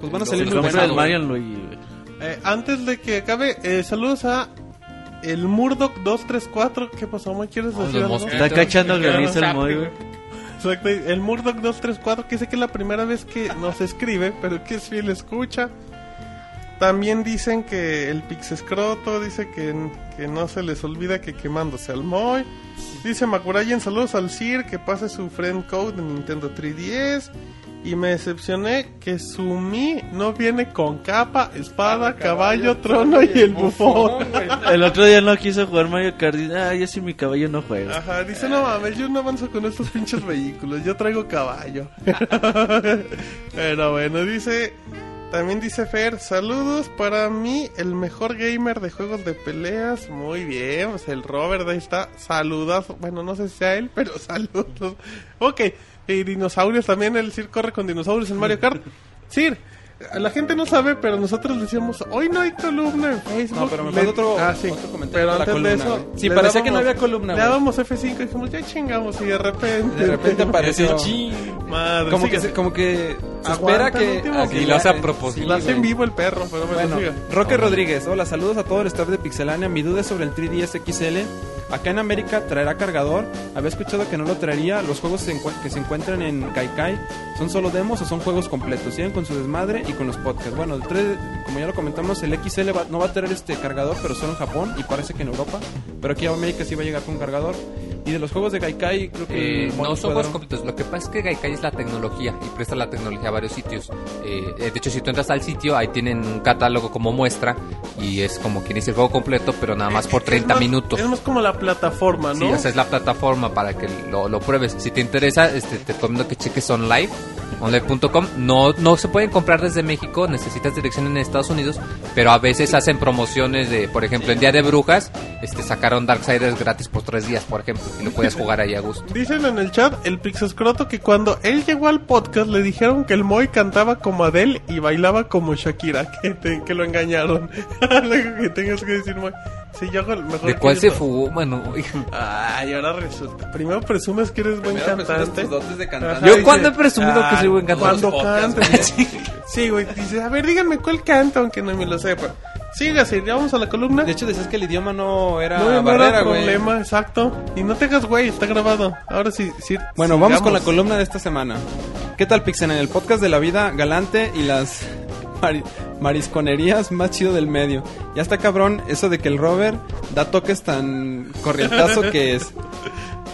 S5: Pues van a
S8: los-
S5: salir
S8: los
S5: muy
S6: Compra
S5: buenos,
S6: el
S8: pesados.
S6: Mario Luigi, güey.
S2: Eh, antes de que acabe, eh, saludos a. El Murdoch 234, ¿qué pasó? ¿Me quieres
S8: Los
S2: decir algo?
S8: mosquitos.
S6: Está cachando granizo el
S2: Zap,
S6: Moy,
S2: güey.
S6: güey.
S2: Exacto, y el Murdoch 234, que sé que es la primera vez que nos escribe, pero que es fiel escucha. También dicen que el Pix Escroto, dice que, que no se les olvida que quemándose al Moy. Dice Makurayen, saludos al Sir, que pase su friend code de Nintendo 3DS. Y me decepcioné que Sumi no viene con capa, espada, caballo, trono y el bufón.
S6: El otro día no quiso jugar Mario Kart. dice, Ah, yo sin mi caballo no juego.
S2: Ajá, dice, no mames, yo no avanzo con estos pinches vehículos, yo traigo caballo. Pero bueno, dice, también dice Fer, saludos para mí, el mejor gamer de juegos de peleas. Muy bien, pues el Robert ahí está, saludos, bueno, no sé si sea él, pero saludos. Ok, y dinosaurios también, el Sir corre con dinosaurios en Mario Kart. Sir. La gente no sabe, pero nosotros decíamos, hoy no hay columna en Facebook.
S5: No, pero me
S2: Le-
S5: falta otro-
S2: Ah, sí.
S5: otro comentario
S2: Pero
S5: de la
S2: antes de
S5: columna,
S2: eso...
S5: güey. Sí,
S2: le
S5: parecía que no
S2: dábamos-
S5: había columna,
S2: Le
S5: güey.
S2: dábamos F5 y dijimos, ya chingamos. Y de repente...
S5: De repente apareció.
S2: Madre,
S5: Como que,
S2: sigue.
S5: se- como que se
S2: Aguanta
S5: espera
S2: el
S5: que.
S2: último
S5: a que
S8: Y
S2: Sí,
S8: lo hace a
S5: ya-
S8: propósito.
S2: Lo hace en vivo el perro, pero bueno,
S5: Bueno,
S2: siga.
S5: Roque Rodríguez, hola, saludos a todo el staff de Pixelania. Mi duda es sobre el 3DS XL. Acá en América traerá cargador. Había escuchado que no lo traería. Los juegos se encuent- que se encuentran en Kaikai son solo demos o son juegos completos. Siguen con su desmadre y con los podcasts. Bueno, el 3, como ya lo comentamos, el XL va- no va a traer este cargador, pero solo en Japón y parece que en Europa. Pero aquí a América sí va a llegar con cargador. Y de los juegos de Kaikai, creo que.
S2: Mm,
S8: Eh,
S5: el
S8: no
S5: Monkey
S8: son juegos
S5: Cuadrón-
S8: completos. Lo que pasa es que Gaikai es la tecnología y presta la tecnología a varios sitios. Eh, eh, de hecho, si tú entras al sitio, ahí tienen un catálogo como muestra y es como quien dice el juego completo, pero nada más por
S2: Eh, Es
S8: 30
S2: más-
S8: minutos.
S2: Es más como la plataforma, ¿no?
S8: Sí, o sea, es la plataforma para que lo, lo pruebes. Si te interesa, este, te recomiendo que cheques online, online.com. No, no se pueden comprar desde México, necesitas dirección en Estados Unidos, pero a veces hacen promociones de, por ejemplo, en Día de Brujas, este, sacaron Darksiders gratis por tres días, por ejemplo, y lo puedes jugar ahí a gusto.
S2: Dicen en el chat, el Pixescroto, que cuando él llegó al podcast le dijeron que el Moy cantaba como Adele y bailaba como Shakira, que, te- que lo engañaron. Algo que tengas que decir, Moy. Sí, yo hago el mejor.
S8: ¿De cuál
S2: que
S8: se
S2: yo.
S8: fugó? Bueno, hija.
S2: Ay, ahora resulta. Primero presumes que eres buen
S5: Primero presumes
S2: cantante.
S5: tus dotes de cantante.
S2: Ajá,
S8: ¿Yo
S2: dice,
S8: cuándo he presumido que soy buen cantante?
S2: Cuando
S5: Podcast,
S2: cantes. sí, güey. Dice, a ver, díganme cuál canto, aunque no me lo sepa. Siga, sí, ya vamos a la columna.
S5: De hecho, decías que el idioma no era
S2: no, no
S5: barrera,
S2: era
S5: güey.
S2: problema, exacto. Y no te hagas, güey, está grabado. Ahora sí, sí.
S5: Bueno, vamos con la
S2: sigamos.
S5: columna de esta semana. ¿Qué tal, Pixen? En el podcast de la vida galante y las mari- marisconerías más chido del medio. Ya está cabrón eso de que el Robert da toques tan corrientazo que es.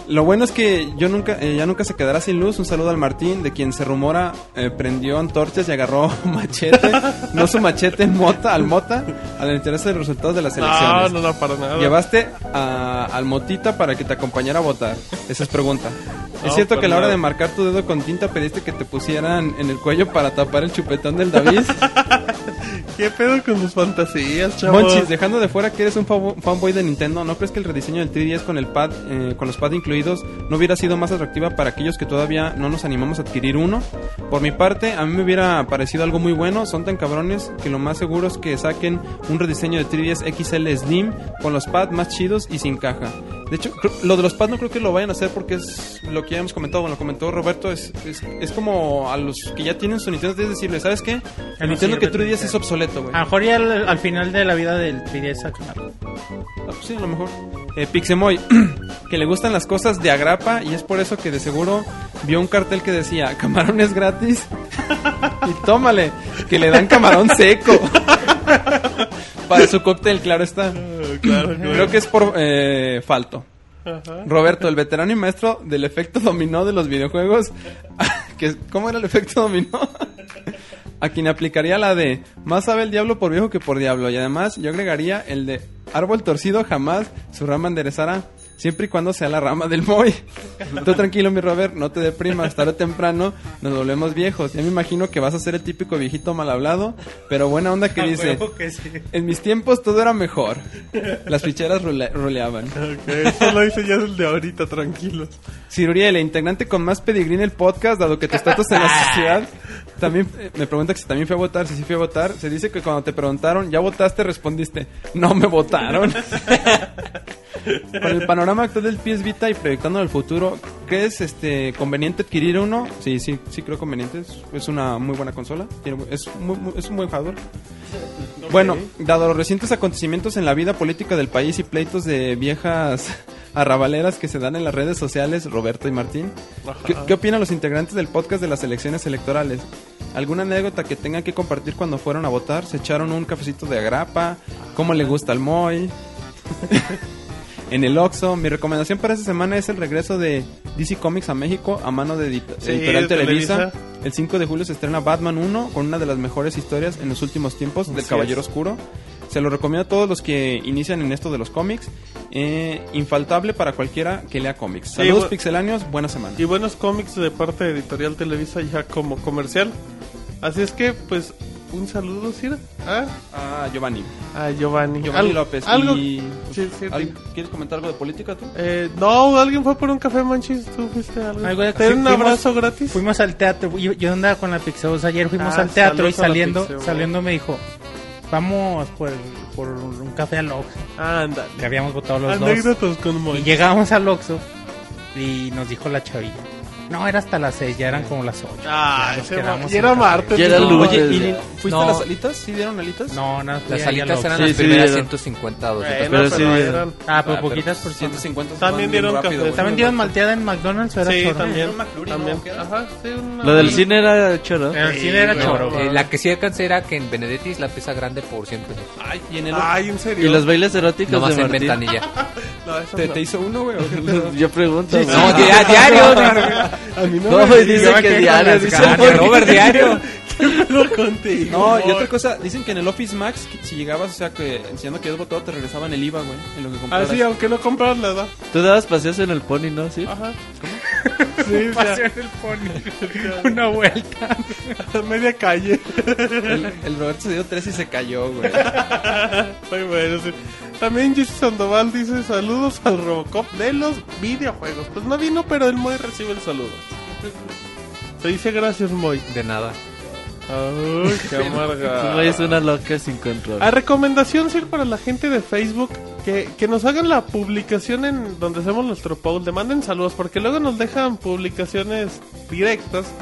S5: Lo bueno es que yo nunca, eh, ya nunca se quedará sin luz. Un saludo al Martín, de quien se rumora eh, prendió antorchas y agarró machete, no su machete, mota, al mota, al enterarse de los resultados de las
S2: Ah, No,
S5: elecciones.
S2: no, no, para nada.
S5: Llevaste a- al motita para que te acompañara a votar. Esa es pregunta.
S2: No,
S5: ¿Es cierto que a la hora
S2: perdón.
S5: de marcar tu dedo con tinta pediste que te pusieran en el cuello para tapar el chupetón del David?
S2: ¿Qué pedo con tus fantasías, chavos?
S5: Monchis, dejando de fuera que eres un favo- fanboy de Nintendo, ¿no crees que el rediseño del 3DS con el pad, eh, con los pad incluidos, no hubiera sido más atractiva para aquellos que todavía no nos animamos a adquirir uno? Por mi parte, a mí me hubiera parecido algo muy bueno. Son tan cabrones que lo más seguro es que saquen un rediseño de 3DS XL Slim con los pad más chidos y sin caja. De hecho, creo- lo de los pads no creo que lo vayan a hacer porque es lo que ya hemos comentado, bueno, lo comentó Roberto, es, es, es como a los que ya tienen su Nintendo 3DS decirle, ¿sabes qué?
S9: Ya no
S5: El Nintendo
S9: sirve
S5: que
S9: tu
S5: 3DS es
S9: Nintendo".
S5: obsoleto, güey.
S9: A lo mejor ya al, al final de la vida del 3DS acá.
S5: Ah, pues sí, a lo mejor. Eh, Pixemoy, que le gustan las cosas de agrapa y es por eso que de seguro vio un cartel que decía camarones gratis. y tómale, que le dan camarón seco. Para su cóctel, claro está.
S2: Ah, Claro,
S5: Creo que es por eh, falto. Roberto, el veterano y maestro del efecto dominó de los videojuegos. que- ¿Cómo era el efecto dominó? A quien aplicaría la de más sabe el diablo por viejo que por diablo. Y además yo agregaría el de árbol torcido jamás su rama enderezará. Siempre y cuando sea la rama del Moy. Tú tranquilo, mi Robert, no te deprimas. Tarde o temprano nos volvemos viejos. Ya me imagino que vas a ser el típico viejito mal hablado, pero buena onda
S2: Ah,
S5: que dice: En mis tiempos todo era mejor. Las ficheras rule- ruleaban.
S2: Ok, eso lo hice ya el de ahorita, tranquilos.
S5: Ciruriel, integrante con más pedigrí en el podcast, dado que tu estatus en la sociedad. También eh, me pregunta que si también fui a votar, si sí fui a votar. Se dice que cuando te preguntaron, ¿ya votaste? Respondiste, no me votaron. Con el panorama actual del PS Vita y proyectando el futuro, ¿crees este, conveniente adquirir uno? Sí, sí, sí creo conveniente. Es, es una muy buena consola. Tiene mu- es, muy- muy- es un buen hardware. Bueno, dado los recientes acontecimientos en la vida política del país y pleitos de viejas arrabaleras que se dan en las redes sociales, Roberto y Martín, ¿qué, qué opinan los integrantes del podcast de las elecciones electorales? ¿Alguna anécdota que tengan que compartir cuando fueron a votar? ¿Se echaron un cafecito de agrapa? ¿Cómo le gusta el Moy? en el Oxxo. Mi recomendación para esta semana es el regreso de DC Comics a México a mano de edit-
S2: Sí,
S5: Editorial
S2: de
S5: Televisa.
S2: Televisa.
S5: El 5 de julio se estrena Batman 1 con una de las mejores historias en los últimos tiempos del Caballero Oscuro. Se lo recomiendo a todos los que inician en esto de los cómics. Eh, infaltable para cualquiera que lea cómics.
S2: Sí,
S5: Saludos
S2: bu-
S5: pixelanios, buena semana.
S2: Y buenos cómics de parte de Editorial Televisa ya como comercial. Así es que, pues, un saludo, Cira, a,
S5: Ah, Giovanni.
S2: a Giovanni.
S5: Giovanni
S2: Al-
S5: López.
S2: Algo,
S5: y- pues,
S2: Sí, sí,
S5: ¿Al-
S2: sí.
S5: ¿Quieres comentar algo de política tú?
S2: Eh, no, alguien fue por un café, Manchis. Tú fuiste a algo.
S9: Algo de-
S2: ¿Te dieron un
S9: sí, fuimos-
S2: abrazo gratis?
S9: Fuimos al teatro. Yo, yo andaba con la Pixabos ayer. Fuimos
S2: Ah,
S9: al teatro y
S2: saludos a la
S9: saliendo
S2: Pixabos.
S9: saliendo me dijo: Vamos por, por un café al Oxxo. Que
S2: Ándale.
S9: habíamos votado los dos.
S2: Anécdotas con
S9: Y
S2: Moy.
S9: llegamos al Oxxo y nos dijo la chavilla. No, era hasta las 6, ya eran como las 8.
S2: Ah,
S9: Ya nos
S2: ese
S9: quedamos
S2: Moy.
S9: en
S2: Y era
S9: el café.
S2: Marte.
S6: Y era
S2: ¿no?
S6: Lunes.
S2: Oye,
S5: Oye, ¿y
S6: ya.
S5: ¿fuiste
S8: No.
S5: a las alitas? ¿Sí dieron alitas?
S9: No, no, fui
S8: Las
S9: ahí al
S8: alitas
S9: Oxxo.
S8: eran
S6: Sí,
S8: las
S6: sí,
S8: primeras
S6: eran.
S8: 150 o 200.
S2: bueno,
S6: Pero sí,
S2: pero
S6: eh.
S2: eran-
S9: Ah,
S3: pues
S9: pero
S8: Ah, pero
S9: poquitas por ciento.
S5: 150.
S2: También
S5: van bien
S2: dieron
S5: rápido,
S2: café.
S5: güey.
S9: ¿También dieron malteada en McDonald's o era
S2: Sí,
S9: solo?
S2: también.
S5: un McFlurry, ¿no?
S2: también.
S5: ¿Qué era?
S2: Ajá, sí, una-
S6: La del cine era choro.
S9: El cine era
S2: no.
S9: choro.
S8: Eh, la que sí alcancé era que en Benedetti es la pieza grande por 100 pesos.
S5: Ay, y en el...
S2: Ay, en serio.
S6: Y los bailes eróticos
S8: Nomás
S6: de
S8: en
S6: Martín.
S8: ventanilla.
S2: No, eso
S5: ¿Te,
S2: no.
S5: te hizo uno, güey? o qué pedo?
S6: Yo pregunto. güey.
S8: No, di- a diario.
S2: A mí no,
S6: No,
S2: me
S6: güey,
S2: digas.
S6: dice que diario. Dice
S8: ganas,
S6: Jorge.
S8: Robert, diario.
S2: Lo contigo.
S5: No, y
S2: Moy.
S5: otra cosa, dicen que en el Office Max, que si llegabas, o sea, que enseñando que habías votado, te regresaban el IVA, güey, en lo que
S2: Ah,
S5: compraras.
S2: sí, aunque no compraras la edad.
S6: Tú dabas paseos en el pony, ¿no? Sí.
S2: Ajá. Sí, o sea,
S9: Paseo en el pony. Una vuelta.
S2: a media calle.
S5: el, el Roberto se dio tres y se cayó, güey.
S2: Muy bueno, sí. También Jesse Sandoval dice saludos al Robocop de los videojuegos. Pues no vino, pero el Moy recibe el saludo. Te dice gracias, Moy.
S8: De nada.
S2: Ay, qué
S6: Tú eres
S2: amarga.
S6: una loca sin control.
S2: A recomendación, Sir, para la gente de Facebook, que, que nos hagan la publicación en donde hacemos nuestro poll. Le manden saludos, porque luego nos dejan publicaciones directas.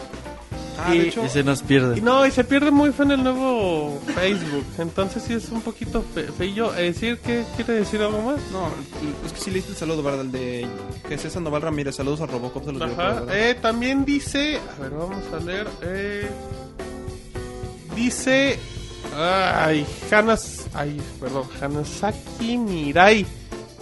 S5: Ah,
S2: Y-
S5: de hecho,
S6: Y se nos
S2: Y
S6: pierde.
S2: no, y se pierde muy feo en el nuevo Facebook. Entonces sí es un poquito fe- feillo. Eh, decir que quiere decir algo más.
S5: no, es que sí leíste el saludo, ¿verdad? El de Jesús Sandoval Ramírez, saludos a Robocop, se los digo,
S2: Ajá.
S5: Pues ¿verdad?
S2: Eh, también dice. A ver, vamos a leer. Eh, dice. Ay, Hanas. Ay, perdón, Hanasaki Mirai.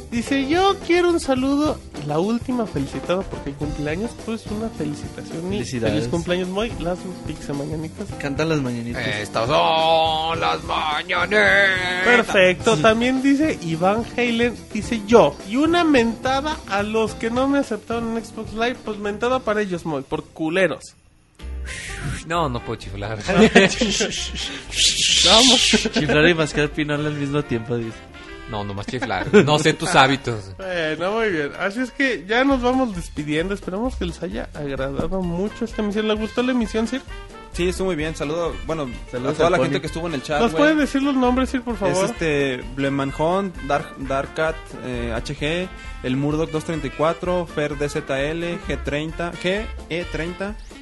S2: Dice: Yo quiero un saludo la última felicitada porque cumpleaños, pues una felicitación. Y
S6: Felicidades.
S2: feliz cumpleaños, Moy. Las pixamañanitas.
S6: Canta las mañanitas.
S8: Estas son las mañaneras.
S2: Perfecto. También dice Iván Halen, dice yo. Y una mentada a los que no me aceptaron en Xbox Live, pues mentada para ellos, Moy, por culeros.
S8: No, no puedo chiflar.
S2: Vamos.
S6: Chiflar y mascar pinol al mismo tiempo, dice.
S8: No, nomás chiflar. No sé tus hábitos.
S2: Bueno, muy bien. Así es que ya nos vamos despidiendo. Esperamos que les haya agradado mucho esta emisión. ¿Les gustó la emisión, Sir?
S5: Sí, estuvo muy bien. Saludo, bueno,
S6: Saludos
S5: a toda
S6: al
S5: la
S6: Pony.
S5: gente que estuvo en el chat.
S2: ¿Nos
S5: güey.
S2: pueden decir los nombres, Sir, por favor?
S5: Ah, Es este Blemanjon, Dark, Darkcat, eh, HG, el Murdoch 234, Fer DZL, G30, GE30, E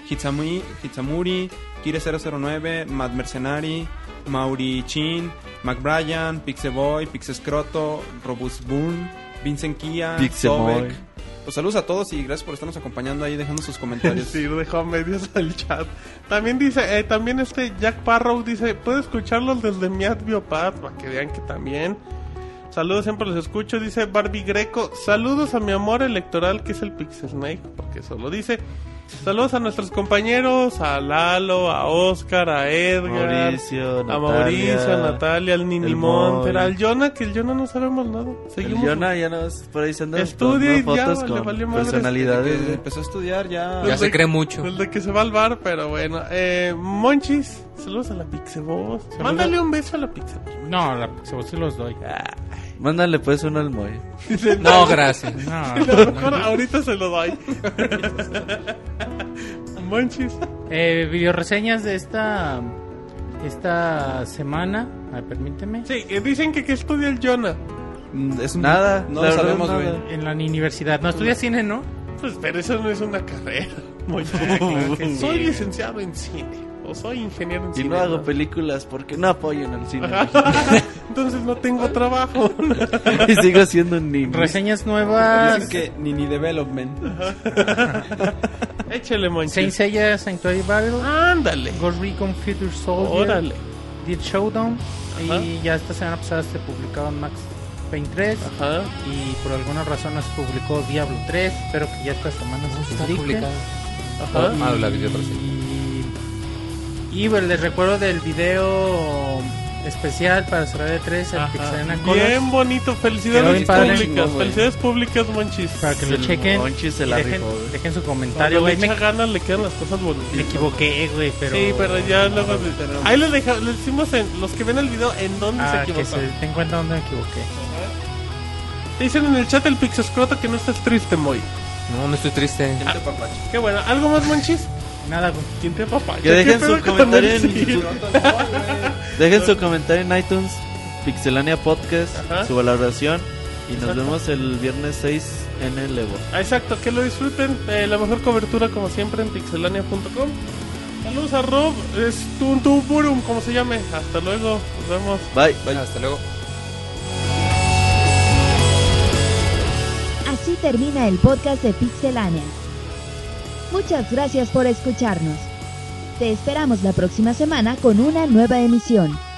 S5: Hitsami, Hitsamuri, Kire009, Mad Mercenari, Mauri Chin, McBrien, Pixeboy, Pixescroto, Robust Boon, Vincent Kia,
S6: Pixeboy.
S5: Sobek. Pues saludos a todos y gracias por estarnos acompañando ahí, dejando sus comentarios.
S2: Sí, dejó a medias el chat. También dice, eh, también este Jack Parrow dice, puede escucharlos desde mi Biopad, para que vean que también. Saludos, siempre los escucho. Dice Barbie Greco, saludos a mi amor electoral que es el Pixel Snake, porque eso lo dice. Saludos a nuestros compañeros, a Lalo, a Oscar, a Edgar,
S6: Mauricio,
S2: a
S6: Natalia,
S2: Mauricio, a Natalia, al Nini
S6: el
S2: Monter,
S6: Moy.
S2: al Jonah, que el Jonah no sabemos nada.
S6: El
S2: Seguimos.
S6: Jonah ya nos por ahí se anda
S2: Estudia
S6: tomando
S2: y ya,
S6: fotos
S2: le
S6: con
S2: valió madre. este
S6: personalidades. eh.
S5: Desde que empezó a estudiar ya...
S8: Ya se cree mucho.
S2: Desde que se va al bar, pero bueno. Eh, Monchis, saludos a la Pixeboss. Mándale un beso a la Pixeboss.
S3: No, la se se los doy.
S6: Mándale pues uno al Moy.
S8: No, gracias.
S3: No.
S2: A lo mejor ahorita se lo doy. Monchis.
S3: Eh, videoreseñas de esta esta semana. Ay, permíteme.
S2: Sí, eh, dicen que, que estudia el Jonah.
S5: Mm, Es un-
S6: Nada, la
S5: No lo
S6: verdad,
S5: sabemos,
S6: nada.
S5: güey.
S3: En la universidad. No estudia cine, ¿no?
S2: Pues, pero eso no es una carrera. Monchis.
S3: claro que sí.
S2: soy licenciado en cine. O soy ingeniero en
S6: Y
S2: cine.
S6: no hago
S2: ¿no?
S6: películas porque no apoyan al cine.
S2: Entonces no tengo trabajo.
S6: y sigo siendo un niño.
S3: Reseñas nuevas.
S2: Ah,
S5: Dicen que ni ni development.
S2: Échale, Monchis.
S3: Saint Seiya Sanctuary Battle.
S2: Ándale.
S3: Ghost Recon Future Soldier.
S2: Órale.
S3: Dead Showdown.
S2: Ajá.
S3: Y ya esta semana pasada se publicaba Max Payne 3.
S2: Ajá.
S3: Y por alguna razón no se publicó Diablo 3. Espero que ya esta semana se
S8: Está
S3: publique.
S8: publicado.
S2: Ajá.
S8: Ah, la videoreseña.
S3: Y bueno, les recuerdo del video especial para Soraya de 3, el
S2: Ajá.
S3: Pixelena Colors,
S2: Bien bonito,
S3: Quedó
S2: felicidades
S3: bien padre.
S2: públicas,
S6: Chingo, güey.
S2: felicidades públicas, Monchis.
S3: para que lo
S6: El
S3: chequen.
S6: Monchis se
S3: y
S6: la
S3: dejen,
S6: rifó, güey.
S3: dejen su comentario,
S2: Cuando le
S3: güey.
S2: echa
S3: Me,
S2: ganas le quedan las cosas bonitas.
S3: me equivoqué, güey, pero.
S2: Sí, pero ya luego. Ahí les deja, les decimos en los que ven el video en dónde
S3: Ah,
S2: se
S3: que
S2: equivocó.
S3: se den cuenta dónde me equivoqué.
S2: Dicen en el chat el pixoscroto que no estás triste, Moy.
S8: No, no estoy triste.
S2: Qué bueno, ¿algo más, Monchis?
S3: Nada, güey.
S2: ¿Quién te papá?
S6: Que dejen
S2: pedo
S6: su
S2: con
S6: comentario
S2: el
S6: en
S2: Monchis?
S6: YouTube. Dejen su comentario en iTunes, Pixelania Podcast,
S2: Ajá.
S6: su valoración. Y nos
S2: Exacto.
S6: vemos el viernes 6 en el Evo.
S2: Ah, Exacto, que lo disfruten. Eh, la mejor cobertura, como siempre, en pixelania.com. Saludos a Rob, es Tuntuburum, como se llame. Hasta luego, nos vemos.
S6: Bye.
S8: Hasta luego.
S1: Así termina el podcast de Pixelania. Muchas gracias por escucharnos. Te esperamos la próxima semana con una nueva emisión.